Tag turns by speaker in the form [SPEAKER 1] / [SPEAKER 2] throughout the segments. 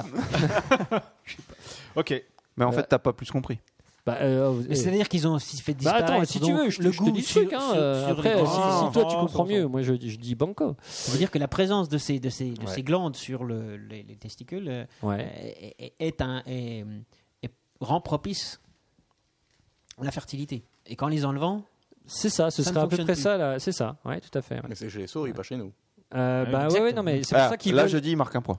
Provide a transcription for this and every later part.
[SPEAKER 1] voilà.
[SPEAKER 2] Ok.
[SPEAKER 3] Mais en
[SPEAKER 1] Euh,
[SPEAKER 3] fait, t'as pas plus compris.
[SPEAKER 1] Bah, euh, eh.
[SPEAKER 4] Mais C'est-à-dire qu'ils ont aussi fait
[SPEAKER 1] Bah,
[SPEAKER 4] disparaître
[SPEAKER 1] attends, si tu
[SPEAKER 4] donc
[SPEAKER 1] veux, je te,
[SPEAKER 4] le
[SPEAKER 1] je te
[SPEAKER 4] goût
[SPEAKER 1] dis le
[SPEAKER 4] sur-
[SPEAKER 1] truc. hein,
[SPEAKER 4] sur-
[SPEAKER 1] euh,
[SPEAKER 4] sur
[SPEAKER 1] après,
[SPEAKER 4] les
[SPEAKER 1] si,
[SPEAKER 4] glandes.
[SPEAKER 1] si toi tu
[SPEAKER 2] Ah,
[SPEAKER 1] comprends
[SPEAKER 2] ah,
[SPEAKER 1] mieux, moi je, je dis banco.
[SPEAKER 4] Ça veut dire que la présence de ces, de ces, de
[SPEAKER 1] Ouais.
[SPEAKER 4] ces glandes sur le- les, les testicules euh,
[SPEAKER 1] Ouais.
[SPEAKER 4] est, est- est un, est- est- rend propice la fertilité. Et qu'en les enlevant,
[SPEAKER 1] C'est ça, ce
[SPEAKER 4] Ça ne
[SPEAKER 1] serait à peu
[SPEAKER 4] fonctionne
[SPEAKER 1] près
[SPEAKER 4] plus.
[SPEAKER 1] ça, là. C'est ça, ouais, tout à fait. ouais.
[SPEAKER 5] Mais c'est chez les souris, pas chez nous.
[SPEAKER 1] Euh, bah, ouais,
[SPEAKER 4] exactement.
[SPEAKER 1] ouais, non, mais c'est pour
[SPEAKER 3] Ah,
[SPEAKER 1] ça qu'ils
[SPEAKER 3] là,
[SPEAKER 1] veulent-
[SPEAKER 3] je dis, il marque un point.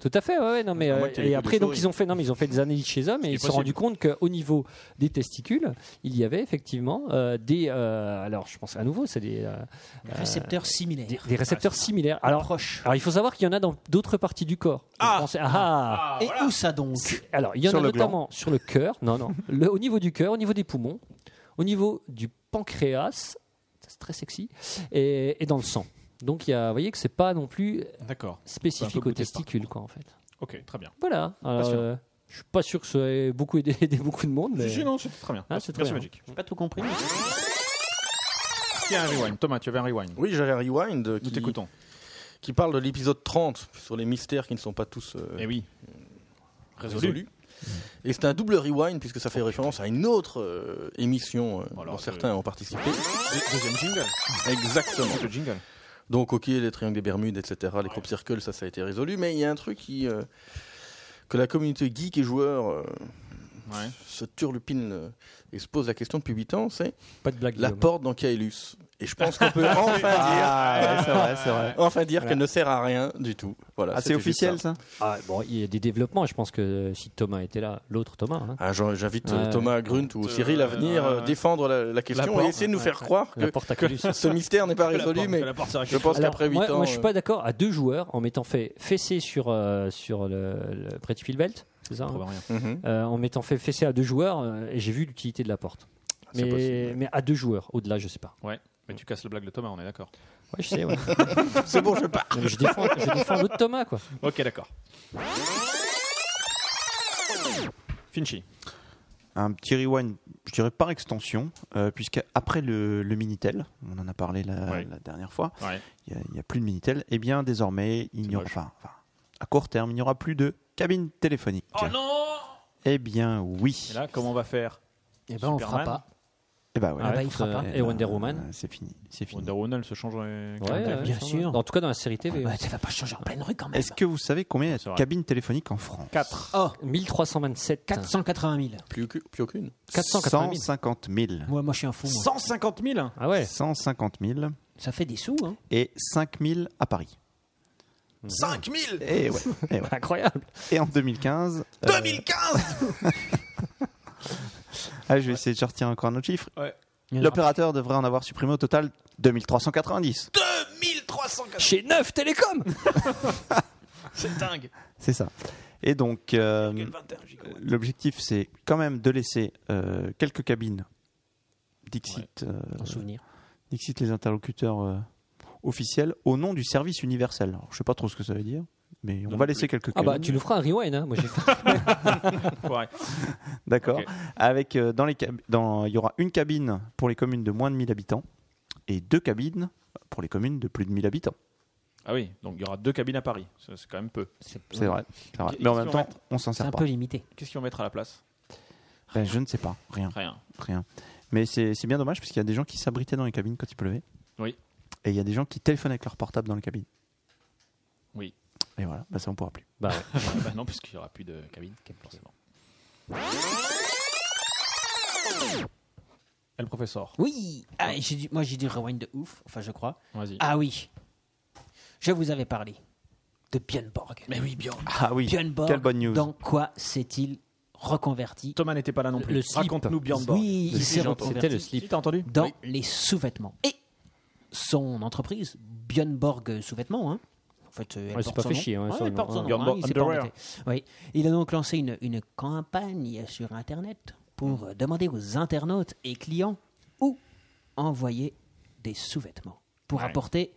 [SPEAKER 1] Tout à fait, ouais, ouais, non, mais
[SPEAKER 5] À moins
[SPEAKER 1] euh,
[SPEAKER 5] qu'il y ait
[SPEAKER 1] et
[SPEAKER 5] des
[SPEAKER 1] après donc
[SPEAKER 5] souris.
[SPEAKER 1] ils ont fait, non, mais ils ont fait des analyses chez hommes et
[SPEAKER 2] est
[SPEAKER 1] ils se sont
[SPEAKER 2] possible.
[SPEAKER 1] rendus compte qu'au niveau des testicules, il y avait effectivement euh, des, euh, alors je pense à nouveau, c'est des, euh,
[SPEAKER 4] récepteurs similaires.
[SPEAKER 1] des, des récepteurs similaires. Alors,
[SPEAKER 4] proches.
[SPEAKER 1] alors il faut savoir qu'il y en a dans d'autres parties du corps.
[SPEAKER 2] Ah.
[SPEAKER 1] On pensait- ah,
[SPEAKER 2] Ah,
[SPEAKER 4] Et
[SPEAKER 2] voilà.
[SPEAKER 4] où ça donc
[SPEAKER 1] Alors, il y en
[SPEAKER 3] Sur
[SPEAKER 1] a
[SPEAKER 3] le gland.
[SPEAKER 1] notamment sur le cœur, non, non, Le- au niveau du cœur, au niveau des poumons, au niveau du pancréas, ça, c'est très sexy, et, et dans le sang. Donc, il y a, vous voyez que c'est pas non plus
[SPEAKER 2] D'accord. C'est un
[SPEAKER 1] spécifique
[SPEAKER 2] peu
[SPEAKER 1] aux
[SPEAKER 2] goûté par
[SPEAKER 1] testicules,
[SPEAKER 2] contre.
[SPEAKER 1] quoi, en fait.
[SPEAKER 2] Ok, très bien.
[SPEAKER 1] Voilà. Alors,
[SPEAKER 2] Passionnant.
[SPEAKER 1] euh, je suis pas sûr que ça ait beaucoup aidé, aidé beaucoup de monde, mais
[SPEAKER 2] Si, si, non, c'était très bien.
[SPEAKER 1] Ah, c'est
[SPEAKER 2] Merci
[SPEAKER 1] très bien.
[SPEAKER 2] Magic.
[SPEAKER 4] J'ai pas tout compris.
[SPEAKER 2] Il y a un rewind. Thomas, tu avais un rewind.
[SPEAKER 5] Oui, j'avais un rewind euh,
[SPEAKER 2] Nous
[SPEAKER 5] qui,
[SPEAKER 2] t'écoutons.
[SPEAKER 5] qui parle de l'épisode 30 sur les mystères qui ne sont pas tous euh,
[SPEAKER 2] Eh oui. Résolu.
[SPEAKER 5] résolus. Et c'est un double rewind puisque ça fait référence à une autre euh, émission euh,
[SPEAKER 2] Alors,
[SPEAKER 5] dont
[SPEAKER 2] je-
[SPEAKER 5] certains ont participé.
[SPEAKER 2] Deuxième jingle.
[SPEAKER 5] Exactement.
[SPEAKER 2] Le jingle.
[SPEAKER 5] Donc, ok, les triangles des Bermudes, etc., les crop circles, ça, ça a été résolu. Mais il y a un truc qui, euh, que la communauté geek et joueurs euh,
[SPEAKER 2] Ouais.
[SPEAKER 5] se turlupine euh, et se pose la question depuis 8 ans c'est
[SPEAKER 1] pas de blague.
[SPEAKER 5] la
[SPEAKER 1] Guillaume.
[SPEAKER 5] porte dans Kaelus. Et je pense qu'on peut enfin dire,
[SPEAKER 3] Ah, ouais, c'est vrai, c'est vrai.
[SPEAKER 5] enfin dire qu'elle ne sert à rien du tout. Voilà,
[SPEAKER 3] Ah, c'est
[SPEAKER 5] c'était juste
[SPEAKER 3] officiel,
[SPEAKER 5] ça.
[SPEAKER 3] ça
[SPEAKER 1] Ah, bon, il y a des développements. Je pense que euh, si Thomas était là, l'autre Thomas. hein,
[SPEAKER 5] Ah, j'en- J'invite euh,
[SPEAKER 1] Ouais.
[SPEAKER 5] Thomas Grunt ou
[SPEAKER 2] Euh,
[SPEAKER 5] Cyril à venir
[SPEAKER 2] ouais,
[SPEAKER 5] euh,
[SPEAKER 2] ouais.
[SPEAKER 5] défendre la, la question
[SPEAKER 2] porte,
[SPEAKER 5] et essayer de nous
[SPEAKER 1] ouais,
[SPEAKER 5] faire
[SPEAKER 1] ouais.
[SPEAKER 5] croire
[SPEAKER 1] la
[SPEAKER 5] que
[SPEAKER 1] porte à Colus.
[SPEAKER 5] ce mystère n'est pas résolu. Mais je pense
[SPEAKER 1] Alors,
[SPEAKER 5] qu'après 8
[SPEAKER 1] moi,
[SPEAKER 5] ans.
[SPEAKER 1] moi, je suis
[SPEAKER 5] euh,
[SPEAKER 1] pas d'accord à deux joueurs en m'étant fait fesser sur, euh, sur le, le Pretty Feel Belt, c'est ça hein
[SPEAKER 2] rien.
[SPEAKER 5] mhm,
[SPEAKER 1] Euh, en m'étant fait fesser à deux joueurs euh, et j'ai vu l'utilité de la porte.
[SPEAKER 5] c'est
[SPEAKER 1] Mais,
[SPEAKER 5] possible.
[SPEAKER 1] mais à deux joueurs, au-delà, je sais pas.
[SPEAKER 2] Mais tu casses le blague de Thomas, on est d'accord.
[SPEAKER 1] Ouais, je sais, ouais.
[SPEAKER 5] C'est bon, je pars.
[SPEAKER 1] Non, mais je défends, je défends l'autre Thomas, quoi.
[SPEAKER 2] Ok, d'accord. Finchy.
[SPEAKER 3] un petit rewind, je dirais par extension, euh, puisqu'après le, le Minitel, on en a parlé la,
[SPEAKER 2] Ouais.
[SPEAKER 3] la dernière fois,
[SPEAKER 2] Ouais.
[SPEAKER 3] il n'y a, il y a plus de Minitel, et bien désormais, il n'y aura,
[SPEAKER 2] moche.
[SPEAKER 3] enfin, enfin, à court terme, il n'y aura plus de cabine téléphonique.
[SPEAKER 2] Oh non
[SPEAKER 3] Eh bien oui.
[SPEAKER 2] Et là, comment on va faire
[SPEAKER 4] Eh ben, on
[SPEAKER 2] Superman.
[SPEAKER 4] fera pas.
[SPEAKER 3] Eh ben,
[SPEAKER 4] Ah
[SPEAKER 3] voilà.
[SPEAKER 4] bah, il fera pas.
[SPEAKER 3] Eh
[SPEAKER 1] hein. Et Wonder
[SPEAKER 3] ben,
[SPEAKER 1] Woman.
[SPEAKER 3] euh, C'est fini. C'est fini.
[SPEAKER 2] Wonder Woman elle se change en
[SPEAKER 1] Ouais, Ah,
[SPEAKER 2] calendrier.
[SPEAKER 1] ouais,
[SPEAKER 4] bien
[SPEAKER 1] sans
[SPEAKER 4] sûr.
[SPEAKER 1] doute. En tout cas, dans la série TV.
[SPEAKER 4] Bah, ça va pas changer en pleine rue quand même.
[SPEAKER 3] Est-ce que vous savez combien il y
[SPEAKER 2] C'est
[SPEAKER 3] a de
[SPEAKER 2] vrai.
[SPEAKER 3] cabines téléphoniques en France
[SPEAKER 2] 4.
[SPEAKER 4] Oh,
[SPEAKER 1] bah. 1327.
[SPEAKER 4] 480 000.
[SPEAKER 5] Plus, aucu- plus aucune.
[SPEAKER 1] 480 000.
[SPEAKER 3] 150 000.
[SPEAKER 4] Moi, moi, je suis un fou. moi.
[SPEAKER 2] 150 000
[SPEAKER 1] Ah ouais
[SPEAKER 3] 150 000
[SPEAKER 4] Ça fait des sous. Hein.
[SPEAKER 3] et 5 000 à Paris.
[SPEAKER 6] 5000
[SPEAKER 3] Et, ouais, et, ouais.
[SPEAKER 1] Incroyable.
[SPEAKER 3] Et en 2015. euh,
[SPEAKER 6] 2015
[SPEAKER 3] ah, je vais essayer de sortir encore un autre chiffre.
[SPEAKER 4] Il y en aura-
[SPEAKER 3] L'opérateur devrait en avoir supprimé au total 2390.
[SPEAKER 6] 2380
[SPEAKER 1] Chez Neuf Télécom
[SPEAKER 2] C'est dingue
[SPEAKER 3] C'est ça. Et donc, euh, l'objectif, c'est quand même de laisser euh, quelques cabines Dixit, euh,
[SPEAKER 4] En souvenir.
[SPEAKER 3] Dixit les interlocuteurs euh, officiels au nom du service universel. Alors, je sais pas trop ce que ça veut dire, mais on va laisser quelques
[SPEAKER 1] Ah bah,
[SPEAKER 3] cabines.
[SPEAKER 1] tu nous feras un rewind. hein. Moi, j'ai fait.
[SPEAKER 3] D'accord.
[SPEAKER 2] Ok.
[SPEAKER 3] Avec euh, dans les cab- dans il y aura une cabine pour les communes de moins de 1000 habitants et deux cabines pour les communes de plus de 1000 habitants.
[SPEAKER 2] Ah oui, donc il y aura deux cabines à Paris. C'est c'est quand même peu.
[SPEAKER 3] C'est vrai. c'est vrai.
[SPEAKER 2] Et
[SPEAKER 3] Mais en
[SPEAKER 2] si
[SPEAKER 3] même
[SPEAKER 2] on
[SPEAKER 3] temps,
[SPEAKER 2] reste-
[SPEAKER 3] on s'en
[SPEAKER 4] C'est
[SPEAKER 3] sert
[SPEAKER 4] un
[SPEAKER 3] pas.
[SPEAKER 4] peu limité.
[SPEAKER 2] Qu'est-ce qu'ils vont mettre à la place
[SPEAKER 3] Ben, je ne sais pas, rien,
[SPEAKER 2] Rien.
[SPEAKER 3] rien. Mais c'est c'est bien dommage parce qu'il y a des gens qui s'abritaient dans les cabines quand il pleuvait.
[SPEAKER 2] Oui.
[SPEAKER 3] Et il y a des gens qui téléphonaient avec leur portable dans les cabines.
[SPEAKER 2] Oui.
[SPEAKER 3] Et voilà, ben, ça on pourra plus.
[SPEAKER 1] Bah,
[SPEAKER 2] Ouais, bah non, puisqu'il n'y aura plus de cabine, forcément. Et le professeur
[SPEAKER 4] Oui. Ah, et j'ai dit- moi, j'ai dit rewind de ouf. Enfin, je crois.
[SPEAKER 2] Vas-y.
[SPEAKER 4] Ah oui. Je vous avais parlé de Björn Borg. Mais oui, Björn.
[SPEAKER 3] Ah oui.
[SPEAKER 4] Björn Borg.
[SPEAKER 3] Quelle bonne news.
[SPEAKER 4] Dans quoi s'est-il reconverti
[SPEAKER 2] Thomas n'était pas là non plus.
[SPEAKER 1] Le slip.
[SPEAKER 2] Raconte-nous Björn Borg.
[SPEAKER 4] Oui, il s'est
[SPEAKER 1] C'était le
[SPEAKER 4] reconverti
[SPEAKER 1] slip.
[SPEAKER 2] t'as entendu
[SPEAKER 4] dans les sous-vêtements. Et son entreprise, Björn Borg euh, Sous-vêtements, hein, en fait, euh, elle
[SPEAKER 1] Ouais, c'est
[SPEAKER 4] porte
[SPEAKER 1] pas
[SPEAKER 4] son
[SPEAKER 1] fait
[SPEAKER 4] nom.
[SPEAKER 1] chier, hein,
[SPEAKER 4] Ouais,
[SPEAKER 1] son
[SPEAKER 4] elle
[SPEAKER 1] nom,
[SPEAKER 4] porte
[SPEAKER 1] hein.
[SPEAKER 4] son nom,
[SPEAKER 2] Björn
[SPEAKER 4] hein,
[SPEAKER 2] Borg
[SPEAKER 4] il s'est pas
[SPEAKER 2] Underwear.
[SPEAKER 4] inventé. Oui. Il a donc lancé une, une campagne sur Internet pour
[SPEAKER 1] Mm.
[SPEAKER 4] euh, demander aux internautes et clients où envoyer des sous-vêtements pour apporter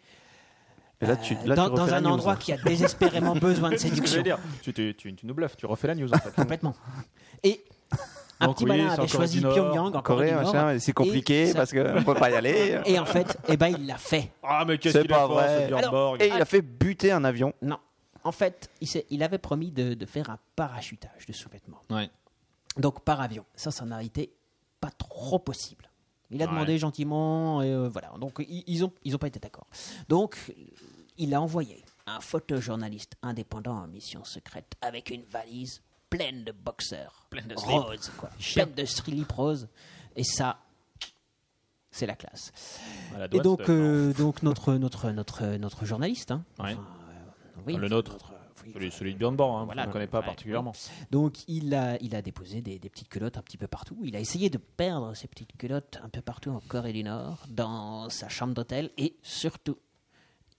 [SPEAKER 3] Et là, tu,
[SPEAKER 4] euh,
[SPEAKER 3] là, tu
[SPEAKER 4] dans,
[SPEAKER 3] refais
[SPEAKER 4] dans
[SPEAKER 3] la
[SPEAKER 4] un
[SPEAKER 3] news,
[SPEAKER 4] endroit
[SPEAKER 3] hein.
[SPEAKER 4] qui a désespérément besoin de
[SPEAKER 2] C'est ce que
[SPEAKER 4] séduction.
[SPEAKER 2] j'allais dire. Tu, tu, tu, tu nous bluffes, tu refais la news en fait.
[SPEAKER 4] Complètement. Et un
[SPEAKER 2] Donc
[SPEAKER 4] petit
[SPEAKER 2] oui, c'est
[SPEAKER 4] malin
[SPEAKER 2] en Corée
[SPEAKER 4] avait choisi
[SPEAKER 2] du Nord,
[SPEAKER 4] Pyongyang, en Corée du Nord.
[SPEAKER 3] machin, mais c'est compliqué
[SPEAKER 4] ça-
[SPEAKER 3] parce qu'on peut pas y aller.
[SPEAKER 4] Et en fait, eh ben, il l'a fait.
[SPEAKER 2] Ah, mais qu'est-ce
[SPEAKER 3] C'est
[SPEAKER 2] qu'il a
[SPEAKER 3] pas
[SPEAKER 2] fort,
[SPEAKER 3] vrai.
[SPEAKER 2] ce Björn
[SPEAKER 4] Alors,
[SPEAKER 2] Borg
[SPEAKER 3] Et il a fait buter un avion.
[SPEAKER 4] Non. En fait, il, s'est- il avait promis de, de faire un parachutage de sous-vêtements.
[SPEAKER 2] Ouais.
[SPEAKER 4] Donc par avion. Ça, ça n'a été pas trop possible. Il a
[SPEAKER 2] Ouais.
[SPEAKER 4] demandé gentiment, et euh, voilà. Donc i- ils ont, ils ont pas été d'accord. Donc il a envoyé un photojournaliste indépendant en mission secrète avec une valise pleine de boxeurs, pleine de roses, quoi, pleine de slip roses. Et ça, c'est la classe.
[SPEAKER 2] À la
[SPEAKER 4] Et
[SPEAKER 2] douane,
[SPEAKER 4] donc,
[SPEAKER 2] c'était-
[SPEAKER 4] euh, donc notre, notre, notre, notre journaliste, hein,
[SPEAKER 2] Ouais.
[SPEAKER 4] enfin, euh, oui,
[SPEAKER 2] Le nôtre.
[SPEAKER 4] oui,
[SPEAKER 2] Celui, celui de Björn Borg, hein,
[SPEAKER 4] Voilà,
[SPEAKER 2] je ne connais pas
[SPEAKER 4] ouais.
[SPEAKER 2] particulièrement.
[SPEAKER 4] donc il a, il a déposé des, des petites culottes un petit peu partout. Il a essayé de perdre ses petites culottes un peu partout en Corée du Nord, dans sa chambre d'hôtel et surtout,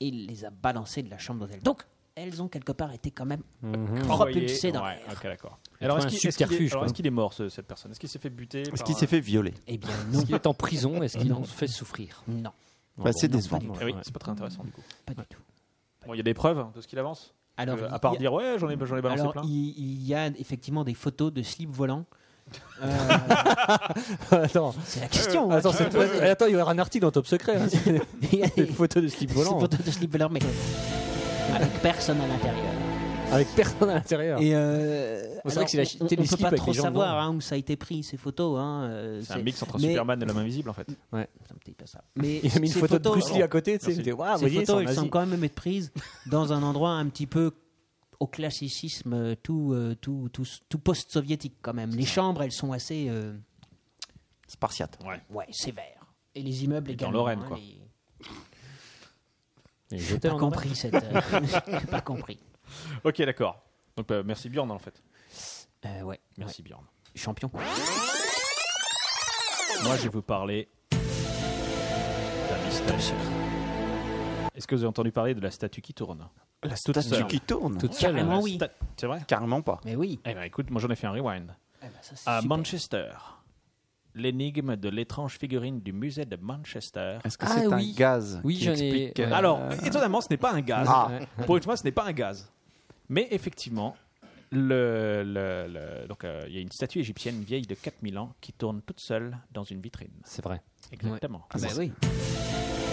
[SPEAKER 4] il les a balancées de la chambre d'hôtel. Donc elles ont quelque part été quand même
[SPEAKER 2] Mhm.
[SPEAKER 4] propulsées dans
[SPEAKER 2] Ouais,
[SPEAKER 4] l'air.
[SPEAKER 2] ok, d'accord.
[SPEAKER 1] Il
[SPEAKER 2] Alors,
[SPEAKER 1] trouve
[SPEAKER 2] est-ce
[SPEAKER 1] un
[SPEAKER 2] qu'il est-ce qu'il est,
[SPEAKER 1] subterfuge,
[SPEAKER 2] alors,
[SPEAKER 1] quoi.
[SPEAKER 2] est-ce qu'il est mort, ce- cette personne Est-ce qu'il s'est fait buter
[SPEAKER 3] Est-ce
[SPEAKER 2] par,
[SPEAKER 3] qu'il s'est fait violer
[SPEAKER 4] Eh bien
[SPEAKER 1] Est-ce
[SPEAKER 4] non,
[SPEAKER 1] qu'il est en prison Est-ce qu'il
[SPEAKER 4] Non.
[SPEAKER 1] nous fait souffrir
[SPEAKER 4] non,
[SPEAKER 3] Bah, C'est
[SPEAKER 4] non,
[SPEAKER 3] décevant.
[SPEAKER 4] pas du
[SPEAKER 2] euh,
[SPEAKER 4] tout.
[SPEAKER 2] eh oui, c'est pas très intéressant du coup.
[SPEAKER 4] pas du tout.
[SPEAKER 2] Bon, il y a des preuves hein, de ce qu'il avance
[SPEAKER 4] Alors,
[SPEAKER 2] Euh,
[SPEAKER 4] il-
[SPEAKER 2] À part
[SPEAKER 4] il-
[SPEAKER 2] dire, ouais, j'en ai, j'en ai balancé
[SPEAKER 4] alors,
[SPEAKER 2] plein.
[SPEAKER 4] il, il y a effectivement des photos de slips volants. Euh,
[SPEAKER 1] Attends,
[SPEAKER 4] c'est la question.
[SPEAKER 1] Oh, Euh,
[SPEAKER 4] hein.
[SPEAKER 1] attends, c'est- attends, il y aura un article dans Top Secret. hein, s'il y a
[SPEAKER 4] Il y a
[SPEAKER 1] Des
[SPEAKER 4] des-
[SPEAKER 1] photos de slip
[SPEAKER 4] C'est
[SPEAKER 1] volant hein.
[SPEAKER 4] pour de slip volants, mais avec personne à l'intérieur.
[SPEAKER 1] hein. avec personne à l'intérieur.
[SPEAKER 4] Et euh,
[SPEAKER 1] C'est vrai
[SPEAKER 4] alors,
[SPEAKER 1] que s'il a acheté
[SPEAKER 4] on, on
[SPEAKER 1] les
[SPEAKER 4] peut
[SPEAKER 1] slips
[SPEAKER 4] pas
[SPEAKER 1] avec
[SPEAKER 4] trop
[SPEAKER 1] les gens
[SPEAKER 4] savoir
[SPEAKER 1] dedans.
[SPEAKER 4] hein, où ça a été pris ces photos. Hein, euh,
[SPEAKER 2] C'est un mix entre
[SPEAKER 4] mais-
[SPEAKER 2] Superman et l'homme invisible en fait.
[SPEAKER 4] C'est un petit peu ça. Mais
[SPEAKER 1] Il a mis une
[SPEAKER 4] ces
[SPEAKER 1] photo de
[SPEAKER 4] photos-
[SPEAKER 1] Bruce Lee à côté, tu sais.
[SPEAKER 2] Merci.
[SPEAKER 1] il dit, Waouh, vous
[SPEAKER 4] Ces
[SPEAKER 1] voyez,
[SPEAKER 4] photos,
[SPEAKER 1] c'est en
[SPEAKER 4] elles sont
[SPEAKER 1] Asie.
[SPEAKER 4] quand même être prises dans un endroit un petit peu au classicisme euh, tout, euh, tout, tout, tout post-soviétique quand même. Les chambres, elles sont assez euh,
[SPEAKER 3] Spartiate.
[SPEAKER 4] ouais, sévères. Et les immeubles
[SPEAKER 2] Et dans
[SPEAKER 4] également.
[SPEAKER 2] Lorraine,
[SPEAKER 4] hein,
[SPEAKER 2] quoi.
[SPEAKER 4] les-
[SPEAKER 1] Les
[SPEAKER 4] J'ai
[SPEAKER 1] hôtels
[SPEAKER 4] pas
[SPEAKER 1] en
[SPEAKER 4] compris cette... euh, J'ai pas compris.
[SPEAKER 2] Ok, d'accord. Donc euh, merci Bjorn en fait.
[SPEAKER 4] Euh, ouais, ouais.
[SPEAKER 2] Merci Bjorn.
[SPEAKER 4] Champion.
[SPEAKER 2] Moi, je vais vous parler d'un mystère. Est-ce que vous avez entendu parler de la statue qui tourne
[SPEAKER 3] La
[SPEAKER 2] seule.
[SPEAKER 3] statue qui tourne.
[SPEAKER 1] Toute seule.
[SPEAKER 4] Carrément. Ah
[SPEAKER 2] La
[SPEAKER 4] oui.
[SPEAKER 2] sta- C'est vrai
[SPEAKER 3] Carrément pas.
[SPEAKER 4] Mais oui.
[SPEAKER 2] Eh ben écoute, moi j'en ai fait un rewind.
[SPEAKER 4] Ah bah ça, c'est
[SPEAKER 2] À
[SPEAKER 4] super.
[SPEAKER 2] Manchester, l'énigme de l'étrange figurine du musée de Manchester.
[SPEAKER 3] Est-ce que
[SPEAKER 1] Ah
[SPEAKER 3] c'est
[SPEAKER 1] oui.
[SPEAKER 3] un gaz
[SPEAKER 1] Oui,
[SPEAKER 3] qui
[SPEAKER 1] j'en ai-
[SPEAKER 3] explique, euh,
[SPEAKER 2] Alors, étonnamment, ce n'est pas un gaz.
[SPEAKER 3] Ah.
[SPEAKER 1] Ouais.
[SPEAKER 2] Pour une fois, ce n'est pas un gaz. Mais effectivement, le, le- le- donc, euh, il y a une statue égyptienne vieille de 4000 ans qui tourne toute seule dans une vitrine.
[SPEAKER 1] C'est vrai.
[SPEAKER 2] Exactement.
[SPEAKER 4] Ah, bah oui.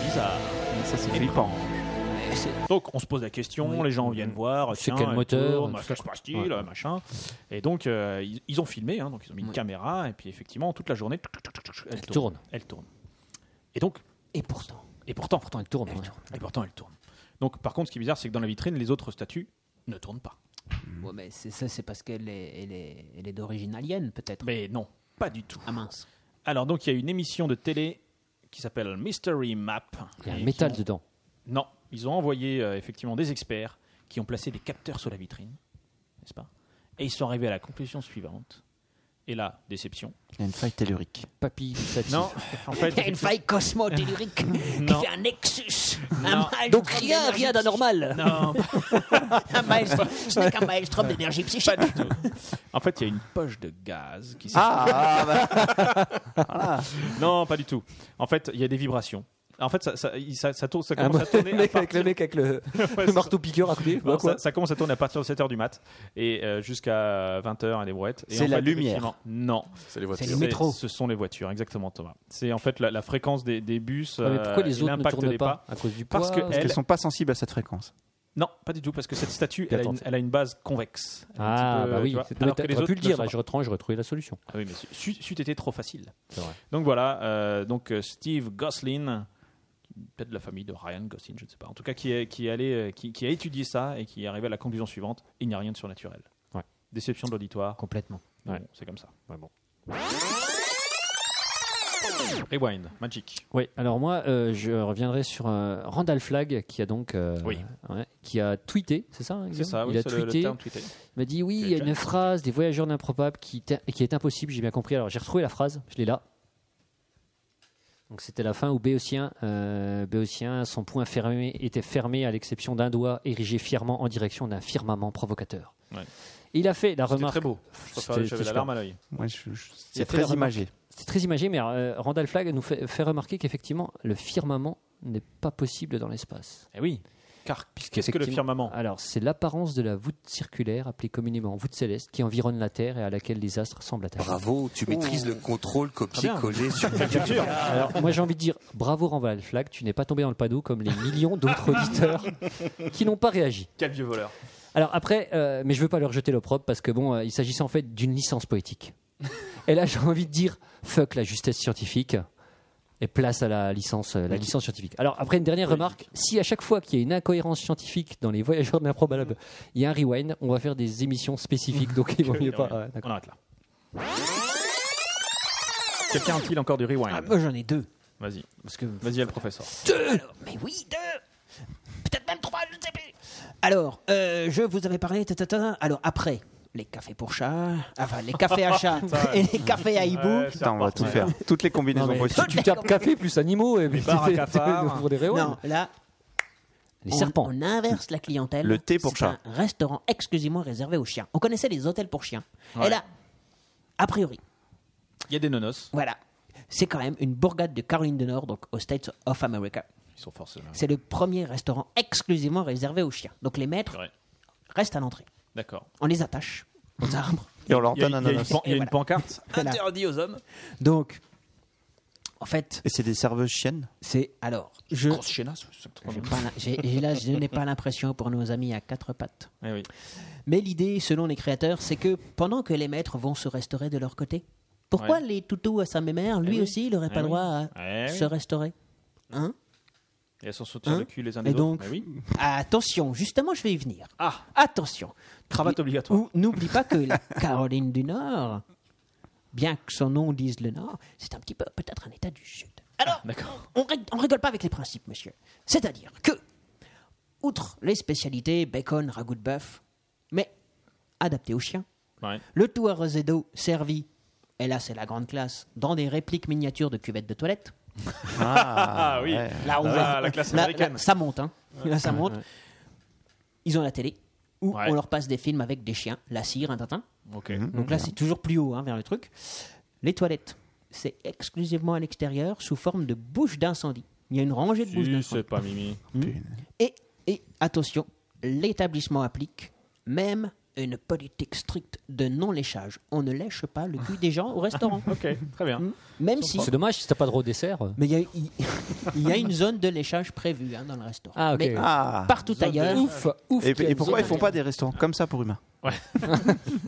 [SPEAKER 2] Bizarre.
[SPEAKER 3] Ça, c'est
[SPEAKER 2] Étrange.
[SPEAKER 3] flippant.
[SPEAKER 2] Donc on se pose la question,
[SPEAKER 1] Oui. Mm-hmm.
[SPEAKER 2] les gens viennent voir,
[SPEAKER 1] C'est
[SPEAKER 2] tiens,
[SPEAKER 1] quel
[SPEAKER 2] elle
[SPEAKER 1] moteur,
[SPEAKER 2] tourne,
[SPEAKER 1] tout ça.
[SPEAKER 2] Que se passe-t-il,
[SPEAKER 1] Ouais.
[SPEAKER 2] euh, machin. Et donc euh, ils, ils ont filmé, hein, donc ils ont mis une
[SPEAKER 4] Oui.
[SPEAKER 2] caméra et puis effectivement toute la journée, touc, touc, touc, touc, elle,
[SPEAKER 1] Elle
[SPEAKER 2] tourne.
[SPEAKER 1] tourne.
[SPEAKER 2] elle tourne. Et donc
[SPEAKER 4] Et pourtant.
[SPEAKER 2] et pourtant,
[SPEAKER 1] Pourtant, elle tourne. ouais.
[SPEAKER 2] et pourtant elle tourne. Donc par contre, ce qui est bizarre, c'est que dans la vitrine, les autres statues ne tournent pas.
[SPEAKER 4] Ouais, mais c'est ça, c'est parce qu'elle est, elle est, elle est d'origine alien, peut-être.
[SPEAKER 2] Mais non, pas du tout.
[SPEAKER 4] Ah mince.
[SPEAKER 2] Alors donc il y a une émission de télé qui s'appelle Mystery Map.
[SPEAKER 1] Il y a
[SPEAKER 2] Et
[SPEAKER 1] un
[SPEAKER 2] qui
[SPEAKER 1] métal
[SPEAKER 2] ont-
[SPEAKER 1] dedans.
[SPEAKER 2] Non, ils ont envoyé euh, effectivement des experts qui ont placé des capteurs sur la vitrine, n'est-ce pas Et ils sont arrivés à la conclusion suivante. Et là, déception.
[SPEAKER 3] Il y a une faille tellurique.
[SPEAKER 1] Papy, gustatif.
[SPEAKER 2] Non, en fait,
[SPEAKER 4] Il y a une faille cosmodélirique qui
[SPEAKER 2] Non.
[SPEAKER 4] fait un nexus.
[SPEAKER 2] Non.
[SPEAKER 4] Un maelstrom
[SPEAKER 1] Donc rien,
[SPEAKER 4] d'énergie
[SPEAKER 1] rien d'anormal.
[SPEAKER 2] non,
[SPEAKER 4] Un maelstrom, ce n'est qu'un maelstrom d'énergie psychique.
[SPEAKER 2] pas du tout. En fait, il y a une poche de gaz qui s'est-
[SPEAKER 3] Ah,
[SPEAKER 2] Non, pas du tout. En fait, il y a des vibrations. En fait, ça, ça, il- ça, ça tourne- ça commence à
[SPEAKER 1] bah,
[SPEAKER 2] tourner. à
[SPEAKER 1] avec
[SPEAKER 2] partir-
[SPEAKER 1] Ah, le mec avec le,
[SPEAKER 2] Ouais,
[SPEAKER 1] le
[SPEAKER 2] c'est
[SPEAKER 1] marteau piqueur à côté.
[SPEAKER 2] Non,
[SPEAKER 1] bah, quoi.
[SPEAKER 2] ça, ça commence à tourner à partir de 7h du mat et euh, jusqu'à 20h à des brouettes. Et
[SPEAKER 3] C'est
[SPEAKER 2] en
[SPEAKER 3] la
[SPEAKER 2] fait,
[SPEAKER 3] lumière.
[SPEAKER 2] effectivement- Non,
[SPEAKER 5] C'est les
[SPEAKER 4] C'est
[SPEAKER 5] voitures.
[SPEAKER 4] le
[SPEAKER 2] C'est-
[SPEAKER 4] métro.
[SPEAKER 2] Ce sont les voitures, exactement, Thomas. C'est en fait la, la fréquence des, des bus.
[SPEAKER 1] Ouais, mais
[SPEAKER 2] euh,
[SPEAKER 1] pourquoi les
[SPEAKER 2] et
[SPEAKER 1] autres ne
[SPEAKER 2] l'impact
[SPEAKER 1] tournent
[SPEAKER 2] des
[SPEAKER 1] pas À cause du poids
[SPEAKER 2] Parce que
[SPEAKER 3] Parce qu'elles sont pas sensibles à cette fréquence.
[SPEAKER 2] Non, pas du tout, parce que cette statue, elle a, une,
[SPEAKER 1] attends.
[SPEAKER 2] elle a une base convexe. Elle est un
[SPEAKER 1] Ah,
[SPEAKER 2] petit peu,
[SPEAKER 1] bah
[SPEAKER 2] tu
[SPEAKER 1] oui,
[SPEAKER 2] vois,
[SPEAKER 1] c'est-
[SPEAKER 2] alors que
[SPEAKER 1] t'aurais
[SPEAKER 2] les
[SPEAKER 1] pu
[SPEAKER 2] autres
[SPEAKER 1] le dire. hein,
[SPEAKER 2] ne
[SPEAKER 1] Là,
[SPEAKER 2] sont
[SPEAKER 1] je retranche, j'aurais trouvé la solution.
[SPEAKER 2] pas. Ah Oui, mais c'eût- c'eût été trop facile.
[SPEAKER 1] C'est vrai.
[SPEAKER 2] Donc voilà, euh, donc euh, Steve Goslin, qui- peut-être de la famille de Ryan Goslin, je ne sais pas. En tout cas, qui, est- qui, est allé, euh, qui, qui a étudié ça et qui est arrivé à la conclusion suivante il n'y a rien de surnaturel.
[SPEAKER 1] Ouais.
[SPEAKER 2] Déception de l'auditoire.
[SPEAKER 4] Complètement.
[SPEAKER 2] Bon,
[SPEAKER 1] Ouais.
[SPEAKER 2] c'est comme ça.
[SPEAKER 1] Ouais, bon.
[SPEAKER 2] Rewind, Magic.
[SPEAKER 1] Oui, alors moi, euh, je reviendrai sur euh, Randall Flagg qui a donc euh,
[SPEAKER 2] Oui.
[SPEAKER 1] ouais, qui a tweeté, c'est ça hein,
[SPEAKER 2] C'est
[SPEAKER 1] Guillaume
[SPEAKER 2] ça, oui,
[SPEAKER 1] Il a
[SPEAKER 2] c'est le- le
[SPEAKER 1] tweeté,
[SPEAKER 2] terme tweeté.
[SPEAKER 1] il m'a dit oui,
[SPEAKER 2] Tu
[SPEAKER 1] il y a
[SPEAKER 2] l'as
[SPEAKER 1] une phrase des voyageurs de l'improbable qui, était- qui est impossible, j'ai bien compris. Alors j'ai retrouvé la phrase, je l'ai là. Donc c'était la fin où Béotien, euh, Béotien, son poing fermé, était fermé à l'exception d'un doigt érigé fièrement en direction d'un firmament provocateur.
[SPEAKER 2] Ouais.
[SPEAKER 1] Et il a fait la
[SPEAKER 2] C'était
[SPEAKER 1] remarque.
[SPEAKER 2] très beau. Je
[SPEAKER 1] C'était-
[SPEAKER 2] préfère- J'avais
[SPEAKER 1] c'était
[SPEAKER 2] la
[SPEAKER 1] super.
[SPEAKER 2] larme à l'œil.
[SPEAKER 3] Ouais, je- je-
[SPEAKER 1] Il a
[SPEAKER 3] c'est
[SPEAKER 1] fait la
[SPEAKER 3] très
[SPEAKER 1] remarque.
[SPEAKER 3] imagé.
[SPEAKER 1] C'est très imagé, mais euh, Randall Flagg nous fait, fait remarquer qu'effectivement, le firmament n'est pas possible dans l'espace.
[SPEAKER 2] Eh oui. Car qu'est-ce que le
[SPEAKER 1] Effectivement.
[SPEAKER 2] firmament
[SPEAKER 1] Alors, c'est l'apparence de la voûte circulaire, appelée communément voûte céleste, qui environne la Terre et à laquelle les astres semblent attachés.
[SPEAKER 7] Bravo, tu maîtrises le contrôle copier-coller sur le
[SPEAKER 2] Bien sûr.
[SPEAKER 1] Alors, moi, j'ai envie de dire bravo, Randall Flagg, tu n'es pas tombé dans le panneau comme les millions d'autres auditeurs qui n'ont pas réagi.
[SPEAKER 2] Quel vieux voleur.
[SPEAKER 1] Alors, après, euh, mais je veux pas leur jeter l'opprobre parce que bon, euh, il s'agissait en fait d'une licence poétique. Et là, j'ai envie de dire fuck la justesse scientifique. et place à la licence, euh, la licence scientifique. Alors après une dernière remarque, si à chaque fois qu'il y a une incohérence scientifique dans les voyageurs de l'improbable, il y a un rewind, on va faire des émissions spécifiques, donc il vaut mieux pas. ouais, d'accord.
[SPEAKER 2] Ah, On arrête là. Quelqu'un a-t-il encore du rewind
[SPEAKER 4] Ah, moi j'en ai deux.
[SPEAKER 2] Vas-y.
[SPEAKER 4] Parce que
[SPEAKER 2] Vas-y, le professeur.
[SPEAKER 4] Alors, mais oui, deux Peut-être même trois, je ne sais plus. Alors, euh, je vous avais parlé. tatata. Alors, après, les cafés pour chats, enfin, les cafés à chat et les cafés à hibou.
[SPEAKER 2] Ouais, c'est
[SPEAKER 3] Putain, on va
[SPEAKER 2] reparti.
[SPEAKER 3] tout faire. Toutes les
[SPEAKER 1] Non,
[SPEAKER 3] combinaisons
[SPEAKER 1] mais
[SPEAKER 3] possibles.
[SPEAKER 1] Euh, tu tapes café plus animaux et puis
[SPEAKER 2] barres à
[SPEAKER 1] tu fais-
[SPEAKER 2] cafards.
[SPEAKER 1] pour des rewinds.
[SPEAKER 4] Non, là,
[SPEAKER 1] Les
[SPEAKER 4] on,
[SPEAKER 1] serpents.
[SPEAKER 4] on inverse la clientèle.
[SPEAKER 3] Le thé pour
[SPEAKER 4] C'est
[SPEAKER 3] chat.
[SPEAKER 4] un restaurant exclusivement réservé aux chiens. On connaissait les hôtels pour chiens. Et là, a priori,
[SPEAKER 2] Il y a des nonos.
[SPEAKER 4] voilà, c'est quand même une bourgade de Caroline du Nord, donc aux States of America.
[SPEAKER 2] Ils sont forcés. là.
[SPEAKER 4] C'est le premier restaurant exclusivement réservé aux chiens. Donc les maîtres
[SPEAKER 2] C'est vrai.
[SPEAKER 4] restent à l'entrée.
[SPEAKER 2] D'accord.
[SPEAKER 4] On les attache
[SPEAKER 2] Mmh.
[SPEAKER 4] aux arbres.
[SPEAKER 3] Et on leur
[SPEAKER 2] Il y a,
[SPEAKER 3] donne un
[SPEAKER 2] il y a une,
[SPEAKER 3] ananas.
[SPEAKER 2] pan- il y a
[SPEAKER 4] Et
[SPEAKER 2] une
[SPEAKER 4] voilà.
[SPEAKER 2] pancarte.
[SPEAKER 4] Voilà.
[SPEAKER 2] Interdit aux hommes.
[SPEAKER 4] Donc, en fait,
[SPEAKER 3] Et c'est des serveuses chiennes
[SPEAKER 4] c'est alors je
[SPEAKER 2] Grosse hein, chénasse.
[SPEAKER 4] j'ai pas la- j'ai- j'ai là je n'ai pas l'impression pour nos amis à quatre pattes.
[SPEAKER 2] Eh oui.
[SPEAKER 4] Mais l'idée, selon les créateurs, c'est que pendant que les maîtres vont se restaurer de leur côté, pourquoi
[SPEAKER 2] Ouais.
[SPEAKER 4] les toutous à sa mémère, lui
[SPEAKER 2] oui.
[SPEAKER 4] aussi, il n'aurait
[SPEAKER 2] Eh
[SPEAKER 4] pas
[SPEAKER 2] oui.
[SPEAKER 4] droit à
[SPEAKER 2] Eh oui.
[SPEAKER 4] se restaurer Hein
[SPEAKER 2] Et elles sont sautées sur
[SPEAKER 4] Hein
[SPEAKER 2] le cul les uns
[SPEAKER 4] Et
[SPEAKER 2] des autres.
[SPEAKER 4] donc-
[SPEAKER 2] Eh oui.
[SPEAKER 4] Attention, justement, je vais y venir.
[SPEAKER 2] Ah,
[SPEAKER 4] Attention.
[SPEAKER 2] cravate
[SPEAKER 4] N'oublie-
[SPEAKER 2] obligatoire.
[SPEAKER 4] ou- N'oublie pas que la Caroline du Nord, bien que son nom dise le Nord, c'est un petit peu peut-être un état du Sud. Alors,
[SPEAKER 2] D'accord.
[SPEAKER 4] on, rig- on rigole pas avec les principes, monsieur. C'est-à-dire que, outre les spécialités bacon, ragoût de bœuf, mais adapté aux chiens,
[SPEAKER 2] Ouais.
[SPEAKER 4] le tout arrosé d'eau, servi, et là c'est la grande classe, dans des répliques miniatures de cuvettes de toilette.
[SPEAKER 2] Ah oui.
[SPEAKER 3] ouais.
[SPEAKER 4] Là, on
[SPEAKER 2] Ah,
[SPEAKER 4] va-
[SPEAKER 2] la classe
[SPEAKER 4] là-
[SPEAKER 2] américaine.
[SPEAKER 4] là, ça monte, hein. Là, ça monte. Ils ont la télé, où
[SPEAKER 2] Ouais.
[SPEAKER 4] on leur passe des films avec des chiens, la cire, un tatin.
[SPEAKER 2] Ok.
[SPEAKER 4] Donc là, c'est toujours plus haut hein, vers le truc. Les toilettes, c'est exclusivement à l'extérieur sous forme de bouche d'incendie. Il y a une rangée de bouches
[SPEAKER 2] Si,
[SPEAKER 4] d'incendie.
[SPEAKER 2] c'est pas Mimi.
[SPEAKER 4] Et, et attention, l'établissement applique même une politique stricte de non-léchage. On ne lèche pas le cul des gens au restaurant.
[SPEAKER 2] Ok, très bien.
[SPEAKER 4] Hmm. Même si.
[SPEAKER 1] C'est dommage si t'as pas de euh, dessert.
[SPEAKER 4] Mais il y, a- il- il y a une zone de léchage prévue hein, dans le restaurant.
[SPEAKER 1] Ah, ok.
[SPEAKER 4] Mais
[SPEAKER 3] Ah
[SPEAKER 4] partout ailleurs.
[SPEAKER 1] Ouf, ouf.
[SPEAKER 3] et,
[SPEAKER 1] qu'il y a
[SPEAKER 3] et
[SPEAKER 1] une
[SPEAKER 3] pourquoi
[SPEAKER 1] zone
[SPEAKER 3] ils font pas des restaurants comme ça pour humains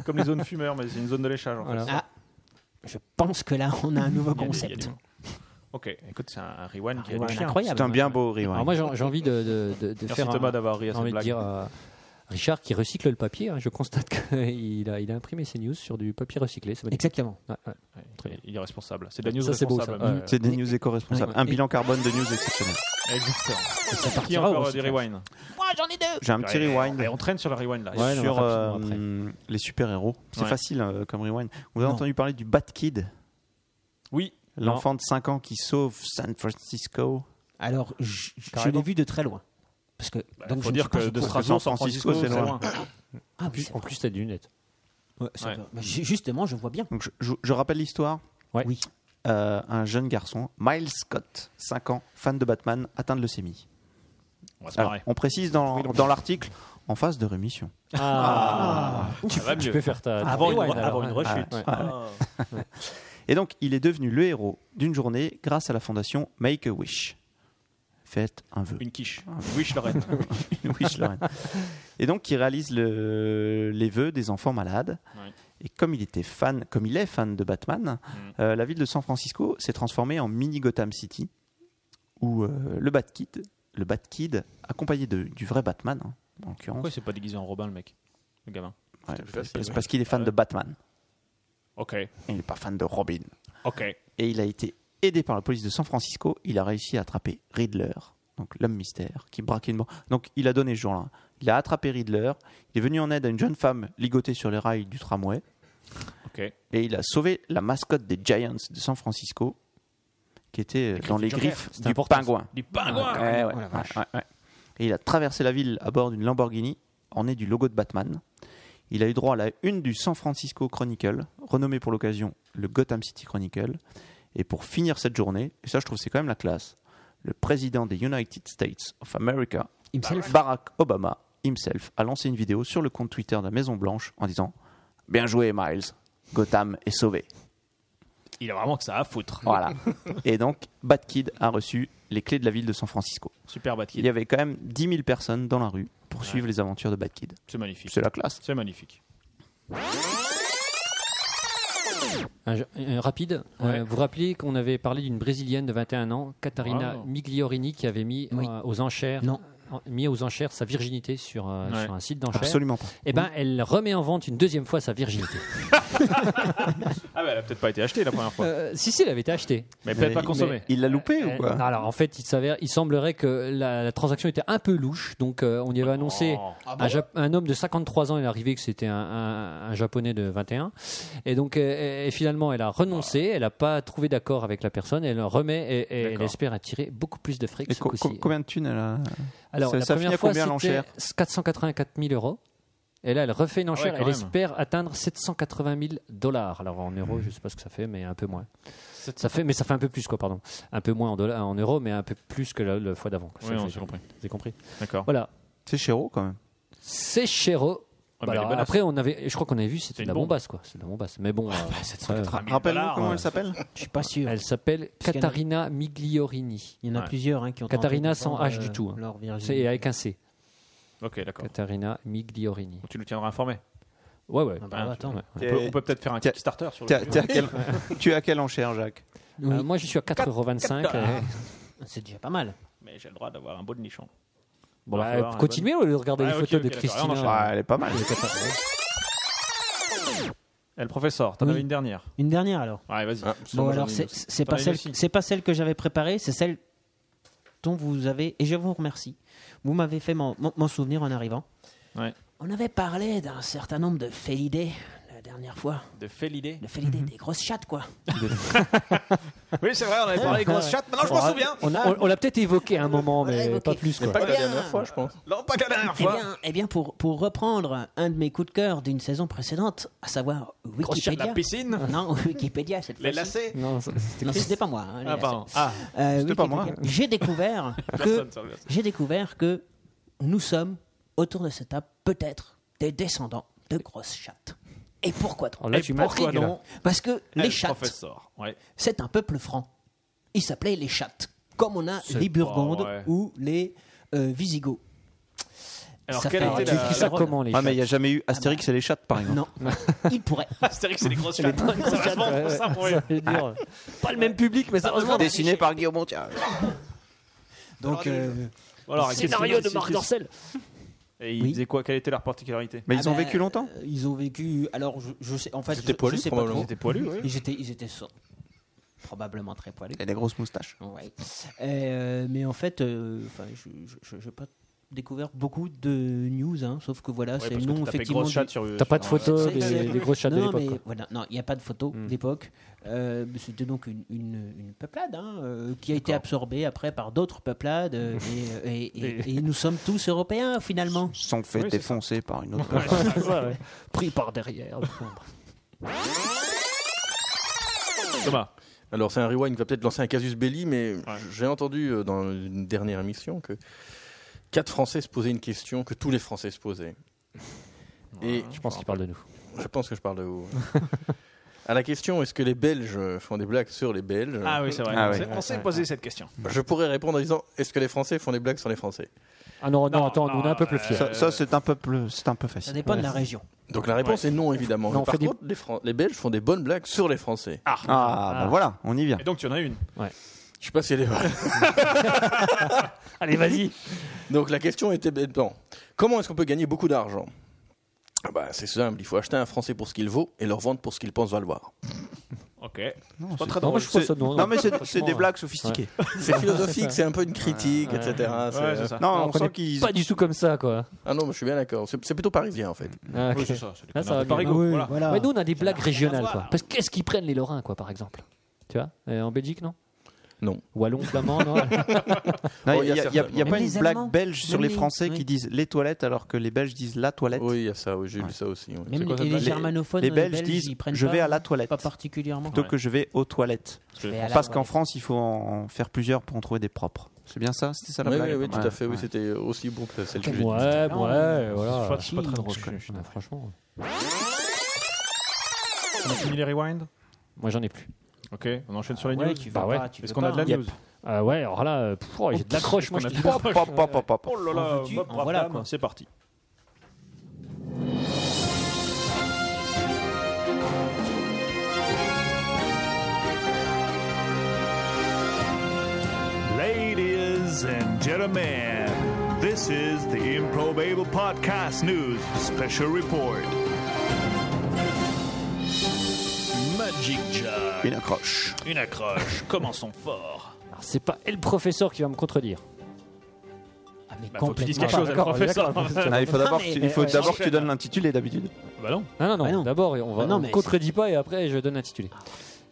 [SPEAKER 2] Comme les zones fumeurs, mais c'est une zone de léchage en fait.
[SPEAKER 1] Voilà.
[SPEAKER 4] Ah, je pense que là, on a un nouveau
[SPEAKER 2] Il y a des- il y a
[SPEAKER 4] concept.
[SPEAKER 2] des- Ok, écoute, c'est un, un rewind qui
[SPEAKER 4] Un
[SPEAKER 2] est
[SPEAKER 4] rewind
[SPEAKER 2] chien.
[SPEAKER 4] incroyable.
[SPEAKER 3] C'est un bien beau
[SPEAKER 1] Alors
[SPEAKER 3] rewind.
[SPEAKER 1] moi, j'ai j'ai envie de, de, de- de
[SPEAKER 2] Merci
[SPEAKER 1] faire
[SPEAKER 2] Thomas
[SPEAKER 1] un,
[SPEAKER 2] d'avoir ri à
[SPEAKER 1] j'ai
[SPEAKER 2] cette
[SPEAKER 1] envie de
[SPEAKER 2] blague.
[SPEAKER 1] dire à Richard qui recycle le papier. hein. Je constate qu'il a, il a imprimé ses news sur du papier recyclé. C'est magnifique.
[SPEAKER 4] Exactement.
[SPEAKER 1] Ouais, ouais.
[SPEAKER 2] Ouais, Il est responsable. C'est de la news
[SPEAKER 1] euh,
[SPEAKER 2] Euh,
[SPEAKER 1] Ça, c'est beau,
[SPEAKER 2] responsable.
[SPEAKER 1] ça.
[SPEAKER 2] Ouais,
[SPEAKER 1] Mm.
[SPEAKER 3] C'est des news éco-responsables.
[SPEAKER 1] Ouais.
[SPEAKER 3] Un bilan carbone de news exceptionnel.
[SPEAKER 2] ouais. Exactement. Qui a
[SPEAKER 1] partira au
[SPEAKER 2] encore des
[SPEAKER 1] recyclage.
[SPEAKER 2] rewinds
[SPEAKER 3] J'ai un petit
[SPEAKER 2] Ouais,
[SPEAKER 3] rewind
[SPEAKER 2] Et on traîne sur le rewind là.
[SPEAKER 1] Ouais, non,
[SPEAKER 3] sur
[SPEAKER 1] rapidement après.
[SPEAKER 3] euh, les super-héros. C'est
[SPEAKER 2] Ouais.
[SPEAKER 3] facile euh, comme rewind. Vous avez
[SPEAKER 4] Non.
[SPEAKER 3] entendu parler du Bat Kid
[SPEAKER 2] Oui.
[SPEAKER 3] L'enfant de 5 ans qui sauve San Francisco.
[SPEAKER 4] Alors, je, je
[SPEAKER 2] Carrément.
[SPEAKER 4] l'ai vu de très loin. Parce que,
[SPEAKER 2] Bah,
[SPEAKER 4] donc, je
[SPEAKER 2] faut
[SPEAKER 4] ne
[SPEAKER 2] dire
[SPEAKER 4] suis pas
[SPEAKER 2] que
[SPEAKER 4] au
[SPEAKER 2] de
[SPEAKER 4] courant.
[SPEAKER 2] Strasbourg,
[SPEAKER 3] San
[SPEAKER 2] San Francisco,
[SPEAKER 3] Francisco,
[SPEAKER 2] c'est
[SPEAKER 3] c'est
[SPEAKER 2] loin.
[SPEAKER 4] Ah
[SPEAKER 1] En
[SPEAKER 4] oui,
[SPEAKER 1] plus-
[SPEAKER 4] c'est
[SPEAKER 1] En
[SPEAKER 4] vrai.
[SPEAKER 1] plus, t'as des lunettes.
[SPEAKER 4] Ouais, c'est
[SPEAKER 2] Ouais.
[SPEAKER 4] vrai. Mais ju- Justement, je vois bien.
[SPEAKER 3] Donc je, je- je rappelle l'histoire.
[SPEAKER 1] Ouais.
[SPEAKER 4] Oui.
[SPEAKER 3] Euh, un jeune garçon, Miles Scott, 5 ans, fan de Batman, atteint de leucémie.
[SPEAKER 2] On va se
[SPEAKER 3] Alors,
[SPEAKER 2] marrer.
[SPEAKER 3] on précise dans, dans l'article en phase de rémission.
[SPEAKER 1] Ah,
[SPEAKER 2] Ça va
[SPEAKER 1] Tu
[SPEAKER 2] mieux.
[SPEAKER 1] peux faire ta. ta
[SPEAKER 2] Avant une,
[SPEAKER 1] rewind,
[SPEAKER 2] avant
[SPEAKER 1] alors.
[SPEAKER 2] une rechute.
[SPEAKER 1] Ouais.
[SPEAKER 2] Ah.
[SPEAKER 3] Et donc, il est devenu le héros d'une journée grâce à la fondation Make a Wish. Faites un vœu.
[SPEAKER 2] Une quiche. Oui, je l'aurais.
[SPEAKER 3] Une wish, Lorraine. Et donc, il réalise le- les vœux des enfants malades.
[SPEAKER 2] Ouais.
[SPEAKER 3] Et comme il était fan, comme il est fan de Batman,
[SPEAKER 2] Mm.
[SPEAKER 3] euh, la ville de San Francisco s'est transformée en mini Gotham City, où euh, le Bat-Kid, le Bat-Kid, accompagné de- du vrai Batman, hein, en l'occurrence,
[SPEAKER 2] Pourquoi il s'est pas déguisé en Robin le mec Le gamin.
[SPEAKER 3] ouais,
[SPEAKER 5] plus
[SPEAKER 3] parce-
[SPEAKER 5] facile, ouais.
[SPEAKER 3] parce qu'il est fan
[SPEAKER 2] Ah ouais.
[SPEAKER 3] de Batman.
[SPEAKER 2] Ok,
[SPEAKER 3] Il n'est pas fan de Robin.
[SPEAKER 2] ok.
[SPEAKER 3] Et il a été aidé par la police de San Francisco. Il a réussi à attraper Riddler, donc l'homme mystère, qui braquait une banque. Donc il a donné ce jour-là. Il a attrapé Riddler. Il est venu en aide à une jeune femme ligotée sur les rails du tramway.
[SPEAKER 2] Ok.
[SPEAKER 3] Et il a sauvé la mascotte des Giants de San Francisco, qui était euh, dans les
[SPEAKER 2] Joker,
[SPEAKER 3] griffes
[SPEAKER 1] c'était
[SPEAKER 3] du
[SPEAKER 1] important,
[SPEAKER 3] pingouin.
[SPEAKER 2] Du pingouin
[SPEAKER 3] Eh, Ouais, ouais, ouais, ouais, ouais. Et il a traversé la ville à bord d'une Lamborghini ornée du logo de Batman. Il a eu droit à la une du San Francisco Chronicle, renommé pour l'occasion le Gotham City Chronicle. Et pour finir cette journée, et ça je trouve c'est quand même la classe, le président des United States of America, Barack Obama himself, a lancé une vidéo sur le compte Twitter de la Maison Blanche en disant Bien joué Miles, Gotham est sauvé.
[SPEAKER 2] Il a vraiment que ça à foutre.
[SPEAKER 3] Voilà. et donc Batkid a reçu les clés de la ville de San Francisco.
[SPEAKER 2] Super
[SPEAKER 3] Il y
[SPEAKER 2] Batkid.
[SPEAKER 3] avait quand même 10 000 personnes dans la rue pour suivre les aventures de Batkid.
[SPEAKER 2] C'est magnifique.
[SPEAKER 3] C'est la classe.
[SPEAKER 2] C'est magnifique.
[SPEAKER 1] Un, jeu- un rapide.
[SPEAKER 2] Ouais.
[SPEAKER 1] Euh, vous vous rappelez qu'on avait parlé d'une brésilienne de 21 ans, Catarina
[SPEAKER 2] Wow.
[SPEAKER 1] Migliorini, qui avait mis
[SPEAKER 4] Oui.
[SPEAKER 1] euh, aux enchères.
[SPEAKER 4] Non.
[SPEAKER 1] en- mis aux enchères sa virginité sur, euh,
[SPEAKER 2] Ouais.
[SPEAKER 1] sur un site d'enchères.
[SPEAKER 3] Absolument pas.
[SPEAKER 1] Et ben, elle remet en vente une deuxième fois sa virginité.
[SPEAKER 2] Ah, bah elle a peut-être pas été achetée la première fois.
[SPEAKER 1] Euh, si, si, elle avait été achetée.
[SPEAKER 2] mais peut-être pas
[SPEAKER 3] il-
[SPEAKER 2] consommée.
[SPEAKER 3] Il l'a loupé
[SPEAKER 1] Euh,
[SPEAKER 3] ou quoi
[SPEAKER 1] non, alors en fait, il s'avère, il semblerait que la, la transaction était un peu louche, donc euh, on y avait annoncé
[SPEAKER 2] Oh.
[SPEAKER 4] Bah,
[SPEAKER 1] un, Jap- un homme de 53 ans, il est arrivé que c'était un, un- un japonais de 21, et donc euh, et finalement elle a renoncé, elle n'a pas trouvé d'accord avec la personne, elle remet et, et elle
[SPEAKER 2] D'accord.
[SPEAKER 1] espère attirer beaucoup plus de fric.
[SPEAKER 3] Et
[SPEAKER 1] ce
[SPEAKER 3] co-
[SPEAKER 1] coup-ci.
[SPEAKER 3] co- combien de thunes elle a
[SPEAKER 1] alors
[SPEAKER 3] ça-
[SPEAKER 1] la
[SPEAKER 3] ça finit à
[SPEAKER 1] première fois
[SPEAKER 3] combien,
[SPEAKER 1] c'était
[SPEAKER 3] l'enchère
[SPEAKER 1] 484 000 euros. Et là, elle refait une
[SPEAKER 2] Ah ouais,
[SPEAKER 1] enchère.
[SPEAKER 2] quand
[SPEAKER 1] elle
[SPEAKER 2] même.
[SPEAKER 1] espère atteindre 780 000 dollars. Alors en
[SPEAKER 2] Hmm.
[SPEAKER 1] euros, je ne sais pas ce que ça fait, mais un peu moins. Ça fait, mais ça fait un peu plus, quoi, pardon. Un peu moins en, dollars, en euros, mais un peu plus que la, la fois d'avant. quoi.
[SPEAKER 2] Oui,
[SPEAKER 1] Ça,
[SPEAKER 2] on
[SPEAKER 1] j'ai-
[SPEAKER 2] s'est compris.
[SPEAKER 1] j'ai compris.
[SPEAKER 2] D'accord.
[SPEAKER 1] Voilà.
[SPEAKER 3] C'est chéro quand même.
[SPEAKER 1] C'est chéro.
[SPEAKER 2] Ah, bah, elle est
[SPEAKER 1] Alors,
[SPEAKER 2] bonne,
[SPEAKER 1] après, on avait, je crois qu'on avait vu, c'était
[SPEAKER 2] C'est
[SPEAKER 1] de
[SPEAKER 2] une
[SPEAKER 1] la
[SPEAKER 2] bombe.
[SPEAKER 1] bombasse, quoi. C'est de la bombasse. Mais bon, euh,
[SPEAKER 2] Ah, mille
[SPEAKER 3] Rappelle-nous
[SPEAKER 2] dollars,
[SPEAKER 3] comment
[SPEAKER 2] euh,
[SPEAKER 3] elle s'appelle
[SPEAKER 4] Je suis pas sûr.
[SPEAKER 1] elle s'appelle
[SPEAKER 4] Parce qu'il y en a-
[SPEAKER 1] Katarina Migliorini.
[SPEAKER 4] Il y en a
[SPEAKER 2] Ouais.
[SPEAKER 4] plusieurs hein, qui ont
[SPEAKER 1] Katharina
[SPEAKER 4] tenté de
[SPEAKER 1] sans
[SPEAKER 4] vendre, euh,
[SPEAKER 1] H du tout, hein.
[SPEAKER 4] leur virginité.
[SPEAKER 1] C'est avec un C.
[SPEAKER 2] Ok, d'accord.
[SPEAKER 1] Katarina Migliorini.
[SPEAKER 2] Tu nous tiendras informés.
[SPEAKER 1] Ouais, ouais.
[SPEAKER 4] Ah bah,
[SPEAKER 2] Ah,
[SPEAKER 4] attends.
[SPEAKER 1] Ouais.
[SPEAKER 2] On
[SPEAKER 3] Et-
[SPEAKER 2] peut, on peut peut-être faire un
[SPEAKER 3] Tiens.
[SPEAKER 2] Kickstarter sur
[SPEAKER 3] T'es
[SPEAKER 2] le
[SPEAKER 3] à- t'es à quel- Tu es à quelle enchère, Jacques
[SPEAKER 4] Oui.
[SPEAKER 1] Euh, moi, je suis à 4,25 euros.
[SPEAKER 4] C'est déjà pas mal.
[SPEAKER 2] Mais j'ai le droit d'avoir un beau de nichon.
[SPEAKER 1] Bon,
[SPEAKER 2] Alors, faut
[SPEAKER 1] bah,
[SPEAKER 2] voir,
[SPEAKER 1] continuez au lieu de regarder
[SPEAKER 2] Ouais,
[SPEAKER 1] les
[SPEAKER 2] ok,
[SPEAKER 1] photos
[SPEAKER 2] ok,
[SPEAKER 1] de
[SPEAKER 2] d'accord.
[SPEAKER 1] Christina.
[SPEAKER 2] Alors,
[SPEAKER 3] Ah, Elle est pas mal.
[SPEAKER 2] Eh, le professeur, t'en
[SPEAKER 4] Oui.
[SPEAKER 2] avais une dernière.
[SPEAKER 4] Une dernière alors.
[SPEAKER 2] Ouais, vas-y.
[SPEAKER 5] Ah,
[SPEAKER 4] Bon,
[SPEAKER 5] moi, j'en
[SPEAKER 4] alors
[SPEAKER 5] ai une
[SPEAKER 4] c'est
[SPEAKER 5] aussi.
[SPEAKER 4] c'est
[SPEAKER 2] T'en
[SPEAKER 4] pas
[SPEAKER 2] as une
[SPEAKER 4] celle
[SPEAKER 2] aussi
[SPEAKER 4] c'est pas celle que j'avais préparée, c'est celle dont vous avez et je vous remercie. Vous m'avez fait mon, mon- mon souvenir en arrivant.
[SPEAKER 2] Ouais.
[SPEAKER 4] On avait parlé d'un certain nombre de félidés la dernière fois.
[SPEAKER 2] De Félidé.
[SPEAKER 4] De félidés, des grosses chattes quoi.
[SPEAKER 2] Oui, c'est vrai, on
[SPEAKER 6] Par
[SPEAKER 2] avait
[SPEAKER 6] les
[SPEAKER 2] parlé.
[SPEAKER 6] grosses chattes, maintenant je m'en souviens.
[SPEAKER 1] On, a- on- on l'a peut-être évoqué à un moment, mais
[SPEAKER 4] évoqué.
[SPEAKER 1] pas plus. Quoi.
[SPEAKER 5] Pas que la
[SPEAKER 4] Bien.
[SPEAKER 5] dernière fois, je pense.
[SPEAKER 6] Non, pas que la dernière
[SPEAKER 4] Eh
[SPEAKER 6] fois.
[SPEAKER 4] bien, eh bien pour, pour reprendre un de mes coups de cœur d'une saison précédente, à savoir
[SPEAKER 2] Grosse chatte de
[SPEAKER 4] Wikipédia.
[SPEAKER 2] la piscine.
[SPEAKER 4] Non, Wikipédia cette
[SPEAKER 6] Les
[SPEAKER 4] fois-ci.
[SPEAKER 6] lacets.
[SPEAKER 1] Non, ça- c'était
[SPEAKER 4] Non,
[SPEAKER 1] Christ-
[SPEAKER 4] c'était pas moi. hein, les
[SPEAKER 2] Ah,
[SPEAKER 4] lacets.
[SPEAKER 2] pardon. Ah,
[SPEAKER 4] Euh,
[SPEAKER 3] C'était pas moi.
[SPEAKER 4] Wikipédia. J'ai découvert que
[SPEAKER 2] personne sur le-
[SPEAKER 4] j'ai découvert que nous sommes autour de cette table peut-être des descendants de grosses chattes. Et pourquoi donc
[SPEAKER 1] Alors Oh, là,
[SPEAKER 2] Et
[SPEAKER 1] tu m'as
[SPEAKER 2] pourquoi
[SPEAKER 1] intrigué, là.
[SPEAKER 2] non
[SPEAKER 4] Parce que les
[SPEAKER 2] El
[SPEAKER 4] chattes,
[SPEAKER 2] Professeur. Ouais.
[SPEAKER 4] c'est un peuple franc. Ils s'appelaient les chattes, comme on a
[SPEAKER 2] C'est
[SPEAKER 4] les
[SPEAKER 2] pas
[SPEAKER 4] Burgondes
[SPEAKER 2] vrai.
[SPEAKER 4] ou les euh, Visigoths.
[SPEAKER 2] Alors,
[SPEAKER 4] Ça
[SPEAKER 2] quelle
[SPEAKER 4] fait
[SPEAKER 2] était
[SPEAKER 4] un
[SPEAKER 1] Tu
[SPEAKER 4] truc
[SPEAKER 2] la.
[SPEAKER 1] écris ça
[SPEAKER 4] la-
[SPEAKER 1] comment les
[SPEAKER 3] Ah, mais il
[SPEAKER 1] chats
[SPEAKER 3] n'y a jamais eu Astérix et les chattes, par exemple.
[SPEAKER 4] Non, ils pourraient.
[SPEAKER 2] Astérix et les grosses chattes. Ça va se vendre pour ça, pour
[SPEAKER 1] Ça veut dire- Pas le même public, mais ça va se vendre.
[SPEAKER 3] Dessiné par Guillaume Montiel.
[SPEAKER 4] Donc, euh,
[SPEAKER 2] Alors,
[SPEAKER 1] Scénario de Marc Dorcel.
[SPEAKER 2] Et ils
[SPEAKER 4] Oui.
[SPEAKER 2] faisaient quoi Quelle était leur particularité
[SPEAKER 3] Mais ils
[SPEAKER 4] ah
[SPEAKER 3] ont
[SPEAKER 4] ben,
[SPEAKER 3] vécu longtemps
[SPEAKER 4] euh, Ils ont vécu. Alors, je, je sais. En fait,
[SPEAKER 5] C'était
[SPEAKER 4] je,
[SPEAKER 5] poilu,
[SPEAKER 4] je sais pas
[SPEAKER 5] probablement.
[SPEAKER 4] trop.
[SPEAKER 2] C'était poilu, oui.
[SPEAKER 4] Ils étaient, ils étaient so- probablement très poilus.
[SPEAKER 3] Et des grosses moustaches.
[SPEAKER 4] Ouais. Euh, mais en fait, euh, enfin, je n'ai pas découvert beaucoup de news, hein, sauf que voilà, c'est le nom effectivement.
[SPEAKER 2] grosse
[SPEAKER 4] du-
[SPEAKER 2] chatte sur.
[SPEAKER 1] T'as pas de
[SPEAKER 4] Non,
[SPEAKER 1] photo
[SPEAKER 4] c'est- c'est-
[SPEAKER 1] des, des grosses chats de
[SPEAKER 4] non,
[SPEAKER 1] l'époque.
[SPEAKER 4] mais
[SPEAKER 1] quoi.
[SPEAKER 4] voilà, non, il n'y a pas de photo d'époque. Euh, C'était donc une, une- une peuplade hein, euh, qui a été absorbée après par d'autres peuplades euh, et, et- et- et nous sommes tous européens finalement.
[SPEAKER 3] Ils se sont fait
[SPEAKER 2] Oui, c'est
[SPEAKER 3] défoncer par une autre.
[SPEAKER 1] Ouais, ouais. Pris par derrière.
[SPEAKER 2] Thomas.
[SPEAKER 5] Alors, c'est un rewind qui va peut-être lancer un casus belli, mais j'ai entendu euh, dans une dernière émission que quatre Français se posaient une question que tous les Français se posaient. Et
[SPEAKER 1] Je pense qu'il parle de nous.
[SPEAKER 5] je pense que je parle de vous. à la question est-ce que les Belges font des blagues sur les Belges
[SPEAKER 2] Ah oui, c'est vrai.
[SPEAKER 3] Ah
[SPEAKER 2] On
[SPEAKER 3] oui.
[SPEAKER 2] s'est- On s'est posé cette question.
[SPEAKER 5] Je pourrais répondre en disant est-ce que les Français font des blagues sur les Français
[SPEAKER 1] Ah non, non,
[SPEAKER 2] Non,
[SPEAKER 1] attends, nous, on est
[SPEAKER 2] non,
[SPEAKER 1] un peu plus
[SPEAKER 2] euh,
[SPEAKER 1] fiers.
[SPEAKER 3] Ça, ça, c'est un peu plus, c'est un peu
[SPEAKER 4] Ça
[SPEAKER 3] facile.
[SPEAKER 4] dépend de la région.
[SPEAKER 5] Donc la réponse est non, évidemment.
[SPEAKER 1] Non, on
[SPEAKER 5] Par
[SPEAKER 1] fait des-
[SPEAKER 5] contre, les, Fran- les Belges font des bonnes blagues sur les Français.
[SPEAKER 2] Ah,
[SPEAKER 3] Ah, bah voilà, on y vient.
[SPEAKER 2] Et donc, tu en as une.
[SPEAKER 5] Je sais pas si elle est vraie.
[SPEAKER 1] Allez, vas-y.
[SPEAKER 5] Donc la question était bête. non. Comment est-ce qu'on peut gagner beaucoup d'argent Ah bah, C'est simple, il faut acheter un Français pour ce qu'il vaut et le revendre pour ce qu'il pense valoir.
[SPEAKER 2] Ok.
[SPEAKER 3] Non,
[SPEAKER 2] C'est pas
[SPEAKER 3] c'est-
[SPEAKER 2] très
[SPEAKER 1] Non, moi,
[SPEAKER 2] drôle.
[SPEAKER 1] je trouve ça
[SPEAKER 3] non, mais c'est c'est des blagues sophistiquées.
[SPEAKER 5] C'est philosophique, c'est un peu une critique, etc. C'est-
[SPEAKER 2] Ouais, c'est ça.
[SPEAKER 3] Non, on
[SPEAKER 1] on
[SPEAKER 3] sent
[SPEAKER 1] connaît
[SPEAKER 3] qu'ils
[SPEAKER 1] Pas du tout comme ça, quoi.
[SPEAKER 5] Ah non, mais je suis bien d'accord. C'est c'est plutôt parisien en fait.
[SPEAKER 1] Ah, ok.
[SPEAKER 2] Oui, c'est ça. c'est des
[SPEAKER 1] Ah, ça
[SPEAKER 2] connards
[SPEAKER 1] va
[SPEAKER 2] de
[SPEAKER 1] bien.
[SPEAKER 2] Parigo,
[SPEAKER 4] Oui,
[SPEAKER 2] voilà.
[SPEAKER 4] voilà.
[SPEAKER 1] Mais nous, on a des blagues
[SPEAKER 2] rien à
[SPEAKER 1] régionales,
[SPEAKER 2] voir.
[SPEAKER 1] quoi. Parce que qu'est-ce qu'ils prennent les Lorrains, quoi, par exemple Tu vois Euh, En Belgique, non
[SPEAKER 5] Non.
[SPEAKER 1] Wallon, flamand, non
[SPEAKER 3] Non,
[SPEAKER 5] Oh,
[SPEAKER 3] il n'y a,
[SPEAKER 5] y a
[SPEAKER 3] il y a- il y a pas
[SPEAKER 4] certainement. Même
[SPEAKER 3] une
[SPEAKER 4] les Allemands.
[SPEAKER 3] blague belge sur
[SPEAKER 4] Même
[SPEAKER 3] les
[SPEAKER 4] les-
[SPEAKER 3] Français qui
[SPEAKER 4] oui.
[SPEAKER 3] disent les toilettes alors que les Belges disent la toilette.
[SPEAKER 5] Oui, il y a ça, oui, j'ai
[SPEAKER 3] Ouais.
[SPEAKER 5] lu ça aussi. oui.
[SPEAKER 4] Même
[SPEAKER 5] C'est quoi
[SPEAKER 4] les-
[SPEAKER 5] cette
[SPEAKER 4] et les
[SPEAKER 5] blague
[SPEAKER 4] germanophones,
[SPEAKER 3] les Belges
[SPEAKER 4] ils
[SPEAKER 3] disent
[SPEAKER 4] prennent
[SPEAKER 3] je
[SPEAKER 4] pas-
[SPEAKER 3] vais à la toilette
[SPEAKER 4] Pas particulièrement.
[SPEAKER 3] plutôt que je vais aux toilettes.
[SPEAKER 4] Mais à la
[SPEAKER 3] Parce qu'en
[SPEAKER 4] toilette.
[SPEAKER 3] France, il faut en faire plusieurs pour en trouver des propres. C'est bien ça C'était ça la
[SPEAKER 5] Oui,
[SPEAKER 3] blague
[SPEAKER 5] oui, oui, tout à
[SPEAKER 3] Ouais,
[SPEAKER 5] fait. Oui,
[SPEAKER 3] ouais.
[SPEAKER 5] c'était aussi bon que c'est le
[SPEAKER 4] Quel
[SPEAKER 5] sujet.
[SPEAKER 1] Ouais, ouais,
[SPEAKER 4] Ah,
[SPEAKER 1] voilà.
[SPEAKER 2] C'est pas très drôle.
[SPEAKER 1] Je-
[SPEAKER 2] je- je-
[SPEAKER 1] ouais, Franchement,
[SPEAKER 2] On a fini les rewinds
[SPEAKER 1] moi, j'en ai plus.
[SPEAKER 2] Ok, on enchaîne sur les
[SPEAKER 4] Ouais,
[SPEAKER 2] news.
[SPEAKER 4] tu veux
[SPEAKER 1] Bah
[SPEAKER 4] pas,
[SPEAKER 1] ouais.
[SPEAKER 4] tu
[SPEAKER 2] Est-ce
[SPEAKER 4] veux
[SPEAKER 2] qu'on a
[SPEAKER 4] pas,
[SPEAKER 2] de la
[SPEAKER 4] hein.
[SPEAKER 2] news
[SPEAKER 1] Ah ouais, alors là, euh, pff, oh, j'ai de l'accroche, moi, je
[SPEAKER 2] qu'on a
[SPEAKER 1] te
[SPEAKER 2] de
[SPEAKER 1] dis.
[SPEAKER 2] l'accroche
[SPEAKER 3] Pop, pop, pop, pop.
[SPEAKER 2] Oh là là,
[SPEAKER 4] veux-tu
[SPEAKER 2] Bob
[SPEAKER 4] En
[SPEAKER 2] Brabham,
[SPEAKER 4] voilà, quoi.
[SPEAKER 2] c'est parti.
[SPEAKER 8] Ladies and gentlemen, this is the Improbable Podcast News Special Report. Magic Jack,
[SPEAKER 3] Une accroche.
[SPEAKER 8] une accroche, commençons fort.
[SPEAKER 1] Alors, C'est pas elle, le professeur, qui va me contredire.
[SPEAKER 4] Ah, mais
[SPEAKER 2] Bah, faut que tu
[SPEAKER 4] complètement.
[SPEAKER 2] dises quelque chose,
[SPEAKER 1] d'accord,
[SPEAKER 2] professeur.
[SPEAKER 3] Non, Ah, il faut
[SPEAKER 4] Non,
[SPEAKER 3] d'abord que
[SPEAKER 4] mais-
[SPEAKER 3] tu- il faut
[SPEAKER 4] Ouais,
[SPEAKER 3] d'abord que tu donnes l'intitulé d'habitude.
[SPEAKER 2] Bah non.
[SPEAKER 1] Ah non, non,
[SPEAKER 4] Ah non.
[SPEAKER 1] d'abord, on va
[SPEAKER 4] Ah non,
[SPEAKER 1] on
[SPEAKER 4] mais
[SPEAKER 1] contredit pas et après, je donne l'intitulé.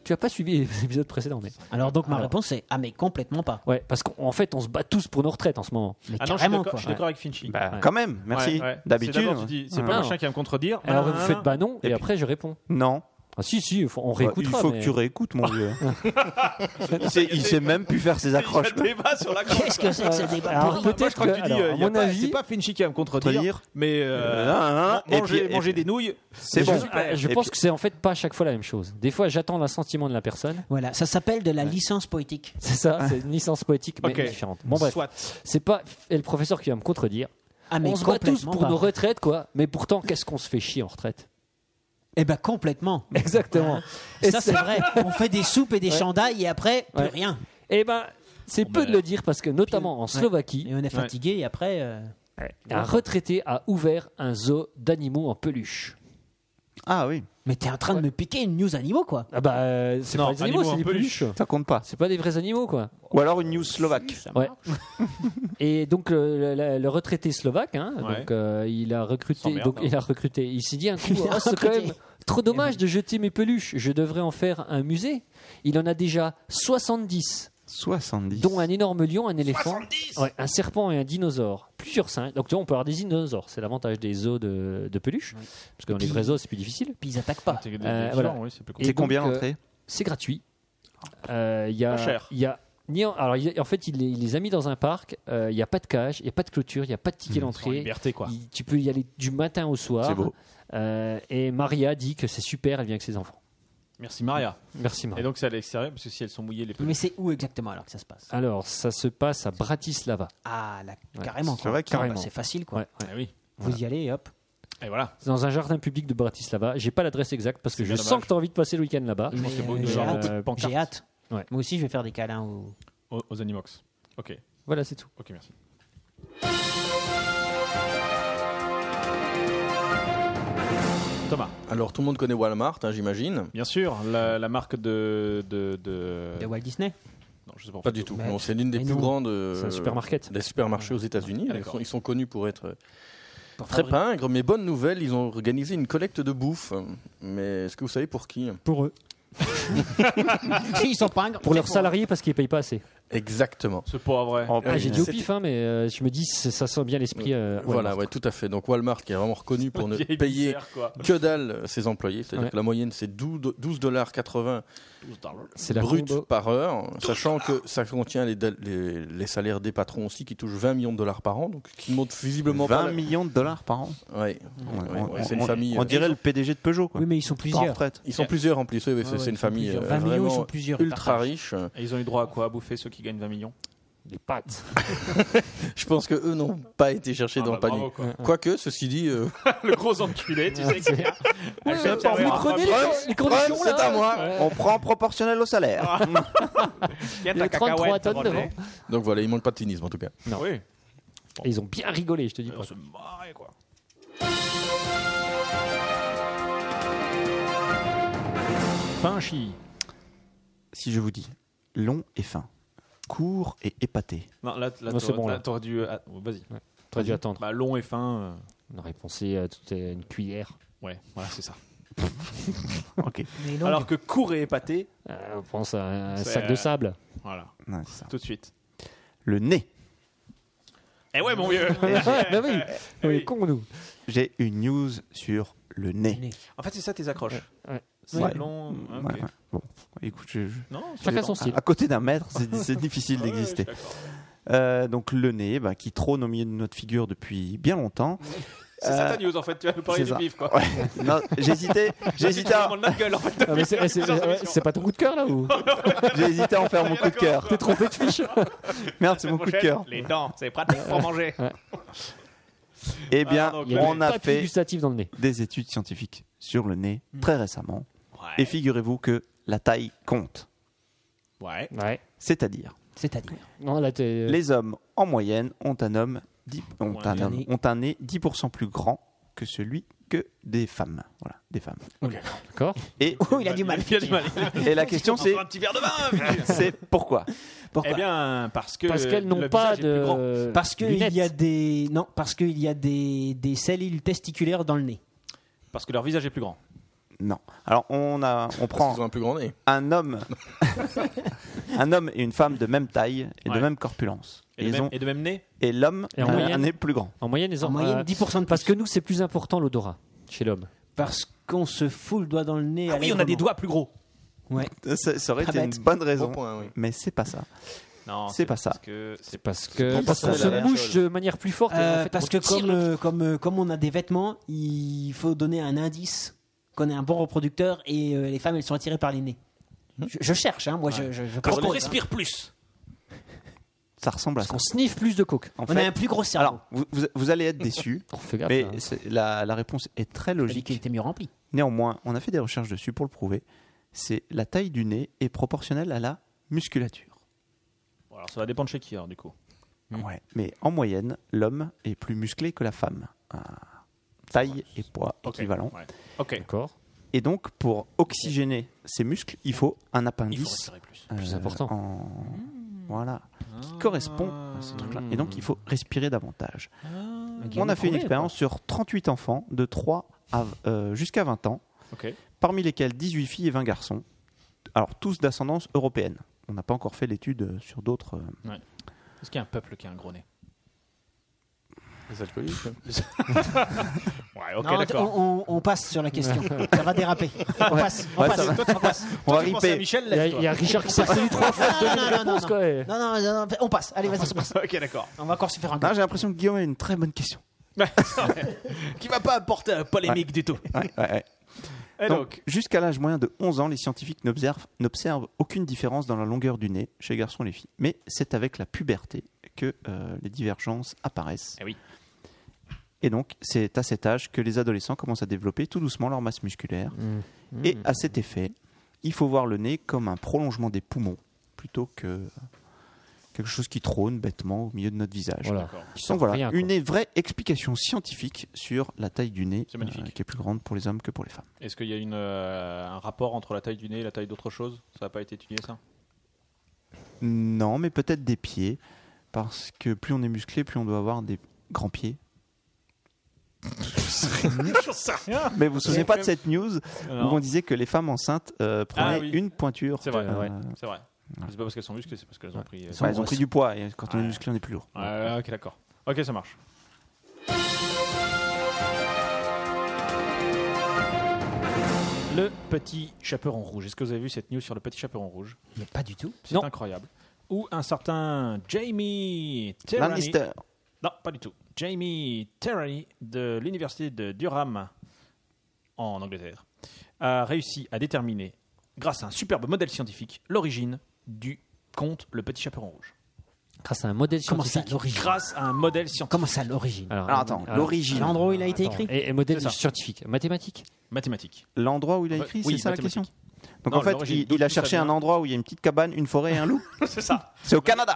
[SPEAKER 1] Tu as pas suivi les épisodes précédents, mais.
[SPEAKER 4] Alors donc ma
[SPEAKER 1] Alors.
[SPEAKER 4] réponse c'est ah mais complètement pas.
[SPEAKER 1] Ouais, parce qu'en fait, on se bat tous pour nos retraites en ce moment.
[SPEAKER 4] Mais
[SPEAKER 2] Ah non, je suis
[SPEAKER 4] carrément
[SPEAKER 2] d'accord- je suis
[SPEAKER 4] quoi.
[SPEAKER 2] d'accord avec Finchy.
[SPEAKER 3] Bah,
[SPEAKER 1] Ouais.
[SPEAKER 3] quand même, merci.
[SPEAKER 2] Ouais, ouais. C'est
[SPEAKER 3] D'habitude.
[SPEAKER 2] d'abord, tu dis, c'est
[SPEAKER 3] ouais.
[SPEAKER 2] pas
[SPEAKER 1] Non.
[SPEAKER 2] machin qui va me contredire.
[SPEAKER 1] Alors,
[SPEAKER 2] Ah,
[SPEAKER 1] vous faites bah non, et,
[SPEAKER 3] Et puis-
[SPEAKER 1] après, je réponds.
[SPEAKER 3] Non.
[SPEAKER 1] Ah si, si, faut- on
[SPEAKER 3] Bah, Il
[SPEAKER 1] réécoutera.
[SPEAKER 3] faut que
[SPEAKER 1] mais-
[SPEAKER 3] tu réécoutes, mon vieux. Il sait- Il sait même plus faire ses
[SPEAKER 2] Il y a
[SPEAKER 3] accroches.
[SPEAKER 2] le débat sur la croche.
[SPEAKER 4] Qu'est-ce que c'est que ce débat
[SPEAKER 1] Alors,
[SPEAKER 2] Moi,
[SPEAKER 4] pourri
[SPEAKER 2] je
[SPEAKER 1] peut-être
[SPEAKER 2] crois
[SPEAKER 1] que,
[SPEAKER 2] que tu dis,
[SPEAKER 1] alors,
[SPEAKER 2] euh,
[SPEAKER 1] à
[SPEAKER 2] y a
[SPEAKER 1] mon
[SPEAKER 2] pas-
[SPEAKER 1] avis,
[SPEAKER 2] c'est pas Finchy qui va me contredire,
[SPEAKER 3] Dire.
[SPEAKER 2] mais
[SPEAKER 3] Euh,
[SPEAKER 2] euh,
[SPEAKER 3] hein, hein, et
[SPEAKER 2] manger
[SPEAKER 3] puis-
[SPEAKER 2] manger
[SPEAKER 3] et puis-
[SPEAKER 2] des nouilles,
[SPEAKER 3] C'est
[SPEAKER 1] je-
[SPEAKER 3] bon.
[SPEAKER 1] je, je
[SPEAKER 3] Et
[SPEAKER 1] pense
[SPEAKER 3] puis-
[SPEAKER 1] que c'est en fait pas à chaque fois la même chose. Des fois, j'attends l'assentiment de la personne.
[SPEAKER 4] Voilà, ça s'appelle de la licence poétique.
[SPEAKER 1] C'est ça, c'est une licence poétique, mais
[SPEAKER 2] Ok.
[SPEAKER 1] différente. Bon, bref,
[SPEAKER 2] soit.
[SPEAKER 1] c'est pas f- et le professeur qui va me contredire.
[SPEAKER 4] Ah mais
[SPEAKER 1] on se bat tous
[SPEAKER 4] complètement
[SPEAKER 1] pour
[SPEAKER 4] pas.
[SPEAKER 1] nos retraites, quoi. Mais pourtant, qu'est-ce qu'on se fait chier en retraite
[SPEAKER 4] Eh ben complètement.
[SPEAKER 1] Exactement.
[SPEAKER 4] Et ça c'est vrai. On fait des soupes et des chandails et après plus
[SPEAKER 1] Ouais.
[SPEAKER 4] rien.
[SPEAKER 1] Eh ben, c'est peu de le dire parce que notamment en Slovaquie,
[SPEAKER 4] Et on est fatigué et après euh,
[SPEAKER 1] un retraité a ouvert un zoo d'animaux en peluche.
[SPEAKER 3] Ah oui,
[SPEAKER 4] mais t'es en train de me piquer une news animaux quoi.
[SPEAKER 1] Ah bah, euh, c'est
[SPEAKER 2] Non,
[SPEAKER 1] pas des animaux,
[SPEAKER 2] animaux en
[SPEAKER 1] c'est des
[SPEAKER 2] peluche.
[SPEAKER 1] peluches.
[SPEAKER 3] ça compte pas.
[SPEAKER 1] C'est pas des vrais animaux, quoi.
[SPEAKER 3] Ou alors une news slovaque.
[SPEAKER 1] Ouais. Et donc le, le- le retraité slovaque, hein,
[SPEAKER 2] Ouais.
[SPEAKER 1] donc euh, il a recruté,
[SPEAKER 2] S'emmerde,
[SPEAKER 1] donc
[SPEAKER 2] hein.
[SPEAKER 1] il a recruté. Il s'est dit un coup,
[SPEAKER 4] Il a
[SPEAKER 1] oh, c'est quand
[SPEAKER 4] recruté.
[SPEAKER 1] même trop dommage de jeter mes peluches. Je devrais en faire un musée. Il en a déjà 70,
[SPEAKER 3] 70.
[SPEAKER 1] dont un énorme lion, un éléphant, ouais, un serpent et un dinosaure. Plusieurs singes. Donc tu vois, on peut avoir des dinosaures. C'est l'avantage des zoos de, de peluches, parce que dans les vrais zoos c'est plus difficile.
[SPEAKER 4] Puis ils attaquent pas.
[SPEAKER 2] C'est
[SPEAKER 1] Euh, voilà.
[SPEAKER 2] oui, c'est plus
[SPEAKER 1] Et
[SPEAKER 3] C'est
[SPEAKER 1] donc,
[SPEAKER 3] combien
[SPEAKER 1] euh,
[SPEAKER 3] l'entrée
[SPEAKER 1] C'est gratuit. Euh, Il y a,
[SPEAKER 2] Pas cher.
[SPEAKER 1] il y a ni en- alors, il- en fait, il les, il les a mis dans un parc. euh, Il n'y a pas de cage, il n'y a pas de clôture, il n'y a pas de ticket
[SPEAKER 2] En
[SPEAKER 1] d'entrée.
[SPEAKER 2] liberté, quoi.
[SPEAKER 1] Il- Tu peux y aller du matin au soir.
[SPEAKER 3] C'est beau.
[SPEAKER 1] Euh, et Maria dit que c'est super, elle vient avec ses enfants.
[SPEAKER 2] Merci Maria.
[SPEAKER 1] Merci
[SPEAKER 2] Et
[SPEAKER 1] Maria.
[SPEAKER 2] donc c'est à l'extérieur parce que si elles sont mouillées, les
[SPEAKER 4] Mais c'est où exactement alors que ça se passe
[SPEAKER 1] Alors, ça se passe à Bratislava.
[SPEAKER 4] Ah, là,
[SPEAKER 1] Ouais,
[SPEAKER 4] carrément.
[SPEAKER 3] c'est
[SPEAKER 4] quoi.
[SPEAKER 3] vrai que-
[SPEAKER 4] Ah, bah,
[SPEAKER 1] carrément.
[SPEAKER 4] C'est facile, quoi.
[SPEAKER 1] Ouais, ouais.
[SPEAKER 2] Ah oui.
[SPEAKER 4] Vous y allez, et hop.
[SPEAKER 2] Et voilà.
[SPEAKER 1] C'est Dans un jardin public de Bratislava. J'ai pas l'adresse exacte parce que
[SPEAKER 2] C'est
[SPEAKER 1] je
[SPEAKER 2] bien
[SPEAKER 1] sens
[SPEAKER 2] dommage.
[SPEAKER 1] que tu as envie de passer le week-end là-bas.
[SPEAKER 2] pense qu'il y a
[SPEAKER 4] Mais,
[SPEAKER 2] beaucoup de
[SPEAKER 4] j'ai
[SPEAKER 2] gens
[SPEAKER 4] hâte.
[SPEAKER 2] en petite pancarte.
[SPEAKER 4] J'ai hâte.
[SPEAKER 1] Ouais.
[SPEAKER 4] Moi aussi, je vais faire des câlins. Ou...
[SPEAKER 2] Aux, aux Animox. Ok.
[SPEAKER 1] Voilà, c'est tout.
[SPEAKER 2] Ok, merci. Thomas,
[SPEAKER 5] Alors, tout le monde connaît Walmart, hein, j'imagine.
[SPEAKER 2] bien sûr, la, la marque de de, de...
[SPEAKER 4] De Walt Disney
[SPEAKER 2] Non, je sais pas.
[SPEAKER 5] Pas du tout.
[SPEAKER 4] Mais-
[SPEAKER 5] Non, c'est l'une des
[SPEAKER 4] mais
[SPEAKER 5] plus
[SPEAKER 4] non.
[SPEAKER 5] grandes. euh,
[SPEAKER 1] C'est un supermarket.
[SPEAKER 5] Des supermarchés aux États-Unis.
[SPEAKER 2] Ah,
[SPEAKER 5] Ils
[SPEAKER 2] d'accord.
[SPEAKER 5] sont- Ils sont connus pour être euh,
[SPEAKER 4] Pour
[SPEAKER 5] Très
[SPEAKER 4] fabriquer-
[SPEAKER 5] pingre, mais bonne nouvelle, ils ont organisé une collecte de bouffe. Mais est-ce que vous savez pour qui
[SPEAKER 1] Pour eux.
[SPEAKER 4] Si, ils sont pingres.
[SPEAKER 1] Pour
[SPEAKER 4] c'est
[SPEAKER 1] leurs salariés parce qu'ils payent pas assez.
[SPEAKER 5] Exactement.
[SPEAKER 2] C'est pas vrai.
[SPEAKER 3] En
[SPEAKER 1] Ah, j'ai
[SPEAKER 3] plus,
[SPEAKER 1] dit au
[SPEAKER 5] C'était-
[SPEAKER 1] pif, hein, mais euh, je me dis, c'est- ça sent bien l'esprit. euh,
[SPEAKER 5] voilà,
[SPEAKER 1] Walmart.
[SPEAKER 5] ouais, tout à fait. Donc Walmart, qui est vraiment reconnu pour ne
[SPEAKER 2] Vieille
[SPEAKER 5] payer
[SPEAKER 2] misère, quoi.
[SPEAKER 5] que dalle euh, ses employés, c'est-à-dire
[SPEAKER 1] Ouais.
[SPEAKER 5] que la moyenne c'est 12,80
[SPEAKER 1] C'est la
[SPEAKER 5] brut
[SPEAKER 1] combo.
[SPEAKER 5] par heure, sachant que ça contient les, dal- les- les salaires des patrons aussi qui touchent 20 millions de dollars par an, donc qui montent visiblement
[SPEAKER 3] 20
[SPEAKER 5] pas.
[SPEAKER 3] millions de dollars par an.
[SPEAKER 5] la- Ouais,
[SPEAKER 3] On-
[SPEAKER 5] ouais,
[SPEAKER 3] on-
[SPEAKER 5] ouais, c'est une
[SPEAKER 3] on-
[SPEAKER 5] famille.
[SPEAKER 3] On
[SPEAKER 5] euh,
[SPEAKER 3] dirait le PDG de Peugeot, quoi.
[SPEAKER 4] Oui, mais ils sont
[SPEAKER 3] Pas en
[SPEAKER 4] plusieurs.
[SPEAKER 3] retraite.
[SPEAKER 5] Ils sont plusieurs en plus, oui, oui,
[SPEAKER 4] Ouais,
[SPEAKER 5] c'est
[SPEAKER 4] ouais,
[SPEAKER 5] c'est
[SPEAKER 4] ils
[SPEAKER 5] une
[SPEAKER 4] sont
[SPEAKER 5] famille
[SPEAKER 4] plusieurs.
[SPEAKER 5] euh,
[SPEAKER 4] 20 millions, ils sont
[SPEAKER 5] vraiment
[SPEAKER 4] plusieurs. ils
[SPEAKER 5] ultra
[SPEAKER 4] partagent.
[SPEAKER 5] riche.
[SPEAKER 2] Et ils ont eu droit à quoi à bouffer ceux qui gagnent 20 millions
[SPEAKER 1] Les pattes.
[SPEAKER 5] Je pense que eux n'ont pas été cherchés
[SPEAKER 2] Ah
[SPEAKER 5] dans
[SPEAKER 2] bah,
[SPEAKER 5] le panier.
[SPEAKER 2] bravo, quoi.
[SPEAKER 5] Quoique, ceci dit, euh,
[SPEAKER 2] Le gros enculé, tu sais. qui- Elle fait
[SPEAKER 1] Vous
[SPEAKER 2] observer.
[SPEAKER 1] prenez les, les conditions
[SPEAKER 3] Preuve,
[SPEAKER 1] là
[SPEAKER 3] c'est à moi. On prend proportionnel au salaire.
[SPEAKER 2] Il y a
[SPEAKER 1] Il y a
[SPEAKER 2] ta
[SPEAKER 1] 33
[SPEAKER 2] cacahuète,
[SPEAKER 1] tonnes
[SPEAKER 2] Roger.
[SPEAKER 1] devant.
[SPEAKER 5] donc voilà, il manque pas de cynisme en tout cas.
[SPEAKER 1] Non.
[SPEAKER 2] Oui.
[SPEAKER 1] Et ils ont bien rigolé, je te dis.
[SPEAKER 2] On se marrait, quoi. Pinchy.
[SPEAKER 3] si je vous dis long et fin, court et épaté,
[SPEAKER 2] Non, là, là,
[SPEAKER 1] Non, c'est
[SPEAKER 2] t'aurais-
[SPEAKER 1] bon,
[SPEAKER 2] là,
[SPEAKER 1] là.
[SPEAKER 2] t'aurais dû. ah, Vas-y.
[SPEAKER 1] T'aurais dû attendre.
[SPEAKER 2] Bah, long et fin. euh,
[SPEAKER 1] On aurait pensé euh, tout est une cuillère.
[SPEAKER 2] Ouais, voilà, c'est ça.
[SPEAKER 3] ok,
[SPEAKER 4] Mais non,
[SPEAKER 2] Alors que court et épaté.
[SPEAKER 1] Euh, on pense à un
[SPEAKER 2] C'est,
[SPEAKER 1] sac
[SPEAKER 2] euh,
[SPEAKER 1] de sable.
[SPEAKER 2] Voilà,
[SPEAKER 3] Ouais, c'est ça.
[SPEAKER 2] tout de suite.
[SPEAKER 3] le nez.
[SPEAKER 2] Eh ouais, mon vieux
[SPEAKER 1] bah oui, on est
[SPEAKER 2] oui.
[SPEAKER 1] cons, nous.
[SPEAKER 3] J'ai une news sur le nez.
[SPEAKER 2] En fait, c'est ça tes accroches.
[SPEAKER 1] Ouais.
[SPEAKER 2] C'est
[SPEAKER 3] Ouais.
[SPEAKER 2] long. hein, ok.
[SPEAKER 3] Ouais, ouais. Bon, écoute, je- je-
[SPEAKER 2] Non, c'est-
[SPEAKER 1] Chacun son style.
[SPEAKER 3] à côté d'un mètre, c'est c'est difficile
[SPEAKER 2] Ah ouais,
[SPEAKER 3] d'exister.
[SPEAKER 2] je suis d'accord.
[SPEAKER 3] Euh, donc le nez, bah, qui trône au milieu de notre figure depuis bien longtemps.
[SPEAKER 2] C'est ça
[SPEAKER 3] Euh,
[SPEAKER 2] ta news en fait, tu vas nous parler
[SPEAKER 3] c'est
[SPEAKER 2] du
[SPEAKER 3] ça.
[SPEAKER 2] pif quoi.
[SPEAKER 3] Ouais. Non, J'hésitais, j'hésitais, à,
[SPEAKER 2] vraiment de notre gueule en fait.
[SPEAKER 1] Ah, mais c'est- c'est
[SPEAKER 2] plusieurs
[SPEAKER 1] ouais,
[SPEAKER 2] émissions.
[SPEAKER 1] c'est pas ton coup de cœur là ou
[SPEAKER 3] j'hésitais à en faire mon coup de cœur.
[SPEAKER 1] T'es trompé de fiche
[SPEAKER 3] Merde, c'est mon coup de cœur.
[SPEAKER 2] Les dents, c'est pratique pour manger.
[SPEAKER 3] Eh bien,
[SPEAKER 2] Ah, donc, le
[SPEAKER 3] on a
[SPEAKER 1] Tapis Hmm.
[SPEAKER 3] fait
[SPEAKER 1] gustatif dans le nez.
[SPEAKER 3] des études scientifiques sur le nez très récemment. Et
[SPEAKER 2] Ouais.
[SPEAKER 3] figurez-vous que la taille compte.
[SPEAKER 2] Ouais.
[SPEAKER 1] Ouais.
[SPEAKER 3] C'est-à-dire,
[SPEAKER 4] C'est-à-dire.
[SPEAKER 1] Non, là, t'es.
[SPEAKER 3] les hommes, en moyenne, ont un, homme dix- ont
[SPEAKER 2] Ouais,
[SPEAKER 3] un,
[SPEAKER 4] un
[SPEAKER 3] homme-
[SPEAKER 4] nez.
[SPEAKER 3] ont un nez 10% plus grand que celui que des femmes. Voilà, des femmes.
[SPEAKER 1] D'accord.
[SPEAKER 3] Et,
[SPEAKER 4] Oh, il a du mal.
[SPEAKER 2] Bah, Il a du mal.
[SPEAKER 3] et la question, c'est
[SPEAKER 2] Encore un petit verre de vin.
[SPEAKER 3] c'est pourquoi
[SPEAKER 4] Pourquoi
[SPEAKER 2] Eh bien, parce que.
[SPEAKER 1] Parce qu'elles
[SPEAKER 2] le
[SPEAKER 1] n'ont pas
[SPEAKER 2] visage est plus grand.
[SPEAKER 1] de.
[SPEAKER 4] Parce qu'il
[SPEAKER 1] lunettes.
[SPEAKER 4] y a des non, parce qu'il y a des, des cellules testiculaires dans le nez.
[SPEAKER 2] Parce que leur visage est plus grand.
[SPEAKER 3] Non. Alors, on, a, on
[SPEAKER 5] Parce
[SPEAKER 3] prend
[SPEAKER 5] qu'ils ont un plus grand nez.
[SPEAKER 3] un homme, un homme et une femme de même taille et
[SPEAKER 2] Ouais.
[SPEAKER 3] de même corpulence.
[SPEAKER 2] Et, de,
[SPEAKER 3] Ils
[SPEAKER 2] même,
[SPEAKER 3] ont-
[SPEAKER 2] et de même nez
[SPEAKER 3] et l'homme
[SPEAKER 1] Et en
[SPEAKER 3] a un
[SPEAKER 1] moyenne.
[SPEAKER 3] nez plus grand.
[SPEAKER 1] En moyenne, les
[SPEAKER 4] En
[SPEAKER 1] hommes.
[SPEAKER 4] moyenne,
[SPEAKER 1] euh,
[SPEAKER 4] 10% de
[SPEAKER 1] Parce
[SPEAKER 4] plus.
[SPEAKER 1] que nous, c'est plus important l'odorat chez l'homme.
[SPEAKER 4] Parce qu'on se fout le doigt dans le nez.
[SPEAKER 2] Ah oui, on a des
[SPEAKER 4] allègrement.
[SPEAKER 2] doigts plus gros.
[SPEAKER 4] Ouais.
[SPEAKER 3] Ça, ça aurait
[SPEAKER 4] Pas
[SPEAKER 3] été une
[SPEAKER 4] bête.
[SPEAKER 3] bonne
[SPEAKER 5] Bon
[SPEAKER 3] raison.
[SPEAKER 5] point, oui.
[SPEAKER 3] Mais c'est pas ça.
[SPEAKER 2] Non,
[SPEAKER 3] C'est pas ça.
[SPEAKER 2] Parce que c'est
[SPEAKER 1] C'est parce que
[SPEAKER 3] C'est
[SPEAKER 1] parce
[SPEAKER 3] pas
[SPEAKER 1] qu'on
[SPEAKER 3] ça,
[SPEAKER 1] se
[SPEAKER 3] la
[SPEAKER 1] mouche de manière plus forte. et
[SPEAKER 4] Euh,
[SPEAKER 1] en fait, on
[SPEAKER 4] parce que
[SPEAKER 1] tire
[SPEAKER 4] comme,
[SPEAKER 1] le-
[SPEAKER 4] euh, comme, euh, comme on a des vêtements, il faut donner un indice qu'on est un bon reproducteur et euh, les femmes elles sont attirées par les nez.
[SPEAKER 3] Hmm.
[SPEAKER 4] Je, je cherche, hein, moi je, je, je
[SPEAKER 2] parce qu'on
[SPEAKER 4] propose,
[SPEAKER 2] respire plus.
[SPEAKER 3] Ça ressemble à
[SPEAKER 1] parce
[SPEAKER 3] ça.
[SPEAKER 1] qu'on sniffe plus de coke.
[SPEAKER 4] hein.
[SPEAKER 3] En
[SPEAKER 4] On
[SPEAKER 3] fait,
[SPEAKER 4] a un plus gros cerveau.
[SPEAKER 3] alors, vous, vous- vous allez être déçus,
[SPEAKER 1] Oh, fais gaffe.
[SPEAKER 3] mais
[SPEAKER 1] là.
[SPEAKER 3] c'est- la, la réponse est très
[SPEAKER 4] J'ai dit
[SPEAKER 3] logique.
[SPEAKER 4] qu'il était mieux rempli.
[SPEAKER 3] Néanmoins, on a fait des recherches dessus pour le prouver. C'est la taille du nez est proportionnelle à la musculature.
[SPEAKER 2] Bon, Alors ça va dépendre chez qui, alors, du coup. Hmm.
[SPEAKER 3] Ouais. Mais en moyenne, l'homme est plus musclé que la femme. Ah. Taille et poids
[SPEAKER 2] Ok.
[SPEAKER 3] équivalent.
[SPEAKER 2] Ouais. Ok.
[SPEAKER 1] D'accord.
[SPEAKER 3] Et donc, pour oxygéner ces muscles, il faut un
[SPEAKER 2] Il faut
[SPEAKER 3] appendice.
[SPEAKER 2] respirer Mmh. plus.
[SPEAKER 3] euh,
[SPEAKER 1] Plus important.
[SPEAKER 3] en- Voilà.
[SPEAKER 2] Ah.
[SPEAKER 3] Qui correspond à ce truc-là. Et donc, il faut respirer davantage. On a fait une expérience sur 38 enfants de 3 à, euh, jusqu'à 20 ans,
[SPEAKER 2] Ok.
[SPEAKER 3] parmi lesquels 18 filles et 20 garçons. Alors tous d'ascendance européenne. On n'a pas encore fait l'étude euh, sur d'autres. euh,
[SPEAKER 2] Est-ce qu'il y a un peuple qui a un gros nez
[SPEAKER 5] Les alcooliques.
[SPEAKER 2] Ouais, ok,
[SPEAKER 4] Non,
[SPEAKER 2] d'accord.
[SPEAKER 4] on, on- on passe sur la question. ça va déraper. On passe. On
[SPEAKER 3] Ouais,
[SPEAKER 4] passe.
[SPEAKER 3] ça va.
[SPEAKER 4] on passe.
[SPEAKER 3] On va
[SPEAKER 2] Tu pensais à
[SPEAKER 3] ripper.
[SPEAKER 2] Michel,
[SPEAKER 1] Il y, a-
[SPEAKER 2] lève-toi.
[SPEAKER 1] il y a Richard qui s'est salué trois fois. donner
[SPEAKER 4] Non, non, non,
[SPEAKER 1] une réponse,
[SPEAKER 4] non,
[SPEAKER 1] quoi, et-
[SPEAKER 4] Non, non, non, non, on passe. Allez, vas-y, on passe.
[SPEAKER 2] Ok, d'accord.
[SPEAKER 4] On va encore se faire un
[SPEAKER 3] Non,
[SPEAKER 4] gars.
[SPEAKER 3] J'ai l'impression que Guillaume a une très bonne question.
[SPEAKER 2] Qui va pas apporter la polémique du tout.
[SPEAKER 3] Ouais, ouais, ouais.
[SPEAKER 2] Et
[SPEAKER 3] Donc,
[SPEAKER 2] donc,
[SPEAKER 3] jusqu'à l'âge moyen de 11 ans, les scientifiques n'observent n'observent aucune différence dans la longueur du nez chez garçons et les filles. Mais c'est avec la puberté que euh, les divergences apparaissent.
[SPEAKER 2] Eh oui.
[SPEAKER 3] Et donc, c'est à cet âge que les adolescents commencent à développer tout doucement leur masse musculaire. Et à cet effet, il faut voir le nez comme un prolongement des poumons plutôt que euh, quelque chose qui trône bêtement au milieu de notre visage.
[SPEAKER 1] Voilà.
[SPEAKER 3] Donc voilà,
[SPEAKER 1] rien, quoi.
[SPEAKER 3] une vraie explication scientifique sur la taille du nez euh,
[SPEAKER 2] C'est magnifique.
[SPEAKER 3] qui est plus grande pour les hommes que pour les femmes.
[SPEAKER 2] est-ce qu'il y a une, euh, un rapport entre la taille du nez et la taille d'autre chose Ça n'a pas été étudié, ça
[SPEAKER 3] Non, mais peut-être des pieds, parce que plus on est musclé, plus on doit avoir des grands pieds.
[SPEAKER 2] J'en sais rien
[SPEAKER 3] Ah, Mais vous vous souvenez pas de cette news où on disait que les femmes enceintes euh, prenaient
[SPEAKER 2] Ah oui.
[SPEAKER 3] une pointure
[SPEAKER 2] C'est vrai,
[SPEAKER 3] Euh,
[SPEAKER 2] ouais. C'est vrai. C'est pas parce qu'elles sont musclées, c'est parce qu'elles ont pris. euh,
[SPEAKER 3] ouais, elles ont pris du poids et quand on est
[SPEAKER 2] Ouais.
[SPEAKER 3] musclé, on est plus lourd.
[SPEAKER 2] Ouais, ouais, ok, d'accord. Ok, ça marche. Le petit chaperon rouge. Est-ce que vous avez vu cette news sur le petit chaperon rouge
[SPEAKER 4] Mais pas du tout.
[SPEAKER 2] C'est
[SPEAKER 1] Non.
[SPEAKER 2] incroyable. Ou un certain Jamie Terrani.
[SPEAKER 3] Lannister.
[SPEAKER 2] Non, pas du tout. Jamie Terrani de l'université de Durham en Angleterre a réussi à déterminer, grâce à un superbe modèle scientifique, l'origine du conte Le Petit Chaperon Rouge.
[SPEAKER 1] Grâce à un modèle
[SPEAKER 4] Comment ça,
[SPEAKER 1] scientifique.
[SPEAKER 4] l'origine
[SPEAKER 2] Grâce à un modèle scientifique
[SPEAKER 4] Comment ça, l'origine
[SPEAKER 3] Alors attends, l'origine.
[SPEAKER 4] L'endroit où il a été
[SPEAKER 1] Attends,
[SPEAKER 4] écrit
[SPEAKER 1] Et, et modèle
[SPEAKER 2] C'est ça.
[SPEAKER 1] scientifique, mathématique.
[SPEAKER 2] mathématique.
[SPEAKER 3] L'endroit où il a écrit,
[SPEAKER 2] Bah, Oui,
[SPEAKER 3] c'est ça la
[SPEAKER 2] mathématique.
[SPEAKER 3] question Donc
[SPEAKER 2] Non,
[SPEAKER 3] en fait,
[SPEAKER 2] l'origine,
[SPEAKER 3] il,
[SPEAKER 2] d'où
[SPEAKER 3] il a
[SPEAKER 2] ça
[SPEAKER 3] cherché
[SPEAKER 2] vient.
[SPEAKER 3] un endroit où il y a une petite cabane, une forêt et un loup.
[SPEAKER 2] c'est ça.
[SPEAKER 3] C'est au Canada.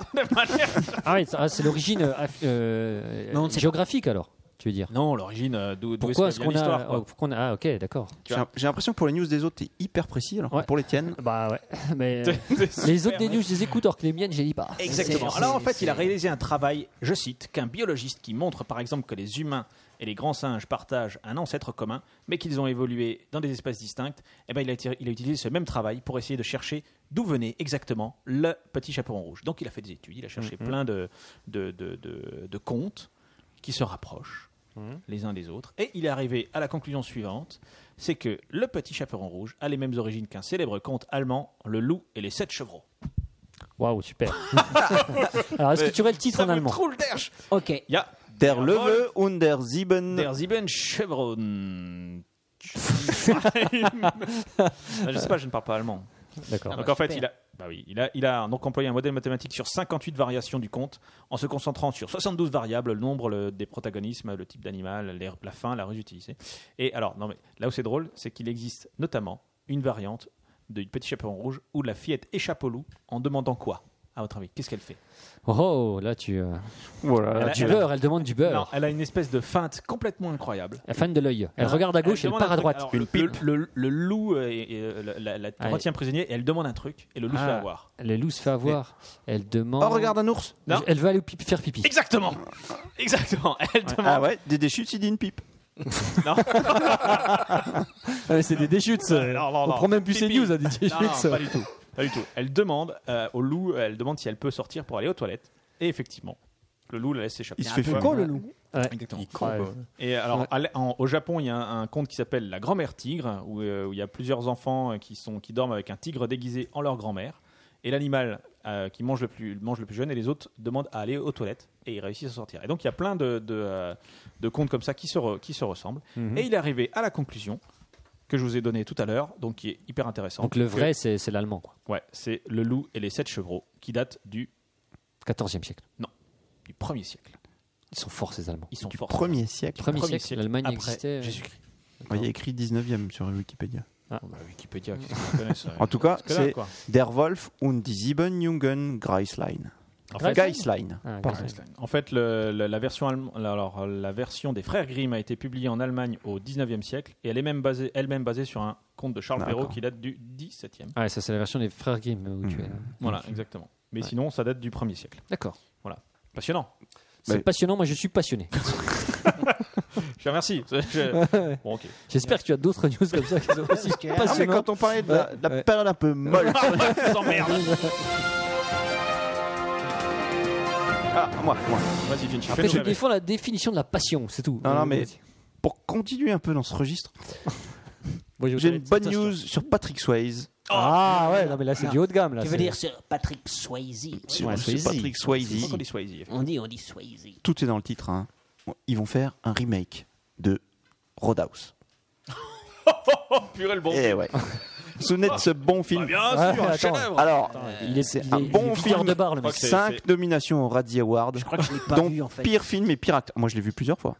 [SPEAKER 1] Ah oui, ça- ah, c'est l'origine euh, aff- euh,
[SPEAKER 4] Non, on ne sait pas.
[SPEAKER 1] géographique alors, tu veux dire.
[SPEAKER 2] Non, l'origine euh, d'où d'où
[SPEAKER 1] Pourquoi
[SPEAKER 2] est-ce
[SPEAKER 1] est-ce
[SPEAKER 2] qu'il y a
[SPEAKER 1] qu'on a,
[SPEAKER 2] l'histoire. quoi.
[SPEAKER 1] oh, pourquoi on a- Ah ok, d'accord.
[SPEAKER 2] Tu
[SPEAKER 3] J'ai j'ai l'impression que pour les news des autres, t'es hyper précis, alors que
[SPEAKER 1] Ouais.
[SPEAKER 3] pour les tiennes,
[SPEAKER 1] Bah ouais, mais euh,
[SPEAKER 2] C'est- c'est
[SPEAKER 1] les
[SPEAKER 2] super,
[SPEAKER 1] autres des
[SPEAKER 2] ouais.
[SPEAKER 1] news, je les écoute, alors que les miennes, je les lis pas.
[SPEAKER 2] Exactement.
[SPEAKER 4] C'est-
[SPEAKER 2] Alors en
[SPEAKER 4] c'est-
[SPEAKER 2] fait, il a
[SPEAKER 4] c'est-
[SPEAKER 2] réalisé un travail, je cite, qu'un biologiste qui montre par exemple que les humains et les grands singes partagent un ancêtre commun, mais qu'ils ont évolué dans des espèces distinctes, eh ben, il, a, tiré- il a utilisé ce même travail pour essayer de chercher d'où venait exactement le petit chaperon rouge. Donc il a fait des études, il a cherché plein de, de, de, de- de contes qui se rapprochent les uns des autres, et il est arrivé à la conclusion suivante, c'est que le petit chaperon rouge a les mêmes origines qu'un célèbre conte allemand, Le loup et les sept chevreaux.
[SPEAKER 1] Waouh, super. alors est-ce que tu aurais le titre en allemand
[SPEAKER 4] Ok.
[SPEAKER 2] Il y a
[SPEAKER 3] Der Löwe unter Sieben.
[SPEAKER 2] Der Sieben Chevron. Ah, je sais pas, je ne parle pas allemand.
[SPEAKER 1] D'accord.
[SPEAKER 2] Donc en fait, il a, Ah, bah oui, il a, il a donc employé un modèle mathématique sur 58 variations du compte, en se concentrant sur 72 variables, le nombre le- des protagonismes, le type d'animal, l'air- la fin, la ruse utilisée. Et alors, non mais là où c'est drôle, c'est qu'il existe notamment une variante du petit chaperon rouge où la fillette échappe au loup en demandant quoi À votre avis, qu'est-ce qu'elle fait
[SPEAKER 1] Oh, oh, là tu... euh,
[SPEAKER 2] Elle a-
[SPEAKER 1] du
[SPEAKER 2] elle a-
[SPEAKER 1] beurre, elle demande du
[SPEAKER 2] non,
[SPEAKER 1] beurre.
[SPEAKER 2] elle a une espèce de feinte complètement incroyable.
[SPEAKER 1] Elle fan de l'œil. Elle regarde à gauche et elle
[SPEAKER 2] demande
[SPEAKER 1] part
[SPEAKER 2] un
[SPEAKER 1] à
[SPEAKER 2] truc.
[SPEAKER 1] droite.
[SPEAKER 2] Alors, le, le- le- le loup euh, et- et, euh, la, la- la-
[SPEAKER 1] Ah,
[SPEAKER 2] retient prisonnier et elle demande un truc et le loup
[SPEAKER 1] Ah.
[SPEAKER 2] se fait avoir.
[SPEAKER 1] Le loup se fait avoir. Elle demande...
[SPEAKER 3] Oh, regarde un ours.
[SPEAKER 2] Non.
[SPEAKER 1] Elle veut aller au pipi- faire pipi.
[SPEAKER 2] Exactement Exactement Elle demande.
[SPEAKER 3] Ah ouais, des déchutes, il dit une pipe.
[SPEAKER 1] c'est des déchutes.
[SPEAKER 2] Ah, Non, non, On non. prend même plus ces Pipi.
[SPEAKER 3] hein,
[SPEAKER 2] news à
[SPEAKER 1] des
[SPEAKER 2] Non, non, pas du tout. Pas du tout. Elle demande euh, au loup, elle demande si elle peut sortir pour aller aux toilettes. Et effectivement, le loup la laisse s'échapper.
[SPEAKER 3] Il se fait
[SPEAKER 2] Ouais.
[SPEAKER 3] fumer.
[SPEAKER 4] Con, le loup.
[SPEAKER 5] Il campe,
[SPEAKER 1] Ouais.
[SPEAKER 5] ouais.
[SPEAKER 2] Et alors,
[SPEAKER 1] Ouais.
[SPEAKER 2] à l- en- au Japon, il y a un, un conte qui s'appelle La grand-mère tigre, où, euh, où il y a plusieurs enfants euh, qui, sont, qui dorment avec un tigre déguisé en leur grand-mère. Et l'animal euh, qui mange le, plus, mange le plus jeune et les autres demandent à aller aux toilettes et ils réussissent à sortir. Et donc, il y a plein de, de, euh, de contes comme ça qui se, re- qui se ressemblent.
[SPEAKER 3] Mhm. Mmh.
[SPEAKER 2] Et il est arrivé à la conclusion que je vous ai donnée tout à l'heure, donc qui est hyper intéressante.
[SPEAKER 1] Donc le
[SPEAKER 2] que-
[SPEAKER 1] vrai, c'est c'est l'allemand. quoi.
[SPEAKER 2] ouais, c'est Le loup et les sept chevreaux qui date du,
[SPEAKER 1] 14e siècle.
[SPEAKER 2] du 1er siècle.
[SPEAKER 1] Ils sont forts ces Allemands.
[SPEAKER 2] Ils sont
[SPEAKER 3] Du
[SPEAKER 2] forts.
[SPEAKER 3] premier siècle.
[SPEAKER 1] Premier
[SPEAKER 2] Premier
[SPEAKER 1] siècle,
[SPEAKER 2] siècle,
[SPEAKER 1] l'Allemagne
[SPEAKER 2] après
[SPEAKER 1] existait. euh.
[SPEAKER 2] Jésus-Christ.
[SPEAKER 3] Ouais, Il y a écrit 19e sur Wikipédia.
[SPEAKER 2] Bah, Wikipédia, qu'est-ce qu'ils connaissent, euh,
[SPEAKER 3] En tout cas,
[SPEAKER 2] jusque-là,
[SPEAKER 3] c'est
[SPEAKER 2] quoi.
[SPEAKER 3] Der Wolf und die sieben jungen Greislein.
[SPEAKER 2] En fait,
[SPEAKER 3] Greislein.
[SPEAKER 1] Ah,
[SPEAKER 3] Pardon.
[SPEAKER 1] Greislein.
[SPEAKER 2] En fait, le- le- la, version allem- la- alors, la version des frères Grimm a été publiée en Allemagne au 19e siècle et elle est même basée, elle-même basée sur un conte de Charles
[SPEAKER 3] D'accord.
[SPEAKER 2] Perrault qui date du 17e.
[SPEAKER 1] Ah, ça c'est la version des frères Grimm où tu
[SPEAKER 3] Mhm.
[SPEAKER 1] es.
[SPEAKER 2] Voilà, exactement. Mais sinon, ça date du 1er siècle.
[SPEAKER 1] D'accord.
[SPEAKER 2] Passionnant.
[SPEAKER 1] C'est
[SPEAKER 3] Mais-
[SPEAKER 1] passionnant, moi je suis passionné.
[SPEAKER 2] Je te remercie. Je- Bon, ok.
[SPEAKER 1] J'espère que tu as d'autres news comme ça qui sont aussi
[SPEAKER 4] Parce que-
[SPEAKER 3] Ah, mais
[SPEAKER 1] passionnantes.
[SPEAKER 3] quand on parlait de la, la
[SPEAKER 1] Ouais.
[SPEAKER 3] période un peu molle,
[SPEAKER 2] Sans merde.
[SPEAKER 3] Ah, moi, moi.
[SPEAKER 2] Vas-y, Vinci.
[SPEAKER 1] Après,
[SPEAKER 2] fais-nous
[SPEAKER 1] je
[SPEAKER 2] rêver.
[SPEAKER 1] défends la définition de la passion, c'est tout. Euh,
[SPEAKER 3] Non, non, mais
[SPEAKER 1] Vas-y.
[SPEAKER 3] pour continuer un peu dans ce registre,
[SPEAKER 1] Moi, je-
[SPEAKER 3] j'ai une bonne news sur Patrick Swayze.
[SPEAKER 1] Ah ouais, non, mais là, c'est
[SPEAKER 4] Non.
[SPEAKER 1] du haut de gamme. Là,
[SPEAKER 4] Tu veux
[SPEAKER 1] c'est-
[SPEAKER 4] dire sur Patrick Swayze
[SPEAKER 3] Sur
[SPEAKER 1] ouais,
[SPEAKER 3] sur
[SPEAKER 1] Swayze.
[SPEAKER 3] Patrick Swayze.
[SPEAKER 2] Pourquoi on dit Swayze
[SPEAKER 4] On dit, on dit Swayze.
[SPEAKER 3] Tout est dans le titre. hein. Ils vont faire un remake de Roadhouse.
[SPEAKER 8] Purée,
[SPEAKER 2] Oh.
[SPEAKER 8] le bon.
[SPEAKER 3] Eh ouais. Souvenez de ce bon film.
[SPEAKER 8] Bien sûr,
[SPEAKER 1] Ouais,
[SPEAKER 8] un
[SPEAKER 1] attends.
[SPEAKER 8] chef-d'œuvre.
[SPEAKER 3] Alors,
[SPEAKER 1] Il est,
[SPEAKER 3] c'est
[SPEAKER 1] il
[SPEAKER 3] un
[SPEAKER 1] est- il est
[SPEAKER 3] bon
[SPEAKER 1] fouteur
[SPEAKER 3] film.
[SPEAKER 1] de barre, le mec.
[SPEAKER 8] Ok, c'est-
[SPEAKER 3] 5 nominations au Radzi Award.
[SPEAKER 4] Je crois que je l'ai pas
[SPEAKER 3] dont
[SPEAKER 4] vu en fait.
[SPEAKER 3] pire film et pirate. Moi, je l'ai vu plusieurs fois.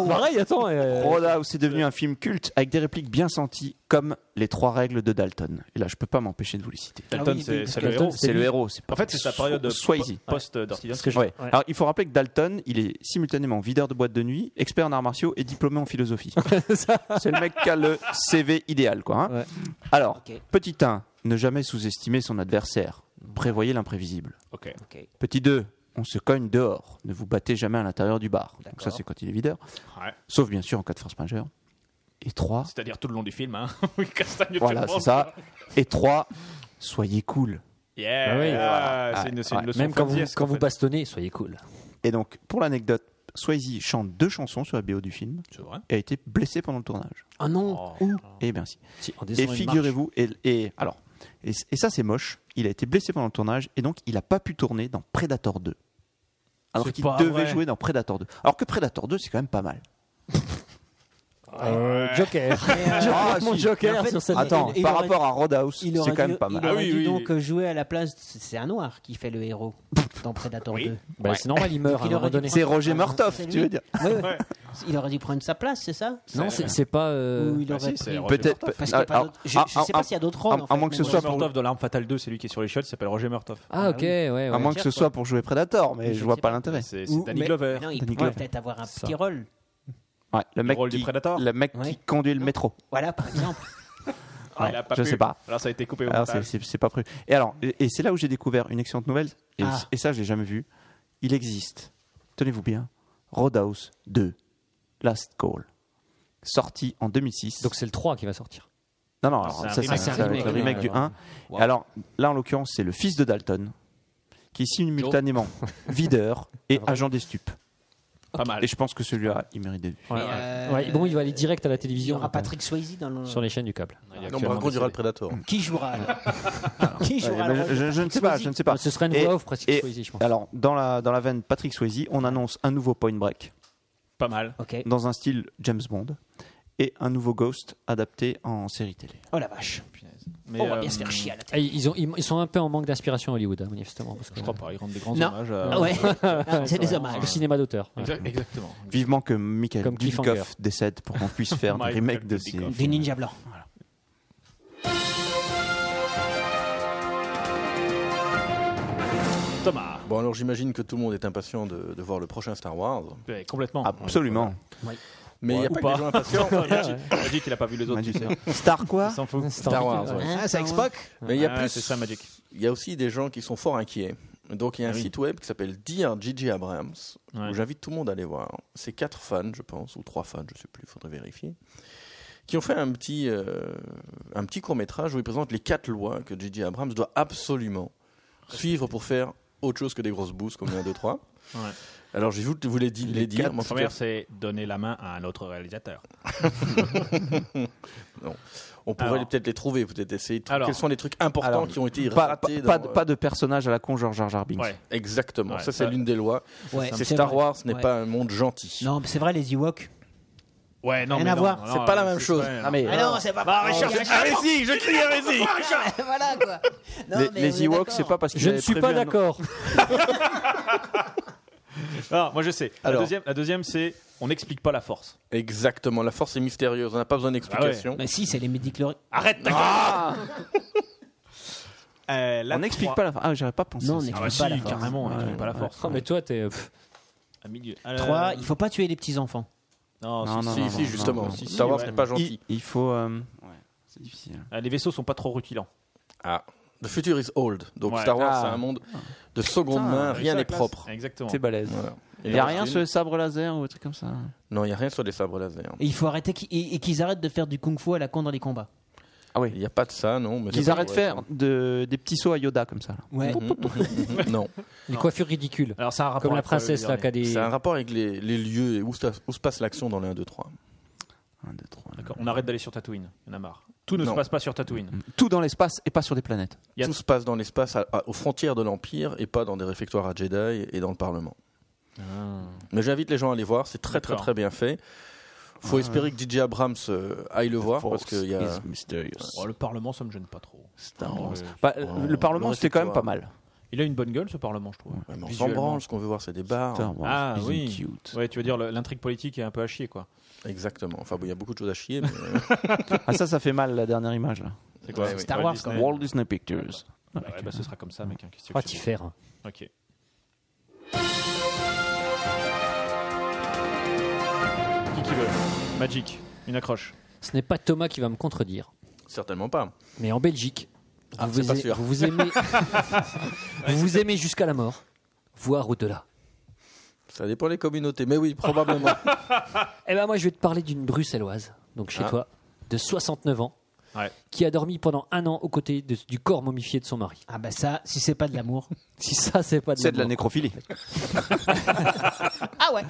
[SPEAKER 3] Oh
[SPEAKER 1] Pareil, attends. euh,
[SPEAKER 3] Roadhouse est devenu un film culte avec des répliques bien senties comme les trois règles de Dalton. Et là, je peux pas m'empêcher de vous les citer.
[SPEAKER 2] Dalton,
[SPEAKER 4] oui,
[SPEAKER 2] c'est
[SPEAKER 4] oui,
[SPEAKER 2] c'est le
[SPEAKER 1] Dalton,
[SPEAKER 2] héros.
[SPEAKER 3] C'est le héros. c'est
[SPEAKER 2] En fait, c'est sa période de
[SPEAKER 3] Swayze.
[SPEAKER 2] po- post Dirty Dancing.
[SPEAKER 3] Ouais.
[SPEAKER 1] ouais.
[SPEAKER 3] Alors, il faut rappeler que Dalton, il est simultanément videur de boîte de nuit, expert en arts martiaux et diplômé en philosophie. C'est le mec qui a le CV idéal, quoi. hein.
[SPEAKER 1] Ouais.
[SPEAKER 3] Alors,
[SPEAKER 4] Ok.
[SPEAKER 3] petit 1, ne jamais sous-estimer son adversaire. Prévoyez l'imprévisible.
[SPEAKER 2] Ok.
[SPEAKER 4] Ok.
[SPEAKER 3] Petit 2, on se cogne dehors. Ne vous battez jamais à l'intérieur du bar. Donc ça, c'est quand il est videur.
[SPEAKER 8] Ouais.
[SPEAKER 3] Sauf bien sûr en cas de force majeure. Et 3,
[SPEAKER 8] C'est-à-dire tout le long du film, hein. Oui, castagne
[SPEAKER 3] voilà,
[SPEAKER 8] tellement.
[SPEAKER 3] c'est ça. Et 3, soyez cool.
[SPEAKER 8] Yeah.
[SPEAKER 1] Bah oui,
[SPEAKER 8] Ah,
[SPEAKER 3] voilà.
[SPEAKER 8] c'est une, c'est
[SPEAKER 3] Ouais.
[SPEAKER 8] une leçon
[SPEAKER 1] Même quand vous,
[SPEAKER 8] fabulesque,
[SPEAKER 1] quand
[SPEAKER 8] en
[SPEAKER 1] vous
[SPEAKER 8] fait.
[SPEAKER 1] bastonnez, soyez cool.
[SPEAKER 3] Et donc, pour l'anecdote, Swayze chante deux chansons sur la BO du film
[SPEAKER 8] C'est
[SPEAKER 2] hein.
[SPEAKER 8] vrai.
[SPEAKER 3] et a été blessé pendant le tournage.
[SPEAKER 4] Ah non
[SPEAKER 3] Oh, Et bien si.
[SPEAKER 1] Si, en
[SPEAKER 3] Et
[SPEAKER 1] descendant une marche.
[SPEAKER 3] figurez-vous, et, et- alors, et, et ça c'est moche. Il a été blessé pendant le tournage et donc il n'a pas pu tourner dans Predator 2. Alors
[SPEAKER 2] C'est
[SPEAKER 3] qu'il
[SPEAKER 2] pas
[SPEAKER 3] devait
[SPEAKER 2] vrai.
[SPEAKER 3] jouer dans Predator 2. Alors que Predator 2 c'est quand même pas mal.
[SPEAKER 1] Euh, Joker.
[SPEAKER 3] Ah,
[SPEAKER 1] Mon
[SPEAKER 3] si.
[SPEAKER 1] Joker
[SPEAKER 4] En fait,
[SPEAKER 1] sur cette.
[SPEAKER 3] Attends,
[SPEAKER 4] il- il
[SPEAKER 3] par
[SPEAKER 4] aurait-
[SPEAKER 3] rapport à Roadhouse, c'est
[SPEAKER 4] Il aurait
[SPEAKER 3] quand
[SPEAKER 4] dû-
[SPEAKER 3] même pas mal.
[SPEAKER 4] Il
[SPEAKER 1] Ah
[SPEAKER 4] aurait
[SPEAKER 8] oui,
[SPEAKER 4] dû
[SPEAKER 8] oui,
[SPEAKER 4] donc jouer à la place. C'est un noir qui fait le héros dans Predator 2.
[SPEAKER 1] Bah, C'est normal, il meurt à
[SPEAKER 4] Il
[SPEAKER 1] un moment
[SPEAKER 4] aurait dû
[SPEAKER 1] donné.
[SPEAKER 3] C'est Roger Murtoff,
[SPEAKER 4] C'est lui.
[SPEAKER 3] tu veux dire
[SPEAKER 4] Ouais, ouais. Il aurait dû prendre sa place, c'est ça
[SPEAKER 1] Non, c'est c'est pas. euh,
[SPEAKER 4] Ou il
[SPEAKER 8] Bah
[SPEAKER 4] aurait
[SPEAKER 8] si, c'est
[SPEAKER 4] pris-
[SPEAKER 8] Roger
[SPEAKER 3] Peut-être. Ah,
[SPEAKER 4] Parce qu'il y a pas
[SPEAKER 3] alors,
[SPEAKER 4] d'autres- Je je
[SPEAKER 3] à-
[SPEAKER 4] sais pas
[SPEAKER 3] à-
[SPEAKER 4] s'il y a d'autres
[SPEAKER 3] ah, à-
[SPEAKER 4] rôles. en
[SPEAKER 3] à
[SPEAKER 4] fait,
[SPEAKER 3] moins que ce
[SPEAKER 4] mais
[SPEAKER 3] soit
[SPEAKER 2] Roger
[SPEAKER 4] bon,
[SPEAKER 3] pour-
[SPEAKER 2] Murtoff dans l'arme fatale 2, c'est lui qui est sur les shots, il s'appelle Roger Murtoff.
[SPEAKER 1] Ah, ok, ouais. ouais.
[SPEAKER 3] À moins que ce
[SPEAKER 4] Cher,
[SPEAKER 3] soit pour jouer Predator,
[SPEAKER 4] Je
[SPEAKER 3] mais je
[SPEAKER 4] ne
[SPEAKER 3] vois
[SPEAKER 4] sais
[SPEAKER 3] pas
[SPEAKER 4] pas.
[SPEAKER 3] l'intérêt.
[SPEAKER 8] C'est
[SPEAKER 4] Ou-
[SPEAKER 8] c'est Danny
[SPEAKER 4] mais-
[SPEAKER 8] Glover.
[SPEAKER 4] Non, il
[SPEAKER 3] Danny Glover.
[SPEAKER 4] pourrait peut-être avoir un
[SPEAKER 1] Ça.
[SPEAKER 4] petit rôle.
[SPEAKER 3] Ouais, le mec,
[SPEAKER 8] rôle du
[SPEAKER 3] qui,
[SPEAKER 8] Predator
[SPEAKER 3] le mec
[SPEAKER 4] Ouais.
[SPEAKER 3] qui conduit le métro.
[SPEAKER 4] Voilà, par exemple.
[SPEAKER 8] Ah,
[SPEAKER 3] Ouais,
[SPEAKER 8] il a pas
[SPEAKER 3] je
[SPEAKER 8] pu.
[SPEAKER 3] sais pas.
[SPEAKER 8] Alors ça a été coupé au
[SPEAKER 3] Alors, c'est-
[SPEAKER 8] montage.
[SPEAKER 3] c'est c'est pas prévu. Et alors, et, et c'est là où j'ai découvert une excellente nouvelle. Et,
[SPEAKER 4] Ah.
[SPEAKER 3] et ça, je l'ai jamais vu. Il existe. Tenez-vous bien. Roadhouse 2, Last Call, sorti en 2006.
[SPEAKER 1] Donc c'est le 3 qui va sortir.
[SPEAKER 3] non, non, alors,
[SPEAKER 8] c'est un
[SPEAKER 3] ça,
[SPEAKER 8] remake.
[SPEAKER 3] c'est
[SPEAKER 1] Ah, c'est
[SPEAKER 3] ça
[SPEAKER 1] un
[SPEAKER 3] va être le
[SPEAKER 1] remake.
[SPEAKER 3] remake du 1.
[SPEAKER 4] Wow.
[SPEAKER 3] Et alors, là, en l'occurrence, c'est le fils de Dalton qui est simultanément videur et agent des stupes.
[SPEAKER 8] Pas mal.
[SPEAKER 3] Et je pense que celui-là, il mérite d'être vu.
[SPEAKER 1] Ouais,
[SPEAKER 4] Mais,
[SPEAKER 1] ouais.
[SPEAKER 4] euh,
[SPEAKER 1] Ouais, bon, il va aller direct à la
[SPEAKER 4] Il y
[SPEAKER 1] télévision.
[SPEAKER 4] aura
[SPEAKER 1] après,
[SPEAKER 4] Patrick Swayze dans le.
[SPEAKER 1] Sur les chaînes du câble.
[SPEAKER 5] Non, par contre, il y aura le Predator.
[SPEAKER 4] Qui jouera alors Qui jouera
[SPEAKER 3] Ouais, mais
[SPEAKER 4] alors
[SPEAKER 3] je, je- je ne sais pas, je ne sais pas.
[SPEAKER 1] Ce serait une
[SPEAKER 3] Et-
[SPEAKER 1] voix off presque
[SPEAKER 3] et-
[SPEAKER 1] Swayze, je pense.
[SPEAKER 3] Alors, dans la, dans la veine Patrick Swayze, on annonce un nouveau Point Break.
[SPEAKER 8] Pas mal.
[SPEAKER 4] Ok.
[SPEAKER 3] dans un style James Bond et un nouveau Ghost adapté en série télé.
[SPEAKER 4] Oh la vache.
[SPEAKER 2] Mais,
[SPEAKER 4] Oh, On va
[SPEAKER 2] euh,
[SPEAKER 4] bien se faire chier à la tête.
[SPEAKER 1] Et ils, ont, ils, ils sont un peu en manque d'inspiration Hollywood, hein, manifestement. Parce que,
[SPEAKER 2] Je crois pas, ils rendent des grands
[SPEAKER 4] Non.
[SPEAKER 2] hommages
[SPEAKER 8] euh.
[SPEAKER 2] à-
[SPEAKER 4] Ah ouais. Non, C'est des
[SPEAKER 1] le
[SPEAKER 4] hommages.
[SPEAKER 1] cinéma d'auteur. ouais.
[SPEAKER 8] Exact- Exactement.
[SPEAKER 3] Vivement que Michael
[SPEAKER 1] Comme Cliffhanger.
[SPEAKER 3] Dudikoff décède pour qu'on puisse faire des
[SPEAKER 8] Michael
[SPEAKER 3] remakes de ces.
[SPEAKER 8] Dudikoff.
[SPEAKER 4] Du ninja blanc.
[SPEAKER 8] Thomas.
[SPEAKER 5] Bon, alors j'imagine que tout le monde est impatient de, de voir le prochain Star Wars.
[SPEAKER 8] Ouais, Complètement.
[SPEAKER 3] Absolument.
[SPEAKER 5] Mais il n'y a
[SPEAKER 8] Ou
[SPEAKER 5] pas,
[SPEAKER 8] pas.
[SPEAKER 5] que des gens impatients.
[SPEAKER 8] Il a dit- il a dit qu'il a pas vu les autres.
[SPEAKER 3] Magic.
[SPEAKER 8] tu sais.
[SPEAKER 3] Star quoi
[SPEAKER 2] Il s'en fout.
[SPEAKER 5] Star Wars, ouais.
[SPEAKER 4] Ah, c'est avec Spock
[SPEAKER 5] Mais il y a
[SPEAKER 8] Ah,
[SPEAKER 5] plus.
[SPEAKER 8] C'est ça, Magic.
[SPEAKER 5] Il y a aussi des gens qui sont fort inquiets. Donc il y a un
[SPEAKER 8] Ah oui.
[SPEAKER 5] site web qui s'appelle Dear Gigi Abrams,
[SPEAKER 8] Ouais.
[SPEAKER 5] où j'invite tout le monde à aller voir. C'est quatre fans, je pense, ou trois fans, je ne sais plus, il faudrait vérifier, qui ont fait un petit, euh, un petit court-métrage où ils présentent les quatre lois que Gigi Abrams doit absolument suivre pour faire autre chose que des grosses bouses comme 1, 2, 3.
[SPEAKER 8] Ouais.
[SPEAKER 5] Alors je vous, vous les, dis- les dire.
[SPEAKER 8] La
[SPEAKER 5] mais en tout cas,
[SPEAKER 8] première, c'est donner la main à un autre réalisateur.
[SPEAKER 5] on pourrait
[SPEAKER 8] Alors.
[SPEAKER 5] peut-être les trouver, peut-être essayer. de trouver
[SPEAKER 8] Alors.
[SPEAKER 5] quels sont les trucs importants
[SPEAKER 3] Alors,
[SPEAKER 5] qui ont été
[SPEAKER 3] pas, pas-
[SPEAKER 5] ratés
[SPEAKER 3] pas
[SPEAKER 5] dans, euh,
[SPEAKER 3] de, pas de personnage à la con George Jar Jar Binks.
[SPEAKER 8] Ouais.
[SPEAKER 5] Exactement,
[SPEAKER 8] Ouais,
[SPEAKER 5] ça c'est
[SPEAKER 8] ça-
[SPEAKER 5] l'une des lois.
[SPEAKER 4] Ouais,
[SPEAKER 5] C'est Star
[SPEAKER 4] vrai.
[SPEAKER 5] Wars, ce n'est
[SPEAKER 4] Ouais.
[SPEAKER 5] pas un monde gentil.
[SPEAKER 4] Non, mais c'est vrai, les Ewoks.
[SPEAKER 8] Ouais, non,
[SPEAKER 4] Rien
[SPEAKER 8] mais
[SPEAKER 4] à
[SPEAKER 8] non,
[SPEAKER 4] voir.
[SPEAKER 8] non,
[SPEAKER 5] C'est pas la même chose.
[SPEAKER 8] vrai,
[SPEAKER 3] Ah, mais,
[SPEAKER 4] Ah non, c'est pas
[SPEAKER 8] Bah,
[SPEAKER 4] vrai.
[SPEAKER 8] Richard, je crie hérésie, je crie hérésie.
[SPEAKER 4] Voilà quoi. Non,
[SPEAKER 3] euh, les,
[SPEAKER 4] mais on
[SPEAKER 3] les
[SPEAKER 4] est
[SPEAKER 3] Ewoks,
[SPEAKER 4] d'accord.
[SPEAKER 3] c'est pas parce qu'ils
[SPEAKER 1] Je ne
[SPEAKER 3] avaient
[SPEAKER 1] suis
[SPEAKER 3] prévu
[SPEAKER 1] pas
[SPEAKER 3] un-
[SPEAKER 1] d'accord.
[SPEAKER 8] Ah, moi je sais. La
[SPEAKER 3] Alors.
[SPEAKER 8] deuxième, la deuxième c'est on n'explique pas la force.
[SPEAKER 5] Exactement, la force est mystérieuse, on n'a pas besoin d'explication.
[SPEAKER 3] Ah
[SPEAKER 4] Mais Bah, si, c'est les médicloriens.
[SPEAKER 8] Arrête ta
[SPEAKER 3] On n'explique pas la fin. Ah, j'aurais pas pensé.
[SPEAKER 4] Non, on
[SPEAKER 3] à ça.
[SPEAKER 8] Euh, Ah bah si,
[SPEAKER 4] n'explique pas la force.
[SPEAKER 8] carrément, on n'explique pas la force. Ah,
[SPEAKER 1] Oh, mais toi, t'es. pff,
[SPEAKER 8] À milieu. Ah, là, là, là.
[SPEAKER 4] 3, il faut pas tuer les petits-enfants.
[SPEAKER 8] Non,
[SPEAKER 3] Non,
[SPEAKER 8] si,
[SPEAKER 3] non,
[SPEAKER 8] si,
[SPEAKER 5] si,
[SPEAKER 8] si.
[SPEAKER 5] si, justement.
[SPEAKER 3] non,
[SPEAKER 8] si, si,
[SPEAKER 5] Star Wars
[SPEAKER 8] ouais.
[SPEAKER 5] n'est pas
[SPEAKER 3] il,
[SPEAKER 5] gentil.
[SPEAKER 3] il faut. euh, ouais, c'est difficile.
[SPEAKER 8] Ah, Les vaisseaux sont pas trop rutilants.
[SPEAKER 5] Ah. The future is old. Donc
[SPEAKER 8] Ouais.
[SPEAKER 5] Star Wars,
[SPEAKER 3] Ah.
[SPEAKER 5] c'est un monde de seconde
[SPEAKER 3] Putain,
[SPEAKER 5] main,
[SPEAKER 8] C'est
[SPEAKER 5] rien
[SPEAKER 8] ça,
[SPEAKER 5] n'est
[SPEAKER 8] la classe.
[SPEAKER 5] propre.
[SPEAKER 8] Exactement.
[SPEAKER 3] C'est balèze.
[SPEAKER 5] Voilà.
[SPEAKER 3] Il n'y a Bah, rien sur les sabres laser ou des trucs comme ça.
[SPEAKER 5] Non, il n'y a rien sur les sabres laser.
[SPEAKER 4] Et il faut arrêter qu'ils- et- et qu'ils arrêtent de faire du kung-fu à la con dans les combats.
[SPEAKER 3] Ah oui.
[SPEAKER 5] Il n'y a pas de ça, non. mais
[SPEAKER 3] Qu'ils
[SPEAKER 5] ça
[SPEAKER 3] arrêtent de
[SPEAKER 5] pourrait
[SPEAKER 3] faire de, des petits sauts à Yoda comme ça. là.
[SPEAKER 4] Ouais.
[SPEAKER 5] être- Mhm. Non.
[SPEAKER 1] Les coiffures ridicules.
[SPEAKER 2] Alors, c'est un rapport
[SPEAKER 1] Comme la
[SPEAKER 2] avec ça, le
[SPEAKER 1] princesse, là,
[SPEAKER 2] dernier.
[SPEAKER 1] qui a des.
[SPEAKER 5] C'est un rapport avec les, les lieux et où, se- où se passe l'action dans les 1, 2, 3.
[SPEAKER 3] Un, deux, trois.
[SPEAKER 2] D'accord, on arrête d'aller sur Tatooine. Il y en a marre. Tout ne
[SPEAKER 5] Non.
[SPEAKER 2] se passe pas sur Tatooine.
[SPEAKER 3] Tout dans l'espace et pas sur des planètes.
[SPEAKER 2] Il y a-
[SPEAKER 5] Tout se passe dans l'espace, à- à- aux frontières de l'Empire, et pas dans des réfectoires à Jedi et dans le Parlement.
[SPEAKER 4] Ah.
[SPEAKER 5] Mais j'invite les gens à les voir, c'est très très
[SPEAKER 2] D'accord.
[SPEAKER 5] très bien fait. Faut espérer que DJ Abrams euh, aille le voir, parce qu'il y a...
[SPEAKER 2] Oh, le Parlement, ça me gêne pas trop.
[SPEAKER 3] Bah,
[SPEAKER 5] Oh,
[SPEAKER 3] le Parlement,
[SPEAKER 5] le
[SPEAKER 3] c'était quand même pas
[SPEAKER 5] réfectoire.
[SPEAKER 3] mal.
[SPEAKER 2] Il a une bonne gueule, ce Parlement, je trouve.
[SPEAKER 5] Ouais, mais on s'en
[SPEAKER 2] Visuellement.
[SPEAKER 5] branle, ce qu'on veut voir, hein. c'est des bars.
[SPEAKER 3] Star Wars
[SPEAKER 2] Ah,
[SPEAKER 3] isn't
[SPEAKER 2] oui.
[SPEAKER 3] cute.
[SPEAKER 2] Ouais, tu veux dire, le- l'intrigue politique est un peu à chier, quoi.
[SPEAKER 5] Exactement. Enfin, bon, il y a beaucoup de choses à chier. mais, euh,
[SPEAKER 3] Ah, ça, ça fait mal la dernière image là.
[SPEAKER 2] C'est quoi
[SPEAKER 5] Ouais,
[SPEAKER 4] Star Wars, quand même.
[SPEAKER 3] Walt Disney Pictures.
[SPEAKER 2] Ouais, bah, ce sera comme ça, mec. hein, qu'est-ce que
[SPEAKER 1] Ah,
[SPEAKER 2] tu
[SPEAKER 1] t'y
[SPEAKER 2] veux
[SPEAKER 1] faire. hein.
[SPEAKER 2] Ok. Qui qui veut Magic, une accroche.
[SPEAKER 1] Ce n'est pas Thomas qui va me contredire,
[SPEAKER 5] certainement pas.
[SPEAKER 1] mais en Belgique,
[SPEAKER 5] Ah,
[SPEAKER 1] vous,
[SPEAKER 5] c'est
[SPEAKER 1] vous
[SPEAKER 5] pas
[SPEAKER 1] aimez-
[SPEAKER 5] sûr.
[SPEAKER 1] vous vous aimez, vous vous aimez jusqu'à la mort, voire au-delà.
[SPEAKER 5] Ça dépend des communautés, mais oui, probablement.
[SPEAKER 1] Eh ben moi, je vais te parler d'une bruxelloise, donc chez
[SPEAKER 5] Ah.
[SPEAKER 1] toi, de 69 ans,
[SPEAKER 2] Ouais.
[SPEAKER 1] qui a dormi pendant un an aux côtés de- du corps momifié de son mari.
[SPEAKER 4] Ah bah ça, si c'est pas de l'amour.
[SPEAKER 1] Si ça, c'est pas de
[SPEAKER 3] C'est de la
[SPEAKER 1] l'amour.
[SPEAKER 3] nécrophilie.
[SPEAKER 4] Ah ouais.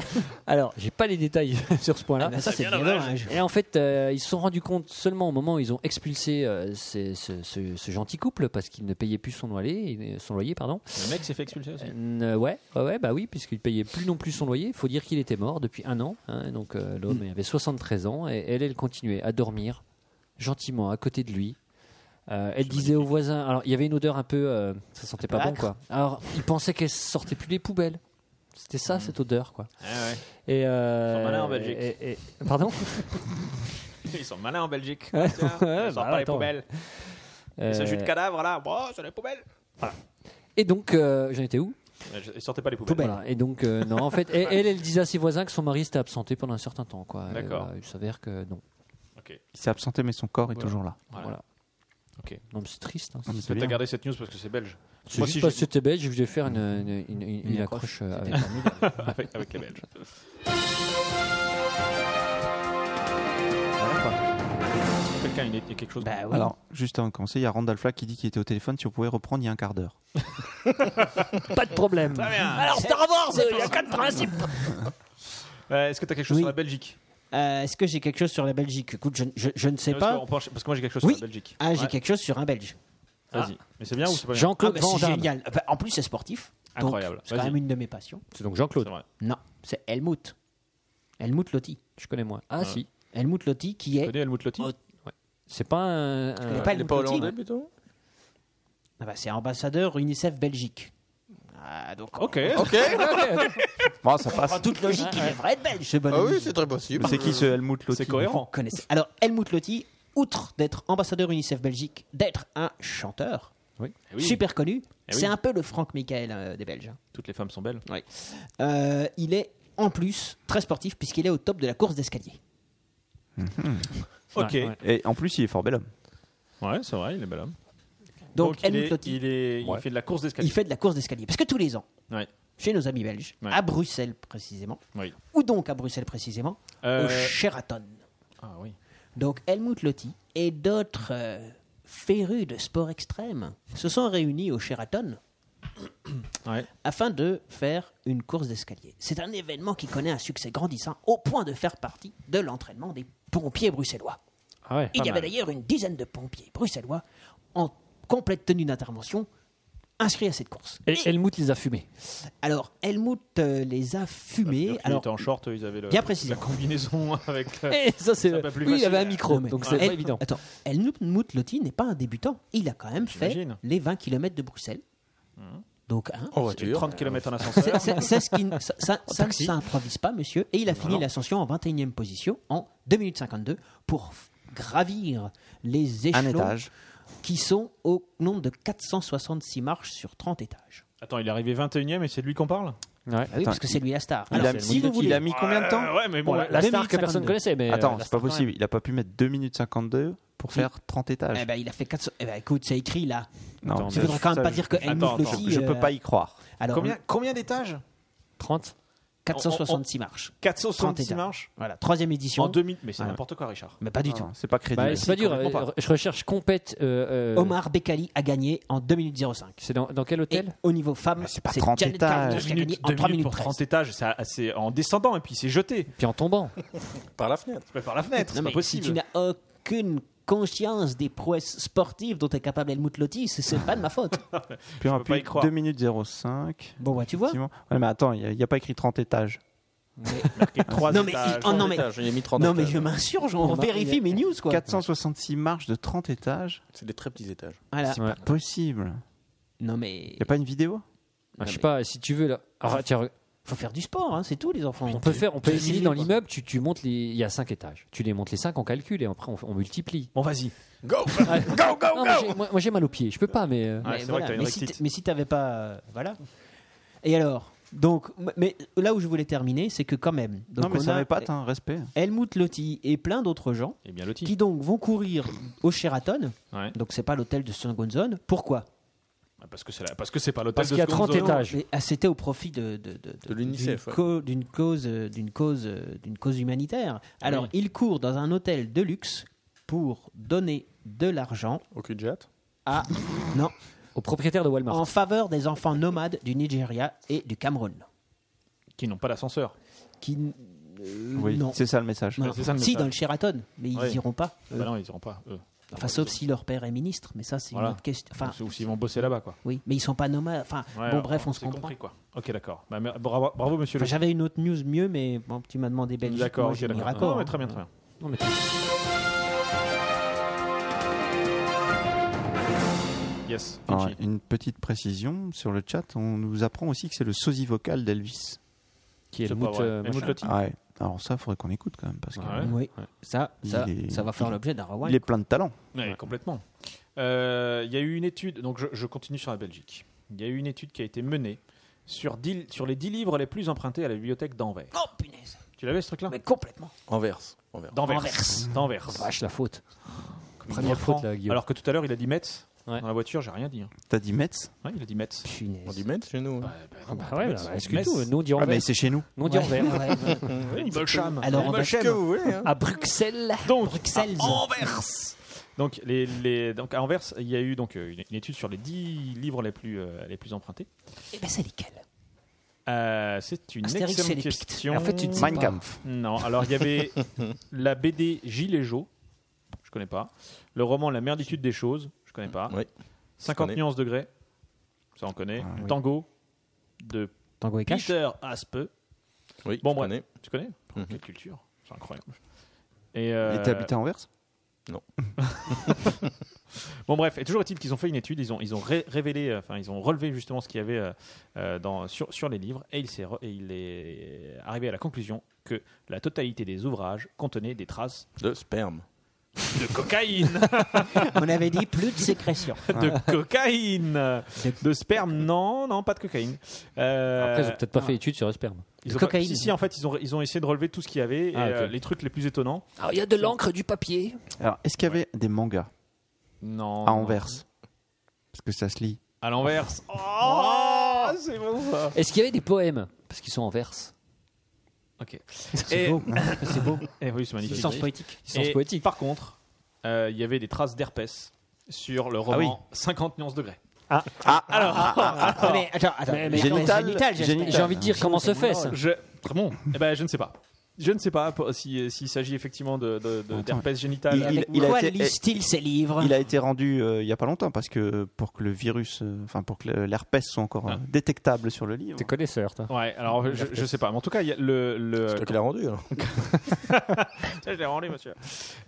[SPEAKER 1] Alors, j'ai pas les détails sur ce point-là.
[SPEAKER 4] Ah bah ça c'est bien dommage.
[SPEAKER 1] Et en fait, euh, ils se sont rendus compte seulement au moment où ils ont expulsé euh, ces- ce, ce- ce gentil couple parce qu'il ne payait plus son loyer, euh, son loyer pardon.
[SPEAKER 2] Le mec s'est fait expulser aussi.
[SPEAKER 1] Euh, ouais, ouais, ouais, bah oui, puisqu'il payait plus non plus son loyer. Il faut dire qu'il était mort depuis un an. hein, donc euh, l'homme
[SPEAKER 2] Hmm.
[SPEAKER 1] il avait 73 ans et elle, elle continuait à dormir gentiment à côté de lui. Euh, elle disait aux voisins. Alors il y avait une odeur un peu, euh, ça sentait pas bon
[SPEAKER 4] Plâtre.
[SPEAKER 1] quoi. Alors il pensait qu'elle sortait plus des poubelles. C'était ça cette odeur quoi.
[SPEAKER 2] Ah
[SPEAKER 1] Et
[SPEAKER 2] Hmm.
[SPEAKER 1] euh,
[SPEAKER 2] Ils sont malins en Belgique.
[SPEAKER 1] et- et- pardon.
[SPEAKER 2] ouais. Ils sont malins en Belgique.
[SPEAKER 1] Ouais.
[SPEAKER 2] Tiens,
[SPEAKER 1] Ouais,
[SPEAKER 2] ils sortent
[SPEAKER 1] bah,
[SPEAKER 2] pas les
[SPEAKER 1] attends.
[SPEAKER 2] poubelles. Et ce jus
[SPEAKER 1] Euh,
[SPEAKER 2] de cadavre là, bon, c'est les poubelles.
[SPEAKER 1] Et donc euh, j'en étais où
[SPEAKER 2] Ouais, je- Ils sortaient pas les poubelles.
[SPEAKER 1] Voilà. Et donc, euh, non, en fait, elle, elle, elle disait à ses voisins que son mari s'était absenté pendant un certain temps. Quoi. Et,
[SPEAKER 2] D'accord.
[SPEAKER 1] bah, il s'avère que non.
[SPEAKER 3] Il s'est absenté, mais son corps est toujours là.
[SPEAKER 2] Voilà.
[SPEAKER 1] Voilà.
[SPEAKER 2] Ok.
[SPEAKER 1] Non, mais c'est triste. Hein.
[SPEAKER 3] Ah, mais
[SPEAKER 2] Peut-être
[SPEAKER 3] c'est
[SPEAKER 2] t'as
[SPEAKER 3] bien.
[SPEAKER 2] gardé cette news parce que c'est belge.
[SPEAKER 1] Moi,
[SPEAKER 2] si
[SPEAKER 1] si parce
[SPEAKER 2] j'ai-
[SPEAKER 1] que c'était belge, je voulais faire une, une, une- une- une accroche.
[SPEAKER 4] accroche,
[SPEAKER 1] euh, avec-
[SPEAKER 2] avec, avec les Belges. Quelqu'un, il y a il y a quelque chose.
[SPEAKER 4] Bah oui.
[SPEAKER 3] Alors, juste avant de commencer, il y a Randall Flack qui dit qu'il était au téléphone si on pouvait reprendre il y a un quart d'heure.
[SPEAKER 1] Pas de problème.
[SPEAKER 2] Ah,
[SPEAKER 4] Alors Star Wars, il y a quatre principes.
[SPEAKER 2] Euh, Est-ce que t'as quelque chose
[SPEAKER 4] Oui.
[SPEAKER 2] sur la Belgique
[SPEAKER 4] Euh, Est-ce que j'ai quelque chose sur la Belgique Écoute, je, je- je ne sais
[SPEAKER 2] Non, parce
[SPEAKER 4] pas.
[SPEAKER 2] qu'on penche- Parce que moi j'ai quelque chose
[SPEAKER 4] Oui.
[SPEAKER 2] sur la Belgique.
[SPEAKER 4] Ah, j'ai
[SPEAKER 2] Ouais.
[SPEAKER 4] quelque chose sur un Belge.
[SPEAKER 2] Vas-y. Mais c'est bien ou c'est pas bien
[SPEAKER 4] Ah,
[SPEAKER 1] Jean-Claude
[SPEAKER 4] bah,
[SPEAKER 1] Van
[SPEAKER 4] c'est
[SPEAKER 1] Damme.
[SPEAKER 4] génial. Bah, en plus, c'est sportif. Donc,
[SPEAKER 2] Incroyable.
[SPEAKER 4] C'est quand
[SPEAKER 2] Vas-y.
[SPEAKER 4] même une de mes passions.
[SPEAKER 1] C'est donc Jean-Claude.
[SPEAKER 2] C'est vrai.
[SPEAKER 4] Non, c'est Helmut. Helmut Lotti.
[SPEAKER 1] Je connais moins. Ah, si.
[SPEAKER 4] Helmut Lotti qui
[SPEAKER 2] Tu
[SPEAKER 4] est.
[SPEAKER 2] connais Helmut Lotti
[SPEAKER 4] Oh.
[SPEAKER 1] C'est pas un.
[SPEAKER 4] Il
[SPEAKER 1] un-
[SPEAKER 4] est pas
[SPEAKER 5] Il est
[SPEAKER 4] Helmut
[SPEAKER 5] pas
[SPEAKER 4] Lotti,
[SPEAKER 5] hollandais
[SPEAKER 4] mais-
[SPEAKER 5] plutôt
[SPEAKER 4] Ah bah, c'est ambassadeur UNICEF Belgique. Ah, donc,
[SPEAKER 2] Ok.
[SPEAKER 5] Ok,
[SPEAKER 3] Bon, ça passe.
[SPEAKER 4] en toute logique, il devrait être belge, ce
[SPEAKER 5] Bah, ah
[SPEAKER 4] bonhomme.
[SPEAKER 5] oui, c'est très possible.
[SPEAKER 3] C'est qui ce Helmut Lotti
[SPEAKER 2] C'est cohérent.
[SPEAKER 4] connaissez. Alors, Helmut Lotti, outre d'être ambassadeur UNICEF Belgique, d'être un chanteur
[SPEAKER 2] Eh Oui.
[SPEAKER 4] super connu,
[SPEAKER 2] Eh oui.
[SPEAKER 4] c'est un peu le Franck Michael euh, des Belges. hein.
[SPEAKER 2] Toutes les femmes sont belles.
[SPEAKER 4] Euh, il est en plus très sportif puisqu'il est au top de la course d'escalier.
[SPEAKER 2] Ok.
[SPEAKER 1] ouais.
[SPEAKER 3] Et en plus, il est fort bel homme.
[SPEAKER 2] Ouais, c'est vrai, il est bel homme.
[SPEAKER 4] Donc,
[SPEAKER 2] il,
[SPEAKER 4] Helmut
[SPEAKER 2] est-
[SPEAKER 4] Lotti, il,
[SPEAKER 2] il, est- il
[SPEAKER 3] Ouais.
[SPEAKER 2] fait de la course d'escalier.
[SPEAKER 4] fait de la course d'escalier. Parce que tous les ans,
[SPEAKER 2] Ouais.
[SPEAKER 4] chez nos amis belges,
[SPEAKER 2] Ouais.
[SPEAKER 4] à Bruxelles précisément,
[SPEAKER 2] Oui.
[SPEAKER 4] ou donc à Bruxelles précisément, au
[SPEAKER 2] Euh,
[SPEAKER 4] Sheraton.
[SPEAKER 2] Ah oui.
[SPEAKER 4] Donc Helmut Lotti et d'autres euh, férus de sport extrême se sont réunis au Sheraton
[SPEAKER 2] Ouais.
[SPEAKER 4] afin de faire une course d'escalier. C'est un événement qui connaît un succès grandissant au point de faire partie de l'entraînement des pompiers bruxellois.
[SPEAKER 1] Ah ouais.
[SPEAKER 4] Il y
[SPEAKER 2] Pas
[SPEAKER 4] avait
[SPEAKER 2] mal.
[SPEAKER 4] d'ailleurs une dizaine de pompiers bruxellois en complète tenue d'intervention inscrits à cette course.
[SPEAKER 1] Et Helmut les a fumés.
[SPEAKER 4] Alors Helmut euh, les a fumés.
[SPEAKER 2] Alors,
[SPEAKER 4] Alors eh,
[SPEAKER 2] était en short, ils avaient le,
[SPEAKER 4] Bien précisé.
[SPEAKER 2] la combinaison avec. euh,
[SPEAKER 1] Et ça, c'est.
[SPEAKER 2] C'est un peu plus
[SPEAKER 1] Oui, il
[SPEAKER 2] facile.
[SPEAKER 1] avait un micro,
[SPEAKER 4] Non, mais-
[SPEAKER 1] donc c'est
[SPEAKER 4] Ouais.
[SPEAKER 1] pas
[SPEAKER 4] Hel-
[SPEAKER 1] évident.
[SPEAKER 4] Attends, Helmut Lotti n'est pas un débutant. Il a quand même fait
[SPEAKER 2] J'imagine.
[SPEAKER 4] les 20 km de Bruxelles. Donc, hein,
[SPEAKER 3] Oh.
[SPEAKER 5] En
[SPEAKER 2] c'était
[SPEAKER 5] voiture.
[SPEAKER 2] 30 km en ascenseur.
[SPEAKER 4] c'est- c'est- c'est ce qui ne- ça, ça- ça ne s'improvise pas, monsieur. Et il a fini l'ascension en 21e position en 2 minutes 52 pour f- gravir les
[SPEAKER 3] Un
[SPEAKER 4] échelons
[SPEAKER 3] étage.
[SPEAKER 4] qui sont au nombre de 466 marches sur 30 étages.
[SPEAKER 2] Attends, il est arrivé 21ème et c'est de lui qu'on parle
[SPEAKER 4] Ah oui, parce que c'est lui la star.
[SPEAKER 3] Bah Il
[SPEAKER 4] Alors,
[SPEAKER 3] a,
[SPEAKER 4] si
[SPEAKER 3] il-
[SPEAKER 4] vous voulez-
[SPEAKER 3] il a mis combien de temps
[SPEAKER 2] Euh, Ouais, mais bon,
[SPEAKER 1] Bon,
[SPEAKER 2] là-
[SPEAKER 1] la star que
[SPEAKER 4] 2052.
[SPEAKER 1] personne connaissait, mais. euh,
[SPEAKER 3] Attends,
[SPEAKER 1] la
[SPEAKER 3] c'est pas
[SPEAKER 1] star quand
[SPEAKER 3] possible. Il a pas pu mettre 2 minutes 52 pour faire 30
[SPEAKER 4] eh
[SPEAKER 3] étages.
[SPEAKER 4] ben, il a fait 400. Eh ben, écoute, c'est écrit là.
[SPEAKER 3] Non,
[SPEAKER 2] Attends,
[SPEAKER 4] Ça
[SPEAKER 3] ça,
[SPEAKER 4] ne voudrait quand même
[SPEAKER 3] ça,
[SPEAKER 4] pas
[SPEAKER 3] je-
[SPEAKER 4] dire euh, que
[SPEAKER 2] attends,
[SPEAKER 4] Helmut
[SPEAKER 2] attends,
[SPEAKER 4] Lotti.
[SPEAKER 3] Je
[SPEAKER 4] euh,
[SPEAKER 3] peux pas y croire.
[SPEAKER 4] alors,
[SPEAKER 2] combien, combien d'étages
[SPEAKER 1] même. 30.
[SPEAKER 4] 466 marches.
[SPEAKER 2] 466
[SPEAKER 4] 31.
[SPEAKER 2] marches
[SPEAKER 4] Voilà, troisième édition.
[SPEAKER 2] en 2000. Mais c'est
[SPEAKER 4] Voilà.
[SPEAKER 2] n'importe quoi, Richard.
[SPEAKER 4] Mais pas du
[SPEAKER 3] Non,
[SPEAKER 4] tout. hein.
[SPEAKER 3] non, C'est pas crédible.
[SPEAKER 1] Bah, c'est pas dur.
[SPEAKER 2] complètement pas.
[SPEAKER 1] euh, Je recherche compète. euh, euh,
[SPEAKER 4] Omar Bekali a gagné en 2 minutes 05.
[SPEAKER 1] C'est dans, dans quel
[SPEAKER 4] Et
[SPEAKER 1] hôtel
[SPEAKER 4] au niveau femme,
[SPEAKER 3] c'est pas
[SPEAKER 4] c'est
[SPEAKER 3] 30
[SPEAKER 4] Janet
[SPEAKER 3] étages.
[SPEAKER 4] Carlos
[SPEAKER 3] Deux
[SPEAKER 4] qui a gagné en
[SPEAKER 2] 2
[SPEAKER 4] 3 minutes
[SPEAKER 2] pour
[SPEAKER 4] 30.
[SPEAKER 2] 30 étages, c'est assez- en descendant et puis c'est jeté.
[SPEAKER 1] Puis en tombant.
[SPEAKER 5] Par la fenêtre.
[SPEAKER 2] C'est pas par la fenêtre, c'est
[SPEAKER 4] Non,
[SPEAKER 2] pas
[SPEAKER 4] mais
[SPEAKER 2] possible.
[SPEAKER 4] Si tu n'as aucune conscience des prouesses sportives dont est capable Helmut Lotti, c'est- c'est pas de ma faute.
[SPEAKER 3] Puis on
[SPEAKER 2] peux pas y
[SPEAKER 3] appuie
[SPEAKER 2] croire.
[SPEAKER 3] 2 minutes 05.
[SPEAKER 4] Bon, bah, tu vois.
[SPEAKER 3] Effectivement. Ouais, mais attends, il n'y a, pas écrit 30 étages.
[SPEAKER 2] Trois
[SPEAKER 4] Non, mais
[SPEAKER 2] étages.
[SPEAKER 4] il- oh, non, mais-
[SPEAKER 5] Étage, il y a mis 30
[SPEAKER 4] Non, mais
[SPEAKER 5] étages.
[SPEAKER 4] je m'insurge, on
[SPEAKER 1] On va-
[SPEAKER 4] vérifie mes news, quoi.
[SPEAKER 3] 466 marches de 30 étages
[SPEAKER 5] C'est des très petits étages.
[SPEAKER 4] Voilà.
[SPEAKER 1] Si, ouais.
[SPEAKER 3] Possible.
[SPEAKER 4] Non, mais.
[SPEAKER 3] Il n'y a pas une vidéo
[SPEAKER 1] Ah, je sais pas, si tu veux, là. Ah, tiens, regarde.
[SPEAKER 4] Faut faire du sport, hein, c'est tout, les enfants.
[SPEAKER 1] on peut faire, on peut
[SPEAKER 4] Putain,
[SPEAKER 1] essayer
[SPEAKER 4] c'est
[SPEAKER 1] dans
[SPEAKER 4] quoi.
[SPEAKER 1] l'immeuble, tu, tu montes les. Il y a 5 étages. Tu les montes les 5, on calcule et après on, on multiplie.
[SPEAKER 2] Bon, vas-y.
[SPEAKER 5] Go
[SPEAKER 1] go, go, go Moi moi, j'ai mal aux pieds, je peux pas, mais. euh,
[SPEAKER 2] Ouais,
[SPEAKER 4] Mais
[SPEAKER 2] c'est
[SPEAKER 4] voilà,
[SPEAKER 2] vrai que t'as une
[SPEAKER 4] mais si
[SPEAKER 2] rectite.
[SPEAKER 4] t- mais si t'avais pas. euh, Voilà. Et alors Donc, m- mais là où je voulais terminer, c'est que quand même. donc
[SPEAKER 3] Non, mais
[SPEAKER 4] on
[SPEAKER 3] ça
[SPEAKER 4] a
[SPEAKER 3] m'épate, hein, respect.
[SPEAKER 4] Helmut Lotti et plein d'autres gens
[SPEAKER 2] Et Eh bien, le titre.
[SPEAKER 4] qui donc vont courir au Sheraton.
[SPEAKER 2] Ouais.
[SPEAKER 4] Donc c'est pas l'hôtel de Sungunzon. Pourquoi
[SPEAKER 2] Parce que c'est la- parce que c'est pas l'hôtel
[SPEAKER 1] Parce
[SPEAKER 2] de
[SPEAKER 1] qu'il y a
[SPEAKER 2] seconde
[SPEAKER 1] 30
[SPEAKER 2] zone.
[SPEAKER 1] étages.
[SPEAKER 4] Mais, ah, C'était au profit de, de, de- de-
[SPEAKER 5] De l'UNICEF,
[SPEAKER 4] d'une
[SPEAKER 5] ouais.
[SPEAKER 4] cau- d'une cause, euh, d'une cause, euh, d'une cause humanitaire. Alors
[SPEAKER 2] Oui.
[SPEAKER 4] ils courent dans un hôtel de luxe pour donner de l'argent
[SPEAKER 5] Au cul de jatte.
[SPEAKER 4] à non
[SPEAKER 1] Au propriétaire de Walmart.
[SPEAKER 4] en faveur des enfants nomades du Nigeria et du Cameroun.
[SPEAKER 2] Qui n'ont pas d'ascenseur.
[SPEAKER 4] Qui n- euh,
[SPEAKER 3] Oui,
[SPEAKER 4] non.
[SPEAKER 3] c'est ça le message.
[SPEAKER 4] Non, non.
[SPEAKER 2] c'est ça le
[SPEAKER 4] si
[SPEAKER 2] message.
[SPEAKER 4] dans le Sheraton, mais ils
[SPEAKER 2] Oui.
[SPEAKER 4] iront pas.
[SPEAKER 2] Bah non, ils iront pas. eux.
[SPEAKER 4] Enfin, sauf si leur père est ministre, mais ça c'est
[SPEAKER 2] Voilà.
[SPEAKER 4] une autre question. Enfin,
[SPEAKER 2] Ou s'ils vont bosser là-bas, quoi.
[SPEAKER 4] oui, mais ils sont pas nomades. Enfin,
[SPEAKER 2] Ouais,
[SPEAKER 4] bon, bref, on se
[SPEAKER 2] s'est
[SPEAKER 4] comprend.
[SPEAKER 2] compris, quoi. Ok, d'accord. Bah, mer- bravo, bravo, monsieur
[SPEAKER 4] Enfin,
[SPEAKER 2] le.
[SPEAKER 4] J'avais une autre news mieux, mais bon, tu m'as demandé Belgique.
[SPEAKER 2] D'accord,
[SPEAKER 4] moi,
[SPEAKER 2] ok,
[SPEAKER 4] je m'y
[SPEAKER 2] d'accord.
[SPEAKER 4] raccorde,
[SPEAKER 2] Non, mais
[SPEAKER 4] hein.
[SPEAKER 2] très bien, très bien.
[SPEAKER 1] Non, mais-
[SPEAKER 2] Yes.
[SPEAKER 3] Alors,
[SPEAKER 2] Richie.
[SPEAKER 3] une petite précision sur le chat, on nous apprend aussi que c'est le sosie vocal d'Elvis.
[SPEAKER 1] Qui est
[SPEAKER 2] C'est
[SPEAKER 1] le
[SPEAKER 2] pas
[SPEAKER 1] mout,
[SPEAKER 2] vrai.
[SPEAKER 1] euh,
[SPEAKER 2] Helmut
[SPEAKER 1] machin.
[SPEAKER 2] Lotti.
[SPEAKER 3] Ah ouais. Alors ça, faudrait qu'on écoute quand même parce que
[SPEAKER 2] Ah ouais.
[SPEAKER 4] Oui, ça,
[SPEAKER 3] Il
[SPEAKER 4] ça,
[SPEAKER 3] est-
[SPEAKER 4] ça va faire
[SPEAKER 3] il-
[SPEAKER 4] l'objet d'un rewind.
[SPEAKER 3] il est plein de talent.
[SPEAKER 2] Ouais, complètement. Euh, Il y a eu une étude, donc je, je continue sur la Belgique. Il y a eu une étude qui a été menée sur, dix- sur les 10 livres les plus empruntés à la bibliothèque d'Anvers.
[SPEAKER 4] Oh punaise,
[SPEAKER 2] Tu l'avais ce truc-là
[SPEAKER 4] mais complètement.
[SPEAKER 5] Envers. Envers.
[SPEAKER 2] D'Anvers.
[SPEAKER 4] Anvers.
[SPEAKER 2] D'Anvers.
[SPEAKER 1] Oh, Vache, la faute.
[SPEAKER 2] Comme
[SPEAKER 1] Première
[SPEAKER 2] un grand.
[SPEAKER 1] faute, là, Guillaume.
[SPEAKER 2] Alors que tout à l'heure, il a dit Metz.
[SPEAKER 1] Ouais.
[SPEAKER 2] Dans la voiture, j'ai rien dit. hein.
[SPEAKER 3] T'as dit Metz
[SPEAKER 2] Ouais, il a dit Metz.
[SPEAKER 5] On
[SPEAKER 4] Punaise.
[SPEAKER 5] dit mètres chez nous. hein.
[SPEAKER 1] Ah ouais,
[SPEAKER 2] Metz.
[SPEAKER 1] bah, excuse
[SPEAKER 2] Metz.
[SPEAKER 1] nous nous on dit
[SPEAKER 3] Ah, mais
[SPEAKER 1] envers.
[SPEAKER 3] c'est chez nous.
[SPEAKER 1] Nous on dit envers.
[SPEAKER 2] Bolsham.
[SPEAKER 4] Alors, on va-
[SPEAKER 5] Ce que vous voulez. hein.
[SPEAKER 4] à Bruxelles,
[SPEAKER 2] Donc,
[SPEAKER 4] Bruxelles,
[SPEAKER 2] Donc, les, les- donc à Anvers, il y a eu donc euh, une, une étude sur les 10 livres les plus, euh, les plus empruntés.
[SPEAKER 4] et ben c'est lesquels
[SPEAKER 2] Euh, c'est une
[SPEAKER 4] Astérix et
[SPEAKER 2] excellente
[SPEAKER 4] les Pictes.
[SPEAKER 2] question.
[SPEAKER 1] En fait, tu te dis-
[SPEAKER 3] Mein
[SPEAKER 1] pas.
[SPEAKER 3] Kampf.
[SPEAKER 2] Non, alors il y avait la BD Gilets jaunes, je connais pas. Le roman La merditude des choses, je connais pas.
[SPEAKER 5] Oui.
[SPEAKER 2] 50
[SPEAKER 5] Je connais.
[SPEAKER 2] nuances degrés, ça on connaît. Tango de
[SPEAKER 4] Tango et Cash.
[SPEAKER 2] Peter Aspe,
[SPEAKER 5] Oui,
[SPEAKER 2] Bon,
[SPEAKER 5] je
[SPEAKER 2] moi.
[SPEAKER 5] connais.
[SPEAKER 2] tu connais
[SPEAKER 5] Mhm.
[SPEAKER 2] Quelle culture, c'est incroyable. Et, euh,
[SPEAKER 3] Et t'as habité à Anvers
[SPEAKER 2] Bon bref, et toujours est-il qu'ils ont fait une étude, ils ont, ils ont ré- révélé, euh, enfin ils ont relevé justement ce qu'il y avait euh, euh, dans, sur, sur les livres, et il, s'est re- et il est arrivé à la conclusion que la totalité des ouvrages contenait des traces
[SPEAKER 5] De
[SPEAKER 2] Euh,
[SPEAKER 5] sperme.
[SPEAKER 2] de cocaïne,
[SPEAKER 4] On avait dit plus de sécrétion.
[SPEAKER 2] de cocaïne, de sperme, non, non, pas de cocaïne. Euh,
[SPEAKER 1] Après, ils ont peut-être pas fait étude sur le sperme.
[SPEAKER 2] ils
[SPEAKER 4] de
[SPEAKER 2] ont pas-
[SPEAKER 4] cocaïne.
[SPEAKER 2] Si, si, en fait, ils ont, ils ont essayé de relever tout ce qu'il y avait, et,
[SPEAKER 1] Ah, ok.
[SPEAKER 2] euh, les trucs les plus étonnants.
[SPEAKER 1] Alors, Ah, il y a de l'encre, du papier.
[SPEAKER 3] Alors, est-ce qu'il y avait des mangas
[SPEAKER 2] Non.
[SPEAKER 3] à Anvers Parce que ça se lit.
[SPEAKER 2] À l'envers. Oh, c'est bon ça.
[SPEAKER 1] Est-ce qu'il y avait des poèmes Parce qu'ils sont en verse.
[SPEAKER 2] Ok.
[SPEAKER 4] C'est beau, c'est beau.
[SPEAKER 2] Et Eh oui, c'est
[SPEAKER 4] Le
[SPEAKER 2] magnifique.
[SPEAKER 4] sens poétique.
[SPEAKER 1] Sens
[SPEAKER 2] Et
[SPEAKER 1] poétique.
[SPEAKER 2] Par contre, euh, il y avait des traces d'herpès sur le roman 50 nuances degrés.
[SPEAKER 4] Mais attends, attends.
[SPEAKER 1] Mais-
[SPEAKER 4] Mais,
[SPEAKER 1] mais
[SPEAKER 3] génital,
[SPEAKER 4] j'espère.
[SPEAKER 3] génital.
[SPEAKER 1] J'ai envie de dire comment se fait ça
[SPEAKER 2] Je... Très bon. Eh ben, je ne sais pas. Je ne sais pas pour- si- s'il s'agit effectivement de, de- de- d'herpès génital.
[SPEAKER 3] Il- il-
[SPEAKER 4] Il Quoi
[SPEAKER 3] a été-
[SPEAKER 4] lisent-ils ces livres
[SPEAKER 3] Il a été rendu euh, il y a pas longtemps parce que pour que le virus, euh, enfin pour que le- l'herpès soit encore euh, détectable sur le livre.
[SPEAKER 1] T'es connaisseur, toi.
[SPEAKER 2] Ouais, alors je, je sais pas. Mais en tout cas, il y a le. le...
[SPEAKER 5] C'est hein. toi qui l'as rendu alors.
[SPEAKER 2] Je l'ai rendu, monsieur.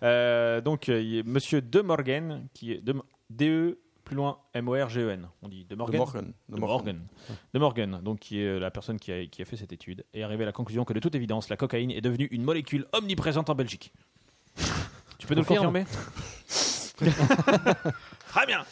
[SPEAKER 2] Euh, donc, euh, il y a monsieur De Morgan, qui est De- DE plus loin M-O-R-G-E-N. E On dit De
[SPEAKER 5] De
[SPEAKER 2] Morgan.
[SPEAKER 5] Morgan.
[SPEAKER 2] De Morgan. De Morgan, donc qui est euh, la personne qui a, qui a fait cette étude, est arrivé à la conclusion que de toute évidence, la cocaïne est devenue une molécule omniprésente en Belgique. Tu peux nous le
[SPEAKER 1] Confirme.
[SPEAKER 2] confirmer Très bien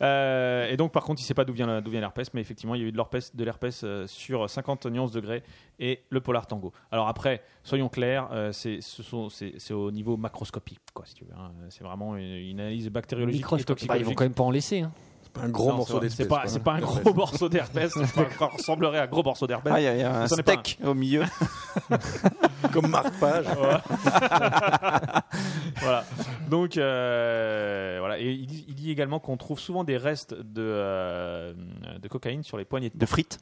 [SPEAKER 2] Euh, Et donc, par contre, il ne sait pas d'où vient la- d'où vient l'herpès, mais effectivement, il y a eu de l'herpès, de l'herpès euh, sur 50 nuances degrés et le polar tango. Alors après, soyons clairs, euh, c'est ce sont- c'est- c'est au niveau macroscopique, quoi, si tu veux. hein. C'est vraiment une, une analyse bactériologique et
[SPEAKER 4] Microscopique.
[SPEAKER 1] Bah, ils vont
[SPEAKER 2] toxicologique.
[SPEAKER 1] quand même pas en laisser. Hein.
[SPEAKER 2] C'est
[SPEAKER 5] un gros
[SPEAKER 2] Non,
[SPEAKER 5] morceau
[SPEAKER 2] c'est vrai.
[SPEAKER 5] d'espèce.
[SPEAKER 2] C'est pas,
[SPEAKER 5] quoi.
[SPEAKER 2] c'est pas un gros morceau d'herpès. Je crois que ça ressemblerait à un gros morceau d'herpès.
[SPEAKER 3] Ah, il y a, il y a un
[SPEAKER 2] Ça n'est pas
[SPEAKER 3] steak au milieu.
[SPEAKER 5] Comme Marc Page.
[SPEAKER 2] voilà. Donc, euh, voilà. Et il, dit- il dit également qu'on trouve souvent des restes de, euh, de cocaïne sur les poignées de,
[SPEAKER 3] De frites.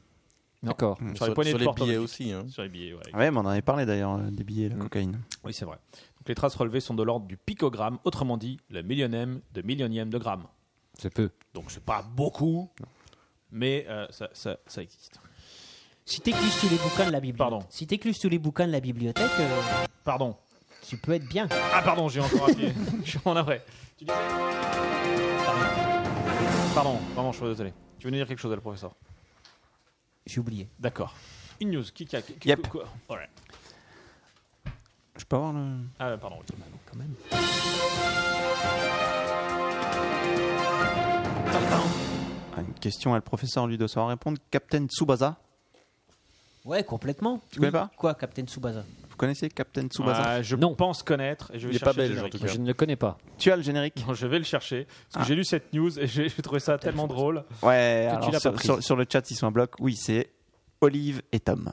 [SPEAKER 1] D'accord.
[SPEAKER 2] sur les, poignées de porte en
[SPEAKER 5] billets
[SPEAKER 2] Belgique.
[SPEAKER 5] aussi. hein.
[SPEAKER 2] Sur les billets, ouais.
[SPEAKER 3] Ah ouais, mais on en avait parlé d'ailleurs, euh, des billets, la
[SPEAKER 2] Mm.
[SPEAKER 3] cocaïne.
[SPEAKER 2] Oui, c'est vrai. Donc, les traces relevées sont de l'ordre du picogramme, autrement dit, le millionième de millionième de gramme.
[SPEAKER 1] C'est peu.
[SPEAKER 2] Donc, c'est pas beaucoup, mais euh, ça, ça- ça existe.
[SPEAKER 4] Si t'écluses tous les bouquins de la bibliothèque.
[SPEAKER 2] Pardon.
[SPEAKER 4] Si t'écluses tous les bouquins de la bibliothèque, euh,
[SPEAKER 2] Pardon.
[SPEAKER 4] tu peux être bien.
[SPEAKER 2] Ah, pardon, j'ai encore appuyé. je suis en après. Pardon, vraiment, je suis désolé. Tu venais dire quelque chose, le professeur
[SPEAKER 4] J'ai oublié.
[SPEAKER 2] D'accord. Une news, qui qui a. qui-
[SPEAKER 3] Yep.
[SPEAKER 2] quoi- ouais.
[SPEAKER 3] Je peux avoir le.
[SPEAKER 2] Ah, pardon. oui.
[SPEAKER 4] Quand même.
[SPEAKER 3] Ah, Une question à le professeur lui de savoir répondre. Captain Tsubasa.
[SPEAKER 4] Ouais, complètement. Tu
[SPEAKER 3] connais pas
[SPEAKER 4] Quoi, Captain Tsubasa
[SPEAKER 3] Vous connaissez Captain Tsubasa
[SPEAKER 2] Ah, je
[SPEAKER 1] Non.
[SPEAKER 2] pense connaître et je vais
[SPEAKER 5] Il est
[SPEAKER 2] chercher
[SPEAKER 5] pas belge,
[SPEAKER 2] le générique.
[SPEAKER 5] en tout cas.
[SPEAKER 1] Je ne le connais pas.
[SPEAKER 3] Tu as le générique
[SPEAKER 2] Non, je vais le chercher parce que
[SPEAKER 3] Ah.
[SPEAKER 2] j'ai lu cette news et j'ai j'ai trouvé ça tellement drôle.
[SPEAKER 3] Ouais,
[SPEAKER 1] tu
[SPEAKER 3] alors
[SPEAKER 1] l'as pas
[SPEAKER 3] sur,
[SPEAKER 1] prise.
[SPEAKER 3] sur- sur le chat, ils sont à bloc. Oui, c'est Olive et Tom.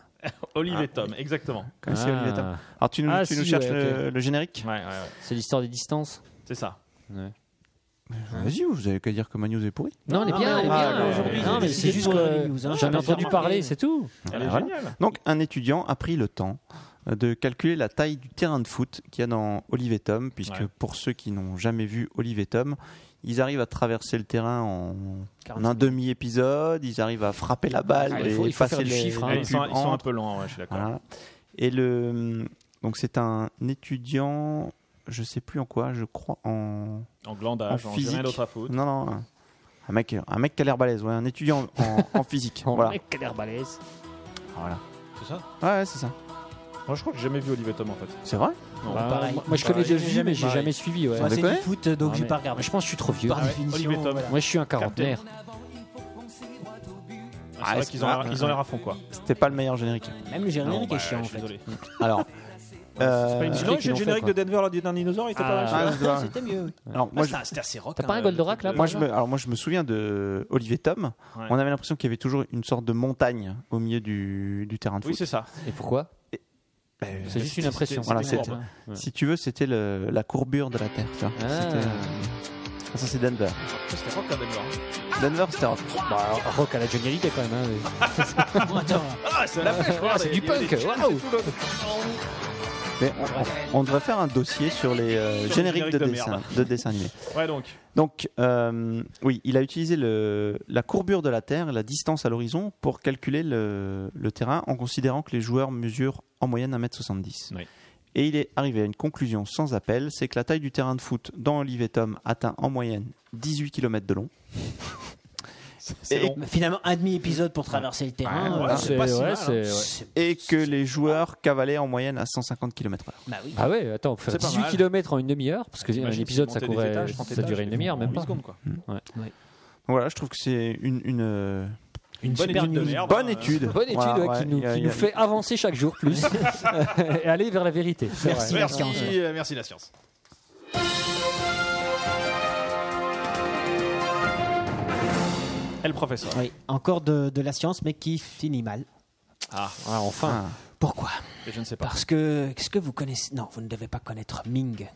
[SPEAKER 2] Olive
[SPEAKER 3] Ah.
[SPEAKER 2] et Tom, exactement.
[SPEAKER 3] Comme c'est Olive et Tom.
[SPEAKER 1] Ah,
[SPEAKER 3] Alors tu nous,
[SPEAKER 1] Ah,
[SPEAKER 3] tu nous
[SPEAKER 1] si,
[SPEAKER 3] cherches
[SPEAKER 1] ouais,
[SPEAKER 3] le, le générique
[SPEAKER 2] Ouais, ouais, ouais.
[SPEAKER 1] c'est l'histoire des distances.
[SPEAKER 2] C'est ça.
[SPEAKER 3] Ah, Vas-y, vous avez qu'à dire que ma news est pourrie.
[SPEAKER 1] Non, elle est bien, elle est
[SPEAKER 4] Ah,
[SPEAKER 1] bien.
[SPEAKER 4] ouais, aujourd'hui,
[SPEAKER 1] non,
[SPEAKER 4] j'ai
[SPEAKER 1] mais
[SPEAKER 4] décidé
[SPEAKER 1] c'est
[SPEAKER 4] de
[SPEAKER 1] juste
[SPEAKER 4] prendre
[SPEAKER 1] que
[SPEAKER 4] les news, hein.
[SPEAKER 1] j'en ai
[SPEAKER 4] J'avais
[SPEAKER 1] entendu
[SPEAKER 4] remarqué.
[SPEAKER 1] parler, c'est tout.
[SPEAKER 2] Elle est
[SPEAKER 3] voilà.
[SPEAKER 2] géniale.
[SPEAKER 3] Donc un étudiant a pris le temps euh, de calculer la taille du terrain de foot qu'il y a dans Olive et Tom, puisque
[SPEAKER 2] Ouais.
[SPEAKER 3] pour ceux qui n'ont jamais vu Olive et Tom, ils arrivent à traverser le terrain en, en
[SPEAKER 4] 45.
[SPEAKER 3] un demi-épisode, ils arrivent à frapper la balle,
[SPEAKER 1] Ah, il
[SPEAKER 3] et
[SPEAKER 1] faut- il faut
[SPEAKER 3] effacer
[SPEAKER 1] faire du
[SPEAKER 3] les-
[SPEAKER 1] chiffre, hein.
[SPEAKER 3] les
[SPEAKER 2] Et ils, sont,
[SPEAKER 3] pubs
[SPEAKER 2] ils sont un
[SPEAKER 3] entre.
[SPEAKER 2] peu loin, ouais, je suis d'accord.
[SPEAKER 3] Voilà. Et le donc c'est un étudiant, je sais plus en quoi, je crois en
[SPEAKER 2] En glandage,
[SPEAKER 3] En
[SPEAKER 2] en j'ai rien
[SPEAKER 3] physique.
[SPEAKER 2] d'autre à foutre.
[SPEAKER 3] non non un- un mec un mec qui a l'air balèze, ouais, un étudiant en, en physique, voilà.
[SPEAKER 1] Mec, quelle balèze.
[SPEAKER 3] voilà.
[SPEAKER 2] C'est ça
[SPEAKER 3] Ouais, ouais, c'est ça.
[SPEAKER 2] Moi, je crois que j'ai jamais vu Olive et Tom en fait.
[SPEAKER 3] C'est vrai.
[SPEAKER 2] Non,
[SPEAKER 1] Bah,
[SPEAKER 4] pareil.
[SPEAKER 1] moi, moi, je connais
[SPEAKER 4] Pareil.
[SPEAKER 1] deux vues, mais j'ai
[SPEAKER 4] Pareil.
[SPEAKER 1] jamais suivi. Ouais.
[SPEAKER 4] Moi, c'est
[SPEAKER 3] connais
[SPEAKER 4] du foot, donc
[SPEAKER 1] Ah,
[SPEAKER 4] j'ai
[SPEAKER 1] mais-
[SPEAKER 4] pas regardé.
[SPEAKER 1] Je pense que je suis trop vieux.
[SPEAKER 4] Par définition.
[SPEAKER 2] Olivier Tom.
[SPEAKER 4] voilà.
[SPEAKER 1] Moi, je suis un quarantenaire.
[SPEAKER 2] Ah, C'est vrai qu'ils ont l'air- ils ont l'air à fond quoi.
[SPEAKER 3] C'était pas le meilleur générique.
[SPEAKER 4] Même le
[SPEAKER 2] Non,
[SPEAKER 4] générique
[SPEAKER 2] bah,
[SPEAKER 4] est chiant,
[SPEAKER 2] je
[SPEAKER 4] en
[SPEAKER 2] suis
[SPEAKER 4] fait.
[SPEAKER 2] désolé. Ah,
[SPEAKER 3] Alors, euh,
[SPEAKER 2] Sinon,
[SPEAKER 3] euh,
[SPEAKER 2] j'ai le générique de Denver, l'ordi d'un dinosaure, il était pas
[SPEAKER 1] Ah.
[SPEAKER 2] mal.
[SPEAKER 3] ah, je dois-
[SPEAKER 4] C'était mieux. Bah, oui.
[SPEAKER 3] alors, moi, je,
[SPEAKER 2] Ah, C'était assez rock.
[SPEAKER 1] T'as
[SPEAKER 2] hein,
[SPEAKER 1] pas un
[SPEAKER 2] le
[SPEAKER 1] Goldorak,
[SPEAKER 2] truc
[SPEAKER 1] là,
[SPEAKER 2] de-
[SPEAKER 3] moi, je me, alors moi je me souviens de Olivier Tom.
[SPEAKER 2] Ouais.
[SPEAKER 3] On avait l'impression qu'il y avait toujours une sorte de montagne au milieu du, du terrain de
[SPEAKER 2] Oui,
[SPEAKER 3] foot.
[SPEAKER 2] c'est ça.
[SPEAKER 1] Et pourquoi
[SPEAKER 3] Ben,
[SPEAKER 1] C'est juste une
[SPEAKER 2] c'était-
[SPEAKER 1] impression.
[SPEAKER 3] voilà,
[SPEAKER 2] c'était
[SPEAKER 3] c'était-
[SPEAKER 2] énorme, hein.
[SPEAKER 3] si tu veux, c'était le- la courbure de la Terre. Tu vois.
[SPEAKER 1] Ah.
[SPEAKER 3] C'était, euh, ça c'est Denver.
[SPEAKER 2] C'était rock à Denver. hein.
[SPEAKER 3] Denver, c'était un-
[SPEAKER 1] Bah, alors, rock à la Johnny Hallyday, quand même. hein, mais-
[SPEAKER 4] Attends,
[SPEAKER 2] Ah, c'est la pêche,
[SPEAKER 1] Ah, c'est du punk. Waouh.
[SPEAKER 3] mais on- on, on devrait faire un dossier sur les euh,
[SPEAKER 2] Sur les
[SPEAKER 3] génériques
[SPEAKER 2] génériques
[SPEAKER 3] de,
[SPEAKER 2] de
[SPEAKER 3] dessins,
[SPEAKER 2] merde.
[SPEAKER 3] de dessins animés.
[SPEAKER 2] Ouais, donc.
[SPEAKER 3] Donc, euh, oui, il a utilisé le- la courbure de la Terre, la distance à l'horizon, pour calculer le, le terrain en considérant que les joueurs mesurent en moyenne 1m70.
[SPEAKER 2] Oui.
[SPEAKER 3] Et il est arrivé à une conclusion sans appel, c'est que la taille du terrain de foot dans Olivetum atteint en moyenne 18 km de long.
[SPEAKER 2] C'est
[SPEAKER 3] Et-
[SPEAKER 2] long.
[SPEAKER 4] mais finalement, un demi-épisode pour traverser le terrain.
[SPEAKER 3] Ouais,
[SPEAKER 4] euh,
[SPEAKER 3] ouais.
[SPEAKER 2] c'est pas si mal, hein.
[SPEAKER 1] Ah, c'est- ouais.
[SPEAKER 4] c'est-
[SPEAKER 3] Et que les joueurs cavalaient en moyenne à 150 km/h.
[SPEAKER 4] Bah oui.
[SPEAKER 1] Ah ouais, attends, faire
[SPEAKER 2] C'est pas
[SPEAKER 1] 18
[SPEAKER 2] mal.
[SPEAKER 1] km en une demi-heure, parce que un
[SPEAKER 2] Imagine,
[SPEAKER 1] épisode,
[SPEAKER 2] c'est
[SPEAKER 1] ça,
[SPEAKER 2] monter des
[SPEAKER 1] courait,
[SPEAKER 2] étages, trente
[SPEAKER 1] ça
[SPEAKER 2] étages,
[SPEAKER 1] durait une
[SPEAKER 2] ils
[SPEAKER 1] demi-heure,
[SPEAKER 2] font
[SPEAKER 1] même
[SPEAKER 2] huit
[SPEAKER 1] pas.
[SPEAKER 2] secondes, quoi.
[SPEAKER 3] Voilà, je trouve que c'est une, une, euh,
[SPEAKER 2] Une bonne
[SPEAKER 4] super
[SPEAKER 2] étude de
[SPEAKER 4] news.
[SPEAKER 2] merde.
[SPEAKER 3] bonne
[SPEAKER 2] hein.
[SPEAKER 3] étude.
[SPEAKER 1] Bonne étude
[SPEAKER 3] Voilà,
[SPEAKER 1] ouais,
[SPEAKER 3] ouais,
[SPEAKER 1] qui nous,
[SPEAKER 3] il y a-
[SPEAKER 1] qui
[SPEAKER 3] il y
[SPEAKER 1] nous
[SPEAKER 3] a-
[SPEAKER 1] fait avancer chaque jour plus et aller vers la vérité. c'est
[SPEAKER 4] Merci.
[SPEAKER 1] vrai.
[SPEAKER 2] Merci,
[SPEAKER 4] la science.
[SPEAKER 2] euh, merci la science. Elle professeur.
[SPEAKER 4] Oui, encore de, de la science, mais qui finit mal.
[SPEAKER 2] Ah,
[SPEAKER 1] Ah, enfin, Ah.
[SPEAKER 4] Pourquoi
[SPEAKER 2] mais je ne sais pas.
[SPEAKER 4] Parce que, qu'est-ce que vous connaissez Non, vous ne devez pas connaître Ming.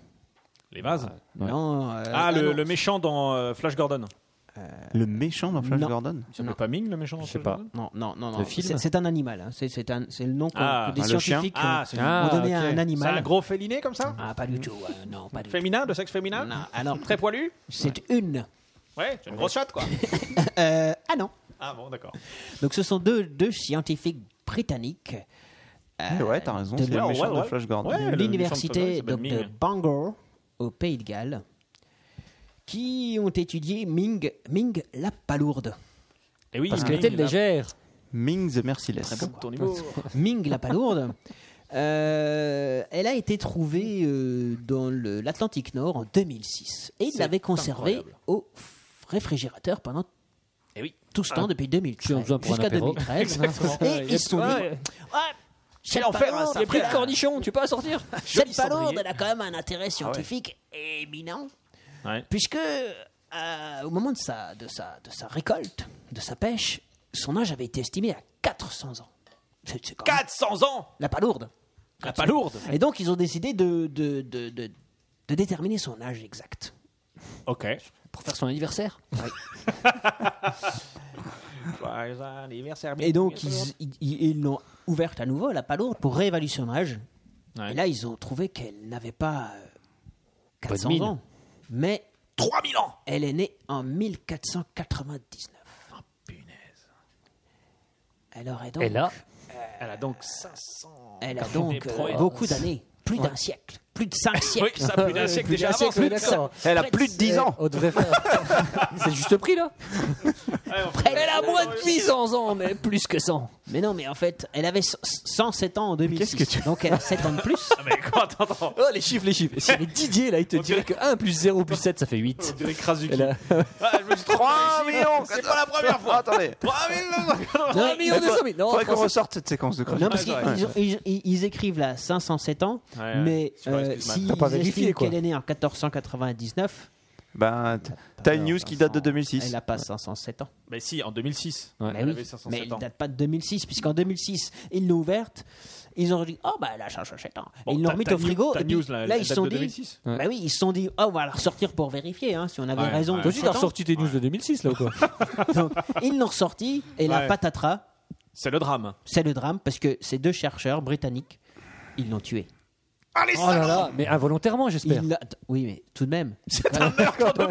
[SPEAKER 2] Les vases.
[SPEAKER 1] Ouais.
[SPEAKER 4] Non. euh,
[SPEAKER 2] Ah, le,
[SPEAKER 4] non.
[SPEAKER 2] le méchant dans euh, Flash Gordon.
[SPEAKER 3] Le méchant dans Flash
[SPEAKER 4] Non.
[SPEAKER 3] Gordon
[SPEAKER 2] Ça
[SPEAKER 4] Non.
[SPEAKER 2] s'appelle pas Ming le méchant dans
[SPEAKER 1] je sais
[SPEAKER 2] Flash
[SPEAKER 1] pas.
[SPEAKER 2] Gordon
[SPEAKER 4] Non, non, non, non.
[SPEAKER 1] Le film
[SPEAKER 4] C'est, c'est un animal. hein. C'est, c'est un- c'est le nom qu'on-
[SPEAKER 2] Ah,
[SPEAKER 4] que des
[SPEAKER 3] le
[SPEAKER 4] scientifiques
[SPEAKER 2] Ah,
[SPEAKER 4] ont-
[SPEAKER 2] c'est
[SPEAKER 1] Ah,
[SPEAKER 4] ont donné à
[SPEAKER 1] ok.
[SPEAKER 4] un
[SPEAKER 2] c'est
[SPEAKER 4] animal.
[SPEAKER 2] un gros féliné comme ça
[SPEAKER 4] Ah, pas du tout. euh, non, pas du
[SPEAKER 2] Féminin, de sexe féminin
[SPEAKER 4] tout. Non, alors,
[SPEAKER 2] Très poilu
[SPEAKER 4] c'est une.
[SPEAKER 2] Ouais, c'est une grosse chatte quoi.
[SPEAKER 4] Euh, ah non.
[SPEAKER 2] ah bon, d'accord.
[SPEAKER 4] Donc, ce sont deux, deux scientifiques
[SPEAKER 2] Eh,
[SPEAKER 4] britanniques euh,
[SPEAKER 3] Eh Ouais, t'as raison,
[SPEAKER 4] de
[SPEAKER 3] c'est le
[SPEAKER 2] Ouais,
[SPEAKER 3] méchant
[SPEAKER 2] ouais,
[SPEAKER 3] dans
[SPEAKER 2] ouais.
[SPEAKER 3] Flash Gordon.
[SPEAKER 2] Ouais.
[SPEAKER 4] de
[SPEAKER 2] le méchant de
[SPEAKER 4] l'université
[SPEAKER 2] Tom,
[SPEAKER 4] donc,
[SPEAKER 2] il s'appelle
[SPEAKER 4] de
[SPEAKER 2] Ming.
[SPEAKER 4] Bangor au Pays de Galles qui ont étudié Ming, Ming la palourde.
[SPEAKER 2] Et oui,
[SPEAKER 1] parce
[SPEAKER 2] Ming,
[SPEAKER 1] qu'elle était
[SPEAKER 2] il a-
[SPEAKER 1] légère.
[SPEAKER 3] Ming the Merciless.
[SPEAKER 2] Comme ton niveau.
[SPEAKER 4] Ming la palourde, euh, elle a été trouvée euh, dans le- l'Atlantique Nord en 2006 et il
[SPEAKER 2] C'est
[SPEAKER 4] l'avait conservée
[SPEAKER 2] incroyable.
[SPEAKER 4] au f- réfrigérateur pendant
[SPEAKER 2] Eh oui.
[SPEAKER 4] tout ce temps depuis
[SPEAKER 1] Tu en as
[SPEAKER 4] 2013
[SPEAKER 1] besoin pour un
[SPEAKER 4] jusqu'à
[SPEAKER 1] apéro.
[SPEAKER 4] 2013
[SPEAKER 1] Exactement.
[SPEAKER 4] et ils se sont dit
[SPEAKER 2] C'est l'enfer, hein, ça.
[SPEAKER 1] Il y a plus de cornichons, tu peux pas sortir.
[SPEAKER 4] cette
[SPEAKER 2] cendrier. Ah
[SPEAKER 4] palourde elle a quand même un intérêt scientifique éminent
[SPEAKER 2] Ouais.
[SPEAKER 4] puisque euh, au moment de sa, de, sa, de sa récolte, de sa pêche, son âge avait été estimé à 400 ans. C'est- c'est quand même-
[SPEAKER 2] 400 ans
[SPEAKER 4] La palourde
[SPEAKER 2] La palourde
[SPEAKER 4] Et donc, ils ont décidé de, de, de, de, de déterminer son âge exact.
[SPEAKER 2] Ok.
[SPEAKER 1] Pour faire son anniversaire
[SPEAKER 4] Et donc, ils ils- ils- ils l'ont ouverte à nouveau, la palourde, pour réévaluer son âge.
[SPEAKER 2] Ouais.
[SPEAKER 4] Et là, ils ont trouvé qu'elle n'avait pas euh,
[SPEAKER 1] de
[SPEAKER 4] 400
[SPEAKER 1] mine.
[SPEAKER 4] ans, mais
[SPEAKER 6] 3000 ans
[SPEAKER 4] elle est née en 1499.
[SPEAKER 2] Ah,
[SPEAKER 4] Elle aurait donc,
[SPEAKER 1] Et là,
[SPEAKER 2] Elle a donc 500.
[SPEAKER 4] elle a
[SPEAKER 2] Des
[SPEAKER 4] donc euh,
[SPEAKER 2] prouesses.
[SPEAKER 4] beaucoup d'années, plus d'un siècle, plus de 5
[SPEAKER 2] Oui,
[SPEAKER 4] siècles. Euh,
[SPEAKER 2] ça a plus d'un siècle déjà avant.
[SPEAKER 4] Plus de cinq-
[SPEAKER 3] Elle a
[SPEAKER 4] près
[SPEAKER 3] plus de 10 ans.
[SPEAKER 1] on Oh, devrait faire. C'est le juste prix là
[SPEAKER 4] près de-
[SPEAKER 1] Elle a moins de 800 Oh, ans, mais plus que 100.
[SPEAKER 4] Mais non, mais en fait, elle avait 107 ans en 2006. Donc elle a 7 ans de plus.
[SPEAKER 2] Mais quoi, attends, attends.
[SPEAKER 1] Oh, les chiffres, les chiffres. Si Didier là, il te dirait que 1 plus 0 plus 7, ça fait 8.
[SPEAKER 2] On dirait Krasuki.
[SPEAKER 1] Elle a-
[SPEAKER 3] 3 millions
[SPEAKER 6] C'est pas la première fois
[SPEAKER 3] Attendez,
[SPEAKER 1] 1 million 200 000 Non,
[SPEAKER 3] faudrait qu'on ressorte cette séquence de chronique.
[SPEAKER 4] Non, parce qu'ils ils ont- ils- ils- ils écrivent là 507 ans,
[SPEAKER 2] Ouais,
[SPEAKER 4] mais
[SPEAKER 2] c'est pas
[SPEAKER 4] euh,
[SPEAKER 2] excuse-moi.
[SPEAKER 4] s'ils
[SPEAKER 1] T'as pas vérifié,
[SPEAKER 4] estiment
[SPEAKER 1] quoi.
[SPEAKER 4] qu'elle est née en 1499,
[SPEAKER 3] Ben, t- t'as une news qui date de 2006.
[SPEAKER 4] elle n'a pas 507 ans.
[SPEAKER 2] Mais Bah, si, en 2006.
[SPEAKER 1] Ouais.
[SPEAKER 2] elle
[SPEAKER 4] Mais oui,
[SPEAKER 2] avait
[SPEAKER 4] mais
[SPEAKER 2] 507
[SPEAKER 4] elle
[SPEAKER 2] ans.
[SPEAKER 4] ne date pas de 2006, puisqu'en 2006, ils l'ont ouverte. Ils ont dit, oh, bah, elle a 507 ans.
[SPEAKER 2] Bon,
[SPEAKER 4] Et ils l'ont
[SPEAKER 2] ta-
[SPEAKER 4] remise
[SPEAKER 2] ta
[SPEAKER 4] au
[SPEAKER 2] news-
[SPEAKER 4] frigo.
[SPEAKER 2] ta
[SPEAKER 4] et puis,
[SPEAKER 2] news, là, elle
[SPEAKER 4] là,
[SPEAKER 2] date
[SPEAKER 4] ils se sont
[SPEAKER 2] de
[SPEAKER 4] dit,
[SPEAKER 2] 2006.
[SPEAKER 4] bah oui, ils se sont dit, oh, on va la ressortir pour vérifier, hein, si on avait
[SPEAKER 2] Ouais,
[SPEAKER 4] raison.
[SPEAKER 2] ouais.
[SPEAKER 1] Toi aussi,
[SPEAKER 4] de
[SPEAKER 1] t'as
[SPEAKER 4] 7 ans.
[SPEAKER 1] ressorti tes news de 2006 là ou quoi
[SPEAKER 4] Ils l'ont ressorti, et
[SPEAKER 2] Ouais.
[SPEAKER 4] la patatras,
[SPEAKER 2] C'est le drame.
[SPEAKER 4] c'est le drame, parce que ces deux chercheurs britanniques, ils l'ont tué.
[SPEAKER 6] Allez,
[SPEAKER 1] Oh là là, mais involontairement, j'espère.
[SPEAKER 4] Il l'a- Oui, mais tout de même.
[SPEAKER 6] Ah,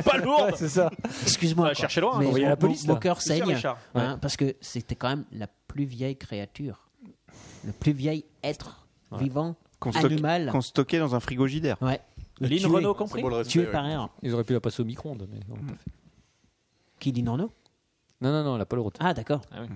[SPEAKER 2] Pas lourd
[SPEAKER 1] Ouais, c'est ça.
[SPEAKER 4] Excuse-moi.
[SPEAKER 2] On va
[SPEAKER 4] quoi.
[SPEAKER 2] chercher loin, hein,
[SPEAKER 4] Mais
[SPEAKER 1] envoyer
[SPEAKER 4] mon-
[SPEAKER 1] la police,
[SPEAKER 4] Mon,
[SPEAKER 1] là.
[SPEAKER 4] mon cœur
[SPEAKER 2] Monsieur
[SPEAKER 4] saigne.
[SPEAKER 2] Richard.
[SPEAKER 4] hein, parce que c'était quand même la plus vieille créature. Le plus vieil être vivant,
[SPEAKER 3] Qu'on stocke-
[SPEAKER 4] animal.
[SPEAKER 3] qu'on stockait dans un frigidaire.
[SPEAKER 4] Ouais. Le
[SPEAKER 2] Lynn
[SPEAKER 4] tuer.
[SPEAKER 2] Renault compris.
[SPEAKER 4] Tué par erreur.
[SPEAKER 1] Ils auraient pu la passer au micro-ondes. Mais on l'a pas fait.
[SPEAKER 4] Qui dit Renault
[SPEAKER 1] Non, non, non, elle a pas le droit.
[SPEAKER 4] Ah, d'accord.
[SPEAKER 2] Ah oui.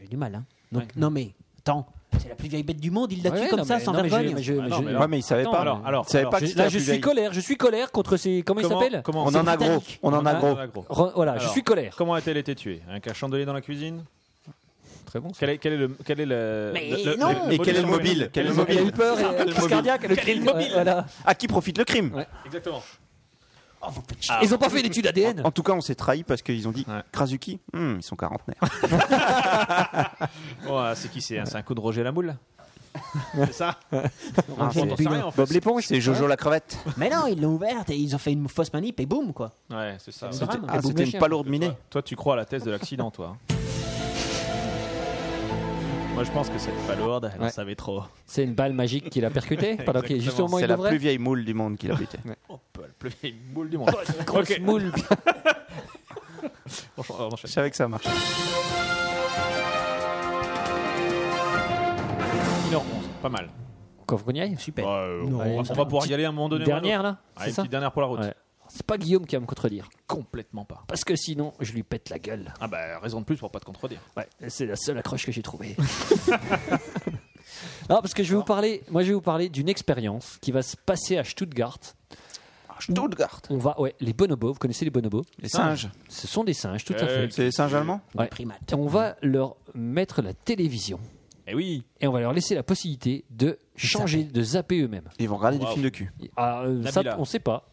[SPEAKER 4] J'ai du mal. Hein. Donc, Non, mais attends. C'est la plus vieille bête du monde. Il l'a tué
[SPEAKER 1] Ouais,
[SPEAKER 4] comme
[SPEAKER 1] non,
[SPEAKER 4] ça,
[SPEAKER 1] mais-
[SPEAKER 4] sans
[SPEAKER 1] non, mais je-
[SPEAKER 4] vergogne.
[SPEAKER 1] mais je-
[SPEAKER 2] Ah non,
[SPEAKER 1] je-
[SPEAKER 2] mais
[SPEAKER 3] Ouais, mais ils savaient
[SPEAKER 1] Attends,
[SPEAKER 3] pas.
[SPEAKER 2] alors, alors,
[SPEAKER 3] Ils savaient
[SPEAKER 2] alors,
[SPEAKER 3] pas que
[SPEAKER 1] J'ai-
[SPEAKER 3] c'était
[SPEAKER 1] Là,
[SPEAKER 3] la
[SPEAKER 1] je
[SPEAKER 3] plus
[SPEAKER 1] suis
[SPEAKER 3] vieille.
[SPEAKER 1] colère. Je suis colère contre ces. Comment, ils s'appellent
[SPEAKER 2] Comment
[SPEAKER 3] On en a gros.
[SPEAKER 4] britannique.
[SPEAKER 3] On en a gros.
[SPEAKER 2] agro.
[SPEAKER 1] Re- Voilà, je
[SPEAKER 2] Alors.
[SPEAKER 1] suis colère.
[SPEAKER 2] Comment a-t-elle été tuée Avec un chandelier dans la cuisine
[SPEAKER 1] Très bon. ça.
[SPEAKER 2] Quel est, quel est le. Quel est le,
[SPEAKER 4] Mais
[SPEAKER 2] le- le-
[SPEAKER 4] non
[SPEAKER 2] le-
[SPEAKER 3] Et quel est le mobile Quel est le
[SPEAKER 1] Il a eu
[SPEAKER 3] mobile
[SPEAKER 1] peur, et- euh, crise cardiaque, le
[SPEAKER 2] Quel est le
[SPEAKER 1] crime,
[SPEAKER 2] mobile
[SPEAKER 1] ouais, voilà.
[SPEAKER 3] À qui profite le crime
[SPEAKER 2] Exactement.
[SPEAKER 4] Oh, Ah.
[SPEAKER 2] Ah.
[SPEAKER 1] Ils ont pas fait d'études ADN.
[SPEAKER 3] En tout cas, on s'est trahi parce qu'ils ont dit
[SPEAKER 2] Ouais.
[SPEAKER 3] Krasuki, hmm, ils sont quarantenaires.
[SPEAKER 2] Ouais, Oh, c'est qui c'est un- C'est un coup de Roger Lamoule C'est ça
[SPEAKER 3] Ah,
[SPEAKER 2] J'en sais rien en fait.
[SPEAKER 3] Bob l'éponge, c'est Jojo la crevette.
[SPEAKER 4] Mais non, ils l'ont ouverte et ils ont fait une fausse manip et boum, quoi.
[SPEAKER 2] Ouais, c'est ça.
[SPEAKER 1] C'est-
[SPEAKER 2] ouais.
[SPEAKER 1] Ah,
[SPEAKER 3] Ah,
[SPEAKER 1] Bob
[SPEAKER 3] c'était une
[SPEAKER 1] l'échelle.
[SPEAKER 3] palourde minée.
[SPEAKER 2] Toi, tu crois à la thèse de l'accident, toi hein Moi, je pense que cette palourde, elle en
[SPEAKER 1] Ouais.
[SPEAKER 2] savait trop.
[SPEAKER 1] C'est une balle magique qui l'a percuté pendant qu'il
[SPEAKER 2] Exactement.
[SPEAKER 1] juste au moment où
[SPEAKER 3] C'est
[SPEAKER 1] il
[SPEAKER 3] la plus
[SPEAKER 1] devrait.
[SPEAKER 3] vieille moule du monde qu'il a buté.
[SPEAKER 2] Oh, Paul, plus vieille moule du monde.
[SPEAKER 1] Grosse
[SPEAKER 2] Ok.
[SPEAKER 1] moule.
[SPEAKER 2] Franchement, on enchaîne.
[SPEAKER 3] Je savais que ça marchait.
[SPEAKER 2] 1h11, pas mal.
[SPEAKER 1] Quand vous qu'on y aille
[SPEAKER 4] Super.
[SPEAKER 2] Bah, euh,
[SPEAKER 4] Non,
[SPEAKER 2] on, va-
[SPEAKER 4] ça
[SPEAKER 2] on va
[SPEAKER 4] va.
[SPEAKER 2] pouvoir y aller à un moment donné. ou à un autre.
[SPEAKER 1] Dernière là
[SPEAKER 2] Ah,
[SPEAKER 1] C'est
[SPEAKER 2] une
[SPEAKER 1] ça
[SPEAKER 2] petite dernière pour la route.
[SPEAKER 1] Ouais. C'est pas Guillaume qui va me contredire.
[SPEAKER 2] Complètement pas.
[SPEAKER 1] Parce que sinon, je lui pète la gueule.
[SPEAKER 2] Ah bah raison de plus pour pas te contredire.
[SPEAKER 1] Ouais, c'est la seule accroche que j'ai trouvée. non, parce que je vais vous parler, moi je vais vous parler d'une expérience qui va se passer à Stuttgart.
[SPEAKER 3] Stuttgart.
[SPEAKER 1] On va, ouais, les bonobos, vous connaissez les bonobos
[SPEAKER 3] Les singes.
[SPEAKER 1] Ce sont des singes, tout à
[SPEAKER 2] Euh,
[SPEAKER 1] fait.
[SPEAKER 3] C'est les singes allemands
[SPEAKER 1] Ouais.
[SPEAKER 4] Primate.
[SPEAKER 1] Et on va leur mettre la télévision
[SPEAKER 2] Eh oui.
[SPEAKER 1] et on va leur laisser la possibilité de changer, de zapper eux-mêmes.
[SPEAKER 3] Ils vont regarder des
[SPEAKER 2] Wow.
[SPEAKER 3] films de cul.
[SPEAKER 1] Ah, euh,
[SPEAKER 2] Nabila.
[SPEAKER 1] ça, on ne sait pas.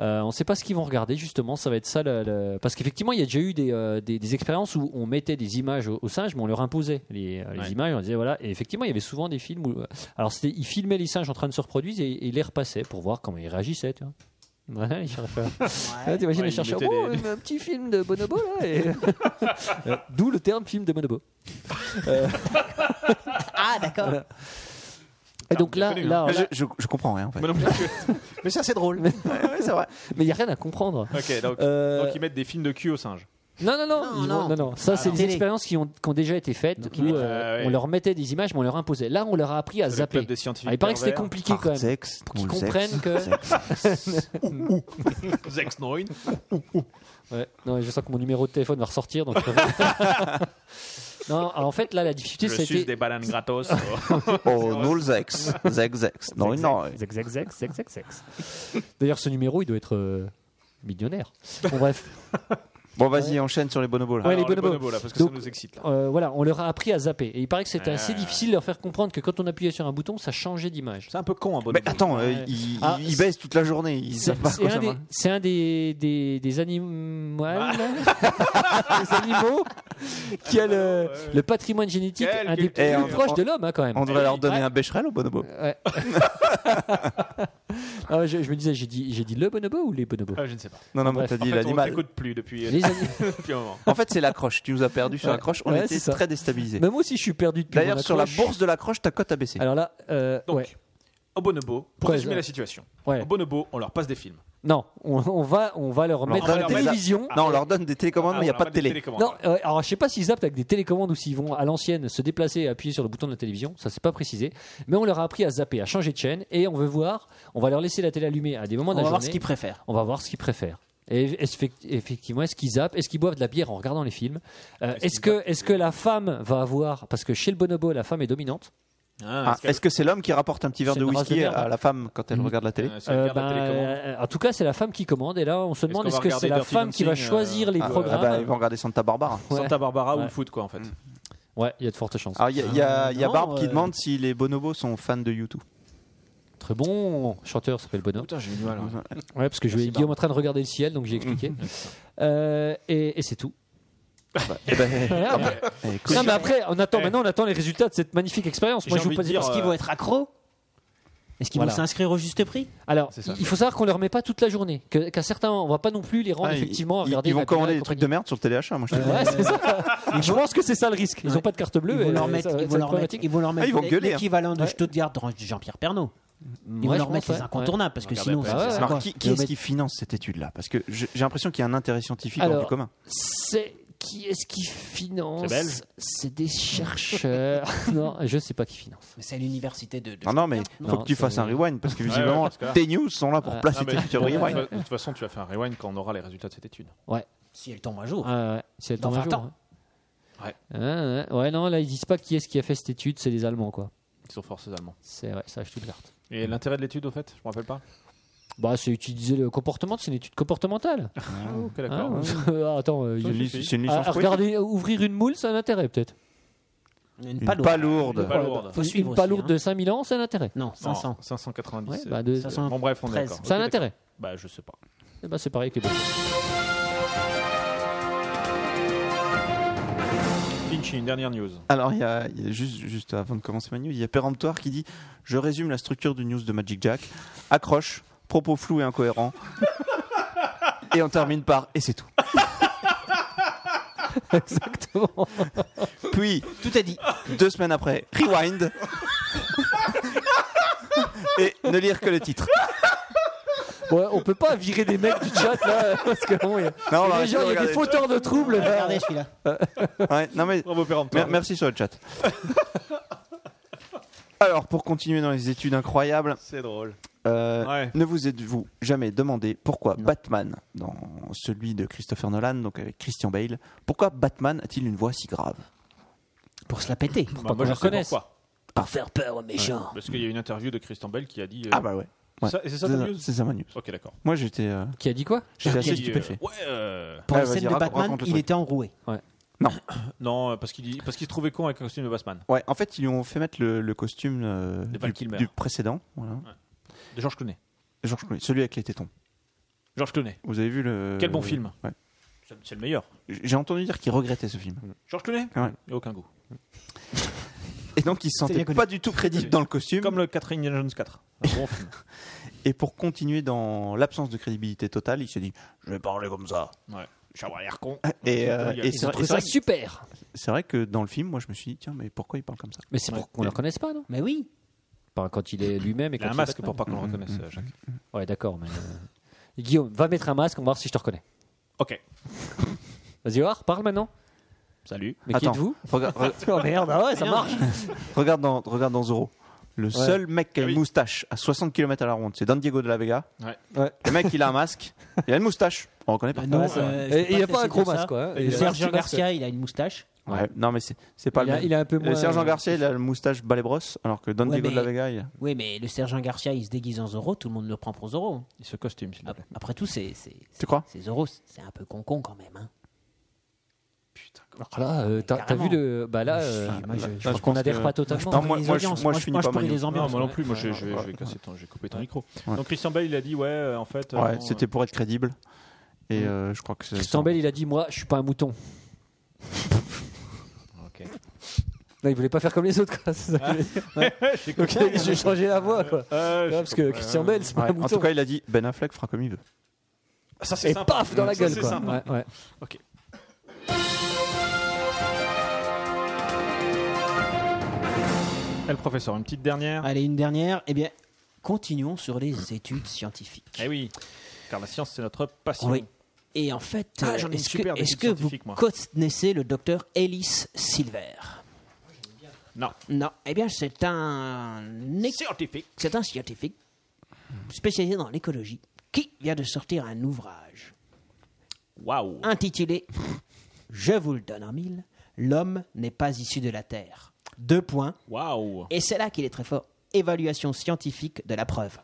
[SPEAKER 1] Euh, on ne sait pas ce qu'ils vont regarder, justement. Ça va être ça. le- le- Parce qu'effectivement, il y a déjà eu des, euh, des, des expériences où on mettait des images aux, aux singes, mais on leur imposait les, euh, les
[SPEAKER 2] Ouais.
[SPEAKER 1] images. On disait, voilà. Et effectivement, il y avait souvent des films où. euh, Alors, c'était- ils filmaient les singes en train de se reproduire et, et ils les repassaient pour voir comment ils réagissaient, tu vois. Ouais, ils cherchaient- Ouais, T'imagines
[SPEAKER 2] Ouais,
[SPEAKER 1] les
[SPEAKER 2] ils
[SPEAKER 1] chercheurs,
[SPEAKER 2] mettaient
[SPEAKER 1] oh,
[SPEAKER 2] des-
[SPEAKER 1] un petit film de bonobo là et- Euh, D'où le terme film de bonobo.
[SPEAKER 4] Ah, d'accord.
[SPEAKER 1] Et donc là,
[SPEAKER 2] connu, hein.
[SPEAKER 1] là,
[SPEAKER 3] Je, je- je comprends rien en fait.
[SPEAKER 2] Mais non, mais-
[SPEAKER 3] Mais ça c'est drôle. ouais, ouais, c'est vrai.
[SPEAKER 1] mais il n'y a rien à comprendre.
[SPEAKER 2] ok, donc,
[SPEAKER 1] Euh,
[SPEAKER 2] donc ils mettent des films de cul aux singes.
[SPEAKER 1] Non, non, non,
[SPEAKER 4] Non,
[SPEAKER 1] ils vont-
[SPEAKER 4] non.
[SPEAKER 1] non, non. Ça,
[SPEAKER 4] Ah,
[SPEAKER 1] c'est
[SPEAKER 4] non.
[SPEAKER 1] des
[SPEAKER 4] Télé.
[SPEAKER 1] expériences qui ont, qui ont déjà été faites où euh,
[SPEAKER 2] Ah, ouais.
[SPEAKER 1] on leur mettait des images, mais on leur imposait. Là, on leur a appris à
[SPEAKER 2] le
[SPEAKER 1] zapper.
[SPEAKER 2] club des scientifiques
[SPEAKER 1] Ah, il paraît que c'était
[SPEAKER 2] pervers.
[SPEAKER 1] compliqué quand même.
[SPEAKER 3] sexe,
[SPEAKER 1] Pour qu'ils comprennent que.
[SPEAKER 2] Zack Snow.
[SPEAKER 1] Ouais. Non, je sens que mon numéro de téléphone va ressortir. Donc... je préfère- non, alors, en fait, là, la difficulté,
[SPEAKER 2] Je suce
[SPEAKER 1] c'était.
[SPEAKER 2] des bananes gratos.
[SPEAKER 3] Oh, nul sexe. Sex, sex. Non, non.
[SPEAKER 1] Zex, zex, zex, zex, zex, zex. D'ailleurs, ce numéro, il doit être euh, millionnaire. Bon, bref.
[SPEAKER 3] Bon, vas-y, enchaîne sur les bonobos. Là.
[SPEAKER 2] Ah,
[SPEAKER 1] Ouais, les
[SPEAKER 8] Alors, les
[SPEAKER 1] bonobos.
[SPEAKER 8] bonobos, là, parce que
[SPEAKER 1] Donc,
[SPEAKER 8] ça nous excite. Là.
[SPEAKER 1] Euh, voilà, on leur a appris à zapper. Et il paraît que c'était
[SPEAKER 8] Ah.
[SPEAKER 1] assez difficile de leur faire comprendre que quand on appuyait sur un bouton, ça changeait d'image.
[SPEAKER 2] C'est un peu con, un
[SPEAKER 3] Mais
[SPEAKER 2] bonhomme.
[SPEAKER 3] attends, euh,
[SPEAKER 1] Ouais.
[SPEAKER 3] ils,
[SPEAKER 1] Ah,
[SPEAKER 3] ils baissent toute la journée. Ils
[SPEAKER 1] C'est
[SPEAKER 3] savent pas à
[SPEAKER 1] c'est
[SPEAKER 3] quoi
[SPEAKER 1] un,
[SPEAKER 3] ça
[SPEAKER 1] des,
[SPEAKER 3] va.
[SPEAKER 1] c'est un des, des, des animaux, des animaux qui a le, le patrimoine génétique
[SPEAKER 8] Quel
[SPEAKER 1] un des
[SPEAKER 8] culture.
[SPEAKER 1] plus
[SPEAKER 3] Eh, on-
[SPEAKER 1] proches de l'homme hein, quand même.
[SPEAKER 3] On devrait leur donner
[SPEAKER 1] Ouais. Euh,
[SPEAKER 3] un bécherel au bonobo.
[SPEAKER 1] Ouais. Ah, je, je me disais, j'ai dit, j'ai dit le bonobo ou les bonobos
[SPEAKER 8] Ah, je ne sais pas.
[SPEAKER 3] Non, non, mais
[SPEAKER 1] Bref.
[SPEAKER 3] t'as
[SPEAKER 8] En
[SPEAKER 3] dit
[SPEAKER 8] fait, on ne
[SPEAKER 3] l'animal.
[SPEAKER 8] t'écoute plus depuis,
[SPEAKER 1] Les ani-
[SPEAKER 8] depuis un moment.
[SPEAKER 3] En fait, c'est la croche. Tu nous as perdu sur la
[SPEAKER 1] Ouais.
[SPEAKER 3] croche. On
[SPEAKER 1] Ouais,
[SPEAKER 3] était
[SPEAKER 1] c'est ça.
[SPEAKER 3] très déstabilisés.
[SPEAKER 1] Mais moi aussi, je suis perdu depuis
[SPEAKER 3] D'ailleurs,
[SPEAKER 1] mon
[SPEAKER 3] sur la
[SPEAKER 1] accroche.
[SPEAKER 3] bourse de la croche, ta cote a baissé.
[SPEAKER 1] Alors là, euh,
[SPEAKER 8] Donc,
[SPEAKER 1] ouais,
[SPEAKER 8] Au bonobo, pour
[SPEAKER 1] Ouais,
[SPEAKER 8] résumer
[SPEAKER 1] ça-
[SPEAKER 8] la situation,
[SPEAKER 1] ouais.
[SPEAKER 8] au bonobo, on leur passe des films.
[SPEAKER 1] Non, on, on va, on va leur mettre
[SPEAKER 3] va
[SPEAKER 1] à la
[SPEAKER 3] leur mettre-
[SPEAKER 1] télévision.
[SPEAKER 3] non, on leur donne des télécommandes,
[SPEAKER 1] ah,
[SPEAKER 3] mais il n'y a pas de télé.
[SPEAKER 1] Non, euh, alors je sais pas s'ils zappent avec des télécommandes ou s'ils vont à l'ancienne se déplacer et appuyer sur le bouton de la télévision, ça c'est pas précisé. Mais on leur a appris à zapper, à changer de chaîne et on veut voir, on va leur laisser la télé allumée à des moments
[SPEAKER 4] On
[SPEAKER 1] de la
[SPEAKER 4] va voir
[SPEAKER 1] journée.
[SPEAKER 4] ce qu'ils préfèrent.
[SPEAKER 1] on va voir ce qu'ils préfèrent. Et est-ce effect- effectivement, est-ce qu'ils zappent Est-ce qu'ils boivent de la bière en regardant les films Euh, Est-ce que, est que la femme va avoir. Parce que chez le bonobo, la femme est dominante.
[SPEAKER 8] Hein,
[SPEAKER 3] Ah, Est-ce que c'est l'homme qui rapporte un petit verre
[SPEAKER 1] C'est
[SPEAKER 3] de
[SPEAKER 1] une race de
[SPEAKER 3] whisky
[SPEAKER 1] merde.
[SPEAKER 3] à la femme quand elle regarde la télé
[SPEAKER 1] Euh, ben, euh, en tout cas, c'est la femme qui commande. Et là, on se demande
[SPEAKER 8] qu'on
[SPEAKER 1] est-ce
[SPEAKER 8] va
[SPEAKER 1] que c'est
[SPEAKER 8] regarder
[SPEAKER 1] la
[SPEAKER 8] Dirty
[SPEAKER 1] femme qui va
[SPEAKER 8] Dancing, euh,
[SPEAKER 1] choisir les
[SPEAKER 3] Ah,
[SPEAKER 1] programmes
[SPEAKER 3] ah bah, Ils vont regarder Santa Barbara.
[SPEAKER 1] Ouais.
[SPEAKER 8] Santa Ah. Barbara ou
[SPEAKER 1] Ouais. Mm.
[SPEAKER 8] le foot, quoi, en fait.
[SPEAKER 1] Ouais, il y a de fortes chances.
[SPEAKER 3] Alors, il y a, il y a- il y a
[SPEAKER 4] Non,
[SPEAKER 3] Barbe qui
[SPEAKER 4] euh,
[SPEAKER 3] demande si les bonobos sont fans de YouTube.
[SPEAKER 1] Très bon chanteur s'appelle Bono.
[SPEAKER 8] Putain, j'ai eu du mal.
[SPEAKER 3] Ah,
[SPEAKER 8] hein.
[SPEAKER 1] Ouais, parce que je voyais Guillaume en train de regarder le ciel, donc j'ai expliqué. Euh, et et c'est tout.
[SPEAKER 3] Eh,
[SPEAKER 1] Non, mais après, on attend,
[SPEAKER 8] Eh.
[SPEAKER 1] maintenant, on attend les résultats de cette magnifique expérience.
[SPEAKER 8] Et
[SPEAKER 1] Moi,
[SPEAKER 8] j'ai
[SPEAKER 1] je vous
[SPEAKER 8] envie de
[SPEAKER 1] pose
[SPEAKER 8] dire,
[SPEAKER 4] Est-ce qu'ils vont être accros Est-ce qu'ils
[SPEAKER 1] euh, Voilà.
[SPEAKER 4] vont s'inscrire au juste prix
[SPEAKER 1] Alors,
[SPEAKER 8] C'est ça.
[SPEAKER 1] il faut savoir qu'on leur met pas toute la journée. Que- Qu'à certains, on va pas non plus les rendre
[SPEAKER 3] Ah, ils-
[SPEAKER 1] effectivement à
[SPEAKER 3] ils,
[SPEAKER 1] regarder.
[SPEAKER 3] ils vont
[SPEAKER 1] la
[SPEAKER 3] commander
[SPEAKER 1] télé
[SPEAKER 3] des trucs de merde sur le téléachat. Moi, je te dis.
[SPEAKER 1] Ouais, c'est ça. je pense que c'est ça le risque. Ils ont pas de carte bleue.
[SPEAKER 4] Ils vont
[SPEAKER 1] et
[SPEAKER 4] leur
[SPEAKER 1] ça-
[SPEAKER 4] mettre,
[SPEAKER 1] ça va
[SPEAKER 4] ils
[SPEAKER 1] être
[SPEAKER 4] vont leur mettre,
[SPEAKER 1] problématique.
[SPEAKER 4] ils vont leur
[SPEAKER 3] ils
[SPEAKER 4] mettre
[SPEAKER 3] vont
[SPEAKER 4] l'é-
[SPEAKER 3] gueuler, hein.
[SPEAKER 4] l'équivalent de
[SPEAKER 1] Ouais.
[SPEAKER 4] Stuttgart de Jean-Pierre Pernaut. Ils vont
[SPEAKER 1] Ouais,
[SPEAKER 4] leur
[SPEAKER 1] je
[SPEAKER 4] mettre
[SPEAKER 1] pense,
[SPEAKER 4] les
[SPEAKER 1] ouais.
[SPEAKER 4] incontournables parce que
[SPEAKER 8] Regarde
[SPEAKER 4] sinon,
[SPEAKER 8] après,
[SPEAKER 4] ça
[SPEAKER 1] ouais.
[SPEAKER 4] sert à
[SPEAKER 3] Alors,
[SPEAKER 4] quoi
[SPEAKER 3] qui, qui
[SPEAKER 1] Ils
[SPEAKER 3] est-ce
[SPEAKER 1] mettent-
[SPEAKER 3] qui finance cette étude-là Parce que je- j'ai l'impression qu'il y a un intérêt scientifique hors
[SPEAKER 1] Alors,
[SPEAKER 3] du commun.
[SPEAKER 1] C'est qui est-ce qui finance
[SPEAKER 8] C'est belge
[SPEAKER 1] C'est des chercheurs. non, je sais pas qui finance.
[SPEAKER 4] Mais C'est à l'université de. de-
[SPEAKER 3] Ah, Non, non, mais
[SPEAKER 1] Non,
[SPEAKER 3] faut que tu
[SPEAKER 1] c'est-
[SPEAKER 3] fasses un rewind parce que
[SPEAKER 8] Ouais,
[SPEAKER 3] visiblement,
[SPEAKER 8] ouais, parce que là-
[SPEAKER 3] tes news sont là pour
[SPEAKER 1] Ouais.
[SPEAKER 3] placer
[SPEAKER 8] Ah, mais-
[SPEAKER 3] tes futurs
[SPEAKER 8] Ouais,
[SPEAKER 3] rewind.
[SPEAKER 8] De toute façon, tu vas faire un rewind quand on aura les résultats de cette étude.
[SPEAKER 4] Si elle tombe un jour.
[SPEAKER 1] Ah, ouais, c'est le
[SPEAKER 4] Oh. Dans
[SPEAKER 1] temps d'un
[SPEAKER 4] 20
[SPEAKER 1] jour,
[SPEAKER 4] ans.
[SPEAKER 1] hein.
[SPEAKER 8] Ouais.
[SPEAKER 1] Ah, ouais. Ouais, non, là ils disent pas qui est-ce qui a fait cette étude, c'est les Allemands quoi.
[SPEAKER 8] Ils sont forces allemands.
[SPEAKER 1] C'est ouais, ça, je te le garde.
[SPEAKER 8] Et l'intérêt de l'étude, au fait Je me rappelle pas.
[SPEAKER 1] Bah, c'est utiliser le comportement, c'est une étude comportementale.
[SPEAKER 8] Ah, ok,
[SPEAKER 1] Hein,
[SPEAKER 8] d'accord.
[SPEAKER 1] euh, ah, attends, euh,
[SPEAKER 3] C'est
[SPEAKER 1] il-
[SPEAKER 3] une lic-
[SPEAKER 8] suffit.
[SPEAKER 3] C'est une
[SPEAKER 1] Ah,
[SPEAKER 3] licence. poétique.
[SPEAKER 1] regarder, ouvrir une moule, c'est un intérêt peut-être.
[SPEAKER 4] Une
[SPEAKER 3] Une
[SPEAKER 4] palourde.
[SPEAKER 3] pas lourde.
[SPEAKER 8] Pas lourde.
[SPEAKER 4] Faut
[SPEAKER 1] Une-
[SPEAKER 4] suivre
[SPEAKER 1] une palourde
[SPEAKER 4] aussi, hein.
[SPEAKER 1] de 5000 ans, c'est un intérêt.
[SPEAKER 4] Non,
[SPEAKER 8] Non,
[SPEAKER 4] 500.
[SPEAKER 8] 590.
[SPEAKER 1] Ouais, bah, de-
[SPEAKER 8] c'est- Bon, bref, on est
[SPEAKER 4] 13.
[SPEAKER 8] d'accord.
[SPEAKER 1] C'est
[SPEAKER 8] Ok,
[SPEAKER 1] un
[SPEAKER 8] d'accord.
[SPEAKER 1] intérêt.
[SPEAKER 8] Bah, je sais pas.
[SPEAKER 1] Eh ben, c'est pareil que les bonnes.
[SPEAKER 8] Finchi, une dernière news.
[SPEAKER 3] Alors, il y a, il y a juste, juste avant de commencer ma news, il y a Péremptoire qui dit Je résume la structure du news de Magic Jack. Accroche, propos flous et incohérents. et on termine par Et c'est tout.
[SPEAKER 1] Exactement.
[SPEAKER 3] Puis,
[SPEAKER 4] Tout est dit.
[SPEAKER 3] deux semaines après, rewind. et ne lire que le titre.
[SPEAKER 1] Ouais, on peut pas virer des mecs du chat là, parce que bon, il y a-
[SPEAKER 3] Non, on va
[SPEAKER 1] les
[SPEAKER 3] rester
[SPEAKER 1] gens, il y a des
[SPEAKER 3] regarder.
[SPEAKER 1] fauteurs de troubles. là.
[SPEAKER 4] Regardez celui-là.
[SPEAKER 3] Ouais, non, mais
[SPEAKER 8] Bravo,
[SPEAKER 3] Mer-
[SPEAKER 8] Péremptoire.
[SPEAKER 3] merci sur le chat. Alors, pour continuer dans les études incroyables,
[SPEAKER 8] C'est drôle.
[SPEAKER 3] euh,
[SPEAKER 8] Ouais.
[SPEAKER 3] ne vous êtes-vous jamais demandé pourquoi Batman, dans celui de Christopher Nolan, donc avec Christian Bale, pourquoi Batman a-t-il une voix si grave
[SPEAKER 4] Pour se la péter.
[SPEAKER 8] Bah,
[SPEAKER 1] qu'on
[SPEAKER 8] moi, je
[SPEAKER 1] le
[SPEAKER 8] sais
[SPEAKER 1] reconnaisse.
[SPEAKER 8] pourquoi.
[SPEAKER 4] Pour faire peur aux méchants.
[SPEAKER 8] Parce qu'il y a une interview de Christian Bell qui a dit. euh,
[SPEAKER 3] Ah bah ouais. ouais.
[SPEAKER 8] ça- C'est ça ta news Ah,
[SPEAKER 3] C'est ça ma news.
[SPEAKER 8] Ok, d'accord.
[SPEAKER 3] Moi j'étais euh,
[SPEAKER 1] Qui a dit quoi
[SPEAKER 3] j'étais
[SPEAKER 8] Qui a
[SPEAKER 3] assez
[SPEAKER 8] dit,
[SPEAKER 3] stupéfié.
[SPEAKER 8] euh, Ouais. euh,
[SPEAKER 4] Pour
[SPEAKER 3] Ah,
[SPEAKER 4] la
[SPEAKER 3] vas-y,
[SPEAKER 4] scène de
[SPEAKER 3] raconte-
[SPEAKER 4] Batman,
[SPEAKER 3] raconte le
[SPEAKER 4] il
[SPEAKER 3] truc.
[SPEAKER 4] était enroué.
[SPEAKER 8] Non, euh, parce qu'il dit- parce qu'il se trouvait con avec le costume de Batman.
[SPEAKER 3] Ouais, en fait ils lui ont fait mettre le, le costume euh,
[SPEAKER 8] De Val
[SPEAKER 3] du,
[SPEAKER 8] Kilmer.
[SPEAKER 3] du précédent, voilà.
[SPEAKER 8] De Georges Clooney.
[SPEAKER 3] Genre, je connais- celui avec les tétons.
[SPEAKER 8] Georges Clooney.
[SPEAKER 3] Vous avez vu le
[SPEAKER 8] Quel bon film.
[SPEAKER 3] ouais.
[SPEAKER 8] C'est c'est le meilleur.
[SPEAKER 3] J'ai entendu dire qu'il regrettait ce film.
[SPEAKER 8] Georges Clooney
[SPEAKER 1] Ah
[SPEAKER 3] Ouais.
[SPEAKER 8] Il a aucun goût.
[SPEAKER 3] Et donc il se
[SPEAKER 4] bien
[SPEAKER 3] sentait
[SPEAKER 4] connu.
[SPEAKER 3] pas du tout crédible dans le costume.
[SPEAKER 8] Comme le Catherine Jones 4. Un bon film.
[SPEAKER 3] Et pour continuer dans l'absence de crédibilité totale, il s'est dit
[SPEAKER 6] Je vais parler comme ça.
[SPEAKER 8] J'aurais l'air con.
[SPEAKER 2] Ah,
[SPEAKER 3] Et, euh,
[SPEAKER 8] Ils
[SPEAKER 3] et
[SPEAKER 8] ont
[SPEAKER 3] c'est vrai,
[SPEAKER 1] C'est
[SPEAKER 3] c'est vrai-
[SPEAKER 1] super.
[SPEAKER 3] c'est vrai que dans le film, moi je me suis dit, tiens, mais pourquoi il parle comme ça
[SPEAKER 1] Mais c'est pour qu'on le reconnaisse pas, non
[SPEAKER 4] Mais oui.
[SPEAKER 1] Pas Quand il est lui-même et
[SPEAKER 8] Il a
[SPEAKER 1] quand
[SPEAKER 8] un
[SPEAKER 1] il
[SPEAKER 8] masque
[SPEAKER 1] est
[SPEAKER 8] pour
[SPEAKER 1] Batman.
[SPEAKER 8] pas qu'on le
[SPEAKER 2] Mm,
[SPEAKER 8] reconnaisse, euh, Jacques.
[SPEAKER 1] Ouais, d'accord, mais. euh, Guillaume, va mettre un masque, on va voir si je te reconnais.
[SPEAKER 2] mm.
[SPEAKER 8] Ok.
[SPEAKER 1] Vas-y, voir, parle maintenant.
[SPEAKER 8] Salut.
[SPEAKER 1] Mais qui
[SPEAKER 3] Attends.
[SPEAKER 1] êtes-vous
[SPEAKER 3] Regarde, re-
[SPEAKER 1] Oh merde, ah ouais, ça marche.
[SPEAKER 3] regarde, dans, regarde dans Zorro. Le seul mec qui
[SPEAKER 8] Ah
[SPEAKER 3] a une
[SPEAKER 8] oui.
[SPEAKER 3] moustache à 60 km à la ronde, c'est Don Diego de la Vega.
[SPEAKER 8] Ouais.
[SPEAKER 1] Ouais.
[SPEAKER 3] Le mec, il a un masque, il a une moustache. On reconnaît pas.
[SPEAKER 4] Non,
[SPEAKER 1] Ouais, ça-
[SPEAKER 4] euh, je peux
[SPEAKER 1] et il a pas un
[SPEAKER 4] t'essayer
[SPEAKER 1] gros
[SPEAKER 4] de ça.
[SPEAKER 1] masque, quoi. hein.
[SPEAKER 8] Et
[SPEAKER 1] Il a un
[SPEAKER 4] Sergio
[SPEAKER 1] petit masque.
[SPEAKER 4] Garcia, il a une moustache.
[SPEAKER 3] Ouais. Non, mais c'est c'est pas
[SPEAKER 1] Il
[SPEAKER 3] le
[SPEAKER 1] a,
[SPEAKER 3] même.
[SPEAKER 1] il a un peu
[SPEAKER 3] Le
[SPEAKER 1] moins. euh,
[SPEAKER 3] Sergent Garcia, il a le moustache balai brosse, alors que Don
[SPEAKER 4] Ouais,
[SPEAKER 3] Diego de la
[SPEAKER 4] mais-
[SPEAKER 3] Vega, il a.
[SPEAKER 4] Oui, mais le sergent Garcia, il se déguise en Zorro, tout le monde le prend pour Zorro.
[SPEAKER 8] Il se costume, s'il te
[SPEAKER 4] Ap-
[SPEAKER 8] plaît.
[SPEAKER 4] Après tout, c'est c'est-
[SPEAKER 3] Tu crois
[SPEAKER 4] c'est Zorro, c'est un peu con-con quand même. hein.
[SPEAKER 3] putain.
[SPEAKER 1] Alors là, euh, t'as t'as vu
[SPEAKER 4] Carrément.
[SPEAKER 1] le. Bah là, euh,
[SPEAKER 4] moi, je-
[SPEAKER 1] je
[SPEAKER 3] Là,
[SPEAKER 1] pense qu'on
[SPEAKER 3] pense
[SPEAKER 1] n'adhère
[SPEAKER 3] que-
[SPEAKER 1] pas totalement.
[SPEAKER 3] Non, moi,
[SPEAKER 4] les
[SPEAKER 3] moi, je-
[SPEAKER 4] audiences,
[SPEAKER 3] moi, je
[SPEAKER 4] moi,
[SPEAKER 3] finis
[SPEAKER 4] moi, je
[SPEAKER 3] pas
[SPEAKER 4] pourris
[SPEAKER 3] Mario.
[SPEAKER 4] les
[SPEAKER 2] Non,
[SPEAKER 4] ambiances.
[SPEAKER 2] moi non plus. Moi,
[SPEAKER 3] Ouais,
[SPEAKER 2] je, je vais-
[SPEAKER 3] ouais,
[SPEAKER 2] je vais casser ton, j'ai coupé ton micro.
[SPEAKER 3] Ouais.
[SPEAKER 2] Donc Christian Bale, il a dit ouais, euh, en fait. euh,
[SPEAKER 3] Ouais,
[SPEAKER 2] non,
[SPEAKER 3] c'était pour être crédible. Et euh, je crois que c'est.
[SPEAKER 1] Christian Bell, il a dit Moi, je suis pas un mouton.
[SPEAKER 4] Ok.
[SPEAKER 1] Non, il voulait pas faire comme les autres, quoi. c'est ça qu'il veut dire.
[SPEAKER 2] euh, j'ai
[SPEAKER 1] Donc,
[SPEAKER 2] compris.
[SPEAKER 1] j'ai changé la voix, quoi.
[SPEAKER 2] Euh,
[SPEAKER 1] Ouais, parce que Christian Bell, c'est pas
[SPEAKER 3] Ouais,
[SPEAKER 1] un
[SPEAKER 3] en
[SPEAKER 1] mouton.
[SPEAKER 3] tout cas, il a dit Ben Affleck fera comme il veut.
[SPEAKER 2] ça euh, c'est
[SPEAKER 1] et
[SPEAKER 2] sympa.
[SPEAKER 1] paf dans la
[SPEAKER 2] Ça,
[SPEAKER 1] gueule,
[SPEAKER 2] c'est
[SPEAKER 1] quoi.
[SPEAKER 2] sympa.
[SPEAKER 1] Ouais, ouais.
[SPEAKER 2] Eh, Le professeur, une petite dernière.
[SPEAKER 4] Allez, une dernière. Eh bien, continuons sur les études scientifiques.
[SPEAKER 2] Eh oui, car la science c'est notre passion.
[SPEAKER 4] Oui. Et en fait,
[SPEAKER 2] Ah,
[SPEAKER 4] euh,
[SPEAKER 2] j'en ai une
[SPEAKER 4] est-ce
[SPEAKER 2] super
[SPEAKER 4] que,
[SPEAKER 2] d'études
[SPEAKER 4] est-ce que vous
[SPEAKER 2] scientifiques, moi.
[SPEAKER 4] connaissez le docteur Ellis Silver
[SPEAKER 2] Non.
[SPEAKER 4] Non. Eh bien, c'est un
[SPEAKER 2] Scientifique.
[SPEAKER 4] C'est un scientifique spécialisé dans l'écologie qui vient de sortir un ouvrage
[SPEAKER 2] Waouh.
[SPEAKER 4] intitulé Je vous le donne en mille, l'homme n'est pas issu de la Terre. Deux points.
[SPEAKER 2] Waouh.
[SPEAKER 4] Et c'est là qu'il est très fort. Évaluation scientifique de la preuve.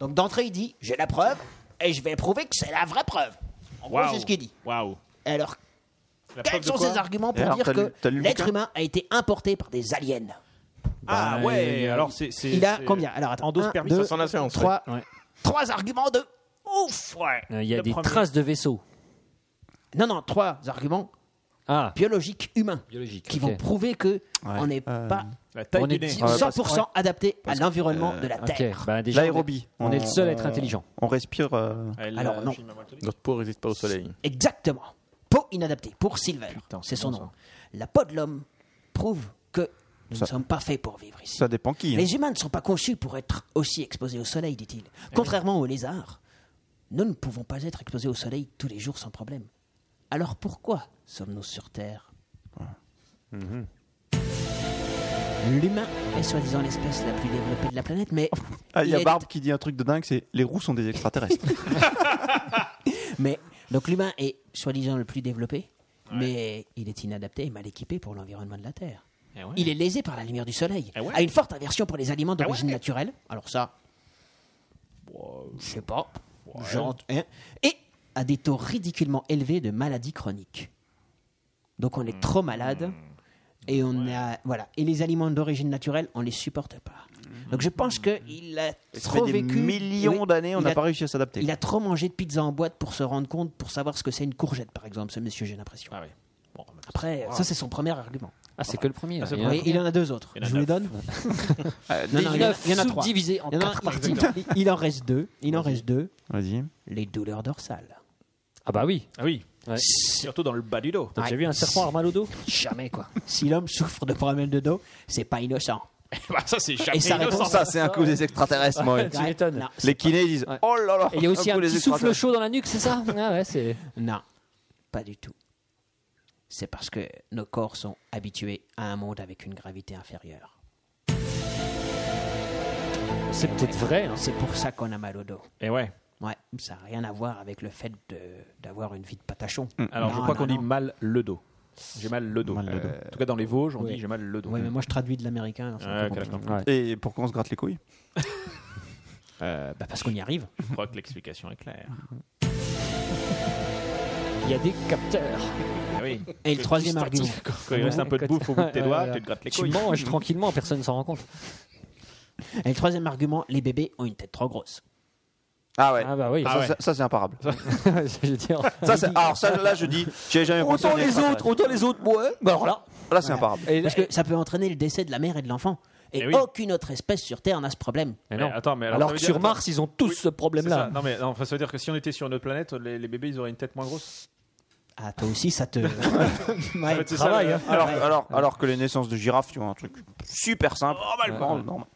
[SPEAKER 4] Donc d'entrée, il dit J'ai la preuve et je vais prouver que c'est la vraie preuve. En gros,
[SPEAKER 2] Waouh.
[SPEAKER 4] c'est ce qu'il dit.
[SPEAKER 2] Waouh.
[SPEAKER 4] Alors,
[SPEAKER 2] La preuve
[SPEAKER 4] quels
[SPEAKER 2] de
[SPEAKER 4] sont
[SPEAKER 2] quoi
[SPEAKER 4] ses arguments
[SPEAKER 3] Et
[SPEAKER 4] pour
[SPEAKER 3] alors,
[SPEAKER 4] dire
[SPEAKER 3] t'as lu-
[SPEAKER 4] que
[SPEAKER 3] t'as lu le
[SPEAKER 4] l'être
[SPEAKER 3] bouquin
[SPEAKER 4] humain a été importé par des aliens
[SPEAKER 2] Ah
[SPEAKER 1] Bah,
[SPEAKER 2] ouais.
[SPEAKER 1] euh,
[SPEAKER 2] Alors c'est. c'est-
[SPEAKER 4] Il a
[SPEAKER 2] c'est-
[SPEAKER 4] combien Alors attends.
[SPEAKER 2] En dose
[SPEAKER 4] un,
[SPEAKER 2] permis,
[SPEAKER 4] deux,
[SPEAKER 5] ça sent la séance. ouais.
[SPEAKER 4] trois,
[SPEAKER 1] Ouais.
[SPEAKER 4] trois arguments de ouf ouais.
[SPEAKER 1] Euh, Il y a
[SPEAKER 2] Le
[SPEAKER 1] des
[SPEAKER 2] premier.
[SPEAKER 1] traces de vaisseaux.
[SPEAKER 4] Non, non, trois arguments
[SPEAKER 1] Ah,
[SPEAKER 4] biologiques humains
[SPEAKER 1] biologique.
[SPEAKER 4] qui vont prouver que on n'est
[SPEAKER 3] Euh,
[SPEAKER 4] pas
[SPEAKER 2] La taille
[SPEAKER 1] On
[SPEAKER 2] du
[SPEAKER 1] est
[SPEAKER 2] nez.
[SPEAKER 1] dit-
[SPEAKER 3] parce-
[SPEAKER 4] 100% adapté à l'environnement de la
[SPEAKER 1] Ok,
[SPEAKER 4] Terre.
[SPEAKER 1] bah, déjà, on est-
[SPEAKER 3] L'aérobie.
[SPEAKER 1] On est le seul à
[SPEAKER 3] Oh.
[SPEAKER 1] être intelligent.
[SPEAKER 3] On respire. euh,
[SPEAKER 2] Elle,
[SPEAKER 4] Alors,
[SPEAKER 2] euh,
[SPEAKER 4] non.
[SPEAKER 2] Jim Hamilton.
[SPEAKER 5] Notre peau résiste pas au soleil.
[SPEAKER 4] Exactement. Peau inadaptée pour Silver, c'est
[SPEAKER 2] c'est
[SPEAKER 4] son
[SPEAKER 2] bon,
[SPEAKER 4] nom. La peau de l'homme prouve que nous ne sommes pas faits pour vivre ici.
[SPEAKER 3] Ça dépend qui. hein.
[SPEAKER 4] Les humains ne sont pas conçus pour être aussi exposés au soleil,
[SPEAKER 3] Eh
[SPEAKER 4] dit-il. Contrairement aux lézards, nous ne pouvons pas être exposés au soleil tous les jours sans problème. Alors pourquoi sommes-nous sur Terre
[SPEAKER 3] Ah. Mhm.
[SPEAKER 4] L'humain est soi-disant l'espèce la plus développée de la planète, mais
[SPEAKER 3] Ah, il y
[SPEAKER 4] il
[SPEAKER 3] a
[SPEAKER 4] est-
[SPEAKER 3] Barbe qui dit un truc de dingue c'est les roux sont des extraterrestres.
[SPEAKER 4] Mais donc l'humain est soi-disant le plus développé, mais il est inadapté et mal équipé pour l'environnement de la Terre.
[SPEAKER 2] Eh ouais.
[SPEAKER 4] Il est lésé par la lumière du soleil,
[SPEAKER 3] Eh
[SPEAKER 2] Ah ouais.
[SPEAKER 4] a une forte aversion pour les aliments d'origine naturelle. Alors ça, je sais pas, genre, hein. et a des taux ridiculement élevés de maladies chroniques. Donc
[SPEAKER 3] Hmm.
[SPEAKER 4] on est trop malade. Et on a voilà et les aliments d'origine naturelle on les supporte pas. Donc je pense que il
[SPEAKER 3] Ça
[SPEAKER 4] a
[SPEAKER 3] Hmm. fait
[SPEAKER 4] trop
[SPEAKER 3] des
[SPEAKER 4] vécu
[SPEAKER 3] millions
[SPEAKER 4] Oui,
[SPEAKER 3] d'années, on
[SPEAKER 4] il
[SPEAKER 3] n'a
[SPEAKER 4] a
[SPEAKER 3] pas réussi à s'adapter.
[SPEAKER 4] il a trop mangé de pizza en boîte pour se rendre compte, pour savoir ce que c'est une courgette, par exemple, ce monsieur, j'ai l'impression.
[SPEAKER 2] Ah oui. Bon,
[SPEAKER 4] Après, ça, c'est son premier argument.
[SPEAKER 1] Ah, c'est que le premier.
[SPEAKER 2] Ah, c'est
[SPEAKER 1] Il y
[SPEAKER 2] le
[SPEAKER 1] en a-
[SPEAKER 4] Et il en a deux autres.
[SPEAKER 2] Il y en a
[SPEAKER 4] Je vous les donne Non, non, il y en a- il y en a trois.
[SPEAKER 1] Divisé en
[SPEAKER 4] Il y en a-
[SPEAKER 1] quatre parties.
[SPEAKER 4] il- Il en reste deux. Il en reste deux.
[SPEAKER 3] Vas-y.
[SPEAKER 4] Les douleurs dorsales.
[SPEAKER 1] Ah bah oui.
[SPEAKER 2] Ah oui.
[SPEAKER 1] Ouais.
[SPEAKER 2] Surtout dans le bas du dos.
[SPEAKER 1] T'as déjà
[SPEAKER 4] Ouais.
[SPEAKER 1] vu un serpent avoir mal au dos
[SPEAKER 4] Jamais, quoi. Si l'homme souffre de problèmes de dos, c'est pas innocent.
[SPEAKER 2] bah, ça c'est jamais
[SPEAKER 4] Et ça
[SPEAKER 2] innocent.
[SPEAKER 4] répond-
[SPEAKER 3] Ça, c'est un coup des extraterrestres, moi. ouais.
[SPEAKER 1] Tu m'étonnes.
[SPEAKER 4] Non,
[SPEAKER 3] Les kinés ils disent
[SPEAKER 1] Ouais.
[SPEAKER 3] Oh là là
[SPEAKER 1] Et il y a aussi un
[SPEAKER 3] coup des
[SPEAKER 1] petit souffle
[SPEAKER 3] extraterrestres.
[SPEAKER 1] chaud dans la nuque, c'est ça Ah ouais, c'est.
[SPEAKER 4] non, pas du tout. C'est parce que nos corps sont habitués à un monde avec une gravité inférieure.
[SPEAKER 1] C'est peut-être vrai. hein.
[SPEAKER 4] C'est pour ça qu'on a mal au dos.
[SPEAKER 2] Et Eh ouais.
[SPEAKER 4] Ouais, ça n'a rien à voir avec le fait de- d'avoir une vie de patachon.
[SPEAKER 2] Hmm. Alors je
[SPEAKER 4] Non,
[SPEAKER 2] crois
[SPEAKER 4] non,
[SPEAKER 2] qu'on dit
[SPEAKER 4] non.
[SPEAKER 2] mal le dos. J'ai mal le dos.
[SPEAKER 3] Mal le dos.
[SPEAKER 2] Euh, En tout cas dans les Vosges, on
[SPEAKER 4] Oui.
[SPEAKER 2] dit j'ai mal le dos.
[SPEAKER 4] Ouais, mais moi je traduis de l'américain. alors c'est un
[SPEAKER 2] Ouais,
[SPEAKER 4] peu
[SPEAKER 2] ok,
[SPEAKER 4] compliqué.
[SPEAKER 2] euh. Ah, d'accord.
[SPEAKER 1] Ouais.
[SPEAKER 3] Et pourquoi on se gratte les couilles
[SPEAKER 2] Euh, bah,
[SPEAKER 4] Parce qu'on y arrive.
[SPEAKER 2] je crois que l'explication est claire.
[SPEAKER 1] Il y a des capteurs.
[SPEAKER 2] Ah oui.
[SPEAKER 4] Et le troisième argument.
[SPEAKER 2] Quand il reste un peu de bouffe au bout de tes
[SPEAKER 1] Ouais,
[SPEAKER 2] doigts,
[SPEAKER 1] ouais,
[SPEAKER 2] tu
[SPEAKER 1] ouais.
[SPEAKER 2] te grattes les
[SPEAKER 1] Tu
[SPEAKER 2] couilles.
[SPEAKER 1] manges tranquillement, personne ne s'en rend compte.
[SPEAKER 4] Et le troisième argument, les bébés ont une tête trop grosse.
[SPEAKER 3] Ah ouais.
[SPEAKER 1] Ah bah oui.
[SPEAKER 3] Ça, ça, ça, c'est imparable.
[SPEAKER 1] Je veux dire.
[SPEAKER 3] Ça, c'est- alors ça, là, je dis, j'ai jamais pensé aux extraterrestres.
[SPEAKER 1] autant les autres, moi. Bah alors là.
[SPEAKER 3] Là, c'est imparable.
[SPEAKER 1] Et là-
[SPEAKER 4] Parce que ça peut entraîner le décès de la mère et de l'enfant. Et,
[SPEAKER 2] Eh oui.
[SPEAKER 4] aucune autre espèce sur Terre n'a ce problème.
[SPEAKER 1] Mais
[SPEAKER 2] Mais
[SPEAKER 1] non.
[SPEAKER 2] attends, mais alors,
[SPEAKER 1] Alors
[SPEAKER 2] ça veut
[SPEAKER 1] que
[SPEAKER 2] dire-
[SPEAKER 1] sur Mars, ils ont tous
[SPEAKER 2] Oui,
[SPEAKER 1] ce
[SPEAKER 2] C'est ça.
[SPEAKER 1] problème-là.
[SPEAKER 2] Non mais non, enfin, ça veut dire que si on était sur une autre planète, les, les bébés ils auraient une tête moins grosse.
[SPEAKER 4] Ah, toi aussi, ça te.
[SPEAKER 2] En
[SPEAKER 4] ouais.
[SPEAKER 2] fait, c'est
[SPEAKER 1] travail,
[SPEAKER 2] le-
[SPEAKER 1] hein.
[SPEAKER 3] Alors, alors, alors que les naissances de girafes, tu vois, un truc super simple.
[SPEAKER 1] Oh, bah,
[SPEAKER 3] Normalement, normal.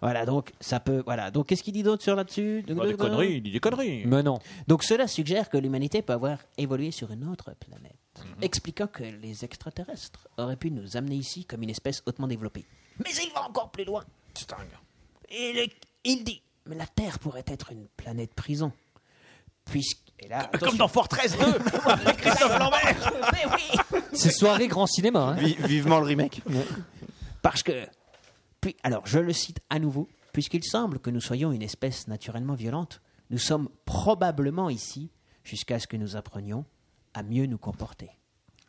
[SPEAKER 4] Voilà, donc ça peut. Voilà. Donc qu'est-ce qu'il dit d'autre sur là-dessus
[SPEAKER 2] Bah, des conneries, il dit des conneries.
[SPEAKER 1] Mais non.
[SPEAKER 4] Donc cela suggère que l'humanité peut avoir évolué sur une autre planète, expliquant que les extraterrestres auraient pu nous amener ici comme une espèce hautement développée. Mais il va encore plus loin. Et le- il dit, mais la Terre pourrait être une planète prison. Puisque... Et là,
[SPEAKER 6] Comme dans Fortress 2 Christophe Lambert
[SPEAKER 4] Mais oui
[SPEAKER 1] C'est soirée grand cinéma. hein.
[SPEAKER 3] Vi- vivement le remake.
[SPEAKER 4] Parce que... Puis, alors, je le cite à nouveau, puisqu'il semble que nous soyons une espèce naturellement violente, nous sommes probablement ici jusqu'à ce que nous apprenions à mieux nous comporter.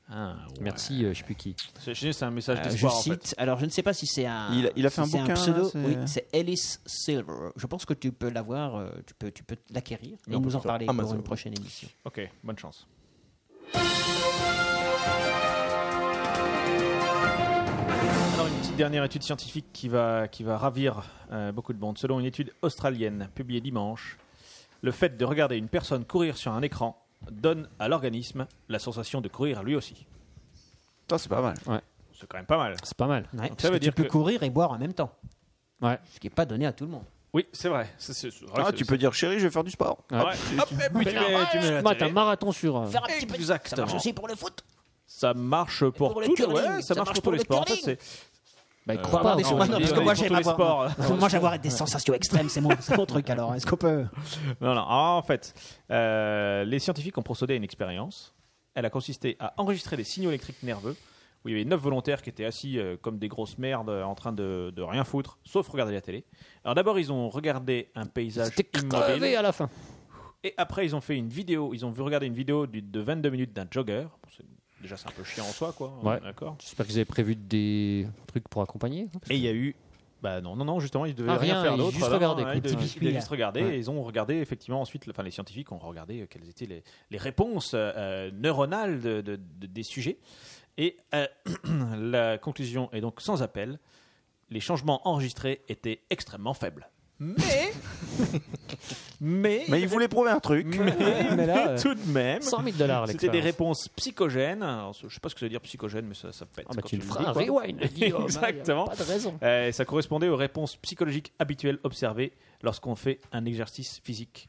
[SPEAKER 1] Merci, euh, je sais plus qui.
[SPEAKER 2] C'est Ah, je sais, c'est un message
[SPEAKER 4] Euh, je
[SPEAKER 2] d'espoir. en fait.
[SPEAKER 4] cite, alors je ne sais pas si c'est un.
[SPEAKER 3] Il a- il a fait un
[SPEAKER 4] si c'est
[SPEAKER 3] bouquin, là,
[SPEAKER 4] pseudo.
[SPEAKER 3] c'est-
[SPEAKER 4] Oui, c'est Ellis Silver. Je pense que tu peux l'avoir, euh, tu peux, tu peux l'acquérir et
[SPEAKER 5] on peut
[SPEAKER 4] nous en
[SPEAKER 5] sur
[SPEAKER 4] parler pour
[SPEAKER 5] Amazon.
[SPEAKER 4] une prochaine émission.
[SPEAKER 2] Ok, bonne chance. Alors une petite dernière étude scientifique qui va, qui va ravir euh, beaucoup de monde. Selon une étude australienne publiée dimanche, le fait de regarder une personne courir sur un écran donne à l'organisme la sensation de courir lui aussi.
[SPEAKER 3] Putain, c'est pas mal.
[SPEAKER 2] C'est quand même pas mal.
[SPEAKER 1] C'est pas mal.
[SPEAKER 4] Ouais,
[SPEAKER 2] Donc,
[SPEAKER 4] parce
[SPEAKER 2] ça veut
[SPEAKER 4] que
[SPEAKER 2] dire
[SPEAKER 4] tu peux
[SPEAKER 2] que-
[SPEAKER 4] courir et boire en même temps.
[SPEAKER 1] Ouais.
[SPEAKER 4] Ce qui n'est pas donné à tout le monde.
[SPEAKER 2] Oui, c'est vrai. C'est- c'est- c'est vrai
[SPEAKER 3] Ah,
[SPEAKER 2] que
[SPEAKER 3] tu
[SPEAKER 2] c'est-
[SPEAKER 3] peux dire chérie, je vais faire du sport.
[SPEAKER 2] Ouais. Hop, et puis tu mets- tu mets la
[SPEAKER 1] Moi,
[SPEAKER 2] télé.
[SPEAKER 1] t'as un marathon sur. euh,
[SPEAKER 4] Faire un petit peu. Ça
[SPEAKER 2] Exactement.
[SPEAKER 4] marche aussi pour le foot.
[SPEAKER 2] Ça marche pour,
[SPEAKER 4] pour le
[SPEAKER 2] tout le-
[SPEAKER 4] curling,
[SPEAKER 2] ouais, ça, marche pour tous les
[SPEAKER 4] le
[SPEAKER 2] sports. En fait,
[SPEAKER 4] curling.
[SPEAKER 2] c'est
[SPEAKER 1] Bah, il
[SPEAKER 2] Euh,
[SPEAKER 1] croit
[SPEAKER 4] avoir
[SPEAKER 1] pas.
[SPEAKER 4] des
[SPEAKER 1] non, il
[SPEAKER 4] choses- non,
[SPEAKER 1] est
[SPEAKER 4] parce que
[SPEAKER 1] désolé.
[SPEAKER 4] moi,
[SPEAKER 2] pour
[SPEAKER 4] j'aime
[SPEAKER 2] tous les
[SPEAKER 4] avoir-
[SPEAKER 2] sports.
[SPEAKER 4] moi, j'avoir des sensations extrêmes, c'est mon, c'est mon truc. Alors, est-ce qu'on peut.
[SPEAKER 2] Non, non. Ah, En fait, euh, les scientifiques ont procédé à une expérience. Elle a consisté à enregistrer des signaux électriques nerveux où il y avait neuf volontaires qui étaient assis euh, comme des grosses merdes euh, en train de, de rien foutre, sauf regarder la télé. Alors d'abord, ils ont regardé un paysage
[SPEAKER 1] C'était crevé hein.
[SPEAKER 2] immobile
[SPEAKER 1] à la fin.
[SPEAKER 2] et après, ils ont fait une vidéo. Ils ont vu regarder une vidéo du- de 22 minutes d'un jogger. Bon, c'est- déjà, c'est un peu chiant en soi, quoi. hein,
[SPEAKER 1] Ouais.
[SPEAKER 2] D'accord.
[SPEAKER 1] J'espère que vous avez prévu des trucs pour accompagner.
[SPEAKER 2] Et il y a eu. Bah non, non, non, justement, ils devaient
[SPEAKER 1] Ah,
[SPEAKER 2] rien,
[SPEAKER 1] rien,
[SPEAKER 2] faire
[SPEAKER 1] ils
[SPEAKER 2] d'autre.
[SPEAKER 1] juste
[SPEAKER 2] Non, non,
[SPEAKER 1] regardaient,
[SPEAKER 2] hein,
[SPEAKER 1] quoi.
[SPEAKER 2] ils, devaient-
[SPEAKER 4] Typique
[SPEAKER 2] ils avaient
[SPEAKER 4] là.
[SPEAKER 2] juste regardé et ils ont regardé effectivement ensuite, enfin les scientifiques ont regardé euh, quelles étaient les, les réponses euh, neuronales de- de- de- des sujets. Et euh, la conclusion est donc sans appel, les changements enregistrés étaient extrêmement faibles. Mais, mais,
[SPEAKER 3] Mais il voulait prouver un truc.
[SPEAKER 2] mais-
[SPEAKER 1] Mais là, euh,
[SPEAKER 2] tout de même,
[SPEAKER 1] 100 000 dollars,
[SPEAKER 2] c'était des
[SPEAKER 1] l'expérience.
[SPEAKER 2] réponses psychogènes. Alors, je sais pas ce que ça veut dire psychogène, mais ça, ça pète.
[SPEAKER 1] Ah, bah,
[SPEAKER 2] quand
[SPEAKER 1] tu le
[SPEAKER 2] le
[SPEAKER 1] feras
[SPEAKER 2] dis,
[SPEAKER 1] un
[SPEAKER 2] quoi.
[SPEAKER 1] rewind, Guillaume. hein, y a
[SPEAKER 2] Exactement.
[SPEAKER 1] Pas de raison.
[SPEAKER 2] Euh, ça correspondait aux réponses psychologiques habituelles observées lorsqu'on fait un exercice physique.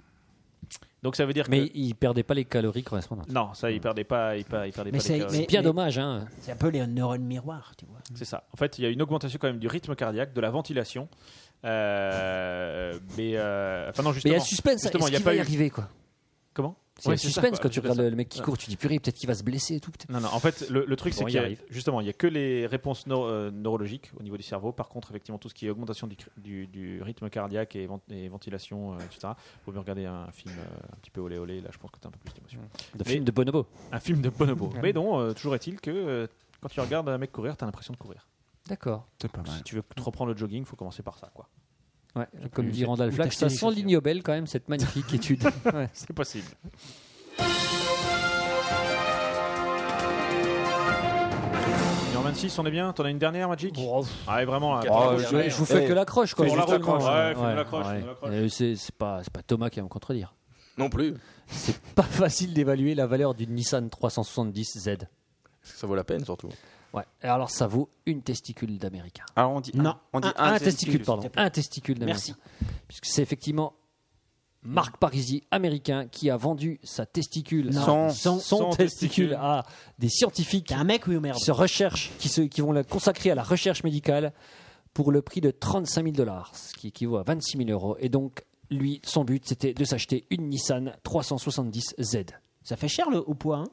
[SPEAKER 2] Donc ça veut dire
[SPEAKER 1] Mais
[SPEAKER 2] que
[SPEAKER 1] il perdait pas les calories correspondantes.
[SPEAKER 2] non, ça il perdait pas, il perdait, il perdait
[SPEAKER 4] Mais
[SPEAKER 2] pas les
[SPEAKER 4] c'est-
[SPEAKER 2] calories.
[SPEAKER 4] mais-
[SPEAKER 1] Bien dommage, hein.
[SPEAKER 4] C'est un peu les neurones miroirs, tu vois.
[SPEAKER 2] C'est ça. En fait, il y a une augmentation quand même du rythme cardiaque, de la ventilation. Euh, mais euh, enfin non
[SPEAKER 1] Mais il
[SPEAKER 2] justement.
[SPEAKER 1] y a le suspense, hein. est-ce
[SPEAKER 2] Justement, il y
[SPEAKER 1] qu'il
[SPEAKER 2] a
[SPEAKER 1] va
[SPEAKER 2] pas
[SPEAKER 1] y
[SPEAKER 2] eu-
[SPEAKER 1] arriver, quoi
[SPEAKER 2] Comment
[SPEAKER 1] C'est
[SPEAKER 2] Ouais,
[SPEAKER 1] le
[SPEAKER 2] c'est ça,
[SPEAKER 1] suspense
[SPEAKER 2] quoi.
[SPEAKER 1] quand tu
[SPEAKER 2] C'est
[SPEAKER 1] regardes
[SPEAKER 2] ça.
[SPEAKER 1] le mec qui court, tu dis purée, peut-être qu'il va se blesser et tout. peut-être.
[SPEAKER 2] Non, non, en fait, le, le truc,
[SPEAKER 1] Bon,
[SPEAKER 2] c'est
[SPEAKER 1] on y
[SPEAKER 2] qu'il y a-
[SPEAKER 1] arrive.
[SPEAKER 2] justement, il n'y a que les réponses neuro- euh, neurologiques au niveau du cerveau. Par contre, effectivement, tout ce qui est augmentation du, cr- du- du rythme cardiaque et, vent- et ventilation, euh, etc. Vous pouvez regarder un film euh, un petit peu olé olé, là, je pense que tu as un peu plus d'émotion.
[SPEAKER 1] De
[SPEAKER 2] Mais-
[SPEAKER 1] film de bonobo.
[SPEAKER 2] Un film de bonobo. Mais non, euh, toujours est-il que euh, quand tu regardes un mec courir, tu as l'impression de courir.
[SPEAKER 1] D'accord.
[SPEAKER 3] C'est pas
[SPEAKER 2] Si tu veux te reprendre le jogging, il faut commencer par ça, quoi.
[SPEAKER 1] Ouais, comme dit
[SPEAKER 2] c'est-
[SPEAKER 1] Randall
[SPEAKER 4] ou
[SPEAKER 1] Flack,
[SPEAKER 4] t'acheter
[SPEAKER 1] ça
[SPEAKER 4] des
[SPEAKER 1] sent
[SPEAKER 4] chaussures.
[SPEAKER 1] l'ignobel quand même, cette magnifique étude. Ouais.
[SPEAKER 2] C'est possible. Et en 26, on est bien T'en as une dernière, Magic
[SPEAKER 1] Bon, pff,
[SPEAKER 2] Ah, et vraiment, là,
[SPEAKER 5] Oh,
[SPEAKER 2] bravo.
[SPEAKER 5] je-
[SPEAKER 1] je, je vous fais
[SPEAKER 3] Eh,
[SPEAKER 1] que l'accroche, quoi.
[SPEAKER 2] fais de
[SPEAKER 1] Juste
[SPEAKER 2] l'accroche,
[SPEAKER 1] l'accroche,
[SPEAKER 2] ouais, fais de l'accroche, fais de l'accroche.
[SPEAKER 1] Euh, C'est c'est pas, c'est pas Thomas qui va me contredire.
[SPEAKER 5] Non plus.
[SPEAKER 1] C'est pas facile d'évaluer la valeur d'une Nissan 370Z.
[SPEAKER 5] Est-ce que ça vaut la peine surtout
[SPEAKER 1] Ouais. Et Alors ça vaut une testicule d'américain.
[SPEAKER 3] Alors on dit
[SPEAKER 4] Non.
[SPEAKER 3] on dit
[SPEAKER 1] un,
[SPEAKER 3] un
[SPEAKER 1] testicule,
[SPEAKER 4] s'il
[SPEAKER 1] pardon.
[SPEAKER 4] te plaît.
[SPEAKER 1] Un testicule
[SPEAKER 4] Merci.
[SPEAKER 1] d'américain. Puisque c'est effectivement Marc Parisi, américain, qui a vendu sa testicule, son,
[SPEAKER 3] Non.
[SPEAKER 1] son
[SPEAKER 2] Son testicule.
[SPEAKER 1] testicule à des scientifiques
[SPEAKER 4] T'es un mec, oui, ou merde
[SPEAKER 1] qui se recherchent, qui, se- qui vont la consacrer à la recherche médicale pour le prix de 35 000 dollars, ce qui équivaut à 26 000 euros. Et donc, lui, son but, c'était de s'acheter une Nissan 370Z.
[SPEAKER 4] Ça fait cher le au poids, hein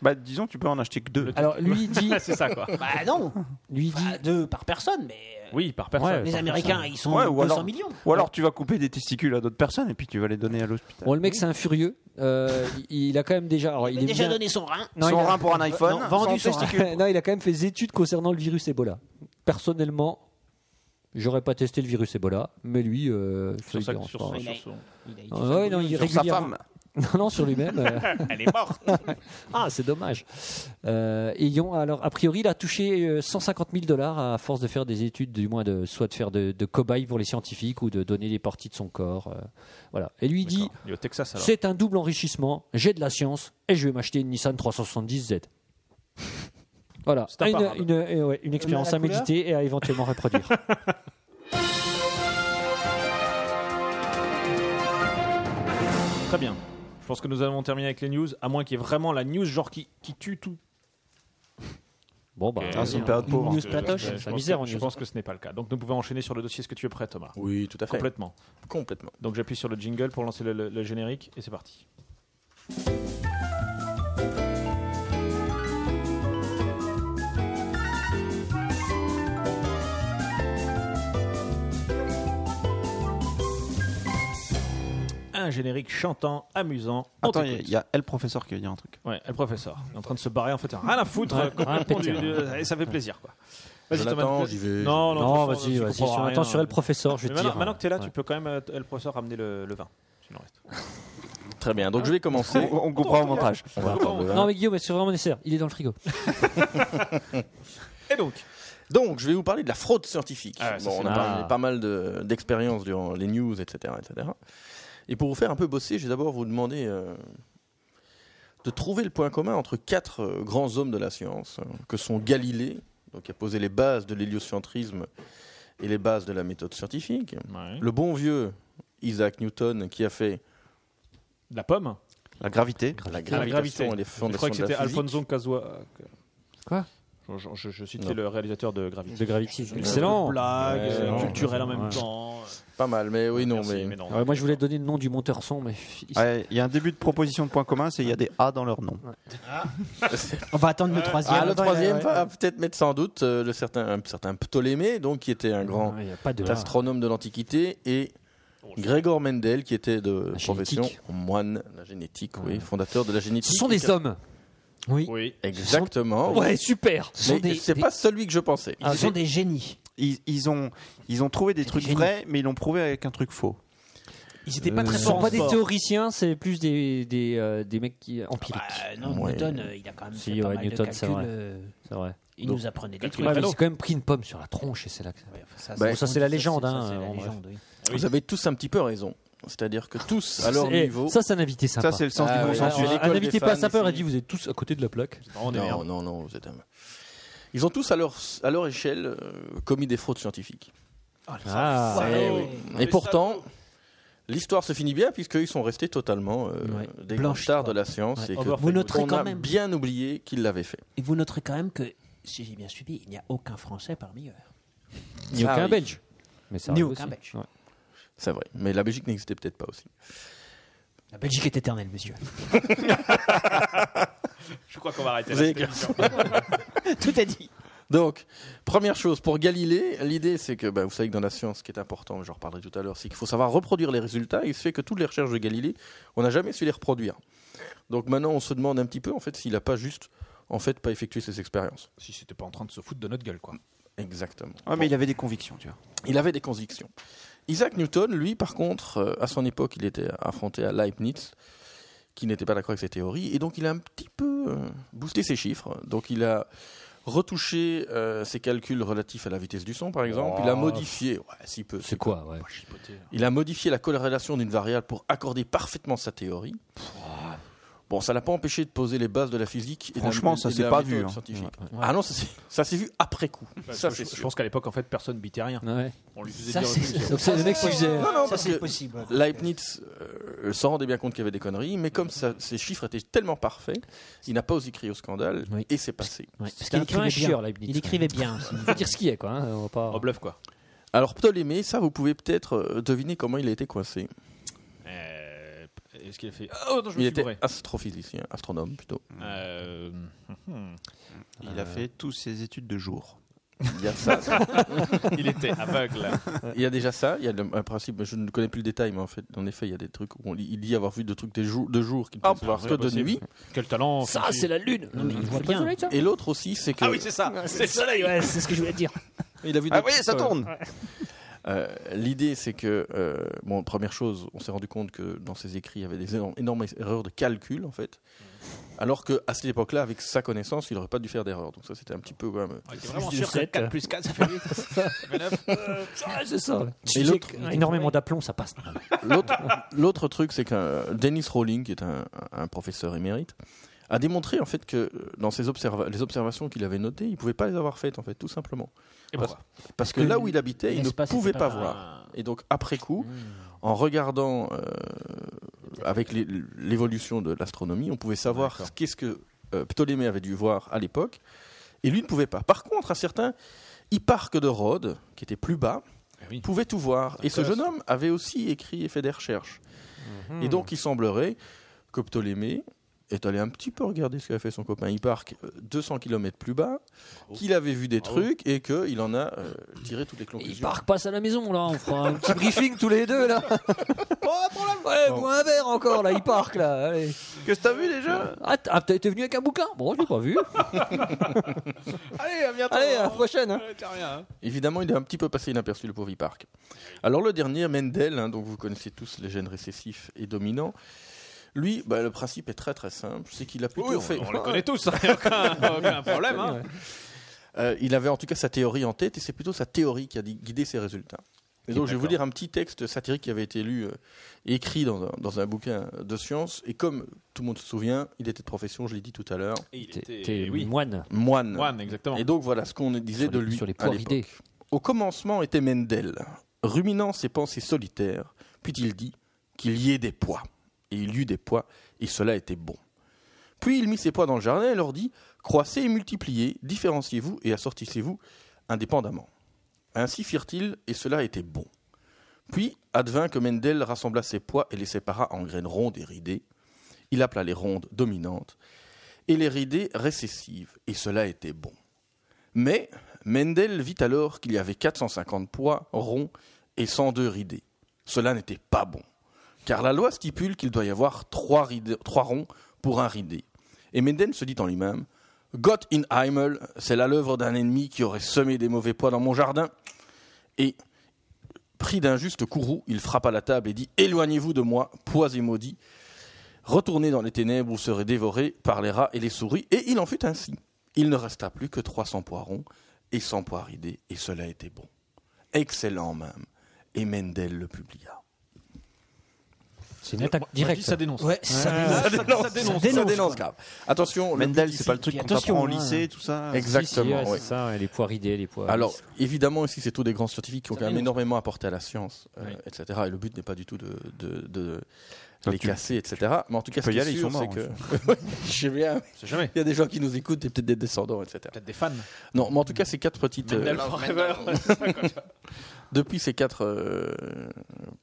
[SPEAKER 3] Bah disons, tu peux en acheter que deux.
[SPEAKER 1] Alors, lui il dit,
[SPEAKER 2] C'est ça, quoi.
[SPEAKER 4] Bah non
[SPEAKER 1] lui il dit,
[SPEAKER 4] Enfin, Deux par personne, mais. euh,
[SPEAKER 2] Oui, par personne.
[SPEAKER 4] les Américains, ils sont
[SPEAKER 3] Ouais, ou
[SPEAKER 4] 200
[SPEAKER 3] alors-
[SPEAKER 4] millions.
[SPEAKER 3] Ou alors tu vas couper des testicules à d'autres personnes et puis tu vas les donner à l'hôpital.
[SPEAKER 1] bon, le mec, c'est un furieux. Euh, il, il a quand même déjà, alors,
[SPEAKER 4] Il,
[SPEAKER 1] il,
[SPEAKER 4] a
[SPEAKER 1] est
[SPEAKER 4] déjà
[SPEAKER 1] bien-
[SPEAKER 4] donné hein. son rein.
[SPEAKER 1] Non,
[SPEAKER 3] son
[SPEAKER 1] il a-
[SPEAKER 3] rein pour un iPhone,
[SPEAKER 4] euh, non, vendu
[SPEAKER 3] son
[SPEAKER 4] son
[SPEAKER 3] testicule.
[SPEAKER 1] non, il a quand même fait des études concernant le virus Ebola. Personnellement, j'aurais pas testé le virus Ebola, mais lui, euh, ça
[SPEAKER 2] Sur
[SPEAKER 1] lui
[SPEAKER 2] ça-
[SPEAKER 1] dérange
[SPEAKER 2] sur
[SPEAKER 1] pas.
[SPEAKER 2] son-
[SPEAKER 4] Il
[SPEAKER 2] sur
[SPEAKER 4] a-
[SPEAKER 2] son-
[SPEAKER 4] Il a- il-
[SPEAKER 1] Ah ouais, non, il
[SPEAKER 3] Sur sa
[SPEAKER 1] régulièrement-
[SPEAKER 3] femme.
[SPEAKER 1] Non, non, sur lui-même. euh.
[SPEAKER 2] Elle est morte.
[SPEAKER 1] Ah, c'est dommage. Euh, et ils ont- alors, a priori, il a touché euh, 150 000 dollars à force de faire des études, du moins de soit de faire de, de cobayes pour les scientifiques ou de donner des parties de son corps. euh, voilà. Et lui il dit,
[SPEAKER 2] D'accord. Il est au Texas, alors.
[SPEAKER 1] c'est un double enrichissement. J'ai de la science et je vais m'acheter une Nissan 370Z. Voilà,
[SPEAKER 2] C'est imparable.
[SPEAKER 1] une, une- euh, ouais, une expérience
[SPEAKER 4] la
[SPEAKER 1] à méditer et à éventuellement reproduire.
[SPEAKER 2] Très bien. Je pense que nous avons terminé avec les news, à moins qu'il y ait vraiment la news genre qui, qui tue tout.
[SPEAKER 1] Bon,
[SPEAKER 2] euh,
[SPEAKER 1] bah,
[SPEAKER 3] Ah, c'est une période
[SPEAKER 4] Une
[SPEAKER 3] pauvre.
[SPEAKER 4] news platoche.
[SPEAKER 2] Je pense
[SPEAKER 1] Euh, misère
[SPEAKER 2] que-
[SPEAKER 1] en
[SPEAKER 2] je
[SPEAKER 1] news.
[SPEAKER 2] pense que ce n'est pas le cas. Donc nous pouvons enchaîner sur le dossier. Est-ce que tu es prêt, Thomas
[SPEAKER 5] Oui, tout à fait.
[SPEAKER 2] Complètement.
[SPEAKER 5] Complètement.
[SPEAKER 2] Donc j'appuie sur le jingle pour lancer le, le- le générique et c'est parti. Un un générique chantant, amusant. On
[SPEAKER 3] Attends, il y a-
[SPEAKER 2] t'écoute.
[SPEAKER 3] il y, a El Professeur qui veut dire un truc.
[SPEAKER 2] Ouais, le professeur. Il est en train de se barrer en fait. il a Rien à foutre.
[SPEAKER 1] Ouais,
[SPEAKER 2] euh, complètement
[SPEAKER 1] rien à péter,
[SPEAKER 2] du- du- et ça fait plaisir quoi. Vas-y
[SPEAKER 5] Jonathan,
[SPEAKER 2] Thomas.
[SPEAKER 5] j'y vais.
[SPEAKER 2] Non, non, tu
[SPEAKER 1] Non,
[SPEAKER 2] sens-
[SPEAKER 1] vas-y,
[SPEAKER 2] tu
[SPEAKER 1] vas-y.
[SPEAKER 2] comprends
[SPEAKER 1] sur-
[SPEAKER 2] rien. euh.
[SPEAKER 1] Attends, sur le professeur, je
[SPEAKER 2] Mais
[SPEAKER 1] vais te
[SPEAKER 2] Maintenant,
[SPEAKER 1] dire.
[SPEAKER 2] maintenant que t'es là,
[SPEAKER 1] Ouais.
[SPEAKER 2] tu peux quand même, euh, le professeur, ramener le, le vin. s'il en reste.
[SPEAKER 5] Très bien, donc je vais
[SPEAKER 3] On,
[SPEAKER 5] commencer.
[SPEAKER 3] on comprend au montage.
[SPEAKER 5] On va attendre le vin.
[SPEAKER 1] Non, mais Guillaume, c'est vraiment nécessaire. Il est dans le frigo.
[SPEAKER 2] Et donc,
[SPEAKER 5] Donc, je vais vous parler de la fraude scientifique.
[SPEAKER 2] Ah ouais, ça,
[SPEAKER 5] Bon,
[SPEAKER 2] c'est
[SPEAKER 5] on a
[SPEAKER 1] marrant.
[SPEAKER 5] parlé pas mal de- d'expériences durant les news, etc., etc. Et pour vous faire un peu bosser, je vais d'abord vous demander euh, de trouver le point commun entre quatre euh, grands hommes de la science, euh, que sont Galilée, donc qui a posé les bases de l'héliocentrisme et les bases de la méthode scientifique, le bon vieux Isaac Newton, qui a fait
[SPEAKER 2] de la pomme.
[SPEAKER 3] La gravité.
[SPEAKER 5] la
[SPEAKER 2] Ah, la
[SPEAKER 5] gravitation
[SPEAKER 2] gravité.
[SPEAKER 5] et les
[SPEAKER 2] Je
[SPEAKER 5] fondations
[SPEAKER 2] crois que
[SPEAKER 5] de la
[SPEAKER 2] c'était
[SPEAKER 5] physique.
[SPEAKER 2] Alfonso Cazua. euh,
[SPEAKER 1] Quoi
[SPEAKER 2] je, je- je- je citais
[SPEAKER 5] Non.
[SPEAKER 2] le réalisateur de Gravity.
[SPEAKER 1] De Gravity.
[SPEAKER 2] Une
[SPEAKER 1] Excellent.
[SPEAKER 2] Blague,
[SPEAKER 5] Ouais,
[SPEAKER 2] euh,
[SPEAKER 5] non,
[SPEAKER 2] culturelle en
[SPEAKER 1] ouais.
[SPEAKER 2] même temps. Ah
[SPEAKER 5] Pas mal, mais oui, non, mais...
[SPEAKER 2] non.
[SPEAKER 1] Ouais, moi, je voulais te donner le nom du monteur son, mais il-
[SPEAKER 3] Ouais, Il y a un début de proposition de point commun, c'est il y a des A dans leur nom.
[SPEAKER 4] On va attendre le troisième.
[SPEAKER 5] Ah, le troisième va peut-être mettre sans doute euh, le certain, un certain Ptolémée, donc qui était un grand
[SPEAKER 1] il n'y a pas de.
[SPEAKER 5] astronome de l'Antiquité, et Grégor Mendel, qui était de
[SPEAKER 1] La
[SPEAKER 5] profession
[SPEAKER 1] génétique.
[SPEAKER 5] moine, la génétique,
[SPEAKER 1] Ouais.
[SPEAKER 5] oui, fondateur de la génétique.
[SPEAKER 1] Ce sont des hommes.
[SPEAKER 2] Oui.
[SPEAKER 5] Exactement.
[SPEAKER 1] Ouais, super.
[SPEAKER 4] Ce sont
[SPEAKER 5] Mais
[SPEAKER 4] des-
[SPEAKER 5] c'est
[SPEAKER 4] des-
[SPEAKER 5] pas celui que je pensais.
[SPEAKER 1] Ah,
[SPEAKER 4] Ils sont des génies.
[SPEAKER 3] Ils, ils ont, ils ont trouvé des trucs
[SPEAKER 4] génies.
[SPEAKER 3] vrais, mais ils l'ont prouvé avec un truc faux.
[SPEAKER 4] Ils n'étaient pas
[SPEAKER 2] Euh,
[SPEAKER 4] très
[SPEAKER 1] Ce sont
[SPEAKER 4] forts.
[SPEAKER 1] pas des théoriciens, c'est plus des, des, euh, des mecs qui, empiriques.
[SPEAKER 4] Bah, non,
[SPEAKER 5] Ouais.
[SPEAKER 4] Newton, euh, il a quand même
[SPEAKER 1] Si,
[SPEAKER 4] fait pas
[SPEAKER 1] ouais,
[SPEAKER 4] mal
[SPEAKER 1] Newton,
[SPEAKER 4] de
[SPEAKER 1] c'est
[SPEAKER 4] calculs.
[SPEAKER 1] vrai.
[SPEAKER 4] euh,
[SPEAKER 1] C'est vrai.
[SPEAKER 4] il nous apprenait des trucs.
[SPEAKER 1] Ouais, mais ils ont quand même pris une pomme sur la tronche et c'est là que.
[SPEAKER 4] Ouais, ça,
[SPEAKER 5] Bah,
[SPEAKER 1] ça, c'est la légende, hein,
[SPEAKER 4] c'est la
[SPEAKER 1] en vrai.
[SPEAKER 4] légende, oui.
[SPEAKER 5] Vous avez tous un petit peu raison. C'est-à-dire que tous, à leur
[SPEAKER 1] Eh,
[SPEAKER 5] niveau.
[SPEAKER 1] Ça, c'est un invité sympa.
[SPEAKER 3] Ça, c'est le sens
[SPEAKER 5] Ah
[SPEAKER 3] du
[SPEAKER 5] ouais.
[SPEAKER 3] consensus.
[SPEAKER 5] l'école
[SPEAKER 1] un
[SPEAKER 5] des
[SPEAKER 1] invité
[SPEAKER 5] fans
[SPEAKER 1] pas sympa aurait
[SPEAKER 5] ici.
[SPEAKER 1] dit vous êtes tous à côté de la plaque.
[SPEAKER 2] On est
[SPEAKER 5] non,
[SPEAKER 2] merde.
[SPEAKER 5] non, non, vous êtes un- Ils ont tous, à leur, à leur échelle, euh, commis des fraudes scientifiques.
[SPEAKER 1] Ah,
[SPEAKER 5] Eh
[SPEAKER 4] Oh.
[SPEAKER 5] oui. Et pourtant, euh, l'histoire se finit bien puisqu'ils sont restés totalement euh,
[SPEAKER 4] Ouais.
[SPEAKER 5] des
[SPEAKER 4] Blanchis,
[SPEAKER 5] grands stars
[SPEAKER 4] quoi.
[SPEAKER 5] de la science
[SPEAKER 2] Ouais.
[SPEAKER 5] et que
[SPEAKER 2] Overfed,
[SPEAKER 4] Vous noterez
[SPEAKER 5] on
[SPEAKER 4] quand
[SPEAKER 5] a
[SPEAKER 4] même.
[SPEAKER 5] bien oublié qu'ils l'avaient fait.
[SPEAKER 4] Et vous noterez quand même que, si j'ai bien suivi, il n'y a aucun Français parmi eux.
[SPEAKER 1] ni
[SPEAKER 5] Ah
[SPEAKER 1] aucun
[SPEAKER 5] oui.
[SPEAKER 1] belge. Mais ça
[SPEAKER 4] Ni
[SPEAKER 1] arrive
[SPEAKER 4] aucun
[SPEAKER 1] aussi.
[SPEAKER 4] Belge.
[SPEAKER 1] Ouais.
[SPEAKER 5] C'est vrai, mais la Belgique n'existait peut-être pas aussi.
[SPEAKER 4] La Belgique est éternelle, monsieur.
[SPEAKER 2] Je crois qu'on va arrêter.
[SPEAKER 5] Vous
[SPEAKER 2] là,
[SPEAKER 5] avez-
[SPEAKER 2] cette émission.
[SPEAKER 4] Tout est dit.
[SPEAKER 5] Donc, première chose, pour Galilée, l'idée c'est que, bah, vous savez que dans la science, ce qui est important, j'en reparlerai tout à l'heure, c'est qu'il faut savoir reproduire les résultats. Il se fait que toutes les recherches de Galilée, on n'a jamais su les reproduire. Donc maintenant, on se demande un petit peu, en fait, s'il n'a pas juste, en fait, pas effectué ses expériences.
[SPEAKER 2] Si c'était pas en train de se foutre de notre gueule, quoi.
[SPEAKER 5] Exactement.
[SPEAKER 3] Ouais, mais il avait des convictions, tu vois.
[SPEAKER 5] Il avait des convictions. Isaac Newton, lui, par contre, euh, à son époque, il était affronté à Leibniz, qui n'était pas d'accord avec ses théories, et donc il a un petit peu euh, boosté ses chiffres. Donc il a retouché euh, ses calculs relatifs à la vitesse du son, par exemple. il a modifié, ouais, si peu.
[SPEAKER 1] C'est quoi ouais.
[SPEAKER 5] Il a modifié la corrélation d'une variable pour accorder parfaitement sa théorie. Bon, ça l'a pas empêché de poser les bases de la physique. Et de la-
[SPEAKER 3] Franchement, ça
[SPEAKER 5] et de
[SPEAKER 3] s'est
[SPEAKER 5] la
[SPEAKER 3] pas
[SPEAKER 5] méthode
[SPEAKER 3] vu, hein.
[SPEAKER 5] scientifique. Ah non, ça s'est- ça s'est vu après coup. ça,
[SPEAKER 2] Bah, je, je
[SPEAKER 5] c'est sûr.
[SPEAKER 2] pense qu'à l'époque, en fait, personne bitait rien.
[SPEAKER 1] Ouais.
[SPEAKER 2] On lui faisait
[SPEAKER 4] Ça,
[SPEAKER 2] dire.
[SPEAKER 4] c'est
[SPEAKER 1] Donc c'est le mec
[SPEAKER 4] Ah,
[SPEAKER 1] qui faisait.
[SPEAKER 5] Non, non,
[SPEAKER 4] ça,
[SPEAKER 5] parce
[SPEAKER 4] c'est
[SPEAKER 5] que-
[SPEAKER 4] possible.
[SPEAKER 5] Leibniz euh, s'en rendait bien compte qu'il y avait des conneries, mais comme ça, ses chiffres étaient tellement parfaits, il n'a pas aussi crié au scandale
[SPEAKER 4] Oui.
[SPEAKER 5] et c'est passé.
[SPEAKER 4] Ouais, parce
[SPEAKER 1] C'était
[SPEAKER 4] qu'il
[SPEAKER 1] un peu un
[SPEAKER 4] écrivait
[SPEAKER 1] chieur,
[SPEAKER 4] bien.
[SPEAKER 1] Leibniz.
[SPEAKER 4] Il écrivait bien aussi.
[SPEAKER 1] Faut dire ce qu'il y a, quoi. hein, on va pas-
[SPEAKER 2] En Oh, bluff, quoi.
[SPEAKER 5] Alors Ptolémée, ça vous pouvez peut-être euh, deviner comment il a été coincé.
[SPEAKER 2] Euh, Est-ce qu'il a fait. Oh, non, je me
[SPEAKER 5] Il
[SPEAKER 2] suis
[SPEAKER 5] était
[SPEAKER 2] bourré.
[SPEAKER 5] astrophysicien, astronome plutôt.
[SPEAKER 2] Euh, hum,
[SPEAKER 5] Euh.
[SPEAKER 3] Il a fait tous ses études de jour.
[SPEAKER 5] Il y a ça,
[SPEAKER 2] il était aveugle.
[SPEAKER 5] il y a déjà ça, il y a le- un principe, je ne connais plus le détail, mais en fait, en effet, il y a des trucs où on- il dit avoir vu des trucs des jours, de jour qu'il ne
[SPEAKER 2] Ah,
[SPEAKER 5] peut voir
[SPEAKER 2] c'est
[SPEAKER 5] que de
[SPEAKER 2] possible.
[SPEAKER 5] nuit.
[SPEAKER 2] Quel talent.
[SPEAKER 1] Ça, c'est la lune.
[SPEAKER 4] Non, mais il
[SPEAKER 1] C'est
[SPEAKER 4] voit
[SPEAKER 1] pas
[SPEAKER 4] bien.
[SPEAKER 1] le soleil, ça
[SPEAKER 5] Et l'autre aussi, c'est que
[SPEAKER 2] Ah oui, c'est ça. C'est le soleil, ouais.
[SPEAKER 4] Ouais, c'est ce que je voulais dire.
[SPEAKER 5] il a vu
[SPEAKER 3] Ah
[SPEAKER 5] des-
[SPEAKER 3] oui, ça tourne
[SPEAKER 5] Euh, l'idée, c'est que, euh, bon, première chose, on s'est rendu compte que dans ses écrits, il y avait des énormes, énormes erreurs de calcul, en fait. Alors qu'à cette époque-là, avec sa connaissance, il n'aurait pas dû faire d'erreur. Donc ça, c'était un petit peu quand même.
[SPEAKER 2] Ouais, T'es Ah, vraiment
[SPEAKER 1] Plus
[SPEAKER 2] sûr que
[SPEAKER 1] sept.
[SPEAKER 2] 4 plus 4, ça fait 8. ça fait 9.
[SPEAKER 1] Ouais, c'est ça.
[SPEAKER 5] Et l'autre-
[SPEAKER 1] Énormément d'aplomb, ça passe.
[SPEAKER 5] L'autre- L'autre truc, c'est que Dennis Rowling, qui est un, un professeur émérite, a démontré en fait que euh, dans ses observa- les observations qu'il avait notées, il ne pouvait pas les avoir faites en fait, tout simplement.
[SPEAKER 2] Et pourquoi
[SPEAKER 5] Parce que
[SPEAKER 4] que
[SPEAKER 5] là où il habitait, il ne
[SPEAKER 4] l'espace
[SPEAKER 5] pouvait
[SPEAKER 4] était
[SPEAKER 5] pas Hmm.
[SPEAKER 4] pas
[SPEAKER 5] voir. Et donc après coup, en regardant euh, avec l'é- l'évolution de l'astronomie, on pouvait savoir qu'est-ce que euh, Ptolémée avait dû voir à l'époque, et lui ne pouvait pas. Par contre, un certain Hipparque de Rhodes, qui était plus bas,
[SPEAKER 3] Eh
[SPEAKER 2] Ah oui.
[SPEAKER 5] pouvait tout voir. Et ce jeune homme avait aussi écrit et fait des recherches.
[SPEAKER 3] Mhm.
[SPEAKER 5] Et donc il semblerait que Ptolémée est allé un petit peu regarder ce qu'a fait son copain Hipparque euh, 200 km plus bas, qu'il avait vu des trucs et qu'il en a euh, tiré toutes les
[SPEAKER 1] Il
[SPEAKER 5] conclusions.
[SPEAKER 1] part, passe à la maison, là. On fera un petit briefing tous les deux, là. Ouais, bois un verre encore, là, il parc, là. Allez.
[SPEAKER 3] Qu'est-ce que t'as vu déjà
[SPEAKER 1] Ah, t- ah, t'es t'es venu avec un bouquin Bon, je l'ai pas vu.
[SPEAKER 3] Allez, à bientôt.
[SPEAKER 1] Allez, à la prochaine. hein.
[SPEAKER 5] Évidemment, il est un petit peu passé inaperçu, le pauvre Park. Alors, le dernier, Mendel, hein, donc vous connaissez tous les gènes récessifs et dominants. Lui, bah, le principe est très très simple, c'est qu'il a plutôt fait.
[SPEAKER 8] On les connaît tous, il n'y a aucun, aucun problème. hein.
[SPEAKER 5] Euh, il avait en tout cas sa théorie en tête, et c'est plutôt sa théorie qui a di- guidé ses résultats. Et donc, je vais vous lire un petit texte satirique qui avait été lu euh, et écrit dans un, dans un bouquin de science. Et comme tout le monde se souvient, il était de profession, je l'ai dit tout à l'heure,
[SPEAKER 8] Et il
[SPEAKER 1] T'es-
[SPEAKER 8] était-
[SPEAKER 1] T'es
[SPEAKER 8] oui.
[SPEAKER 1] moine.
[SPEAKER 5] moine.
[SPEAKER 8] Moine, exactement.
[SPEAKER 5] Et donc, voilà ce qu'on disait
[SPEAKER 1] Sur
[SPEAKER 5] de
[SPEAKER 1] les-
[SPEAKER 5] lui.
[SPEAKER 1] sur les
[SPEAKER 5] à
[SPEAKER 1] poires
[SPEAKER 5] l'époque.
[SPEAKER 1] idées.
[SPEAKER 5] Au commencement était Mendel, ruminant ses pensées solitaires, puis il dit qu'il y ait des pois. Et il y eut des pois, et cela était bon. Puis il mit ses pois dans le jardin et leur dit Croissez et multipliez, différenciez-vous et assortissez-vous indépendamment. Ainsi firent-ils, et cela était bon. Puis advint que Mendel rassembla ses pois et les sépara en graines rondes et ridées. Il appela les rondes dominantes et les ridées récessives, et cela était bon. Mais Mendel vit alors qu'il y avait 450 pois ronds et 102 ridés. Cela n'était pas bon, car la loi stipule qu'il doit y avoir 3, ronds pour un ridé. Et Mendel se dit en lui-même Gott in Himmel, c'est la l'œuvre d'un ennemi qui aurait semé des mauvais pois dans mon jardin. Et, pris d'un juste courroux, il frappa la table et dit Éloignez-vous de moi, pois et maudits, retournez dans les ténèbres où serez dévorés par les rats et les souris. Et il en fut ainsi. Il ne resta plus que 300 poirons et 100 poiridés, et cela était bon. Excellent même. Et Mendel le publia.
[SPEAKER 1] C'est une attaque directe.
[SPEAKER 8] Ça dénonce.
[SPEAKER 4] Ouais, ça
[SPEAKER 8] Ah, Ça dénonce. Ça dénonce.
[SPEAKER 5] Ça dénonce grave. Attention, le
[SPEAKER 3] Mendel,
[SPEAKER 5] but
[SPEAKER 3] c'est
[SPEAKER 5] ici-
[SPEAKER 3] pas le truc qu'on
[SPEAKER 4] attention,
[SPEAKER 3] t'apprend au
[SPEAKER 4] hein.
[SPEAKER 3] lycée, Ah, tout ça.
[SPEAKER 5] Exactement.
[SPEAKER 1] Si, si, ouais,
[SPEAKER 5] ouais.
[SPEAKER 1] C'est ça, ouais, les poires idées, les poires.
[SPEAKER 5] Alors, évidemment, ici, c'est tous des grands scientifiques qui ont
[SPEAKER 4] Ça
[SPEAKER 5] quand même
[SPEAKER 4] dénonce.
[SPEAKER 5] énormément apporté à la science, euh,
[SPEAKER 8] Oui.
[SPEAKER 5] etc. Et le but n'est pas du tout de, de- de
[SPEAKER 3] Donc
[SPEAKER 5] les
[SPEAKER 3] tu-
[SPEAKER 5] casser, etc. Mais en tout cas, ce
[SPEAKER 3] peux
[SPEAKER 5] qui
[SPEAKER 3] y
[SPEAKER 5] est
[SPEAKER 3] aller, ils
[SPEAKER 5] sûr,
[SPEAKER 3] sont
[SPEAKER 5] c'est
[SPEAKER 3] morts, hein.
[SPEAKER 5] que. Oui, Je sais bien,
[SPEAKER 8] C'est jamais.
[SPEAKER 5] il y a des gens qui nous écoutent, et peut-être des descendants, etc.
[SPEAKER 8] Peut-être des fans.
[SPEAKER 5] Non, mais en tout cas, ces quatre petites. euh,
[SPEAKER 8] Mendel Forever.
[SPEAKER 5] depuis ces quatre euh,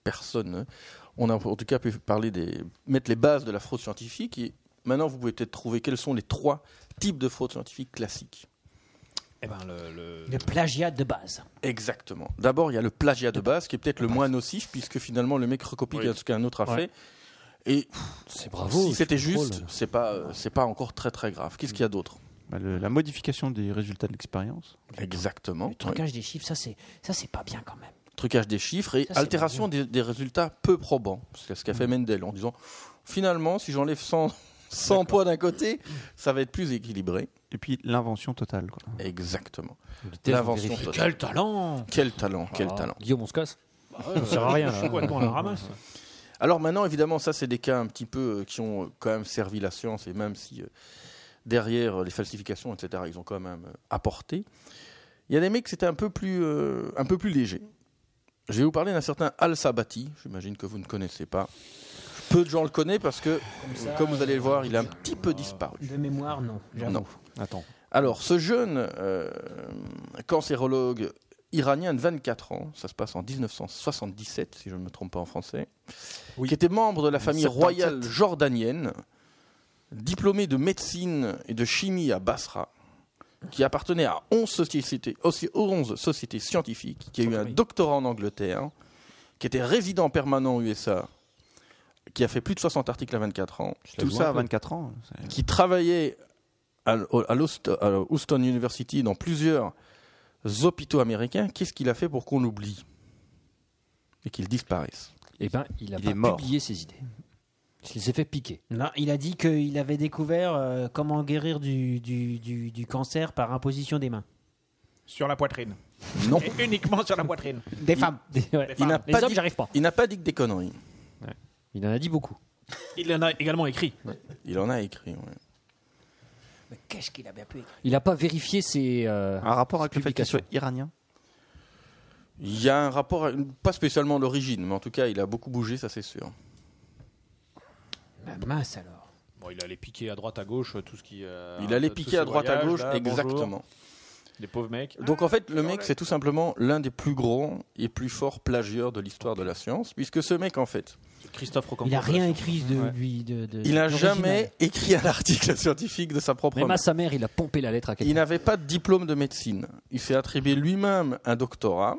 [SPEAKER 5] personnes, hein, on a en tout cas pu parler des, mettre les bases de la fraude scientifique. Et maintenant, vous pouvez peut-être trouver quels sont les trois types de fraude scientifique classiques.
[SPEAKER 8] Eh ben, le- le-
[SPEAKER 4] Le plagiat de base.
[SPEAKER 5] Exactement. D'abord, il y a le plagiat de base, qui est peut-être le moins nocif, puisque finalement, le mec recopie
[SPEAKER 8] Oui.
[SPEAKER 5] ce qu'un autre a
[SPEAKER 8] Ouais.
[SPEAKER 5] fait. Et
[SPEAKER 1] c'est bravo.
[SPEAKER 5] si c'était
[SPEAKER 1] c'est drôle.
[SPEAKER 5] juste, c'est pas, euh, c'est pas encore très très grave. Qu'est-ce qu'il y a d'autre
[SPEAKER 3] Bah, le- la modification des résultats de l'expérience.
[SPEAKER 5] Exactement.
[SPEAKER 4] Le trucage des chiffres, ça c'est ça c'est pas bien quand même.
[SPEAKER 5] trucage des chiffres et
[SPEAKER 4] Ça, c'est Mm.
[SPEAKER 5] altération des, des résultats peu probants. C'est ce qu'a fait Mendel en disant finalement, si j'enlève 100, 100 poids d'un côté, ça va être plus équilibré.
[SPEAKER 3] Et puis l'invention totale. Quoi.
[SPEAKER 5] Exactement.
[SPEAKER 1] Le test de
[SPEAKER 5] L'invention
[SPEAKER 1] vérifier.
[SPEAKER 5] totale.
[SPEAKER 8] talent
[SPEAKER 5] Quel talent, quel
[SPEAKER 1] Ah,
[SPEAKER 5] talent.
[SPEAKER 1] Guillaume, on se casse.
[SPEAKER 8] Ça sert à rien.
[SPEAKER 1] hein.
[SPEAKER 8] Je suis complètement à la ramasse.
[SPEAKER 5] Alors maintenant, évidemment, ça, c'est des cas un petit peu euh, qui ont euh, quand même servi la science et même si euh, derrière euh, les falsifications, etc., ils ont quand même euh, apporté. Il y a des mecs qui étaient un peu plus, euh, un peu plus légers. Je vais vous parler d'un certain Al-Sabati, j'imagine que vous ne connaissez pas. Peu de gens le connaissent parce que,
[SPEAKER 4] ça,
[SPEAKER 5] comme vous allez le voir, il a un petit peu disparu.
[SPEAKER 4] De mémoire, non.
[SPEAKER 5] Non.
[SPEAKER 3] Attends.
[SPEAKER 5] Alors, ce jeune euh, cancérologue iranien de 24 ans, ça se passe en 1977, si je ne me trompe pas en français,
[SPEAKER 8] Oui.
[SPEAKER 5] qui était membre de la famille
[SPEAKER 3] 77.
[SPEAKER 5] royale jordanienne, diplômé de médecine et de chimie à Basra, qui appartenait à 11 sociétés, aussi 11 sociétés scientifiques, qui a eu un doctorat en Angleterre, qui était résident permanent aux USA, qui a fait plus de 60 articles à 24 ans,
[SPEAKER 3] Tout ça à 24 ans. c'est-
[SPEAKER 5] qui travaillait à, l- au- à l'Houst- à la Houston University dans plusieurs hôpitaux américains, qu'est-ce qu'il a fait pour qu'on l'oublie et qu'il disparaisse
[SPEAKER 1] Eh ben, il a
[SPEAKER 3] Il
[SPEAKER 1] pas
[SPEAKER 3] est mort.
[SPEAKER 1] publié ses idées. Il se les a fait piquer.
[SPEAKER 4] Non, il a dit qu'il avait découvert euh, comment guérir du, du, du, du cancer par imposition des mains.
[SPEAKER 8] Sur la poitrine.
[SPEAKER 5] Non,
[SPEAKER 8] Et uniquement sur la poitrine.
[SPEAKER 4] Des femmes.
[SPEAKER 1] Ouais.
[SPEAKER 5] il n'a
[SPEAKER 1] Les
[SPEAKER 5] pas,
[SPEAKER 1] hommes,
[SPEAKER 5] dit,
[SPEAKER 1] j'y arrive pas.
[SPEAKER 5] il n'a pas dit que des conneries.
[SPEAKER 1] Il en a dit beaucoup.
[SPEAKER 8] Il en a également écrit.
[SPEAKER 5] Il en a écrit. ouais.
[SPEAKER 4] Mais qu'est-ce qu'il a bien pu écrire
[SPEAKER 1] Il n'a pas vérifié ses. euh,
[SPEAKER 5] Ah.
[SPEAKER 3] Un rapport avec le fait qu'il
[SPEAKER 1] Publication.
[SPEAKER 3] soit iranien.
[SPEAKER 5] Il y a un rapport, à- pas spécialement l'origine, mais en tout cas, il a beaucoup bougé, ça c'est sûr.
[SPEAKER 4] Bah, Mince alors.
[SPEAKER 8] Bon, il allait piquer à droite à gauche euh, tout ce qui. euh,
[SPEAKER 5] Il allait
[SPEAKER 8] tout ce
[SPEAKER 5] piquer à droite à
[SPEAKER 8] voyage,
[SPEAKER 5] gauche,
[SPEAKER 8] là, bonjour.
[SPEAKER 5] exactement.
[SPEAKER 8] Les pauvres mecs.
[SPEAKER 5] Donc en fait, le mec, c'est tout simplement l'un des plus grands et plus forts plagieurs de l'histoire de la science, puisque ce mec, en fait,
[SPEAKER 8] Christophe Rocambour.
[SPEAKER 4] Il a rien écrit de
[SPEAKER 8] Ouais.
[SPEAKER 4] lui. De, de-
[SPEAKER 5] il n'a
[SPEAKER 4] d'original.
[SPEAKER 5] jamais écrit un article scientifique de sa propre
[SPEAKER 1] Même
[SPEAKER 5] main.
[SPEAKER 1] à sa mère, il a pompé la lettre à
[SPEAKER 5] Il
[SPEAKER 1] quelqu'un.
[SPEAKER 5] n'avait pas de diplôme de médecine. Il s'est attribué lui-même un doctorat.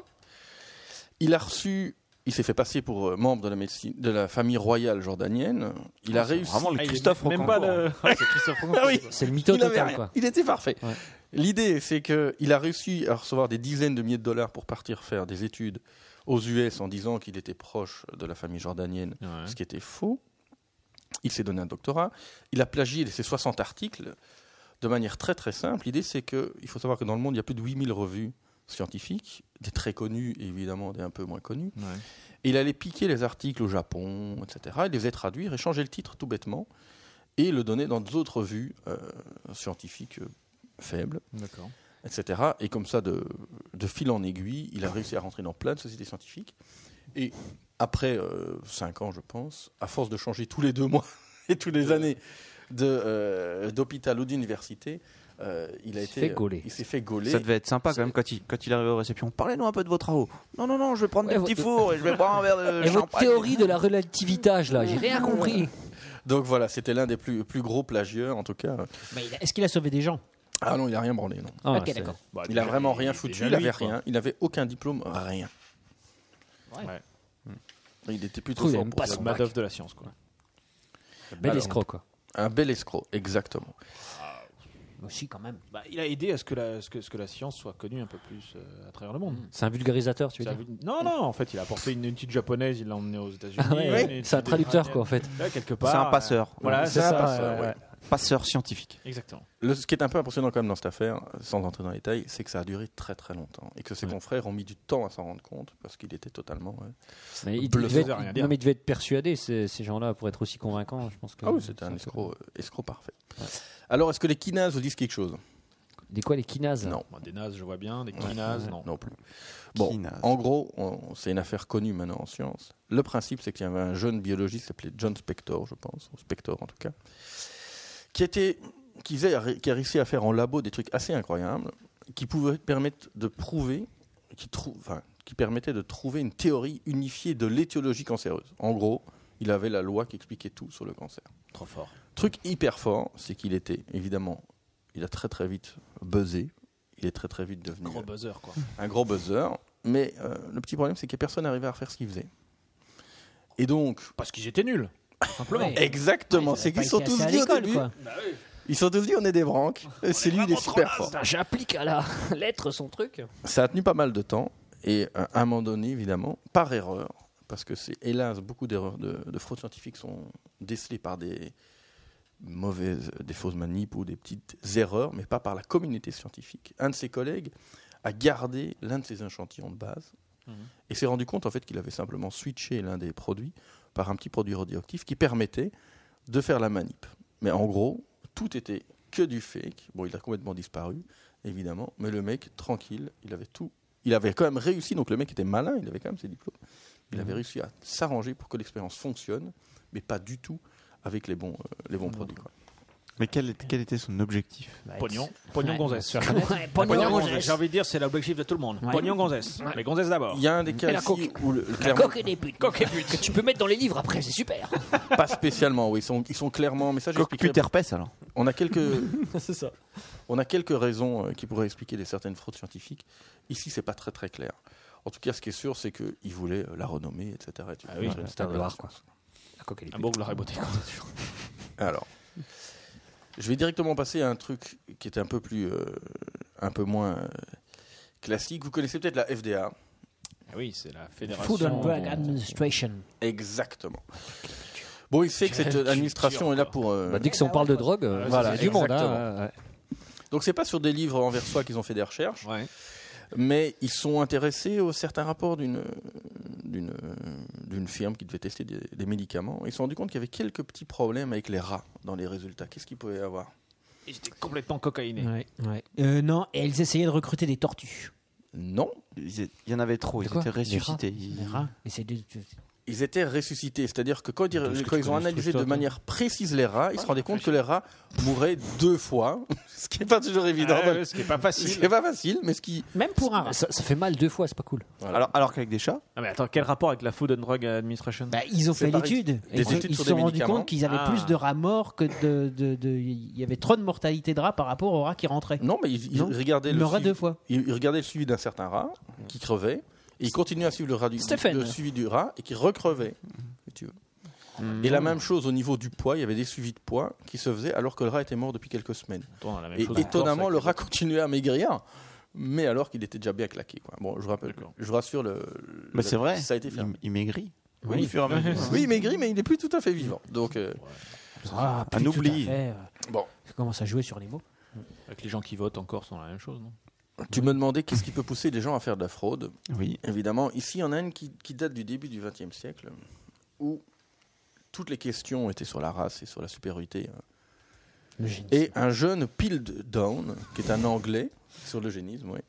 [SPEAKER 5] Il a reçu il s'est fait passer pour euh, membre de la, médecine, de la famille royale jordanienne. Il a réussi.
[SPEAKER 3] Vraiment le
[SPEAKER 2] Ah, il est
[SPEAKER 3] Christophe
[SPEAKER 2] même
[SPEAKER 3] Rocancourt.
[SPEAKER 2] pas le- Ouais, c'est Christophe Rocancourt.
[SPEAKER 5] Ah oui,
[SPEAKER 1] C'est le mytho
[SPEAKER 5] il avait
[SPEAKER 1] total,
[SPEAKER 5] rien.
[SPEAKER 1] quoi.
[SPEAKER 5] Il était parfait.
[SPEAKER 1] Ouais.
[SPEAKER 5] L'idée, c'est qu'il a réussi à recevoir des dizaines de milliers de dollars pour partir faire des études aux US en disant qu'il était proche de la famille jordanienne, ce qui était faux. Il s'est donné un doctorat. Il a plagié ses 60 articles de manière très très simple. L'idée, c'est qu'il faut savoir que dans le monde, il y a plus de 8000 revues scientifiques, des très connues et évidemment des un peu moins connues. Et il allait piquer les articles au Japon, etc. Il les faisait traduire et changer le titre tout bêtement et le donner dans d'autres revues euh, scientifiques euh, faibles,
[SPEAKER 2] D'accord.
[SPEAKER 5] etc. Et comme ça, de, de fil en aiguille, il a réussi à rentrer dans plein de sociétés scientifiques. Et après 5 ans, je pense, à force de changer tous les deux mois et tous les années de, euh, d'hôpital ou d'université, euh, il a
[SPEAKER 1] Il s'est
[SPEAKER 5] été
[SPEAKER 1] fait gauler.
[SPEAKER 5] Il s'est fait gauler.
[SPEAKER 3] Ça devait être sympa quand même quand il, quand il arrivait aux réceptions. Parlez-nous un peu de vos travaux. Non, non, non, je vais prendre
[SPEAKER 1] Ouais,
[SPEAKER 3] des
[SPEAKER 1] votre-
[SPEAKER 3] petits fours et je vais boire un verre de
[SPEAKER 1] Et votre
[SPEAKER 3] champagne.
[SPEAKER 1] théorie de la relativitage, là, j'ai rien compris.
[SPEAKER 5] Donc voilà, c'était l'un des plus, plus gros plagieurs, en tout cas.
[SPEAKER 4] Mais il a- Est-ce qu'il a sauvé des gens
[SPEAKER 5] Ah non, il n'a rien branlé, non.
[SPEAKER 1] Ah,
[SPEAKER 4] Ok,
[SPEAKER 1] c'est-
[SPEAKER 4] d'accord.
[SPEAKER 8] Bah,
[SPEAKER 5] Il a vraiment rien foutu, il avait
[SPEAKER 2] n'avait
[SPEAKER 5] rien, il avait aucun diplôme, rien.
[SPEAKER 2] Ouais.
[SPEAKER 5] Il était plutôt
[SPEAKER 1] Trouve, il a
[SPEAKER 5] fort
[SPEAKER 1] même
[SPEAKER 5] pour
[SPEAKER 1] pas
[SPEAKER 5] ça.
[SPEAKER 1] son bac.
[SPEAKER 2] Madoff de la science, quoi.
[SPEAKER 1] Bel
[SPEAKER 5] Alors.
[SPEAKER 1] escroc, quoi.
[SPEAKER 5] Un bel escroc, exactement.
[SPEAKER 4] Aussi, quand même.
[SPEAKER 2] Bah, il a aidé à ce que, la, ce que, ce que la science soit connue un peu plus euh, à travers le monde.
[SPEAKER 1] C'est un vulgarisateur, tu veux
[SPEAKER 2] Ça
[SPEAKER 1] dire.
[SPEAKER 2] veut- Non, non, en fait, il a apporté une, une petite japonaise, il l'a emmenée aux États-Unis.
[SPEAKER 1] Ah ouais,
[SPEAKER 2] une
[SPEAKER 1] ouais.
[SPEAKER 2] étude
[SPEAKER 1] c'est un traducteur, quoi, en fait.
[SPEAKER 2] Là, quelque part.
[SPEAKER 3] C'est un passeur.
[SPEAKER 2] euh, Voilà, c'est
[SPEAKER 5] un
[SPEAKER 2] ça.
[SPEAKER 5] passeur,
[SPEAKER 2] ouais.
[SPEAKER 5] ouais.
[SPEAKER 3] Passeur scientifique.
[SPEAKER 2] Exactement.
[SPEAKER 5] Le- ce qui est un peu impressionnant quand même dans cette affaire, sans entrer dans les détails, c'est que ça a duré très très longtemps et que ses confrères ont mis du temps à s'en rendre compte parce qu'il était totalement. ouais.
[SPEAKER 1] Mais il,
[SPEAKER 2] Bluffeur,
[SPEAKER 1] devait être,
[SPEAKER 2] ça veut rien dire.
[SPEAKER 1] non, mais il devait être persuadé, ces, ces gens-là, pour être aussi convaincants. Je pense que
[SPEAKER 5] Ah oui, c'était un escroc, euh, escroc parfait. Alors, est-ce que les kinases vous disent quelque chose
[SPEAKER 1] Des quoi, les kinases
[SPEAKER 5] Non,
[SPEAKER 2] Bon, des nazes, je vois bien. Des kinazes, non.
[SPEAKER 5] non plus. Bon,
[SPEAKER 3] Kinase.
[SPEAKER 5] en gros, on- c'est une affaire connue maintenant en science. Le principe, c'est qu'il y avait un jeune biologiste qui s'appelait John Spector, je pense, ou Spector en tout cas, qui, était, qui, faisait- qui a réussi à faire en labo des trucs assez incroyables, qui pouvaient permettre de prouver, qui, trou- enfin, qui permettait de trouver une théorie unifiée de l'étiologie cancéreuse. En gros, il avait la loi qui expliquait tout sur le cancer.
[SPEAKER 2] Trop fort.
[SPEAKER 5] Truc hyper fort, c'est qu'il était, évidemment, il a très très vite buzzé. Il est très très vite devenu
[SPEAKER 2] Gros buzzer, quoi.
[SPEAKER 5] un gros buzzer. Mais euh, le petit problème, c'est que personne n'arrivait à refaire ce qu'il faisait. Et donc,
[SPEAKER 2] Parce qu'ils étaient nuls. tout Simplement.
[SPEAKER 4] Ouais.
[SPEAKER 5] exactement, c'est qu'ils sont tous dit au début. Ils sont tous dit Bah on est des branques. Et C'est lui, il est super fort.
[SPEAKER 1] Putain, J'applique à la lettre son truc.
[SPEAKER 5] Ça a tenu pas mal de temps. Et euh, à un moment donné, évidemment, par erreur, parce que c'est hélas beaucoup d'erreurs de, de fraudes scientifiques sont décelées par des mauvaises, euh, des fausses manips ou des petites erreurs, mais pas par la communauté scientifique. Un de ses collègues a gardé l'un de ses échantillons de base et s'est rendu compte en fait qu'il avait simplement switché l'un des produits par un petit produit radioactif qui permettait de faire la manip. Mais en gros, tout était que du fake. Bon, il a complètement disparu, évidemment, mais le mec, tranquille, il avait tout. Il avait quand même réussi, donc le mec était malin, il avait quand même ses diplômes. Il
[SPEAKER 1] Mhm.
[SPEAKER 5] avait réussi à s'arranger pour que l'expérience fonctionne, mais pas du tout avec les bons, euh, les bons produits. quoi.
[SPEAKER 3] Mais quel, est- quel était son objectif
[SPEAKER 2] Pognon. Pognon
[SPEAKER 4] Ouais.
[SPEAKER 2] gonzesse.
[SPEAKER 4] Ouais,
[SPEAKER 2] Pognon
[SPEAKER 4] pognon,
[SPEAKER 2] gonzesse. J'ai
[SPEAKER 4] gonzesse.
[SPEAKER 2] envie de dire, c'est l'objectif de tout le monde.
[SPEAKER 4] Ouais.
[SPEAKER 2] Pognon gonzesse. Mais gonzesse d'abord.
[SPEAKER 5] Il y a un des cas
[SPEAKER 1] la
[SPEAKER 5] ici
[SPEAKER 1] coque.
[SPEAKER 5] où le-
[SPEAKER 1] La
[SPEAKER 5] clairement-
[SPEAKER 1] coque et des putes. Que tu peux mettre dans les livres après, c'est super.
[SPEAKER 5] pas spécialement, oui, ils sont, ils sont clairement, mais ça j'expliquerai
[SPEAKER 3] Cocuterpès alors.
[SPEAKER 5] On a quelques, On a quelques raisons euh, qui pourraient expliquer des certaines fraudes scientifiques. Ici, c'est pas très très clair. En tout cas, ce qui est sûr, c'est qu'ils voulaient euh, la renommée, etc. Et tu-
[SPEAKER 2] Ah
[SPEAKER 1] Ah
[SPEAKER 2] oui,
[SPEAKER 5] Ouais,
[SPEAKER 2] c'est une
[SPEAKER 5] ouais.
[SPEAKER 2] star de l'art,
[SPEAKER 1] quoi. La coque et
[SPEAKER 2] Un
[SPEAKER 1] les putes.
[SPEAKER 2] beau gloire et beauté, quoi.
[SPEAKER 5] Alors, je vais directement passer à un truc qui est un peu plus, euh, un peu moins euh, classique. Vous connaissez peut-être la FDA.
[SPEAKER 2] Ah Oui, c'est la
[SPEAKER 4] Food and
[SPEAKER 2] fédération.
[SPEAKER 4] Drug Administration.
[SPEAKER 5] Exactement. Bon, il sait que cette administration est là pour. euh,
[SPEAKER 1] Bah, dès que si on parle de drogue, euh,
[SPEAKER 2] ouais,
[SPEAKER 1] voilà,
[SPEAKER 2] c'est
[SPEAKER 1] c'est du monde. hein,
[SPEAKER 5] exactement.
[SPEAKER 1] ouais.
[SPEAKER 5] Donc, c'est pas sur des livres envers soi qu'ils ont fait des recherches.
[SPEAKER 2] Ouais.
[SPEAKER 5] mais ils sont intéressés aux certains rapports d'une d'une d'une firme qui devait tester des, des médicaments. Ils se sont rendus compte qu'il y avait quelques petits problèmes avec les rats dans les résultats. Qu'est-ce qu'il pouvait y avoir
[SPEAKER 2] Ils étaient complètement cocaïnés.
[SPEAKER 4] Ouais, ouais. Euh, non, et elles essayaient de recruter des tortues.
[SPEAKER 5] Non,
[SPEAKER 3] Ils étaient- Il y en avait trop,
[SPEAKER 1] C'est
[SPEAKER 3] ils
[SPEAKER 1] quoi
[SPEAKER 3] étaient
[SPEAKER 1] Des
[SPEAKER 3] ressuscités. Ils-
[SPEAKER 4] Les
[SPEAKER 1] Mmh.
[SPEAKER 4] rats. Et c'est des-
[SPEAKER 5] ils étaient ressuscités. C'est-à-dire que quand ils,
[SPEAKER 1] D'où ce que
[SPEAKER 5] quand
[SPEAKER 1] tu
[SPEAKER 5] ils ont
[SPEAKER 1] connais ce
[SPEAKER 5] analysé de
[SPEAKER 1] truc-là, toi
[SPEAKER 5] manière précise les rats, ils se rendaient compte que les rats mouraient deux fois, Ah, ce qui n'est pas toujours évident.
[SPEAKER 2] Ah ouais, ce qui est pas
[SPEAKER 5] Ce
[SPEAKER 2] facile.
[SPEAKER 5] qui n'est pas facile, mais ce qui
[SPEAKER 4] Même pour un rat.
[SPEAKER 1] Ça, ça fait mal deux fois, c'est pas cool.
[SPEAKER 5] Voilà.
[SPEAKER 3] Alors, alors qu'avec des chats,
[SPEAKER 2] Ah, mais attends, quel rapport avec la Food and Drug Administration
[SPEAKER 4] Bah, ils ont
[SPEAKER 5] C'est
[SPEAKER 4] fait
[SPEAKER 5] pareil.
[SPEAKER 4] l'étude.
[SPEAKER 5] Des
[SPEAKER 4] Ils se-
[SPEAKER 5] études
[SPEAKER 4] ils
[SPEAKER 5] sur
[SPEAKER 4] se
[SPEAKER 5] des
[SPEAKER 4] sont rendus
[SPEAKER 5] médicaments.
[SPEAKER 4] compte qu'ils avaient
[SPEAKER 2] Ah.
[SPEAKER 4] plus de rats morts que de, de, de- Il y avait trop de mortalité de rats par rapport aux rats qui rentraient.
[SPEAKER 5] non, mais ils, ils
[SPEAKER 4] Non.
[SPEAKER 5] regardaient
[SPEAKER 4] Ils
[SPEAKER 5] le
[SPEAKER 4] meuraient
[SPEAKER 5] suivi,
[SPEAKER 4] deux fois.
[SPEAKER 5] ils- ils regardaient le suivi d'un certain rat qui crevait. Et il continuait à suivre le, rat du,
[SPEAKER 4] Stéphane.
[SPEAKER 5] le suivi du rat et qui recrevait. si tu veux.
[SPEAKER 1] Hmm.
[SPEAKER 5] Et la même chose au niveau du poids, il y avait des suivis de poids qui se faisaient alors que le rat était mort depuis quelques semaines.
[SPEAKER 2] Attends, la même
[SPEAKER 5] Et
[SPEAKER 2] chose en
[SPEAKER 5] étonnamment,
[SPEAKER 2] Corse,
[SPEAKER 5] le
[SPEAKER 2] avec-
[SPEAKER 5] rat continuait à maigrir, mais alors qu'il était déjà bien claqué. Quoi. Bon, je rappelle, je rassure le. le-
[SPEAKER 3] Mais bah, c'est vrai,
[SPEAKER 5] Ça a été fait. hein.
[SPEAKER 3] il, il maigrit.
[SPEAKER 2] Oui.
[SPEAKER 3] Au fur et à mesure.
[SPEAKER 5] Oui, il maigrit, mais il n'est plus tout à fait vivant. Donc, euh,
[SPEAKER 4] Ah,
[SPEAKER 3] Un
[SPEAKER 4] plus tout à
[SPEAKER 3] oubli.
[SPEAKER 4] fait, euh,
[SPEAKER 5] Bon.
[SPEAKER 4] Je commence à jouer sur les mots.
[SPEAKER 8] Avec les gens qui votent encore sont la même chose, non
[SPEAKER 5] tu me demandais qu'est-ce qui peut pousser les gens à faire de la fraude.
[SPEAKER 3] Oui.
[SPEAKER 5] Évidemment, ici, il y en a une qui, qui date du début du XXe siècle, où toutes les questions étaient sur la race et sur la supériorité. hein.
[SPEAKER 4] Le génie.
[SPEAKER 5] Et un jeune Piltdown, qui est un Anglais, sur l'eugénisme, oui,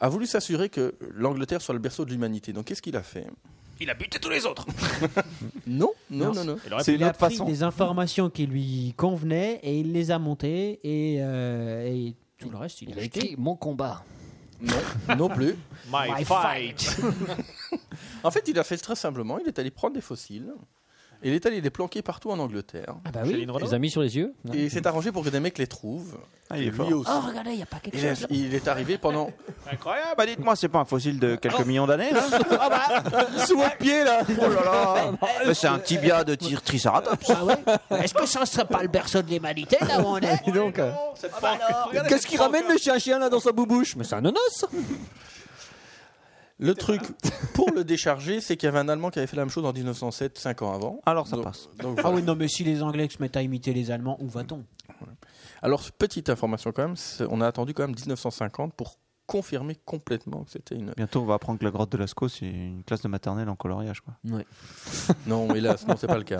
[SPEAKER 5] a voulu s'assurer que l'Angleterre soit le berceau de l'humanité. Donc, qu'est-ce qu'il a fait
[SPEAKER 6] Il a buté tous les autres.
[SPEAKER 5] Non, non, non, non.
[SPEAKER 3] C'est
[SPEAKER 4] Ah, il
[SPEAKER 3] une
[SPEAKER 4] a
[SPEAKER 3] autre
[SPEAKER 4] pris
[SPEAKER 3] façon.
[SPEAKER 4] des informations qui lui convenaient et il les a montées et, euh, et tout le reste, il, Oh,
[SPEAKER 1] Il
[SPEAKER 4] a
[SPEAKER 1] a
[SPEAKER 4] jeté.
[SPEAKER 1] écrit Mon combat.
[SPEAKER 5] Non, non plus.
[SPEAKER 8] My, fight,
[SPEAKER 5] En fait, il a fait très simplement, il est allé prendre des fossiles, et il est allé les planquer partout en Angleterre.
[SPEAKER 4] Ah bah oui.
[SPEAKER 1] Les amis sur les yeux Non.
[SPEAKER 5] Et il s'est arrangé pour que des mecs les trouvent.
[SPEAKER 3] Ah, il est
[SPEAKER 5] Lui
[SPEAKER 3] fort.
[SPEAKER 5] aussi.
[SPEAKER 4] Oh, regardez, il n'y a pas quelque
[SPEAKER 5] Il
[SPEAKER 4] chose.
[SPEAKER 5] est,
[SPEAKER 4] là.
[SPEAKER 5] il est arrivé pendant.
[SPEAKER 3] Ah bah dites-moi, c'est pas un fossile de quelques millions d'années là Sous votre pied là Oh là là Mais C'est un tibia de tir triceratops
[SPEAKER 4] Ah ouais Est-ce que ça ne serait pas le berceau de l'humanité là où on est
[SPEAKER 1] donc,
[SPEAKER 4] Qu'est-ce qui ramène le chien chien là dans sa boubouche
[SPEAKER 1] mais c'est un nonos
[SPEAKER 5] Le truc pour le décharger, c'est qu'il y avait un Allemand qui avait fait la même chose en 1907, 5 ans avant.
[SPEAKER 3] Alors ça
[SPEAKER 5] Donc-
[SPEAKER 3] passe.
[SPEAKER 5] donc
[SPEAKER 4] Ah
[SPEAKER 5] voilà.
[SPEAKER 4] oui, non, mais si les Anglais se mettent à imiter les Allemands, où va-t-on
[SPEAKER 5] Alors, petite information quand même, c'est- on a attendu quand même 1950 pour confirmer complètement que c'était une.
[SPEAKER 3] Bientôt on va apprendre que la grotte de Lascaux c'est une classe de maternelle en coloriage quoi.
[SPEAKER 5] Non, hélas, non, c'est pas le cas.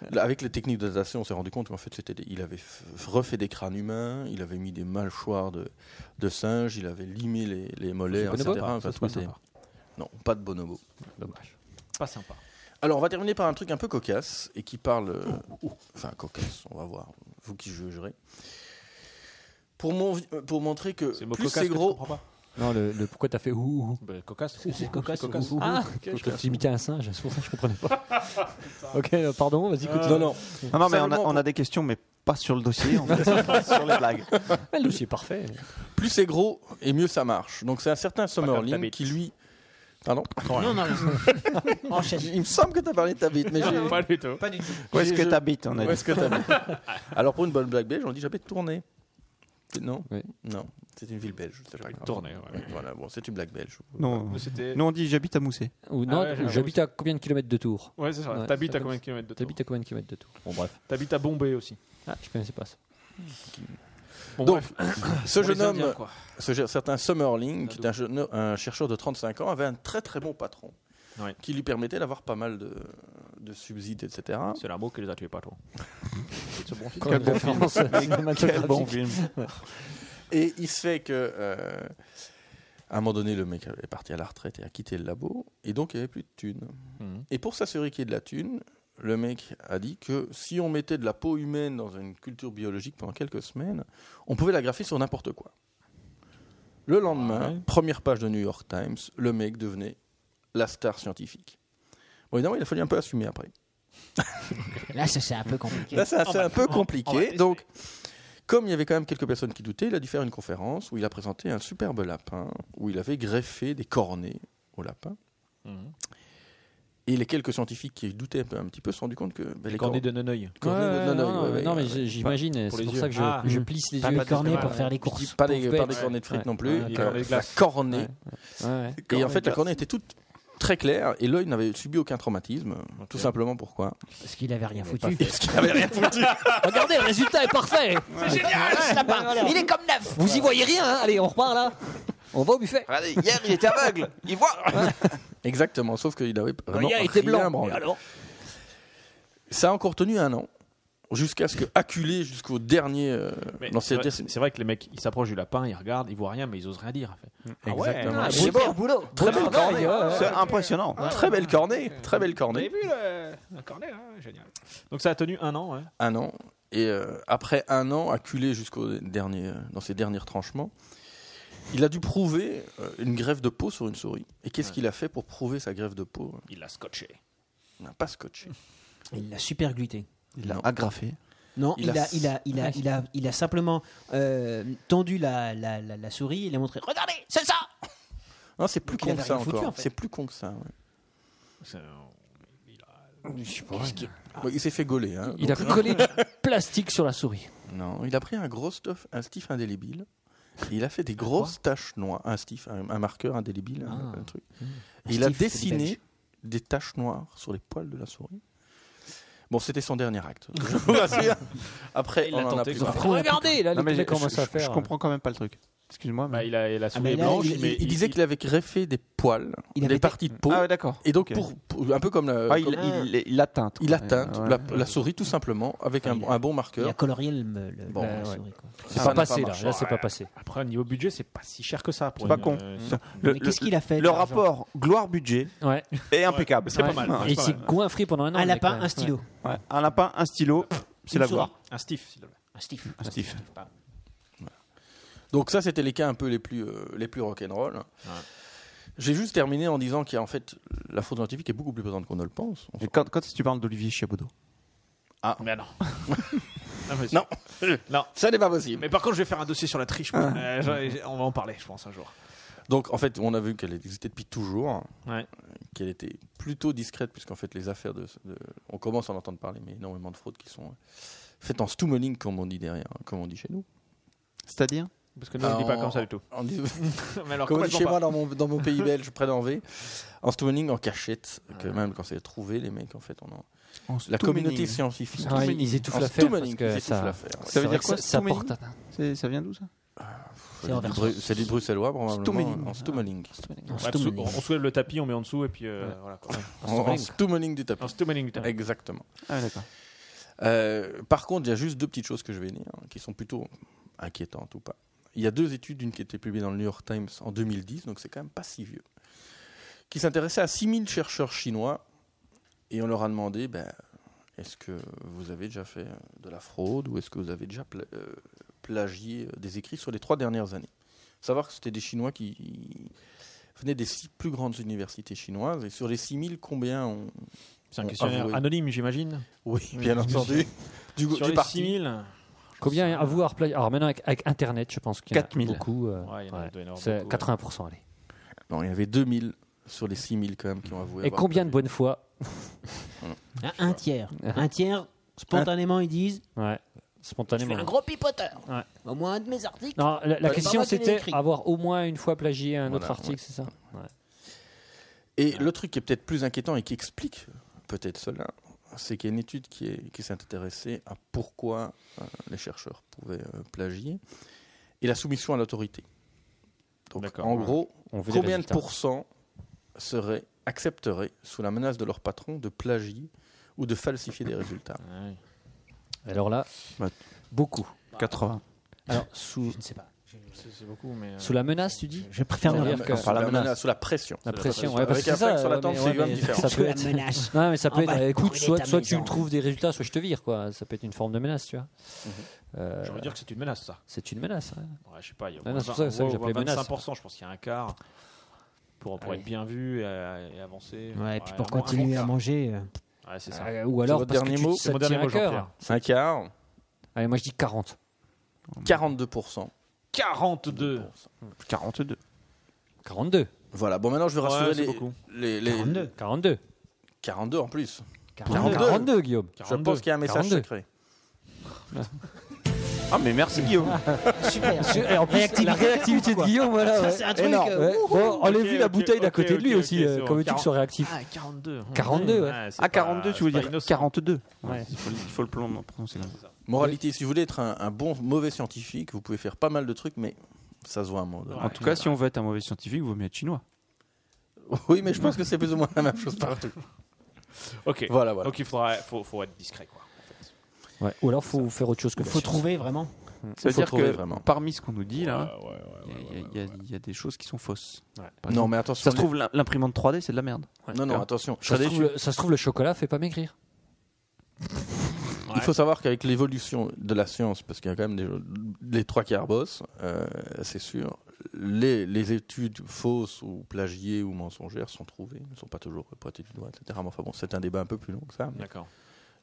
[SPEAKER 5] mais là, avec les techniques de datation, on s'est rendu compte qu'en fait, c'était des- il avait f- refait des crânes humains, il avait mis des mâchoires de, de singes, il avait limé les, les molaires,
[SPEAKER 1] bonobo,
[SPEAKER 5] etc.
[SPEAKER 1] pas,
[SPEAKER 5] Enfin,
[SPEAKER 1] ça, c'est pas
[SPEAKER 5] tout était-
[SPEAKER 1] sympa.
[SPEAKER 5] Non, pas de bonobo.
[SPEAKER 1] Dommage.
[SPEAKER 2] Pas sympa.
[SPEAKER 5] Alors, on va terminer par un truc un peu cocasse et qui parle. euh, Enfin, cocasse, on va voir. Vous qui jugerez. Pour, mon, euh, pour montrer que
[SPEAKER 8] C'est
[SPEAKER 5] plus c'est
[SPEAKER 8] gros.
[SPEAKER 5] gros.
[SPEAKER 1] Non, le, le- pourquoi t'as fait ouh ouh
[SPEAKER 8] Bah, cocasse.
[SPEAKER 4] C'est cocasse.
[SPEAKER 8] cocasse.
[SPEAKER 4] ou-
[SPEAKER 1] Ah, j'imitais un singe, c'est pour ça que je comprenais pas. ok, euh, pardon, vas-y, continue.
[SPEAKER 5] Non, non.
[SPEAKER 3] Non, non mais on a,
[SPEAKER 5] Simplement
[SPEAKER 3] on a des questions mais pas sur le dossier, en fait, sur les blagues.
[SPEAKER 1] Ah, le dossier est parfait.
[SPEAKER 5] Plus c'est gros et mieux ça marche. Donc, c'est un certain Summerlin qui, lui. Pardon
[SPEAKER 4] Non, non, Oh, non. Enchaîne.
[SPEAKER 5] Il me semble que tu as parlé de ta bite, mais j'ai.
[SPEAKER 8] Pas du tout.
[SPEAKER 3] Où est-ce
[SPEAKER 5] J'ai-
[SPEAKER 3] que
[SPEAKER 5] je-
[SPEAKER 3] t'habites on a
[SPEAKER 5] Où
[SPEAKER 3] dit.
[SPEAKER 5] est-ce que t'habites Alors, pour une bonne blague belge, on dit j'habite Tournai. Non
[SPEAKER 1] Oui.
[SPEAKER 5] Non, c'est une ville belge. c'est pas grave.
[SPEAKER 8] Tournai, ouais.
[SPEAKER 5] Voilà, bon, c'est une blague belge.
[SPEAKER 3] Non.
[SPEAKER 8] C'était.
[SPEAKER 3] Nous on dit j'habite à Mousset.
[SPEAKER 1] Ou non,
[SPEAKER 8] ouais, j'avoue,
[SPEAKER 1] j'habite à combien de kilomètres de Tours
[SPEAKER 8] Ouais, c'est ça.
[SPEAKER 1] Ouais,
[SPEAKER 8] T'habites
[SPEAKER 1] ça
[SPEAKER 8] à combien
[SPEAKER 1] passe.
[SPEAKER 8] de kilomètres de Tours
[SPEAKER 1] T'habites à combien de kilomètres de Tours Bon, bref.
[SPEAKER 8] T'habites à Bombay aussi.
[SPEAKER 1] Ah, je connaissais pas ça.
[SPEAKER 8] Bon,
[SPEAKER 5] Donc,
[SPEAKER 8] bref,
[SPEAKER 5] Ce
[SPEAKER 8] pour les
[SPEAKER 5] jeune homme.
[SPEAKER 8] Indiens, quoi.
[SPEAKER 5] Ce cher- certain Summerling, qui est un, jeune- un chercheur de 35 ans, avait un très très bon patron
[SPEAKER 8] Ouais.
[SPEAKER 5] qui lui permettait d'avoir pas mal de, de subsides, etc.
[SPEAKER 8] C'est la mot qui les a tués pas trop.
[SPEAKER 1] Quel bon film
[SPEAKER 8] Ah,
[SPEAKER 3] Quel bon film
[SPEAKER 5] Et il se fait que, euh, à un moment donné, le mec est parti à la retraite et a quitté le labo, et donc il n'y avait plus de thunes.
[SPEAKER 8] Mhm.
[SPEAKER 5] Et pour s'assurer qu'il y ait de la thune, le mec a dit que si on mettait de la peau humaine dans une culture biologique pendant quelques semaines, on pouvait la graffer sur n'importe quoi. Le lendemain,
[SPEAKER 8] Ah Ouais.
[SPEAKER 5] première page de New York Times, le mec devenait la star scientifique. Bon, évidemment, il a fallu un peu assumer après.
[SPEAKER 4] Là, ça c'est un peu compliqué.
[SPEAKER 5] Là, c'est assez un peu
[SPEAKER 8] Ah bah, on va
[SPEAKER 5] compliqué.
[SPEAKER 8] tester.
[SPEAKER 5] Donc, comme il y avait quand même quelques personnes qui doutaient, il a dû faire une conférence où il a présenté un superbe lapin, où il avait greffé des cornets au lapin.
[SPEAKER 8] Mhm.
[SPEAKER 5] Et les quelques scientifiques qui doutaient un, peu- un petit peu se sont rendus compte que ben,
[SPEAKER 8] Les cornets de Noneuil.
[SPEAKER 5] cornets de- non, non, ouais, ouais,
[SPEAKER 1] Non, mais
[SPEAKER 5] ouais.
[SPEAKER 1] j'ai- j'imagine,
[SPEAKER 8] Pour
[SPEAKER 1] c'est
[SPEAKER 8] les
[SPEAKER 1] pour
[SPEAKER 8] yeux.
[SPEAKER 1] ça que je,
[SPEAKER 8] Ah.
[SPEAKER 1] je plisse les
[SPEAKER 4] Pas
[SPEAKER 1] yeux.
[SPEAKER 4] de cornet
[SPEAKER 8] ouais,
[SPEAKER 4] pour
[SPEAKER 8] ouais.
[SPEAKER 4] faire les
[SPEAKER 5] Je dis
[SPEAKER 4] courses.
[SPEAKER 5] pas des,
[SPEAKER 1] Pauvre
[SPEAKER 5] pas
[SPEAKER 1] bête.
[SPEAKER 5] des cornets de frites
[SPEAKER 1] Ouais.
[SPEAKER 5] non plus,
[SPEAKER 1] Ouais,
[SPEAKER 8] les
[SPEAKER 5] que-
[SPEAKER 8] cornets de
[SPEAKER 5] la
[SPEAKER 8] glace.
[SPEAKER 5] cornée.
[SPEAKER 1] Ouais, ouais.
[SPEAKER 5] Et en fait, la cornée était toute très claire et l'œil n'avait subi aucun traumatisme, tout simplement pourquoi
[SPEAKER 4] Parce qu'il avait rien foutu.
[SPEAKER 1] Regardez, le résultat est parfait
[SPEAKER 6] Génial, ce lapin. Il est comme neuf.
[SPEAKER 1] Vous y voyez rien, hein Allez, on repart là On va au buffet
[SPEAKER 3] Regardez, hier il était aveugle Il voit
[SPEAKER 5] Exactement, sauf qu'il avait vraiment
[SPEAKER 4] Oh,
[SPEAKER 1] il était
[SPEAKER 5] rien
[SPEAKER 1] blanc.
[SPEAKER 5] branlé.
[SPEAKER 1] Et alors
[SPEAKER 5] Ça a encore tenu un an, jusqu'à ce que, acculé jusqu'au dernier. euh,
[SPEAKER 8] Mais
[SPEAKER 5] dans
[SPEAKER 8] C'est
[SPEAKER 5] cette-
[SPEAKER 8] vrai, c'est- c'est vrai que les mecs, ils s'approchent du lapin, ils regardent, ils voient rien, mais ils osent rien dire.
[SPEAKER 5] Exactement.
[SPEAKER 1] Ah,
[SPEAKER 4] C'est beau boulot.
[SPEAKER 5] Très belle cornée.
[SPEAKER 3] C'est impressionnant
[SPEAKER 5] Très belle cornée. Très belle
[SPEAKER 8] Vous avez
[SPEAKER 5] cornée.
[SPEAKER 8] vu le, cornet là Génial. Donc ça a tenu un an, ouais.
[SPEAKER 5] Un an. Et euh, après un an, acculé jusqu'au dernier, euh, dans ses derniers tranchements, il a dû prouver euh, une greffe de peau sur une souris. Et qu'est-ce qu'il a fait pour prouver sa greffe de peau
[SPEAKER 8] Il l'a scotché.
[SPEAKER 5] Il n'a pas scotché.
[SPEAKER 4] Il l'a super gluté.
[SPEAKER 3] Il l'a
[SPEAKER 5] Non. Ah,
[SPEAKER 3] agrafé.
[SPEAKER 4] Non,
[SPEAKER 5] Il
[SPEAKER 4] il,
[SPEAKER 5] a-
[SPEAKER 4] a, il, a, il, a, il, a, il a simplement euh, tendu la, la, la, la souris et il a montré.
[SPEAKER 6] Regardez, c'est ça.
[SPEAKER 5] Non, c'est plus
[SPEAKER 4] Donc, il
[SPEAKER 5] con que
[SPEAKER 4] avait
[SPEAKER 5] ça
[SPEAKER 4] rien foutu,
[SPEAKER 5] encore.
[SPEAKER 4] en fait.
[SPEAKER 5] C'est plus con que ça. ouais.
[SPEAKER 4] Qu'est-ce qui-
[SPEAKER 5] Bon, il s'est fait gauler. hein.
[SPEAKER 1] Il a
[SPEAKER 5] Donc-
[SPEAKER 1] collé du plastique sur la souris.
[SPEAKER 5] Non, il a pris un gros stuff, un stiff indélébile. Et il a fait des grosses taches noires. Un stiff, un, un marqueur indélébile, un,
[SPEAKER 1] Ah.
[SPEAKER 5] un truc.
[SPEAKER 1] Un
[SPEAKER 5] Et il a
[SPEAKER 1] stiff, c'est des
[SPEAKER 5] dessiné
[SPEAKER 1] Belges.
[SPEAKER 5] des taches noires sur les poils de la souris. Bon, c'était son dernier acte. Je vous rassure. Après,
[SPEAKER 2] Il
[SPEAKER 5] on
[SPEAKER 2] l'a
[SPEAKER 5] en a
[SPEAKER 2] tenté,
[SPEAKER 5] plus
[SPEAKER 2] ils ont
[SPEAKER 5] marre.
[SPEAKER 2] fait-
[SPEAKER 1] Regardez, là,
[SPEAKER 3] Non,
[SPEAKER 1] les
[SPEAKER 3] mais
[SPEAKER 1] mecs
[SPEAKER 3] je,
[SPEAKER 1] commencent à
[SPEAKER 3] je- je
[SPEAKER 1] faire. hein.
[SPEAKER 3] comprends quand même pas le truc. Excuse-moi. mais- Ah,
[SPEAKER 8] Bah, il a, il a
[SPEAKER 4] mais
[SPEAKER 8] souris est
[SPEAKER 4] là,
[SPEAKER 8] blanche,
[SPEAKER 4] il-
[SPEAKER 8] mais
[SPEAKER 5] Il disait qu'il avait greffé des poils,
[SPEAKER 4] Il
[SPEAKER 5] des
[SPEAKER 4] avait-
[SPEAKER 5] parties de peau.
[SPEAKER 3] ah ouais, d'accord.
[SPEAKER 5] Et donc,
[SPEAKER 3] Ok.
[SPEAKER 5] pour, pour- un peu comme la,
[SPEAKER 8] Euh,
[SPEAKER 3] Ah, il,
[SPEAKER 5] comme-
[SPEAKER 3] il, il, atteint. quoi.
[SPEAKER 5] il atteint
[SPEAKER 3] Ouais.
[SPEAKER 5] la, la souris tout simplement avec un,
[SPEAKER 4] Il-
[SPEAKER 5] un bon
[SPEAKER 4] Il a
[SPEAKER 5] marqueur.
[SPEAKER 4] colorié le, le-
[SPEAKER 5] Bon,
[SPEAKER 4] la
[SPEAKER 5] ouais.
[SPEAKER 4] souris, quoi.
[SPEAKER 1] C'est
[SPEAKER 5] Ça
[SPEAKER 1] pas
[SPEAKER 5] n'a
[SPEAKER 1] passé, là.
[SPEAKER 5] marché.
[SPEAKER 1] Là, c'est pas passé.
[SPEAKER 8] après, niveau budget, c'est pas si cher que ça. pour
[SPEAKER 3] C'est pas
[SPEAKER 8] une,
[SPEAKER 3] con.
[SPEAKER 8] euh,
[SPEAKER 3] Le,
[SPEAKER 4] Mais qu'est-ce
[SPEAKER 3] le-
[SPEAKER 4] qu'il a fait
[SPEAKER 3] le
[SPEAKER 4] l'argent
[SPEAKER 3] rapport gloire-budget
[SPEAKER 1] Ouais.
[SPEAKER 3] est impeccable.
[SPEAKER 8] C'est pas
[SPEAKER 1] Ouais.
[SPEAKER 8] mal.
[SPEAKER 3] Ah,
[SPEAKER 1] Et
[SPEAKER 8] c'est
[SPEAKER 1] il
[SPEAKER 8] pas
[SPEAKER 1] s'est
[SPEAKER 8] mal.
[SPEAKER 1] goinfré pendant un an.
[SPEAKER 4] Un
[SPEAKER 1] le mec,
[SPEAKER 4] lapin,
[SPEAKER 1] ouais.
[SPEAKER 4] un stylo.
[SPEAKER 3] Ouais. Un lapin, un stylo, c'est
[SPEAKER 4] Une
[SPEAKER 3] la
[SPEAKER 4] souris.
[SPEAKER 3] gloire.
[SPEAKER 8] Ah, Un stiff, s'il te plaît.
[SPEAKER 4] Un stiff.
[SPEAKER 3] Un stiff.
[SPEAKER 5] Donc ça, c'était les cas un peu les plus, euh, les plus rock'n'roll. J'ai juste terminé en disant qu'en fait, la fraude scientifique est beaucoup plus présente qu'on ne le pense.
[SPEAKER 3] Et quand, quand tu parles d'Olivier Chiabodo
[SPEAKER 8] Mais Ah. non. Non, mais-
[SPEAKER 5] Non.
[SPEAKER 8] Non.
[SPEAKER 5] Ça n'est pas possible.
[SPEAKER 8] Mais par contre, je vais faire un dossier sur la triche. moi. Euh, j'en- on va en parler, je pense, un jour.
[SPEAKER 5] Donc en fait, on a vu qu'elle existait depuis toujours,
[SPEAKER 8] Ouais.
[SPEAKER 5] qu'elle était plutôt discrète, puisqu'en fait, les affaires de, de- On commence à en entendre parler, mais énormément de fraudes qui sont euh, faites en stummoning, comme on dit derrière, hein, comme on dit chez nous.
[SPEAKER 3] C'est-à-dire
[SPEAKER 8] Parce que nous, on ne dit pas
[SPEAKER 5] En-
[SPEAKER 8] comme ça du tout.
[SPEAKER 5] en dis-
[SPEAKER 8] Mais alors,
[SPEAKER 5] Comme on dit
[SPEAKER 8] complètement
[SPEAKER 5] chez
[SPEAKER 8] pas.
[SPEAKER 5] moi dans mon, dans mon pays belge, près d'Henvé, en stummoning, en cachette, que même quand c'est trouvé, les mecs, en fait, on en- la communauté scientifique.
[SPEAKER 1] Ah, Ils étouffent
[SPEAKER 5] En
[SPEAKER 1] l'affaire. parce
[SPEAKER 5] stummoning, ils
[SPEAKER 1] que
[SPEAKER 5] étouffent
[SPEAKER 1] ça-
[SPEAKER 5] l'affaire, ouais.
[SPEAKER 1] c'est
[SPEAKER 3] Ça veut
[SPEAKER 1] vrai
[SPEAKER 3] dire
[SPEAKER 1] que
[SPEAKER 3] quoi,
[SPEAKER 1] Ça
[SPEAKER 3] stummoning
[SPEAKER 1] porte atteinte.
[SPEAKER 3] C'est- Ça vient d'où ça
[SPEAKER 5] C'est
[SPEAKER 4] en
[SPEAKER 5] du
[SPEAKER 4] version.
[SPEAKER 5] bru- C'est du bruxellois, probablement.
[SPEAKER 3] Stummeling.
[SPEAKER 5] En stummeling.
[SPEAKER 8] Ouais, parce qu'on- on soulève le tapis, on met en dessous et puis euh, voilà. Quoi.
[SPEAKER 5] En, en stummeling du tapis.
[SPEAKER 8] Un stummeling, putain.
[SPEAKER 5] Exactement.
[SPEAKER 3] Ah, ouais, d'accord.
[SPEAKER 5] Euh, par contre, il y a juste deux petites choses que je vais dire, hein, qui sont plutôt inquiétantes ou pas. Il y a deux études, une qui a été publiée dans le New York Times en 2010, donc c'est quand même pas si vieux, qui s'intéressait à 6000 chercheurs chinois, et on leur a demandé, ben, est-ce que vous avez déjà fait euh, de la fraude, ou est-ce que vous avez déjà pla- euh, plagié euh, des écrits sur les trois dernières années Savoir que c'était des Chinois qui venaient des six plus grandes universités chinoises, et sur les 6000, combien ont...
[SPEAKER 8] C'est un
[SPEAKER 5] on
[SPEAKER 8] questionnaire
[SPEAKER 5] avoué.
[SPEAKER 8] anonyme, j'imagine.
[SPEAKER 5] Oui, bien entendu. Du, go-
[SPEAKER 8] Sur
[SPEAKER 5] du
[SPEAKER 8] les
[SPEAKER 5] parti.
[SPEAKER 8] 6000.
[SPEAKER 1] Combien à vous à replay- Alors maintenant, avec, avec Internet, je pense qu'il y en a
[SPEAKER 3] 4000.
[SPEAKER 1] beaucoup. euh,
[SPEAKER 8] Ouais, il y en a-
[SPEAKER 1] ouais.
[SPEAKER 8] il doit y en avoir
[SPEAKER 1] C'est
[SPEAKER 8] beaucoup, ouais.
[SPEAKER 1] 80%, allez.
[SPEAKER 5] Non, il y avait 2000 sur les 6000 quand même qui ont avoué.
[SPEAKER 1] Et
[SPEAKER 5] avoir
[SPEAKER 1] combien de
[SPEAKER 5] plagié.
[SPEAKER 1] bonnes fois
[SPEAKER 4] Un, un tiers. Un tiers, spontanément, ils disent
[SPEAKER 1] Ouais,
[SPEAKER 6] Je suis
[SPEAKER 1] spontanément.
[SPEAKER 6] un gros pipoteur.
[SPEAKER 1] Ouais.
[SPEAKER 6] Au moins un de mes articles.
[SPEAKER 1] Non, la, la
[SPEAKER 5] Ouais.
[SPEAKER 1] question
[SPEAKER 6] Pas moi qui l'ai
[SPEAKER 1] c'était
[SPEAKER 6] écrit.
[SPEAKER 1] avoir au moins une fois plagié un autre
[SPEAKER 5] Voilà,
[SPEAKER 1] article, c'est ça
[SPEAKER 5] Et le truc qui est peut-être plus inquiétant et qui explique peut-être cela, c'est qu'il y a une étude qui, est- qui s'est intéressée à pourquoi euh, les chercheurs pouvaient euh, plagier et la soumission à l'autorité. Donc,
[SPEAKER 8] D'accord,
[SPEAKER 5] en
[SPEAKER 8] ouais.
[SPEAKER 5] gros,
[SPEAKER 1] On veut des
[SPEAKER 5] combien de
[SPEAKER 1] résultats.
[SPEAKER 5] pourcents seraient, accepteraient, sous la menace de leur patron, de plagier ou de falsifier des résultats
[SPEAKER 8] Ouais.
[SPEAKER 1] Alors là,
[SPEAKER 3] Ouais.
[SPEAKER 1] beaucoup.
[SPEAKER 3] 80.
[SPEAKER 1] Alors sous,
[SPEAKER 4] Je ne sais pas.
[SPEAKER 8] C'est c'est beaucoup, mais. euh,
[SPEAKER 1] sous la menace, tu dis
[SPEAKER 4] Je préfère ne
[SPEAKER 1] C'est-à-dire
[SPEAKER 4] rien.
[SPEAKER 1] que-
[SPEAKER 5] sous la menace, sous la pression.
[SPEAKER 1] La pression,
[SPEAKER 5] pression.
[SPEAKER 1] ouais, parce
[SPEAKER 5] Avec
[SPEAKER 1] que
[SPEAKER 5] un
[SPEAKER 1] c'est ça.
[SPEAKER 5] flingue sur la
[SPEAKER 1] ouais,
[SPEAKER 5] tempe,
[SPEAKER 1] mais-
[SPEAKER 5] c'est
[SPEAKER 1] ouais,
[SPEAKER 5] vraiment
[SPEAKER 1] mais
[SPEAKER 5] différent.
[SPEAKER 1] Ça
[SPEAKER 4] Je
[SPEAKER 1] peut
[SPEAKER 4] la
[SPEAKER 1] être.
[SPEAKER 4] menace.
[SPEAKER 1] Non, mais ça peut
[SPEAKER 4] On va
[SPEAKER 1] être. Écoute,
[SPEAKER 4] brûler
[SPEAKER 1] soit,
[SPEAKER 4] ta
[SPEAKER 1] soit tu
[SPEAKER 4] maison.
[SPEAKER 1] me trouves des résultats, soit je te vire, quoi. Ça peut être une forme de menace, tu vois. Euh,
[SPEAKER 8] J'ai envie de dire que c'est une menace, ça.
[SPEAKER 1] c'est une menace. ouais.
[SPEAKER 8] Ouais, je sais pas, il y a au
[SPEAKER 1] Non,
[SPEAKER 8] moins
[SPEAKER 1] non, c'est
[SPEAKER 8] 20,
[SPEAKER 1] ça- ça que
[SPEAKER 8] au
[SPEAKER 1] j'appelais
[SPEAKER 8] moins
[SPEAKER 1] menace.
[SPEAKER 8] 25%, je pense qu'il y a un quart pour, pour
[SPEAKER 1] Ouais.
[SPEAKER 8] être bien vu et, euh, et avancer.
[SPEAKER 4] Ouais, et puis pour
[SPEAKER 8] un bon- un bon
[SPEAKER 4] continuer à
[SPEAKER 8] quart.
[SPEAKER 4] manger. euh,
[SPEAKER 8] Ouais, c'est ça.
[SPEAKER 1] Euh, ou alors
[SPEAKER 5] votre
[SPEAKER 1] parce que
[SPEAKER 5] dernier
[SPEAKER 1] tu-
[SPEAKER 5] mot
[SPEAKER 8] C'est
[SPEAKER 1] ça
[SPEAKER 8] mon
[SPEAKER 1] te
[SPEAKER 8] dernier
[SPEAKER 1] tient à
[SPEAKER 8] mot,
[SPEAKER 1] cœur.
[SPEAKER 8] Jean-Pierre.
[SPEAKER 5] Un quart,
[SPEAKER 1] Allez, moi je dis 40.
[SPEAKER 5] 42%.
[SPEAKER 8] 42
[SPEAKER 3] 42.
[SPEAKER 1] 42.
[SPEAKER 5] Voilà, bon maintenant je vais
[SPEAKER 8] Ouais,
[SPEAKER 5] rassurer
[SPEAKER 8] c'est
[SPEAKER 5] les,
[SPEAKER 8] beaucoup.
[SPEAKER 5] les, les-
[SPEAKER 4] 42.
[SPEAKER 1] 42.
[SPEAKER 5] 42 en plus.
[SPEAKER 1] 42,
[SPEAKER 5] 42.
[SPEAKER 1] Guillaume.
[SPEAKER 5] Je pense qu'il y a un message
[SPEAKER 1] 42.
[SPEAKER 5] secret.
[SPEAKER 3] Ah, mais merci Guillaume.
[SPEAKER 4] Super.
[SPEAKER 1] Et eh, en plus, la réactivité de Guillaume, voilà.
[SPEAKER 4] Ça,
[SPEAKER 1] ouais.
[SPEAKER 4] c'est un
[SPEAKER 5] Et
[SPEAKER 4] truc.
[SPEAKER 5] non.
[SPEAKER 4] euh,
[SPEAKER 1] Ouais. Bon, enlève
[SPEAKER 8] ok,
[SPEAKER 1] la
[SPEAKER 8] ok,
[SPEAKER 1] bouteille d'à
[SPEAKER 8] ok,
[SPEAKER 1] côté de lui
[SPEAKER 8] ok,
[SPEAKER 1] aussi.
[SPEAKER 8] ok,
[SPEAKER 1] euh,
[SPEAKER 8] c'est
[SPEAKER 1] Comment
[SPEAKER 8] bon,
[SPEAKER 1] veux-tu que ce soit réactif
[SPEAKER 8] Ah, 42.
[SPEAKER 1] 42, ouais.
[SPEAKER 8] c'est
[SPEAKER 3] Ah,
[SPEAKER 8] pas-
[SPEAKER 3] 42, tu
[SPEAKER 8] c'est
[SPEAKER 3] veux
[SPEAKER 8] pas
[SPEAKER 3] dire
[SPEAKER 8] innocent.
[SPEAKER 3] 42.
[SPEAKER 1] Ouais.
[SPEAKER 3] Il faut le- il faut le plomb- prononcer comme ça.
[SPEAKER 5] Moralité, si vous voulez être un, un bon, mauvais scientifique, vous pouvez faire pas mal de trucs, mais ça se voit à un moment donné.
[SPEAKER 8] Ouais.
[SPEAKER 3] En tout cas, si on veut être un mauvais scientifique, vaut mieux être chinois.
[SPEAKER 5] Oui, mais je pense que c'est plus ou moins la même chose partout.
[SPEAKER 8] Ok.
[SPEAKER 5] Voilà, voilà.
[SPEAKER 8] Donc il faudra, faut, faut être discret, quoi. en fait.
[SPEAKER 1] Ouais. Ou alors, faut faire autre chose que
[SPEAKER 4] Il faut
[SPEAKER 1] la science.
[SPEAKER 4] trouver vraiment.
[SPEAKER 3] Ça veut
[SPEAKER 5] Faut
[SPEAKER 3] dire
[SPEAKER 5] trouver,
[SPEAKER 3] que
[SPEAKER 5] vraiment.
[SPEAKER 3] parmi ce qu'on nous dit là,
[SPEAKER 8] Ouais, ouais, ouais,
[SPEAKER 3] il y a-
[SPEAKER 8] ouais,
[SPEAKER 3] il y, a-
[SPEAKER 8] ouais,
[SPEAKER 3] il y a- il y a des choses qui sont fausses.
[SPEAKER 8] Ouais.
[SPEAKER 3] Par
[SPEAKER 5] Non,
[SPEAKER 3] exemple,
[SPEAKER 5] mais attention.
[SPEAKER 3] ça se trouve, l'im- l'imprimante 3D, c'est de la merde.
[SPEAKER 5] les- Non, non, attention.
[SPEAKER 1] Ça se,
[SPEAKER 5] Les-
[SPEAKER 1] trouve, le, ça se trouve, le chocolat fait pas maigrir.
[SPEAKER 5] Il faut savoir qu'avec l'évolution de la science, parce qu'il y a quand même des- les trois quarts bossent, euh, c'est sûr, les, les études fausses ou plagiées ou mensongères sont trouvées, ne sont pas toujours pointées du doigt, etc. Mais enfin bon, c'est un débat un peu plus long que ça. mais
[SPEAKER 8] D'accord.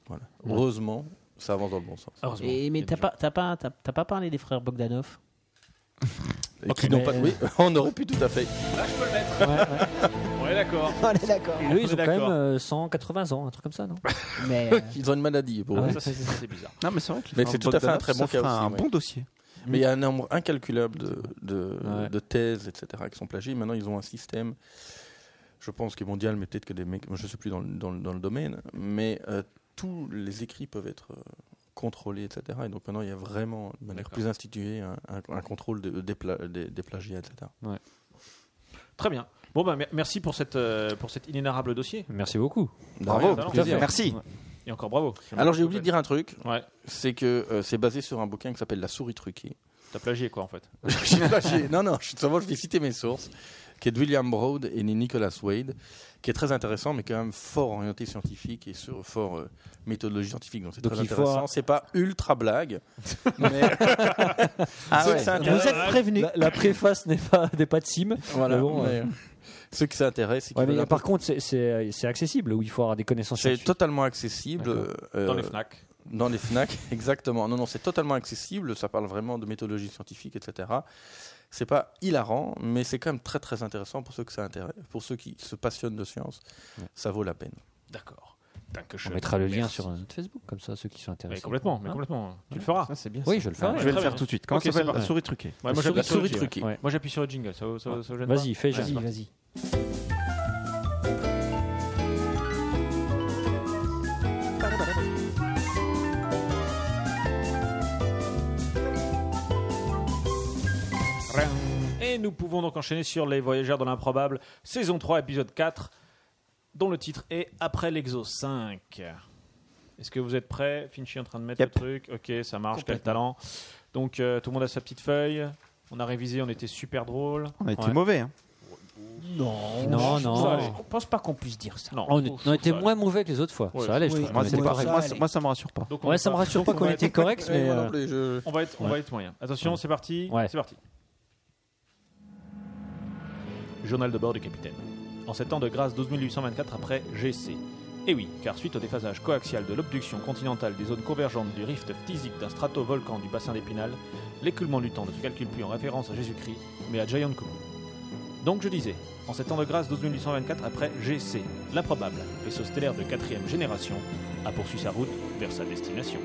[SPEAKER 5] voilà. Heureusement, ça avance dans le bon sens.
[SPEAKER 8] Heureusement,
[SPEAKER 4] Et,
[SPEAKER 8] il y
[SPEAKER 4] mais
[SPEAKER 8] a
[SPEAKER 4] t'as
[SPEAKER 8] des
[SPEAKER 4] pas, t'as pas, t'as- t'as pas parlé des frères Bogdanov
[SPEAKER 5] Et qui n'ont pas de- oui, on aurait pu tout à fait.
[SPEAKER 2] On est d'accord.
[SPEAKER 4] On est d'accord.
[SPEAKER 1] Eux, ils ont quand même
[SPEAKER 2] D'accord.
[SPEAKER 1] euh, 180 ans, un truc comme ça, non
[SPEAKER 4] Mais euh,
[SPEAKER 5] Ils ont une maladie. pour
[SPEAKER 1] Ah ouais.
[SPEAKER 5] eux.
[SPEAKER 2] Ça, c'est- c'est bizarre.
[SPEAKER 3] Non, mais c'est vrai que
[SPEAKER 5] Mais c'est tout à fait un très bon
[SPEAKER 3] ça
[SPEAKER 5] cas
[SPEAKER 3] fera
[SPEAKER 5] aussi,
[SPEAKER 3] un
[SPEAKER 5] ouais.
[SPEAKER 3] bon dossier.
[SPEAKER 5] Mais il y a un nombre incalculable de, de,
[SPEAKER 1] Ouais.
[SPEAKER 5] de thèses, etc., qui sont plagiées. Maintenant, ils ont un système, je pense qui est mondial, mais peut-être que des mecs, je ne sais plus dans le, dans le- dans le domaine, mais euh, tous les écrits peuvent être euh, contrôlés, etc. Et donc maintenant, il y a vraiment, de manière plus instituée, un, un- un contrôle de- des, pla- des- des plagiats, etc.
[SPEAKER 2] Très bien. Bon, bah, mer- merci pour, cette, euh, pour cet inénarrable dossier.
[SPEAKER 1] Merci beaucoup.
[SPEAKER 5] Bravo.
[SPEAKER 2] Tout à fait.
[SPEAKER 3] Merci.
[SPEAKER 2] Et encore bravo.
[SPEAKER 5] Alors, j'ai oublié de dire un truc,
[SPEAKER 2] Ouais,
[SPEAKER 5] c'est que euh, c'est basé sur un bouquin qui s'appelle La souris truquée.
[SPEAKER 2] t'as plagié quoi en fait.
[SPEAKER 5] J'ai lâché. Non, non, je, seulement, je vais citer mes sources, qui est de William Broad et de Nicholas Wade, qui est très intéressant, mais quand même fort orienté scientifique et sur fort euh, méthodologie scientifique. Donc c'est
[SPEAKER 1] Donc
[SPEAKER 5] très
[SPEAKER 1] il faut
[SPEAKER 5] intéressant.
[SPEAKER 1] un-
[SPEAKER 5] C'est pas ultra blague, mais
[SPEAKER 1] Ah
[SPEAKER 5] ceux, qui
[SPEAKER 1] Vous
[SPEAKER 5] s'intéressent-
[SPEAKER 1] êtes prévenus. La, la préface n'est pas, n'est pas de sim.
[SPEAKER 5] voilà,
[SPEAKER 1] Mais bon,
[SPEAKER 5] mais, euh, ceux qui s'intéressent, et qui
[SPEAKER 1] Ouais, mais
[SPEAKER 5] veulent un
[SPEAKER 1] par
[SPEAKER 5] peu-
[SPEAKER 1] contre, c'est- euh, c'est c'est accessible où il faut avoir des connaissances
[SPEAKER 5] c'est
[SPEAKER 1] scientifiques.
[SPEAKER 5] totalement accessible euh,
[SPEAKER 2] Dans les Fnac.
[SPEAKER 5] Dans les FNAC, exactement. Non, non, c'est totalement accessible, ça parle vraiment de méthodologie scientifique, etc. C'est pas hilarant, mais c'est quand même très très intéressant pour ceux, que ça intéresse, pour ceux qui se passionnent de science. Ça vaut la peine.
[SPEAKER 2] D'accord. Danke
[SPEAKER 1] On
[SPEAKER 2] schön.
[SPEAKER 1] mettra le lien
[SPEAKER 2] Merci.
[SPEAKER 1] sur notre Facebook, comme ça, ceux qui sont intéressés.
[SPEAKER 2] Mais complètement, mais
[SPEAKER 1] Hein
[SPEAKER 2] complètement. Tu le feras.
[SPEAKER 3] Ça, c'est bien.
[SPEAKER 1] Oui, je le ferai.
[SPEAKER 3] Je vais le
[SPEAKER 2] Très
[SPEAKER 3] faire
[SPEAKER 2] bien.
[SPEAKER 3] tout de suite. Comment
[SPEAKER 2] Ok,
[SPEAKER 3] ça
[SPEAKER 2] c'est
[SPEAKER 3] s'appelle
[SPEAKER 2] parti.
[SPEAKER 3] La souris truquée.
[SPEAKER 2] Ouais, moi,
[SPEAKER 5] La
[SPEAKER 2] j'appuie sur le
[SPEAKER 5] souris
[SPEAKER 2] jingle.
[SPEAKER 5] truquée.
[SPEAKER 1] Ouais.
[SPEAKER 2] Moi j'appuie sur le jingle, ça, ça, ça, gêne
[SPEAKER 1] Vas-y, fais.
[SPEAKER 2] Ouais,
[SPEAKER 1] Vas-y,
[SPEAKER 2] c'est
[SPEAKER 1] vas-y.
[SPEAKER 2] pas Et nous pouvons donc enchaîner sur Les Voyageurs de l'improbable, saison 3, épisode 4, dont le titre est Après l'Exo 5. Est-ce que vous êtes prêts Finchy est en train de mettre
[SPEAKER 3] Yep.
[SPEAKER 2] le truc. Ok, ça marche, quel talent. Donc euh, tout le monde a sa petite feuille. On a révisé, on était super drôle.
[SPEAKER 3] On a été
[SPEAKER 2] Ouais.
[SPEAKER 3] mauvais. hein.
[SPEAKER 4] non,
[SPEAKER 1] Non,
[SPEAKER 4] je-
[SPEAKER 1] non.
[SPEAKER 4] je- Je pense pas qu'on puisse dire ça.
[SPEAKER 2] Non,
[SPEAKER 1] Ah, On, est-
[SPEAKER 2] je trouve
[SPEAKER 1] on était
[SPEAKER 2] ça-
[SPEAKER 1] moins mauvais que les autres fois.
[SPEAKER 2] Ouais,
[SPEAKER 1] ça allait,
[SPEAKER 4] oui.
[SPEAKER 1] je trouve.
[SPEAKER 4] Moi,
[SPEAKER 3] Moi,
[SPEAKER 4] c'est
[SPEAKER 3] c'est
[SPEAKER 4] pareil.
[SPEAKER 3] pareil. Moi,
[SPEAKER 4] Allez.
[SPEAKER 3] ça- moi, ça me rassure pas.
[SPEAKER 2] Donc, on
[SPEAKER 1] Ouais,
[SPEAKER 2] est
[SPEAKER 1] ça me
[SPEAKER 2] pas-
[SPEAKER 1] rassure pas
[SPEAKER 2] donc, on
[SPEAKER 1] qu'on
[SPEAKER 2] va
[SPEAKER 1] était
[SPEAKER 2] être-
[SPEAKER 1] correct, mais. euh,
[SPEAKER 2] On va être, on va être moyen. Attention, c'est parti.
[SPEAKER 1] Ouais.
[SPEAKER 2] C'est parti. Journal de bord du capitaine. En sept ans de grâce 12824 après GC. Et oui, car suite au déphasage coaxial de l'obduction continentale des zones convergentes du rift physique d'un stratovolcan du bassin d'Épinal, l'écoulement du temps ne se calcule plus en référence à Jésus-Christ, mais à Giant Kumu. Donc je disais, en sept ans de grâce 12824 après GC, l'improbable vaisseau stellaire de quatrième génération a poursuivi sa route vers sa destination.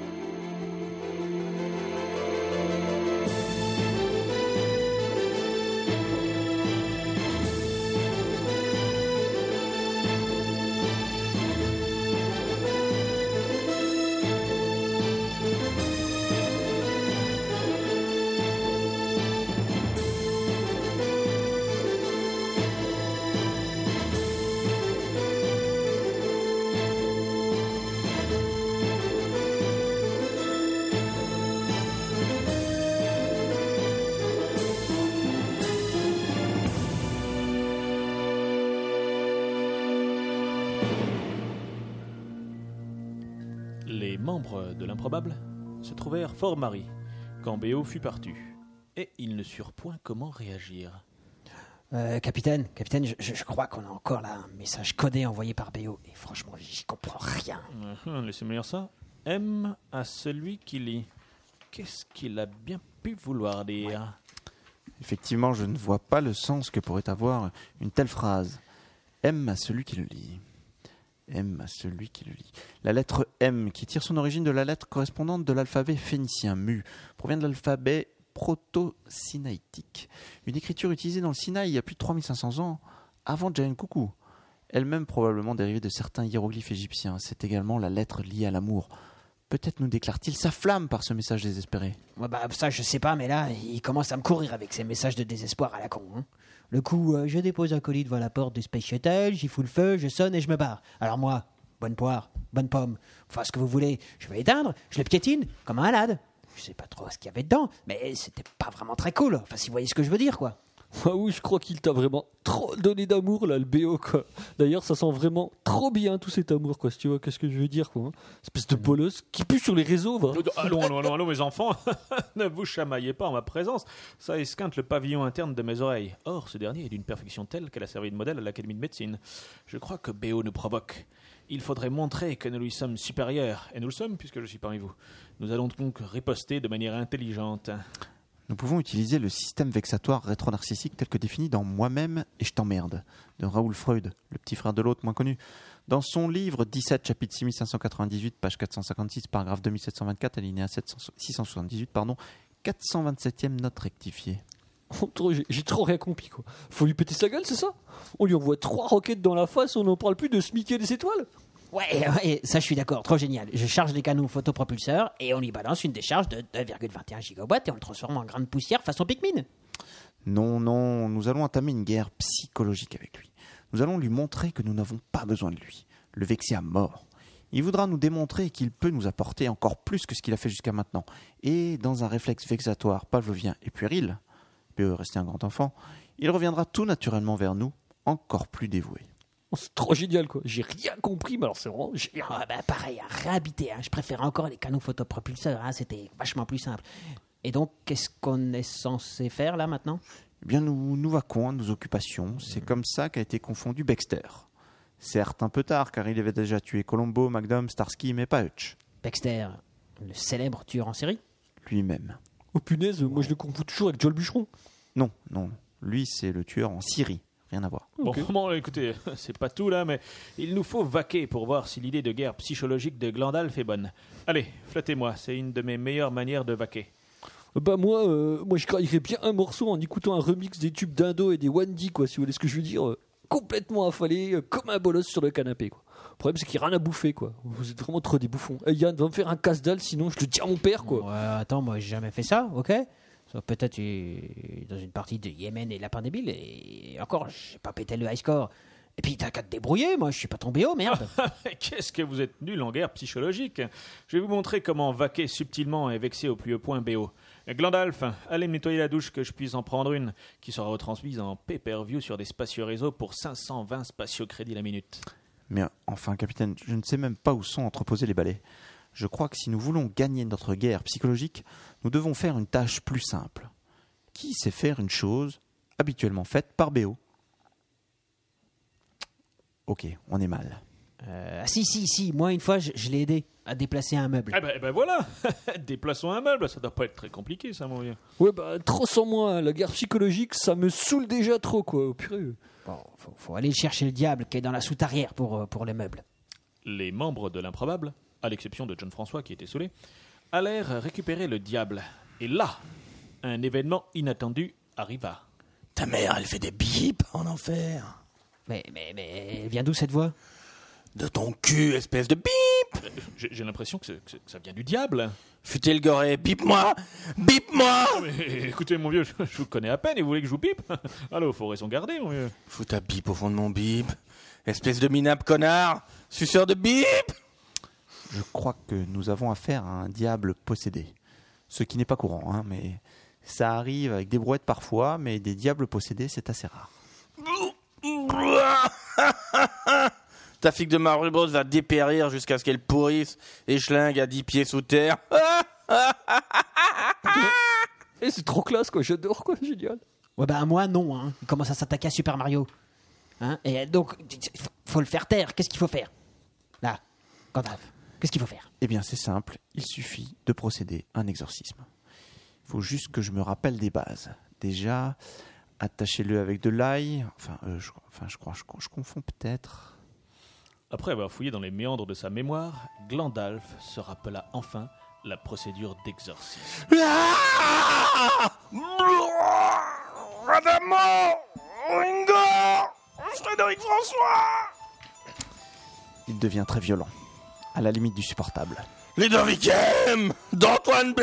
[SPEAKER 2] Les membres de l'improbable se trouvèrent fort maris quand Béo fut partu, et ils ne surent point comment réagir.
[SPEAKER 4] Euh, capitaine, capitaine, je, je- je crois qu'on a encore là un message codé envoyé par BO. Et franchement, j'y comprends rien.
[SPEAKER 2] Hein, Laissez-moi lire ça. M à celui qui lit. Qu'est-ce qu'il a bien pu vouloir dire
[SPEAKER 3] Effectivement, je ne vois pas le sens que pourrait avoir une telle phrase. M à celui qui le lit. M à celui qui le lit. La lettre M, qui tire son origine de la lettre correspondante de l'alphabet phénicien mu, provient de l'alphabet proto-sinaïtique, une écriture utilisée dans le Sinaï il y a plus de 3500 ans, avant Jane Coucou, elle-même probablement dérivée de certains hiéroglyphes égyptiens. C'est également la lettre liée à l'amour. Peut-être nous déclare-t-il sa flamme par ce message désespéré.
[SPEAKER 4] Moi, bah, ça, je sais pas, mais là, il commence à me courir avec ces messages de désespoir à la con. hein. Le coup, euh, je dépose un colis devant la porte du Space Shuttle, j'y fous le feu, je sonne et je me barre. Alors moi, bonne poire, bonne pomme, enfin ce que vous voulez, je vais éteindre, je le piétine, comme un malade. Je sais pas trop ce qu'il y avait dedans, mais c'était pas vraiment très cool. Enfin, si vous voyez ce que je veux dire, quoi.
[SPEAKER 1] Waouh, je crois qu'il t'a vraiment trop donné d'amour là, le BO quoi. D'ailleurs, ça sent vraiment trop bien tout cet amour quoi. Si tu vois, qu'est-ce que je veux dire quoi. hein. Espèce de bolos qui pue sur les réseaux, va.
[SPEAKER 2] Allons, allons, allons, allons, mes enfants Ne vous chamaillez pas en ma présence Ça esquinte le pavillon interne de mes oreilles. Or, ce dernier est d'une perfection telle qu'elle a servi de modèle à l'Académie de médecine. Je crois que Béo nous provoque. Il faudrait montrer que nous lui sommes supérieurs. Et nous le sommes, puisque je suis parmi vous. Nous allons donc riposter de manière intelligente.
[SPEAKER 3] Nous pouvons utiliser le système vexatoire rétro-narcissique tel que défini dans Moi-même et je t'emmerde de Raoul Freud, le petit frère de l'autre moins connu. Dans son livre 17, chapitre 6598, page 456, paragraphe 2724, alinéa 700 678, pardon, 427e note rectifiée.
[SPEAKER 1] Oh, trop- J'ai j'ai trop rien compris quoi. Faut lui péter sa gueule, c'est ça On lui envoie trois roquettes dans la face, on n'en parle plus de se miquer des étoiles
[SPEAKER 4] Ouais, ouais, ça je suis d'accord, trop génial. Je charge les canons photopropulseurs et on y balance une décharge de 2,21 gigawatts et on le transforme en grain de poussière façon Pikmin.
[SPEAKER 3] Non, non, nous allons entamer une guerre psychologique avec lui. Nous allons lui montrer que nous n'avons pas besoin de lui, le vexer à mort. Il voudra nous démontrer qu'il peut nous apporter encore plus que ce qu'il a fait jusqu'à maintenant. Et dans un réflexe vexatoire, pavlovien et puéril, peut rester un grand enfant, il reviendra tout naturellement vers nous, encore plus dévoué.
[SPEAKER 1] Oh, C'est trop génial quoi. J'ai rien compris, mais alors c'est vraiment génial.
[SPEAKER 4] Ah bah pareil, à réhabiter, hein. je préfère encore les canons photopropulseurs, hein. c'était vachement plus simple. Et donc, qu'est-ce qu'on est censé faire là maintenant
[SPEAKER 3] Eh bien, nous nous vaquons à nos occupations. C'est comme ça qu'a été confondu Baxter. Certes, un peu tard, car il avait déjà tué Colombo, Magnum, Starsky, mais pas Hutch,
[SPEAKER 4] Baxter, le célèbre tueur en série
[SPEAKER 3] lui-même.
[SPEAKER 1] Oh punaise, moi je le confonds toujours avec Joel Bûcheron.
[SPEAKER 3] Non, non. Lui, c'est le tueur en Syrie. Rien à voir.
[SPEAKER 2] Bon, bon, écoutez, c'est pas tout là, mais il nous faut vaquer pour voir si l'idée de guerre psychologique de Glandalf est bonne. Allez, flattez-moi, c'est une de mes meilleures manières de vaquer.
[SPEAKER 1] Bah moi, euh, moi je craquerais bien un morceau en écoutant un remix des tubes d'Indo et des Wandy quoi, si vous voulez ce que je veux dire. euh, complètement affalé, euh, comme un bolos sur le canapé quoi. Le problème c'est qu'il n'y a rien à bouffer quoi. Vous êtes vraiment trop des bouffons. Eh Yann, va me faire un casse-dalle sinon je te dis à mon père quoi.
[SPEAKER 4] Ouais, attends, moi j'ai jamais fait ça, ok Sauf peut-être euh, dans une partie de Yémen et Lapin débile, et encore, j'ai pas pété le high score. Et puis t'as qu'à te débrouiller, moi je suis pas tombé haut, merde
[SPEAKER 2] Mais Qu'est-ce que vous êtes nul en guerre psychologique Je vais vous montrer comment vaquer subtilement et vexer au plus haut point BO. Glandalf, allez me nettoyer la douche que je puisse en prendre une, qui sera retransmise en pay-per-view sur des spatiaux réseaux pour 520 spatiaux crédits la minute.
[SPEAKER 3] Mais euh, enfin, capitaine, je ne sais même pas où sont entreposés les balais. Je crois que si nous voulons gagner notre guerre psychologique, nous devons faire une tâche plus simple. Qui sait faire une chose habituellement faite par BO Ok, on est mal.
[SPEAKER 4] Euh, Ah si, si, si, moi une fois je, je l'ai aidé à déplacer un meuble.
[SPEAKER 2] Ah ben, ben voilà Déplaçons un meuble, ça doit pas être très compliqué ça mon vieux.
[SPEAKER 1] Ouais bah trop sans moi, hein. la guerre psychologique ça me saoule déjà trop quoi. Oh, purée.
[SPEAKER 4] Bon, faut, faut aller chercher le diable qui est dans la soute arrière pour, euh, pour les meubles.
[SPEAKER 2] Les membres de l'improbable, à l'exception de John François qui était saoulé, allèrent récupérer le diable. Et là, un événement inattendu arriva.
[SPEAKER 5] Ta mère, elle fait des bips en enfer.
[SPEAKER 4] Mais, mais, mais, vient d'où cette voix
[SPEAKER 5] De ton cul, espèce de bip
[SPEAKER 2] Euh, J'ai j'ai l'impression que, c'est- que c'est- que ça vient du diable.
[SPEAKER 5] Futil Goré, bip-moi Bip-moi
[SPEAKER 2] Mais Eh, écoutez, mon vieux, je, je vous connais à peine et vous voulez que je vous pipe Allô, faut raison garder, mon vieux.
[SPEAKER 5] Fous ta bip au fond de mon bip. Espèce de minable connard Suceur de bip
[SPEAKER 3] Je crois que nous avons affaire à un diable possédé. Ce qui n'est pas courant, hein, mais ça arrive avec des brouettes parfois, mais des diables possédés, c'est assez rare.
[SPEAKER 5] Ta figue de marbrose va dépérir jusqu'à ce qu'elle pourrisse et schlingue à dix pieds sous terre.
[SPEAKER 1] Eh, c'est trop classe quoi, j'adore quoi, génial.
[SPEAKER 4] Ouais bah moi non, hein. il commence à s'attaquer à Super Mario. Hein et euh, donc, t- t- faut- faut le faire taire, qu'est-ce qu'il faut faire Là, Gandalf, qu'est-ce qu'il faut faire
[SPEAKER 3] Eh bien, c'est simple, il suffit de procéder à un exorcisme. Il faut juste que je me rappelle des bases. Déjà, attachez-le avec de l'ail. Enfin, euh, je, enfin, je crois, je, je confonds peut-être.
[SPEAKER 2] Après avoir fouillé dans les méandres de sa mémoire, Glandalf se rappela enfin la procédure d'exorcisme.
[SPEAKER 5] Ah Adamo Ringo Frédéric François
[SPEAKER 3] Il devient très violent, à la limite du supportable.
[SPEAKER 5] Ludovic M D'Antoine B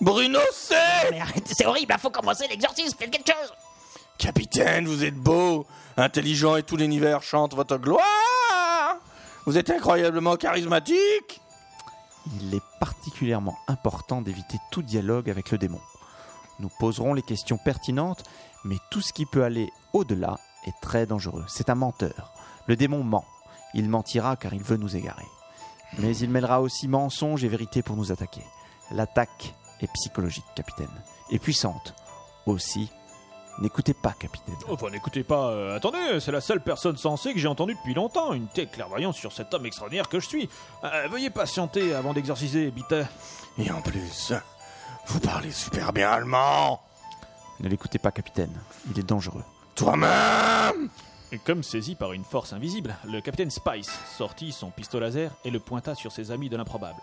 [SPEAKER 5] Bruno C
[SPEAKER 4] Mais arrête, c'est horrible, faut commencer l'exorcisme, faites quelque chose
[SPEAKER 5] Capitaine, vous êtes beau, intelligent et tout l'univers chante votre gloire Vous êtes incroyablement charismatique
[SPEAKER 3] Il est particulièrement important d'éviter tout dialogue avec le démon. Nous poserons les questions pertinentes, mais tout ce qui peut aller au-delà est très dangereux. C'est un menteur. Le démon ment. Il mentira car il veut nous égarer. Mais il mêlera aussi mensonge et vérité pour nous attaquer. L'attaque est psychologique, capitaine, et puissante. Aussi, n'écoutez pas, capitaine.
[SPEAKER 2] Enfin, Oh, n'écoutez pas, euh, attendez, c'est la seule personne sensée que j'ai entendue depuis longtemps, une telle clairvoyance sur cet homme extraordinaire que je suis. Euh, veuillez patienter avant d'exorciser, bite.
[SPEAKER 5] Et en plus,
[SPEAKER 9] Vous parlez super bien allemand
[SPEAKER 3] Ne l'écoutez pas, capitaine. Il est dangereux.
[SPEAKER 9] Toi-même
[SPEAKER 2] Et Comme saisi par une force invisible, le capitaine Spice sortit son pistolet laser et le pointa sur ses amis de l'improbable.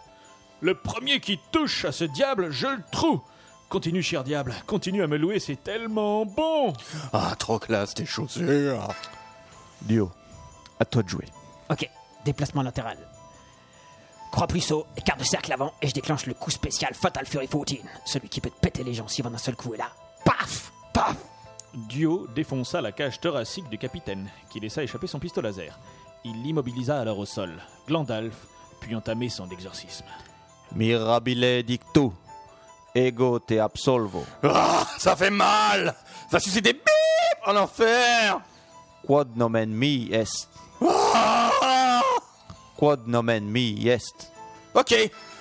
[SPEAKER 2] Le premier qui touche à ce diable, je le troue Continue, cher diable, continue à me louer, c'est tellement bon
[SPEAKER 9] Ah, trop classe tes chaussures
[SPEAKER 3] Duo, à toi de jouer.
[SPEAKER 4] Ok, déplacement latéral. Croix puisseau, écart de cercle avant et je déclenche le coup spécial Fatal Fury 14. Celui qui peut te péter les gencives en un seul coup et là. Paf Paf
[SPEAKER 2] Duo défonça la cage thoracique du capitaine, qui laissa échapper son pistolet laser. Il l'immobilisa alors au sol, Glandalf, puis entamait son exorcisme.
[SPEAKER 3] Mirabile dictu, ego te absolvo.
[SPEAKER 9] Ah, ça fait mal Ça suscite des bip en enfer
[SPEAKER 3] Quod nomen mi est,
[SPEAKER 9] Ah
[SPEAKER 3] quod nomen mi est.
[SPEAKER 9] Ok,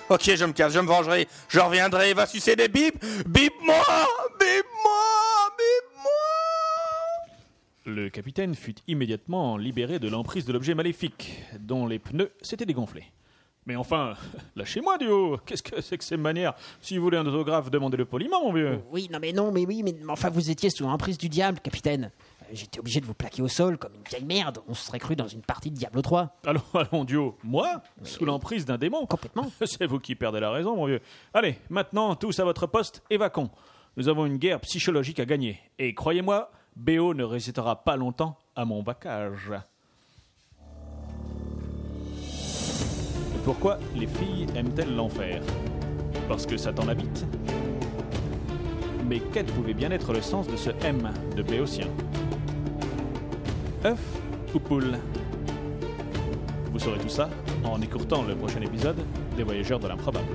[SPEAKER 9] ok, je me casse, je me vengerai, je reviendrai, va sucer des bips, bip-moi, bip-moi, bip-moi
[SPEAKER 2] Le capitaine fut immédiatement libéré de l'emprise de l'objet maléfique, dont les pneus s'étaient dégonflés. Mais enfin, lâchez-moi, Duo Qu'est-ce que c'est que ces manières Si vous voulez un autographe, demandez-le poliment, mon vieux
[SPEAKER 4] Oui, non mais non, mais oui, mais mais enfin vous étiez sous l'emprise du diable, capitaine. Euh, J'étais obligé de vous plaquer au sol comme une vieille merde. On se serait cru dans une partie de Diablo 3.
[SPEAKER 2] Allons, allons, Duo Moi Sous l'emprise d'un démon
[SPEAKER 4] Complètement.
[SPEAKER 2] C'est vous qui perdez la raison, mon vieux. Allez, maintenant, tous à votre poste et vacons. Nous avons une guerre psychologique à gagner. Et croyez-moi, BO ne résistera pas longtemps à mon bacage. Pourquoi les filles aiment-elles l'enfer Parce que Satan l'habite Mais quel pouvait bien être le sens de ce M de Béotien œuf ou poule Vous saurez tout ça en écourtant le prochain épisode des Voyageurs de l'improbable.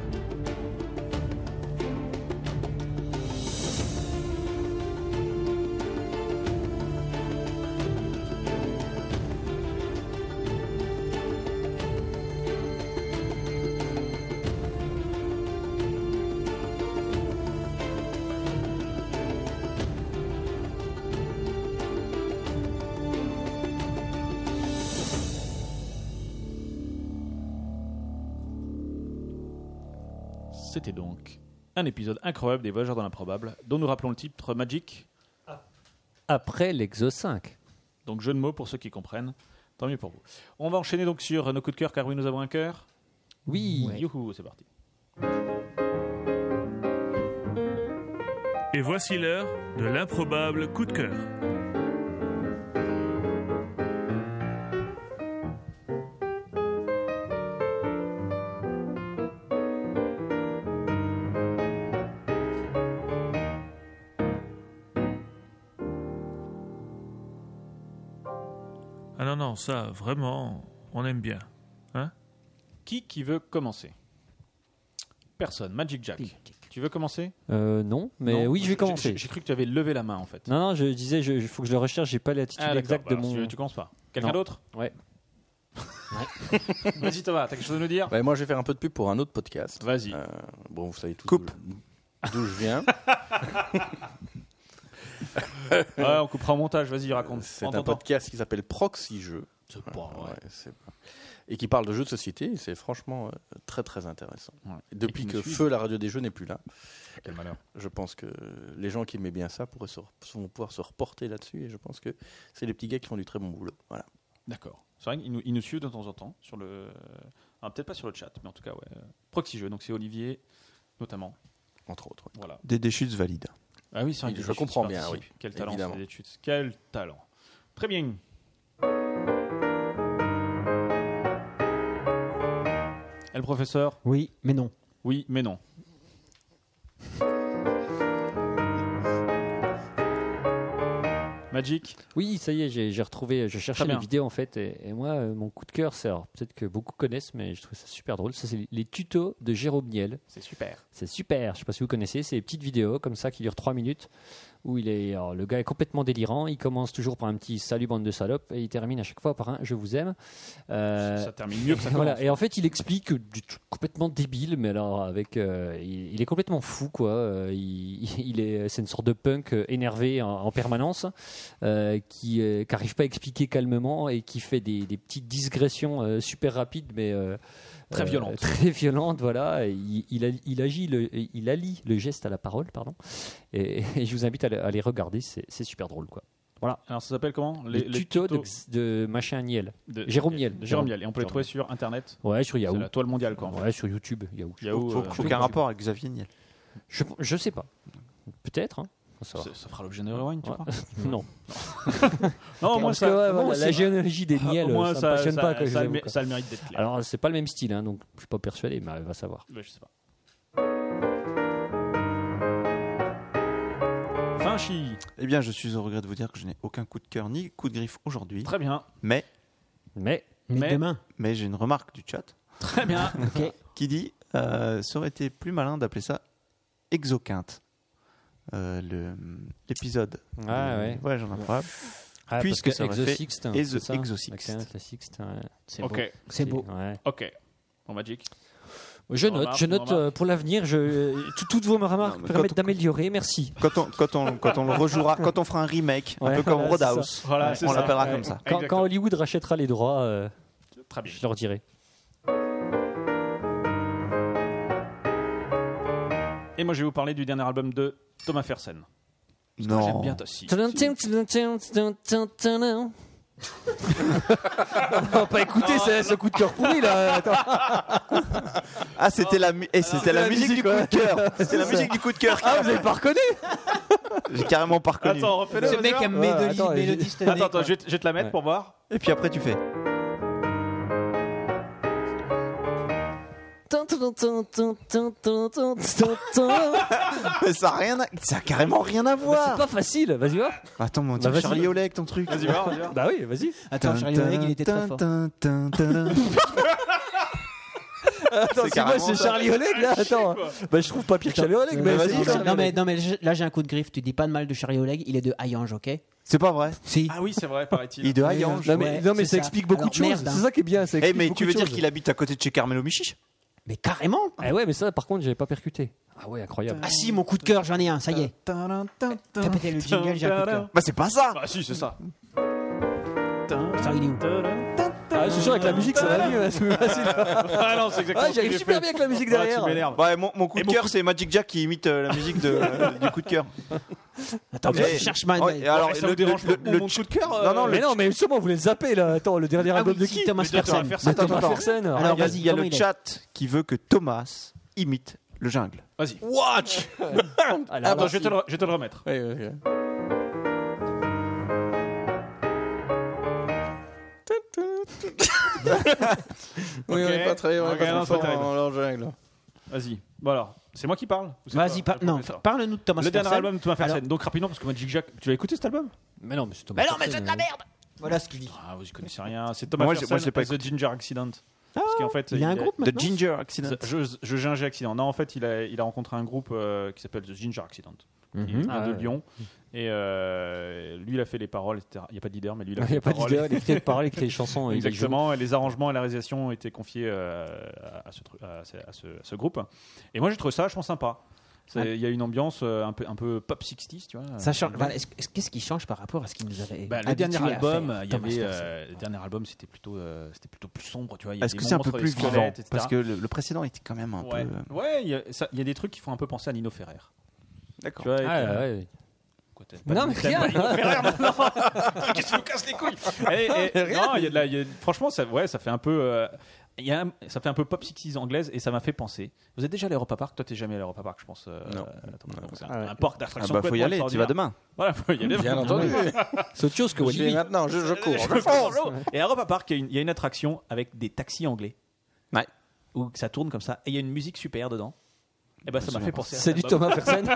[SPEAKER 2] C'était donc un épisode incroyable des Voyageurs de l'improbable, dont nous rappelons le titre Magic,
[SPEAKER 1] Après l'Exo 5.
[SPEAKER 2] donc jeu de mots pour ceux qui comprennent. Tant mieux pour vous. On va enchaîner donc sur nos coups de cœur, car oui, nous avons un cœur.
[SPEAKER 1] Oui.
[SPEAKER 2] Youhou, c'est parti.
[SPEAKER 10] Et voici l'heure de l'improbable coup de cœur. Ah non, non, ça, vraiment, on aime bien. Hein
[SPEAKER 2] Qui qui veut commencer Personne. Magic Jack. Tu veux commencer
[SPEAKER 1] Euh, non, mais
[SPEAKER 2] Non.
[SPEAKER 1] oui, je vais
[SPEAKER 2] J'ai-
[SPEAKER 1] commencer.
[SPEAKER 2] j'ai- J'ai cru que tu avais levé la main en fait.
[SPEAKER 1] Non, non, je disais, il faut que je le recherche, j'ai pas l'attitude
[SPEAKER 2] Ah, d'accord.
[SPEAKER 1] exacte de
[SPEAKER 2] Bah, alors,
[SPEAKER 1] mon.
[SPEAKER 2] tu, tu commences pas. Quelqu'un
[SPEAKER 1] Non.
[SPEAKER 2] d'autre
[SPEAKER 1] Ouais.
[SPEAKER 2] Vas-y Thomas, t'as quelque chose à nous dire
[SPEAKER 5] Bah, moi, je vais faire un peu de pub pour un autre podcast.
[SPEAKER 2] Vas-y.
[SPEAKER 5] Euh, bon, vous savez tous
[SPEAKER 3] Coupe.
[SPEAKER 5] d'où- d'où je viens.
[SPEAKER 2] Ouais, on coupera au montage, vas-y, raconte.
[SPEAKER 5] C'est
[SPEAKER 2] Prends
[SPEAKER 5] un
[SPEAKER 2] ton temps.
[SPEAKER 5] podcast qui s'appelle Proxy Jeux.
[SPEAKER 2] C'est pas vrai.
[SPEAKER 5] Ouais, c'est pas- Et qui parle de jeux de société. et C'est franchement euh, très très intéressant.
[SPEAKER 2] Ouais.
[SPEAKER 5] Depuis
[SPEAKER 2] Et qui
[SPEAKER 5] que
[SPEAKER 2] nous suit.
[SPEAKER 5] Feu, la radio des jeux, n'est plus là,
[SPEAKER 2] Quel malheur.
[SPEAKER 5] je pense que les gens qui aimaient bien ça pourraient se re- vont pouvoir se reporter là-dessus. Et je pense que c'est les petits gars qui font du très bon boulot. Voilà.
[SPEAKER 2] D'accord. C'est vrai qu'ils nous, ils nous suivent de temps en temps sur le. ah, peut-être pas sur le chat, mais en tout cas, ouais. euh, Proxy jeu, donc c'est Olivier, notamment.
[SPEAKER 5] Entre autres.
[SPEAKER 2] Voilà.
[SPEAKER 3] Des déchutes valides.
[SPEAKER 2] Ah oui, c'est
[SPEAKER 5] vrai
[SPEAKER 2] vrai.
[SPEAKER 5] que Je les comprends bien, participent.
[SPEAKER 2] Quel talent,
[SPEAKER 5] talent, Évidemment.
[SPEAKER 2] c'est études. Quel talent. Très bien. Et le professeur
[SPEAKER 4] Oui, mais non.
[SPEAKER 2] Oui, mais non. Magic
[SPEAKER 1] Oui, ça y est, j'ai j'ai retrouvé, je cherchais
[SPEAKER 2] Très bien.
[SPEAKER 1] les vidéos en fait, et, et moi, euh, mon coup de cœur, c'est alors peut-être que beaucoup connaissent, mais je trouve ça super drôle, ça, c'est les- les tutos de Jérôme Niel.
[SPEAKER 2] C'est super.
[SPEAKER 1] C'est super, je sais pas si vous connaissez, c'est des petites vidéos comme ça qui durent 3 minutes, où il est, alors, le gars est complètement délirant, il commence toujours par un petit salut bande de salopes, et il termine à chaque fois par un je vous aime. Euh,
[SPEAKER 2] Ça termine mieux que ça
[SPEAKER 1] voilà.
[SPEAKER 2] commence.
[SPEAKER 1] Et en fait, il explique du truc complètement débile, mais alors avec, euh, il, il est complètement fou quoi. Euh, il, il est, c'est une sorte de punk euh, énervé en, en permanence, euh, qui euh, qui arrive pas à expliquer calmement et qui fait des, des petites digressions euh, super rapides, mais euh,
[SPEAKER 8] Très violente.
[SPEAKER 1] Très violente, voilà. Et Il, il, a- il agit, le- il allie le geste à la parole, pardon. Et, et je vous invite à, le- à les regarder, c'est c'est super drôle, quoi. Voilà.
[SPEAKER 2] Alors ça s'appelle comment
[SPEAKER 1] Les, tutos, de- de, machin Niel. Jérôme Niel.
[SPEAKER 2] Euh, Jérôme Niel. Et on peut les
[SPEAKER 1] Jérôme
[SPEAKER 2] trouver sur Internet.
[SPEAKER 1] Ouais, sur Yahoo.
[SPEAKER 2] C'est la toile mondiale, quoi. en fait.
[SPEAKER 1] Ouais, sur YouTube, Yahoo.
[SPEAKER 2] Yahoo,
[SPEAKER 3] Faut-
[SPEAKER 2] euh,
[SPEAKER 3] faut aucun rapport avec Xavier Niel.
[SPEAKER 1] Je, je sais pas. Peut-être. hein. On saura.
[SPEAKER 2] Ça, ça fera l'objet d'un rewind, tu
[SPEAKER 1] Ouais.
[SPEAKER 2] crois
[SPEAKER 1] non.
[SPEAKER 2] Non, au moins
[SPEAKER 1] Parce que,
[SPEAKER 2] ça.
[SPEAKER 1] ouais, voilà,
[SPEAKER 2] non,
[SPEAKER 1] la
[SPEAKER 2] c'est-
[SPEAKER 1] généalogie des
[SPEAKER 2] Ah,
[SPEAKER 1] Niel,
[SPEAKER 2] au moins,
[SPEAKER 1] ça, me passionne pas. quoi, je
[SPEAKER 2] ça, a
[SPEAKER 1] vous
[SPEAKER 2] le mé-
[SPEAKER 1] avoue, quoi.
[SPEAKER 2] ça a le mérite d'être clair.
[SPEAKER 1] Alors, c'est pas le même style, hein, donc je suis pas persuadé, mais elle va savoir.
[SPEAKER 2] Ouais, je sais pas. Vinci.
[SPEAKER 3] Eh bien, je suis au regret de vous dire que je n'ai aucun coup de cœur ni coup de griffe aujourd'hui.
[SPEAKER 2] Très bien.
[SPEAKER 3] Mais,
[SPEAKER 1] Mais
[SPEAKER 2] Mais-
[SPEAKER 4] Mais demain,
[SPEAKER 3] mais j'ai une remarque du chat
[SPEAKER 2] Très bien.
[SPEAKER 3] qui dit euh, ça aurait été plus malin d'appeler ça exoquinte. Euh, le- L'épisode.
[SPEAKER 1] Ah,
[SPEAKER 3] de-
[SPEAKER 1] ouais.
[SPEAKER 3] Ouais, j'en ai pas.
[SPEAKER 1] Ah,
[SPEAKER 3] Puisque
[SPEAKER 1] parce que
[SPEAKER 3] ça aurait fait
[SPEAKER 1] Exosixte, hein,
[SPEAKER 3] Exo-
[SPEAKER 1] c'est ça
[SPEAKER 3] Exosixte.
[SPEAKER 1] Maxence, la Sixte, ouais. C'est beau.
[SPEAKER 2] Ok.
[SPEAKER 4] c'est beau.
[SPEAKER 1] Ouais.
[SPEAKER 2] Ok. Bon, Magic.
[SPEAKER 1] Je
[SPEAKER 2] Une
[SPEAKER 1] note,
[SPEAKER 2] remarque,
[SPEAKER 1] je
[SPEAKER 2] une
[SPEAKER 1] note
[SPEAKER 2] remarque.
[SPEAKER 1] euh, pour l'avenir. Je... tout- Toutes vos remarques
[SPEAKER 3] Non, mais
[SPEAKER 1] permettent
[SPEAKER 3] quand-
[SPEAKER 1] d'améliorer. Merci.
[SPEAKER 3] Quand on, quand, on, quand on le rejouera, quand on fera un remake, un
[SPEAKER 1] Ouais,
[SPEAKER 3] peu comme
[SPEAKER 1] voilà, c'est
[SPEAKER 3] Roadhouse,
[SPEAKER 2] Voilà, c'est
[SPEAKER 3] on
[SPEAKER 2] ça.
[SPEAKER 3] l'appellera
[SPEAKER 2] Ouais.
[SPEAKER 3] comme ça.
[SPEAKER 1] Quand, quand
[SPEAKER 2] Exactement.
[SPEAKER 1] Hollywood rachètera les droits, euh,
[SPEAKER 2] Très bien.
[SPEAKER 1] je leur dirai.
[SPEAKER 2] Et moi, je vais vous parler du dernier album de Thomas Fersen.
[SPEAKER 1] Oh.
[SPEAKER 3] Non.
[SPEAKER 2] J'aime bien aussi.
[SPEAKER 1] On va pas écouter ce, ce coup de cœur pourri là. Attends.
[SPEAKER 3] Ah, c'était la, mu- eh, c'était la, musique, du coup de cœur. C'était la musique du coup de cœur.
[SPEAKER 1] Ah, vous avez pas reconnu
[SPEAKER 3] J'ai carrément pas reconnu.
[SPEAKER 2] Attends, refais-le.
[SPEAKER 4] Ce mec a
[SPEAKER 1] Ouais, attends, j'ai-
[SPEAKER 4] mélodiste.
[SPEAKER 2] Attends, attends, je vais, te- je vais te la mettre
[SPEAKER 1] Ouais.
[SPEAKER 2] pour voir.
[SPEAKER 3] Et puis après, tu fais.
[SPEAKER 1] C'est
[SPEAKER 3] Mais ça a rien, à- ça a carrément rien à voir.
[SPEAKER 1] pas facile, vas-y voir.
[SPEAKER 3] Attends, mon
[SPEAKER 1] Bah,
[SPEAKER 3] dieu,
[SPEAKER 1] vas-y.
[SPEAKER 3] Charlie Oleg, ton truc. Vas-y,
[SPEAKER 1] Bah oui, vas-y.
[SPEAKER 4] Attends, Charlie Oleg, il était très fort.
[SPEAKER 1] Attends, c'est moi, c'est Charlie Oleg là. Attends, bah je trouve pas pire que Charlie Oleg, mais
[SPEAKER 3] vas-y,
[SPEAKER 1] c'est
[SPEAKER 3] dis-le.
[SPEAKER 1] Charlie
[SPEAKER 4] Non mais,
[SPEAKER 1] Oleg.
[SPEAKER 4] non mais je- là j'ai un coup de griffe, tu dis pas de mal de Charlie Oleg, il est de Hayange, ok
[SPEAKER 3] C'est pas vrai.
[SPEAKER 4] Si.
[SPEAKER 2] Ah oui, c'est vrai, paraît-il.
[SPEAKER 3] Il est de Hayange.
[SPEAKER 1] Non, mais,
[SPEAKER 4] Ouais,
[SPEAKER 1] non, mais ça
[SPEAKER 4] c'est ça.
[SPEAKER 1] explique beaucoup
[SPEAKER 4] Alors,
[SPEAKER 1] de choses.
[SPEAKER 4] merde, hein.
[SPEAKER 1] C'est ça qui est bien. Ça
[SPEAKER 3] Eh,
[SPEAKER 1] explique
[SPEAKER 3] mais
[SPEAKER 1] beaucoup
[SPEAKER 3] tu
[SPEAKER 1] de
[SPEAKER 3] veux dire
[SPEAKER 1] choses.
[SPEAKER 3] qu'il habite à côté de chez Carmelo Michi
[SPEAKER 4] Mais carrément
[SPEAKER 1] Ah ouais, mais ça par contre, j'avais pas percuté. Ah ouais, incroyable.
[SPEAKER 4] Ah si, mon coup de cœur, j'en ai un, ça y est. T'as pété le jingle, j'ai un coup de cœur.
[SPEAKER 3] Bah, c'est pas ça.
[SPEAKER 2] Ah si, c'est ça.
[SPEAKER 4] Putain, il est où
[SPEAKER 1] Ah, je suis sûr, avec la musique, ça va mieux. C'est plus facile.
[SPEAKER 2] Ah non, c'est exactement
[SPEAKER 1] Ah,
[SPEAKER 2] ce que
[SPEAKER 1] j'arrive
[SPEAKER 2] j'ai
[SPEAKER 1] super
[SPEAKER 2] fait.
[SPEAKER 1] bien avec la musique
[SPEAKER 2] Ah,
[SPEAKER 1] derrière.
[SPEAKER 2] tu m'énerves.
[SPEAKER 3] Ouais, mon, mon coup
[SPEAKER 2] Et
[SPEAKER 3] de
[SPEAKER 2] mon
[SPEAKER 3] cœur, c'est Magic Jack qui imite euh, la musique de, euh, du coup de cœur.
[SPEAKER 4] Attends,
[SPEAKER 3] Eh,
[SPEAKER 4] je cherche ma...
[SPEAKER 3] oh, et alors,
[SPEAKER 2] et ça
[SPEAKER 3] le-
[SPEAKER 2] vous dérange
[SPEAKER 3] le-
[SPEAKER 2] pas, mon-
[SPEAKER 3] le-
[SPEAKER 2] mon coup de cœur euh,
[SPEAKER 3] Non, non,
[SPEAKER 1] mais
[SPEAKER 3] le-
[SPEAKER 1] non, mais justement, vous les zappez là. Attends, le dernier
[SPEAKER 4] Ah
[SPEAKER 1] album
[SPEAKER 4] oui,
[SPEAKER 1] de
[SPEAKER 4] si,
[SPEAKER 1] qui
[SPEAKER 4] Thomas
[SPEAKER 2] Mais attends,
[SPEAKER 4] Persson.
[SPEAKER 2] faire ça,
[SPEAKER 1] C'est
[SPEAKER 3] Attends,
[SPEAKER 1] Thomas
[SPEAKER 3] attends.
[SPEAKER 1] Fersen.
[SPEAKER 4] Alors,
[SPEAKER 3] il y a-
[SPEAKER 4] vas-y,
[SPEAKER 3] il y a
[SPEAKER 4] comment
[SPEAKER 3] le
[SPEAKER 4] il est
[SPEAKER 3] chat qui veut que Thomas imite le jungle.
[SPEAKER 2] Vas-y.
[SPEAKER 3] Watch
[SPEAKER 1] Ah, là,
[SPEAKER 2] Attends,
[SPEAKER 1] là,
[SPEAKER 2] je vais te le- je vais te le remettre.
[SPEAKER 5] Ouais, ouais, ouais.
[SPEAKER 2] Oui, on est pas très- on est pas très fort en
[SPEAKER 5] leur jungle.
[SPEAKER 2] Vas-y. Bon alors, c'est moi qui parle ou c'est
[SPEAKER 4] Vas-y,
[SPEAKER 2] toi,
[SPEAKER 4] par-
[SPEAKER 2] le
[SPEAKER 4] non,
[SPEAKER 2] professeur
[SPEAKER 4] parle-nous de Thomas
[SPEAKER 2] Le dernier
[SPEAKER 4] Persson.
[SPEAKER 2] album de Thomas Fersen.
[SPEAKER 4] Alors-
[SPEAKER 2] Donc rapidement, parce que Magic Jack, tu l'as écouté cet album
[SPEAKER 1] Mais non, mais c'est Thomas.
[SPEAKER 6] Mais non, mais
[SPEAKER 1] Fersen,
[SPEAKER 6] c'est de la
[SPEAKER 1] hein.
[SPEAKER 6] merde
[SPEAKER 4] Voilà ce qu'il dit.
[SPEAKER 2] Ah, vous y connaissez rien. C'est Thomas
[SPEAKER 3] Moi, j'ai-
[SPEAKER 2] Fersen.
[SPEAKER 3] moi, je l'ai pas
[SPEAKER 2] et The Ginger Accident. parce qu'en fait,
[SPEAKER 4] Il a un groupe
[SPEAKER 3] The
[SPEAKER 4] maintenant
[SPEAKER 3] Ginger Accident.
[SPEAKER 2] The- Je, je Ginger Accident. Non, en fait, il a, il a rencontré un groupe euh, qui s'appelle The Ginger Accident. Il est
[SPEAKER 1] Mhm.
[SPEAKER 2] un de
[SPEAKER 1] Ah,
[SPEAKER 2] Lyon. Et euh, lui, il a fait les paroles, etc. Il n'y a pas de leader, mais lui, il a
[SPEAKER 1] Il
[SPEAKER 2] fait
[SPEAKER 1] n'y
[SPEAKER 2] les
[SPEAKER 1] a pas
[SPEAKER 2] paroles.
[SPEAKER 1] d'idée. Il écrit les paroles, il écrit les chansons. il
[SPEAKER 2] Exactement, et les arrangements et la réalisation ont été confiés euh, à, ce, tru- à ce- à ce- à ce groupe. Et moi, j'ai trouvé ça, je pense, sympa. C'est- Il y a une ambiance euh, un peu, un peu pop 60s, tu vois.
[SPEAKER 4] Ça change. voilà, est-ce- est-ce- Qu'est-ce qui change par rapport à ce qu'il nous avait
[SPEAKER 2] Bah, le
[SPEAKER 4] habitué
[SPEAKER 2] dernier
[SPEAKER 4] à faire,
[SPEAKER 2] album, il y
[SPEAKER 4] Thomas
[SPEAKER 2] avait,
[SPEAKER 4] Persson
[SPEAKER 2] euh, le dernier album, c'était plutôt, euh, c'était plutôt plus sombre, tu vois. il y a
[SPEAKER 3] Est-ce
[SPEAKER 2] des
[SPEAKER 3] que c'est un peu
[SPEAKER 2] monstres,
[SPEAKER 3] plus
[SPEAKER 2] des
[SPEAKER 3] vivant
[SPEAKER 2] squelettes, etc.
[SPEAKER 3] Parce que le, le précédent était quand même un
[SPEAKER 2] ouais,
[SPEAKER 3] peu. euh,
[SPEAKER 2] ouais, il y, a, ça- il y a des trucs qui font un peu penser à Nino Ferrer. Tu
[SPEAKER 3] D'accord.
[SPEAKER 2] vois, euh,
[SPEAKER 1] joue.
[SPEAKER 2] et
[SPEAKER 1] Ah,
[SPEAKER 2] puis,
[SPEAKER 1] ouais, ouais.
[SPEAKER 2] quoi, t'as-
[SPEAKER 1] Non, mais rien.
[SPEAKER 2] Eh, eh, non, il y a de la- il y a- franchement, ça, ouais, ça fait un peu. euh, il y a un- ça fait un peu pop 60s anglaise et ça m'a fait penser. Vous êtes déjà à l'Europa Park Toi, t'es jamais à l'Europa Park, je pense. euh,
[SPEAKER 5] Non.
[SPEAKER 2] euh, Thomas.
[SPEAKER 5] Non.
[SPEAKER 2] Donc, c'est
[SPEAKER 1] Ah
[SPEAKER 2] un,
[SPEAKER 1] ouais.
[SPEAKER 2] un parc
[SPEAKER 3] Ah
[SPEAKER 2] d'attractions.
[SPEAKER 3] bah faut y
[SPEAKER 2] complètement
[SPEAKER 3] aller, tu vas
[SPEAKER 2] extraordinaire.
[SPEAKER 3] demain.
[SPEAKER 2] Voilà, faut y aller.
[SPEAKER 5] Bien
[SPEAKER 1] Ah,
[SPEAKER 5] entendu.
[SPEAKER 1] C'est autre chose que
[SPEAKER 5] Je vais
[SPEAKER 1] Wally.
[SPEAKER 5] maintenant, je, je cours.
[SPEAKER 2] Je cours. Oh, Et à Europa Park, il y a une- il y, a une attraction avec des taxis anglais.
[SPEAKER 3] Ouais.
[SPEAKER 2] Où ça tourne comme ça et il y a une musique super dedans. Et ben ça m'a fait penser à
[SPEAKER 1] C'est
[SPEAKER 2] cet
[SPEAKER 1] du
[SPEAKER 2] album.
[SPEAKER 1] Thomas Fersen.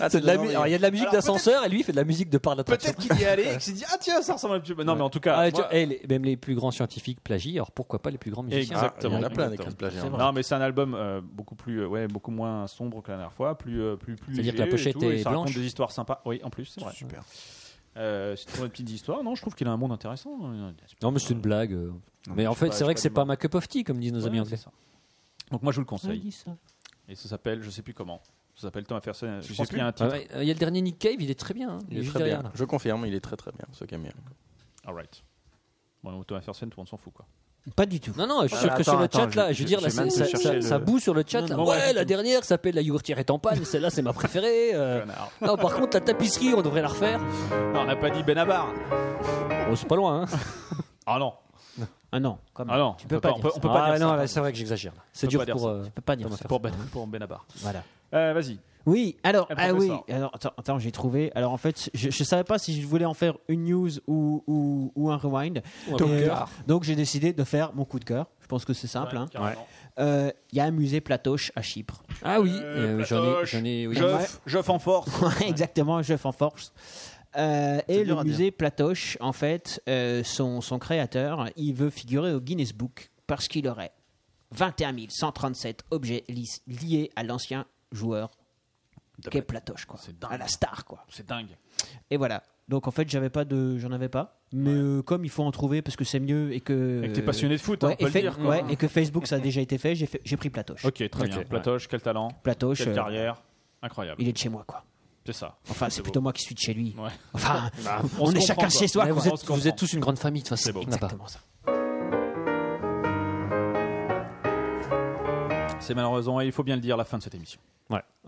[SPEAKER 1] Ah, C'est de la mu- Alors, il y a de la musique d'ascenseur et lui, il fait de la musique de par d'attraction.
[SPEAKER 2] Peut-être qu'il y est allé et qu'il s'est dit Ah tiens, ça ressemble un petit peu. Non, mais en tout cas.
[SPEAKER 1] Ah, tu-
[SPEAKER 2] moi-
[SPEAKER 1] eh, les- Même les plus grands scientifiques plagient. Alors, pourquoi pas les plus grands musiciens
[SPEAKER 2] Exactement.
[SPEAKER 5] Il y en a plein des
[SPEAKER 2] Exactement.
[SPEAKER 5] cas de plagiat.
[SPEAKER 1] Ah, C'est vrai.
[SPEAKER 2] Non, mais c'est un album euh, beaucoup plus, euh, ouais, beaucoup moins sombre que la dernière fois, plus, euh, plus, plus.
[SPEAKER 1] C'est-à-dire que la
[SPEAKER 2] léger et
[SPEAKER 1] pochette
[SPEAKER 2] tout, et
[SPEAKER 1] est
[SPEAKER 2] ça raconte
[SPEAKER 1] blanche
[SPEAKER 2] des histoires sympas. Oui, en plus, c'est vrai.
[SPEAKER 5] Super.
[SPEAKER 2] Euh, c'est toujours des petites histoires. Non, je trouve qu'il a un monde intéressant.
[SPEAKER 1] Non, mais c'est une blague. euh. Mais en
[SPEAKER 2] je sais
[SPEAKER 1] fait,
[SPEAKER 2] pas,
[SPEAKER 1] c'est vrai
[SPEAKER 2] je
[SPEAKER 1] que
[SPEAKER 2] sais
[SPEAKER 1] c'est
[SPEAKER 2] pas
[SPEAKER 1] pas ma cup of tea, comme disent nos amis
[SPEAKER 2] Ouais,
[SPEAKER 1] anglais.
[SPEAKER 2] c'est ça. Donc moi, je vous le
[SPEAKER 4] Ah, il
[SPEAKER 2] conseille.
[SPEAKER 4] dit ça.
[SPEAKER 2] Et ça s'appelle, je sais plus comment. Ça s'appelle Thomas Fersen. Je,
[SPEAKER 3] sais
[SPEAKER 2] pense
[SPEAKER 3] plus.
[SPEAKER 2] qu'il y a un
[SPEAKER 1] Ah
[SPEAKER 2] titre.
[SPEAKER 1] ouais, euh, Il y a le dernier Nick Cave, il est très bien. hein.
[SPEAKER 5] Il est
[SPEAKER 1] juste
[SPEAKER 5] très
[SPEAKER 1] derrière,
[SPEAKER 5] bien.
[SPEAKER 1] là.
[SPEAKER 5] Je confirme, il est très très bien, ce camion.
[SPEAKER 1] Ah
[SPEAKER 2] All right. Bon, donc, Thomas Fersen, tout le monde s'en fout, quoi.
[SPEAKER 4] Pas du tout.
[SPEAKER 1] Non, non, je suis
[SPEAKER 3] Ah,
[SPEAKER 1] sûr que
[SPEAKER 3] attends,
[SPEAKER 1] sur le
[SPEAKER 3] attends,
[SPEAKER 1] chat,
[SPEAKER 3] je-
[SPEAKER 1] là, je,
[SPEAKER 3] je-
[SPEAKER 1] veux dire,
[SPEAKER 3] je
[SPEAKER 1] là,
[SPEAKER 3] vais même
[SPEAKER 1] c'est- ça,
[SPEAKER 3] chercher
[SPEAKER 1] ça-
[SPEAKER 3] le-
[SPEAKER 1] ça boue sur le chat.
[SPEAKER 2] Non,
[SPEAKER 1] là.
[SPEAKER 2] non,
[SPEAKER 1] ouais,
[SPEAKER 2] ouais, c'est
[SPEAKER 1] la
[SPEAKER 2] tout.
[SPEAKER 1] dernière s'appelle la yourtière est en panne, celle-là, c'est ma préférée. euh. Non, par contre, la tapisserie, on devrait la refaire.
[SPEAKER 11] Non, on n'a pas dit Benabar.
[SPEAKER 1] Bon, c'est pas loin, hein.
[SPEAKER 11] Ah non.
[SPEAKER 4] Ah non, quand même.
[SPEAKER 11] Ah non.
[SPEAKER 4] Tu peux pas
[SPEAKER 11] on
[SPEAKER 4] dire
[SPEAKER 11] peut,
[SPEAKER 4] ça.
[SPEAKER 11] on peut pas
[SPEAKER 1] ah,
[SPEAKER 11] dire
[SPEAKER 1] non,
[SPEAKER 11] ça.
[SPEAKER 1] là, c'est vrai que j'exagère. là. C'est
[SPEAKER 11] peut
[SPEAKER 1] dur
[SPEAKER 11] pas dire
[SPEAKER 1] pour.
[SPEAKER 11] ça.
[SPEAKER 1] euh,
[SPEAKER 4] Tu peux pas dire
[SPEAKER 1] Thomas
[SPEAKER 4] ça.
[SPEAKER 11] Pour, ben, pour Benabar.
[SPEAKER 4] Voilà.
[SPEAKER 11] Euh, Vas-y.
[SPEAKER 4] Oui, alors,
[SPEAKER 11] Un
[SPEAKER 4] ah oui,
[SPEAKER 11] professeur.
[SPEAKER 4] alors, attends, attends, j'ai trouvé. Alors en fait, je ne savais pas si je voulais en faire une news ou, ou, ou un rewind.
[SPEAKER 1] Ou un coup de
[SPEAKER 4] Et, euh,
[SPEAKER 1] cœur.
[SPEAKER 4] Donc j'ai décidé de faire mon coup de cœur. Je pense que c'est simple. hein.
[SPEAKER 2] carrément.
[SPEAKER 4] Euh, Il y a un musée Platoche à Chypre.
[SPEAKER 1] Ah oui,
[SPEAKER 2] Euh,
[SPEAKER 1] euh, j'en ai.
[SPEAKER 2] Platoche,
[SPEAKER 1] J'en ai oui.
[SPEAKER 2] Jeff, Jeff en force.
[SPEAKER 4] Exactement, un chef en force. Euh, et
[SPEAKER 3] dur
[SPEAKER 4] le
[SPEAKER 3] à dire.
[SPEAKER 4] musée Platoche, en fait, euh, son, son créateur, il veut figurer au Guinness Book parce qu'il aurait 21 137 objets li- liés à l'ancien joueur qu'est Platoche, quoi.
[SPEAKER 2] C'est dingue.
[SPEAKER 4] À la star, quoi.
[SPEAKER 2] C'est dingue.
[SPEAKER 4] Et voilà. Donc en fait, j'avais pas de, j'en avais pas. Mais euh, comme il faut en trouver parce que c'est mieux et que
[SPEAKER 2] Et que t'es passionné de foot, hein,
[SPEAKER 4] Ouais,
[SPEAKER 2] on peut
[SPEAKER 4] et,
[SPEAKER 2] le
[SPEAKER 4] fait-
[SPEAKER 2] dire. quoi.
[SPEAKER 4] ouais, et que Facebook ça a déjà été fait, j'ai fait- j'ai pris Platoche.
[SPEAKER 2] Ok, très bien.
[SPEAKER 1] ouais.
[SPEAKER 2] Platoche, quel talent,
[SPEAKER 4] Platoche,
[SPEAKER 2] quelle
[SPEAKER 4] euh,
[SPEAKER 2] carrière. Incroyable.
[SPEAKER 4] il est de chez moi quoi.
[SPEAKER 2] Ah, C'est ça.
[SPEAKER 4] Enfin, c'est plutôt moi qui suis de chez lui.
[SPEAKER 2] Ouais. Bah,
[SPEAKER 4] Enfin,
[SPEAKER 2] on
[SPEAKER 4] on,
[SPEAKER 2] se
[SPEAKER 4] est chacun
[SPEAKER 2] comprend,
[SPEAKER 4] chez soi.
[SPEAKER 1] Ouais, vous,
[SPEAKER 4] quoi.
[SPEAKER 2] on se
[SPEAKER 1] êtes, vous
[SPEAKER 2] comprend.
[SPEAKER 1] êtes tous une grande famille, de toute façon.
[SPEAKER 2] C'est beau.
[SPEAKER 1] là-bas.
[SPEAKER 4] Exactement ça.
[SPEAKER 2] C'est malheureusement, et il faut bien le dire, la fin de cette émission.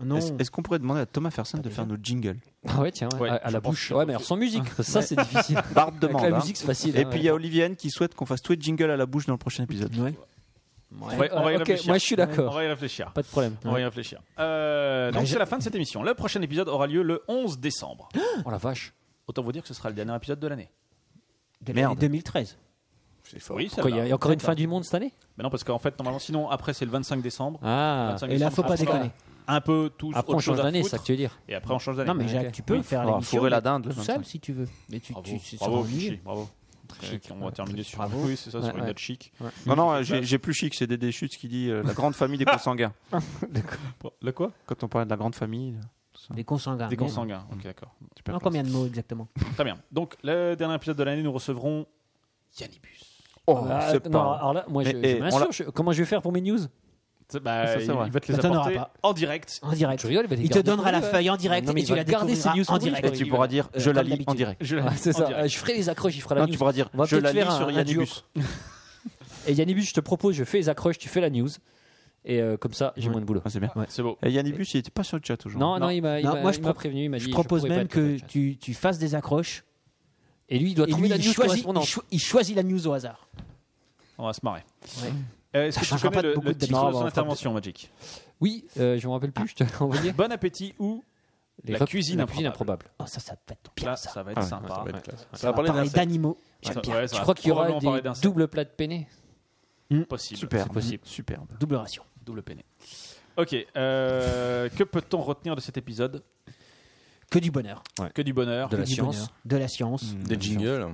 [SPEAKER 4] Non.
[SPEAKER 3] Est-ce est-ce qu'on pourrait demander à Thomas Fersen de faire nos jingles
[SPEAKER 1] Ah ouais, tiens, ouais,
[SPEAKER 2] Ouais,
[SPEAKER 1] à, à
[SPEAKER 2] je
[SPEAKER 1] la
[SPEAKER 2] pense
[SPEAKER 1] bouche.
[SPEAKER 2] que-
[SPEAKER 1] Ouais, mais alors sans musique, parce que ça c'est difficile.
[SPEAKER 3] Barbe
[SPEAKER 1] Avec
[SPEAKER 3] demande.
[SPEAKER 1] la
[SPEAKER 3] hein.
[SPEAKER 1] musique, c'est facile.
[SPEAKER 3] Et
[SPEAKER 1] hein,
[SPEAKER 3] puis il
[SPEAKER 1] ouais.
[SPEAKER 3] y a Olivienne qui souhaite qu'on fasse tous les jingles à la bouche dans le prochain épisode.
[SPEAKER 4] Ouais.
[SPEAKER 2] On va- on va y
[SPEAKER 1] Ouais, ok,
[SPEAKER 2] réfléchir.
[SPEAKER 1] moi je suis
[SPEAKER 2] On
[SPEAKER 1] d'accord.
[SPEAKER 2] va y réfléchir.
[SPEAKER 1] Pas de problème.
[SPEAKER 2] On va y réfléchir. Euh,
[SPEAKER 4] Bah,
[SPEAKER 2] donc
[SPEAKER 4] j'ai-
[SPEAKER 2] c'est la fin de cette émission. Le prochain épisode aura lieu le 11 décembre.
[SPEAKER 1] Oh la vache.
[SPEAKER 2] Autant vous dire que ce sera le dernier épisode de l'année.
[SPEAKER 4] De l'année
[SPEAKER 3] Merde.
[SPEAKER 4] 2013.
[SPEAKER 5] C'est fort.
[SPEAKER 2] Oui, ça
[SPEAKER 1] Quoi, Il y, a- il y a encore une
[SPEAKER 2] Celle-là.
[SPEAKER 1] fin du monde cette année
[SPEAKER 2] Mais non, parce qu'en fait, normalement, sinon, après, c'est le 25 décembre.
[SPEAKER 1] Ah.
[SPEAKER 2] 25
[SPEAKER 4] Et là,
[SPEAKER 2] décembre,
[SPEAKER 4] faut pas
[SPEAKER 2] on sera
[SPEAKER 4] déconner.
[SPEAKER 2] Un peu tous
[SPEAKER 1] Après on
[SPEAKER 2] autre chose
[SPEAKER 1] change
[SPEAKER 2] à
[SPEAKER 1] d'année, c'est ça
[SPEAKER 2] foutre,
[SPEAKER 1] que tu veux dire.
[SPEAKER 2] Et après, on change d'année.
[SPEAKER 4] Non, mais Jacques,
[SPEAKER 1] ok.
[SPEAKER 4] tu peux faire
[SPEAKER 3] Oh,
[SPEAKER 4] l'émission
[SPEAKER 3] fourrer la
[SPEAKER 4] mais
[SPEAKER 3] dinde, le
[SPEAKER 4] tout seul
[SPEAKER 3] 25.
[SPEAKER 4] si tu veux. Mais tu,
[SPEAKER 2] bravo,
[SPEAKER 4] tu, c'est
[SPEAKER 2] bravo,
[SPEAKER 4] sur un
[SPEAKER 2] Vichy,
[SPEAKER 4] lieu.
[SPEAKER 2] bravo.
[SPEAKER 1] Très chic.
[SPEAKER 2] On va terminer sur.
[SPEAKER 1] Bravo.
[SPEAKER 2] Oui, c'est ça, sur
[SPEAKER 1] Ouais,
[SPEAKER 2] une
[SPEAKER 1] ouais.
[SPEAKER 2] note chic.
[SPEAKER 3] Non, non, j'ai j'ai plus chic, c'est Dédé Chutes qui dit euh, la grande famille des consanguins.
[SPEAKER 2] Le quoi
[SPEAKER 3] Quand on parle de la grande famille,
[SPEAKER 4] Des consanguins.
[SPEAKER 2] Des
[SPEAKER 4] Bien.
[SPEAKER 2] consanguins. Ok, d'accord.
[SPEAKER 3] tu peux
[SPEAKER 4] Non,
[SPEAKER 3] appeler
[SPEAKER 4] combien de mots exactement
[SPEAKER 2] Très bien. Donc, le dernier épisode de l'année, nous recevrons Yannibus.
[SPEAKER 3] ça. Oh,
[SPEAKER 1] Ah,
[SPEAKER 3] c'est
[SPEAKER 1] non,
[SPEAKER 3] pas.
[SPEAKER 1] alors là, moi, je,
[SPEAKER 3] Mais,
[SPEAKER 1] je
[SPEAKER 3] eh,
[SPEAKER 1] m'assure,
[SPEAKER 3] on l'a-
[SPEAKER 1] je- comment je vais faire pour mes news
[SPEAKER 2] Bah,
[SPEAKER 3] Ça, c'est
[SPEAKER 2] il,
[SPEAKER 3] vrai.
[SPEAKER 2] il va te les
[SPEAKER 4] Ça, t'en auras
[SPEAKER 2] apporter
[SPEAKER 4] pas.
[SPEAKER 2] en direct.
[SPEAKER 4] En direct.
[SPEAKER 1] Je rigole, il va les
[SPEAKER 4] Il te
[SPEAKER 1] garder
[SPEAKER 4] donnera
[SPEAKER 1] pour
[SPEAKER 4] la
[SPEAKER 1] lui,
[SPEAKER 4] feuille en
[SPEAKER 1] Non,
[SPEAKER 4] direct
[SPEAKER 1] mais
[SPEAKER 4] et
[SPEAKER 1] il
[SPEAKER 4] tu
[SPEAKER 1] va
[SPEAKER 4] la
[SPEAKER 1] garder ses
[SPEAKER 4] découvriras
[SPEAKER 1] news
[SPEAKER 4] en
[SPEAKER 1] pour lui,
[SPEAKER 4] direct.
[SPEAKER 3] Et tu pourras dire
[SPEAKER 4] Euh,
[SPEAKER 3] je la
[SPEAKER 4] comme
[SPEAKER 3] lis en
[SPEAKER 4] d'habitude.
[SPEAKER 3] direct.
[SPEAKER 2] Je
[SPEAKER 1] ouais. Ah, c'est ça.
[SPEAKER 2] direct.
[SPEAKER 1] Euh, Je ferai les accroches, il fera la
[SPEAKER 3] Non,
[SPEAKER 1] news.
[SPEAKER 3] tu pourras dire
[SPEAKER 1] On va
[SPEAKER 3] je
[SPEAKER 1] peut-être
[SPEAKER 3] la lis
[SPEAKER 1] faire un-
[SPEAKER 3] sur
[SPEAKER 1] un
[SPEAKER 3] Yannibus.
[SPEAKER 1] Et Yannibus, je te propose, je fais les accroches, tu fais la news. Et euh, comme ça, j'ai moins de boulot.
[SPEAKER 3] Ah, c'est bien.
[SPEAKER 2] C'est beau.
[SPEAKER 3] Et Yannibus, il était pas sur le chat aujourd'hui.
[SPEAKER 1] Non, non, il m'a il
[SPEAKER 4] Non,
[SPEAKER 1] m'a-
[SPEAKER 4] moi, je
[SPEAKER 1] il m'a
[SPEAKER 4] pro-
[SPEAKER 1] prévenu, il m'a dit.
[SPEAKER 4] Je propose
[SPEAKER 1] pourrais pas
[SPEAKER 4] même
[SPEAKER 1] être au
[SPEAKER 4] que
[SPEAKER 1] chat.
[SPEAKER 4] tu, tu fasses des accroches.
[SPEAKER 1] Et lui, il doit
[SPEAKER 4] Et
[SPEAKER 1] trouver
[SPEAKER 4] lui,
[SPEAKER 1] la
[SPEAKER 4] il
[SPEAKER 1] news
[SPEAKER 4] choisit, il,
[SPEAKER 1] correspondante.
[SPEAKER 4] cho- il choisit la news au hasard.
[SPEAKER 2] On va se marrer.
[SPEAKER 4] Ouais.
[SPEAKER 2] Euh, Est-ce
[SPEAKER 4] Ça
[SPEAKER 2] que tu
[SPEAKER 4] changera
[SPEAKER 2] connais
[SPEAKER 4] pas
[SPEAKER 2] le,
[SPEAKER 4] beaucoup
[SPEAKER 2] le
[SPEAKER 4] de
[SPEAKER 2] titre
[SPEAKER 4] débat,
[SPEAKER 2] de
[SPEAKER 4] on
[SPEAKER 2] son
[SPEAKER 4] va faire-
[SPEAKER 2] intervention, Magic
[SPEAKER 1] Oui, euh, je me rappelle plus, je te l'ai envoyé.
[SPEAKER 2] Bon appétit ou
[SPEAKER 1] Les
[SPEAKER 2] La
[SPEAKER 1] rec-
[SPEAKER 2] cuisine
[SPEAKER 1] la cuisine improbable.
[SPEAKER 4] Oh, ça, ça peut être bien
[SPEAKER 2] Là,
[SPEAKER 4] ça.
[SPEAKER 2] ça va
[SPEAKER 3] Ah
[SPEAKER 2] être
[SPEAKER 3] ouais,
[SPEAKER 2] sympa.
[SPEAKER 5] Ça va être
[SPEAKER 2] Ouais.
[SPEAKER 5] classe.
[SPEAKER 4] On va parler
[SPEAKER 5] d'insectes.
[SPEAKER 4] d'animaux. J'aime
[SPEAKER 2] Ouais,
[SPEAKER 4] bien.
[SPEAKER 2] ouais, ça
[SPEAKER 1] Tu
[SPEAKER 2] va
[SPEAKER 1] crois qu'il y aura
[SPEAKER 2] probablement parler
[SPEAKER 1] des
[SPEAKER 2] d'insectes.
[SPEAKER 1] doubles plats de penne
[SPEAKER 2] Possible.
[SPEAKER 3] Superbe.
[SPEAKER 1] C'est possible.
[SPEAKER 3] Superbe.
[SPEAKER 4] Double ration.
[SPEAKER 2] Double peiné. Ok, euh, que peut-on retenir de cet épisode
[SPEAKER 4] Que du bonheur.
[SPEAKER 2] Que du bonheur,
[SPEAKER 1] De la
[SPEAKER 4] Que du
[SPEAKER 1] science.
[SPEAKER 4] bonheur. De la science.
[SPEAKER 5] Des jingles.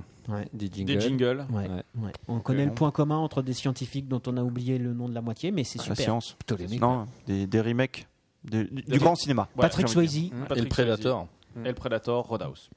[SPEAKER 1] Des
[SPEAKER 2] des
[SPEAKER 1] jingles.
[SPEAKER 2] jingles.
[SPEAKER 4] Ouais,
[SPEAKER 1] Ouais.
[SPEAKER 4] ouais. On connaît le
[SPEAKER 5] bon.
[SPEAKER 4] point commun entre des scientifiques dont on a oublié le nom de la moitié, mais c'est
[SPEAKER 3] La
[SPEAKER 4] super.
[SPEAKER 3] science.
[SPEAKER 1] Ptolémée.
[SPEAKER 3] Non, des, des remakes. de- du,
[SPEAKER 2] Des-
[SPEAKER 3] du grand cinéma.
[SPEAKER 2] Ouais,
[SPEAKER 4] Patrick
[SPEAKER 3] j'ai envie de
[SPEAKER 4] Swayze,
[SPEAKER 2] Patrick
[SPEAKER 5] Et le Predator.
[SPEAKER 2] Swayze Et le Predator, Roadhouse.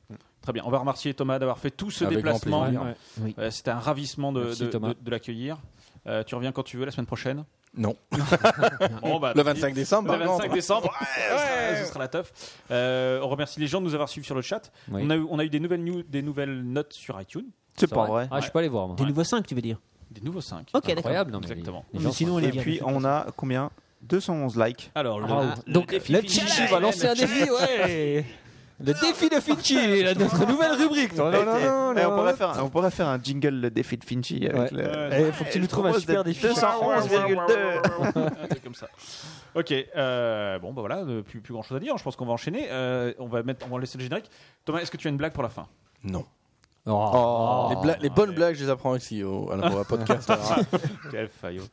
[SPEAKER 2] Très bien, on va remercier Thomas d'avoir fait tout ce
[SPEAKER 5] Avec grand
[SPEAKER 2] déplacement.
[SPEAKER 5] plaisir.
[SPEAKER 1] Ouais.
[SPEAKER 2] Euh, C'était un ravissement de,
[SPEAKER 1] Merci,
[SPEAKER 2] de-
[SPEAKER 1] Thomas.
[SPEAKER 2] de- de l'accueillir. Euh, tu reviens quand tu veux la semaine prochaine.
[SPEAKER 5] Non.
[SPEAKER 2] Bon, bah,
[SPEAKER 5] Le
[SPEAKER 2] tant pis.
[SPEAKER 5] 25 décembre,
[SPEAKER 2] Le
[SPEAKER 5] par
[SPEAKER 2] 25
[SPEAKER 5] contre.
[SPEAKER 2] décembre, ouais, ce sera- ce sera la teuf. Euh, on remercie les gens de nous avoir suivis sur le chat.
[SPEAKER 1] Oui.
[SPEAKER 2] On, a eu, on a eu des nouvelles, news- des nouvelles notes sur iTunes,
[SPEAKER 3] C'est pas vrai.
[SPEAKER 1] Ah, je peux aller voir, moi.
[SPEAKER 4] des nouveaux 5, tu veux dire
[SPEAKER 2] des nouveaux 5.
[SPEAKER 4] Ok, d'accord.
[SPEAKER 1] Incroyable, non, mais
[SPEAKER 2] Exactement.
[SPEAKER 1] les- les gens
[SPEAKER 4] Sinon, on les
[SPEAKER 3] Et
[SPEAKER 4] vire.
[SPEAKER 3] puis on a combien 211 likes.
[SPEAKER 2] Alors, le,
[SPEAKER 1] Bravo.
[SPEAKER 2] Oh le
[SPEAKER 1] Donc,
[SPEAKER 2] défi
[SPEAKER 1] le
[SPEAKER 2] fini.
[SPEAKER 1] Chichi va lancer un défi, ouais Le défi de Finchi, la- notre nouvelle rubrique
[SPEAKER 3] Eh, eh, on, pourrait faire, un- on pourrait faire un jingle le défi de Finchi avec
[SPEAKER 1] Ouais.
[SPEAKER 3] le-
[SPEAKER 2] Euh,
[SPEAKER 1] Eh, faut que tu nous trouves un
[SPEAKER 3] propose
[SPEAKER 1] super
[SPEAKER 3] d'être
[SPEAKER 1] défi.
[SPEAKER 3] 211,2.
[SPEAKER 2] un truc comme ça. Ok, euh, bon, bah voilà, euh, plus, plus grand chose à dire. Je pense qu'on va enchaîner. Euh, on, va mettre, on va laisser le générique. Thomas, est-ce que tu as une blague pour la fin
[SPEAKER 5] Non.
[SPEAKER 1] Oh.
[SPEAKER 5] les, bla- les bonnes blagues, je les apprends ici au, à la- au podcast.
[SPEAKER 2] Quel faillot.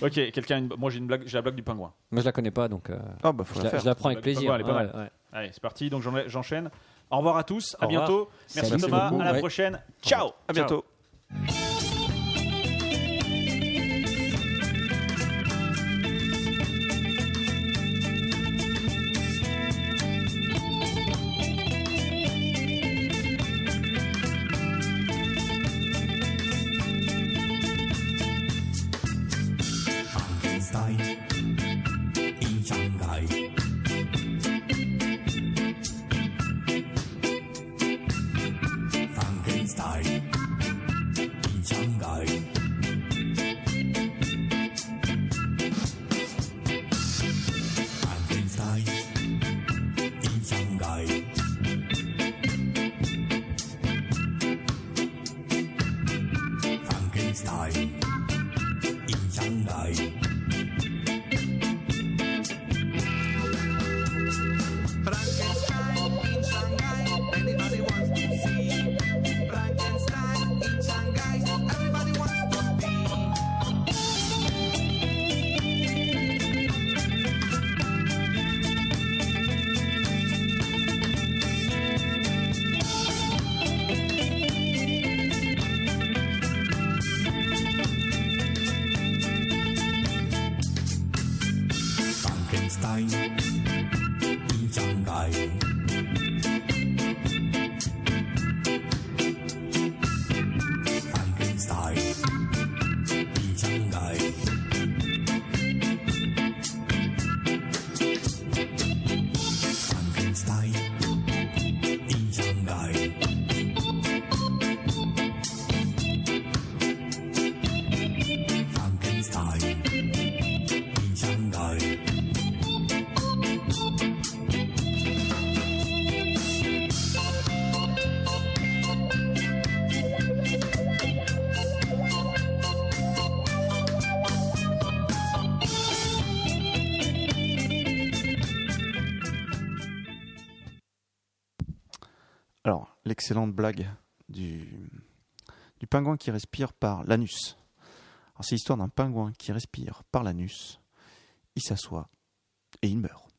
[SPEAKER 2] Ok, quelqu'un. a une- Moi, j'ai une blague. J'ai la blague du pingouin.
[SPEAKER 1] Moi, je la connais pas, donc euh,
[SPEAKER 3] Ah bah faut
[SPEAKER 1] je
[SPEAKER 3] la
[SPEAKER 1] la-
[SPEAKER 3] faire.
[SPEAKER 1] je la prends
[SPEAKER 2] La
[SPEAKER 1] avec
[SPEAKER 2] blague du
[SPEAKER 1] plaisir.
[SPEAKER 2] pingouin, elle est pas
[SPEAKER 1] Ouais,
[SPEAKER 2] mal.
[SPEAKER 1] ouais.
[SPEAKER 2] Allez, c'est parti. Donc, j'en- j'enchaîne. Au revoir à tous. À
[SPEAKER 1] Au revoir.
[SPEAKER 2] bientôt. Merci
[SPEAKER 4] Salut,
[SPEAKER 2] Thomas.
[SPEAKER 5] beaucoup.
[SPEAKER 2] À la
[SPEAKER 5] Ouais.
[SPEAKER 2] prochaine. Ciao.
[SPEAKER 3] À bientôt.
[SPEAKER 12] in Shanghai. Frankenstein in Shanghai. Shanghai.
[SPEAKER 13] Frankenstein in Shanghai, anybody wants to see. Frankenstein in Shanghai, everybody wants to
[SPEAKER 12] Frankenstein in Shanghai. Frankenstein in Shanghai. Frankenstein in Shanghai. Frankenstein in Shanghai.
[SPEAKER 3] Alors, l'excellente blague du, du pingouin qui respire par l'anus. Alors, c'est l'histoire d'un pingouin qui respire par l'anus, il s'assoit et il meurt.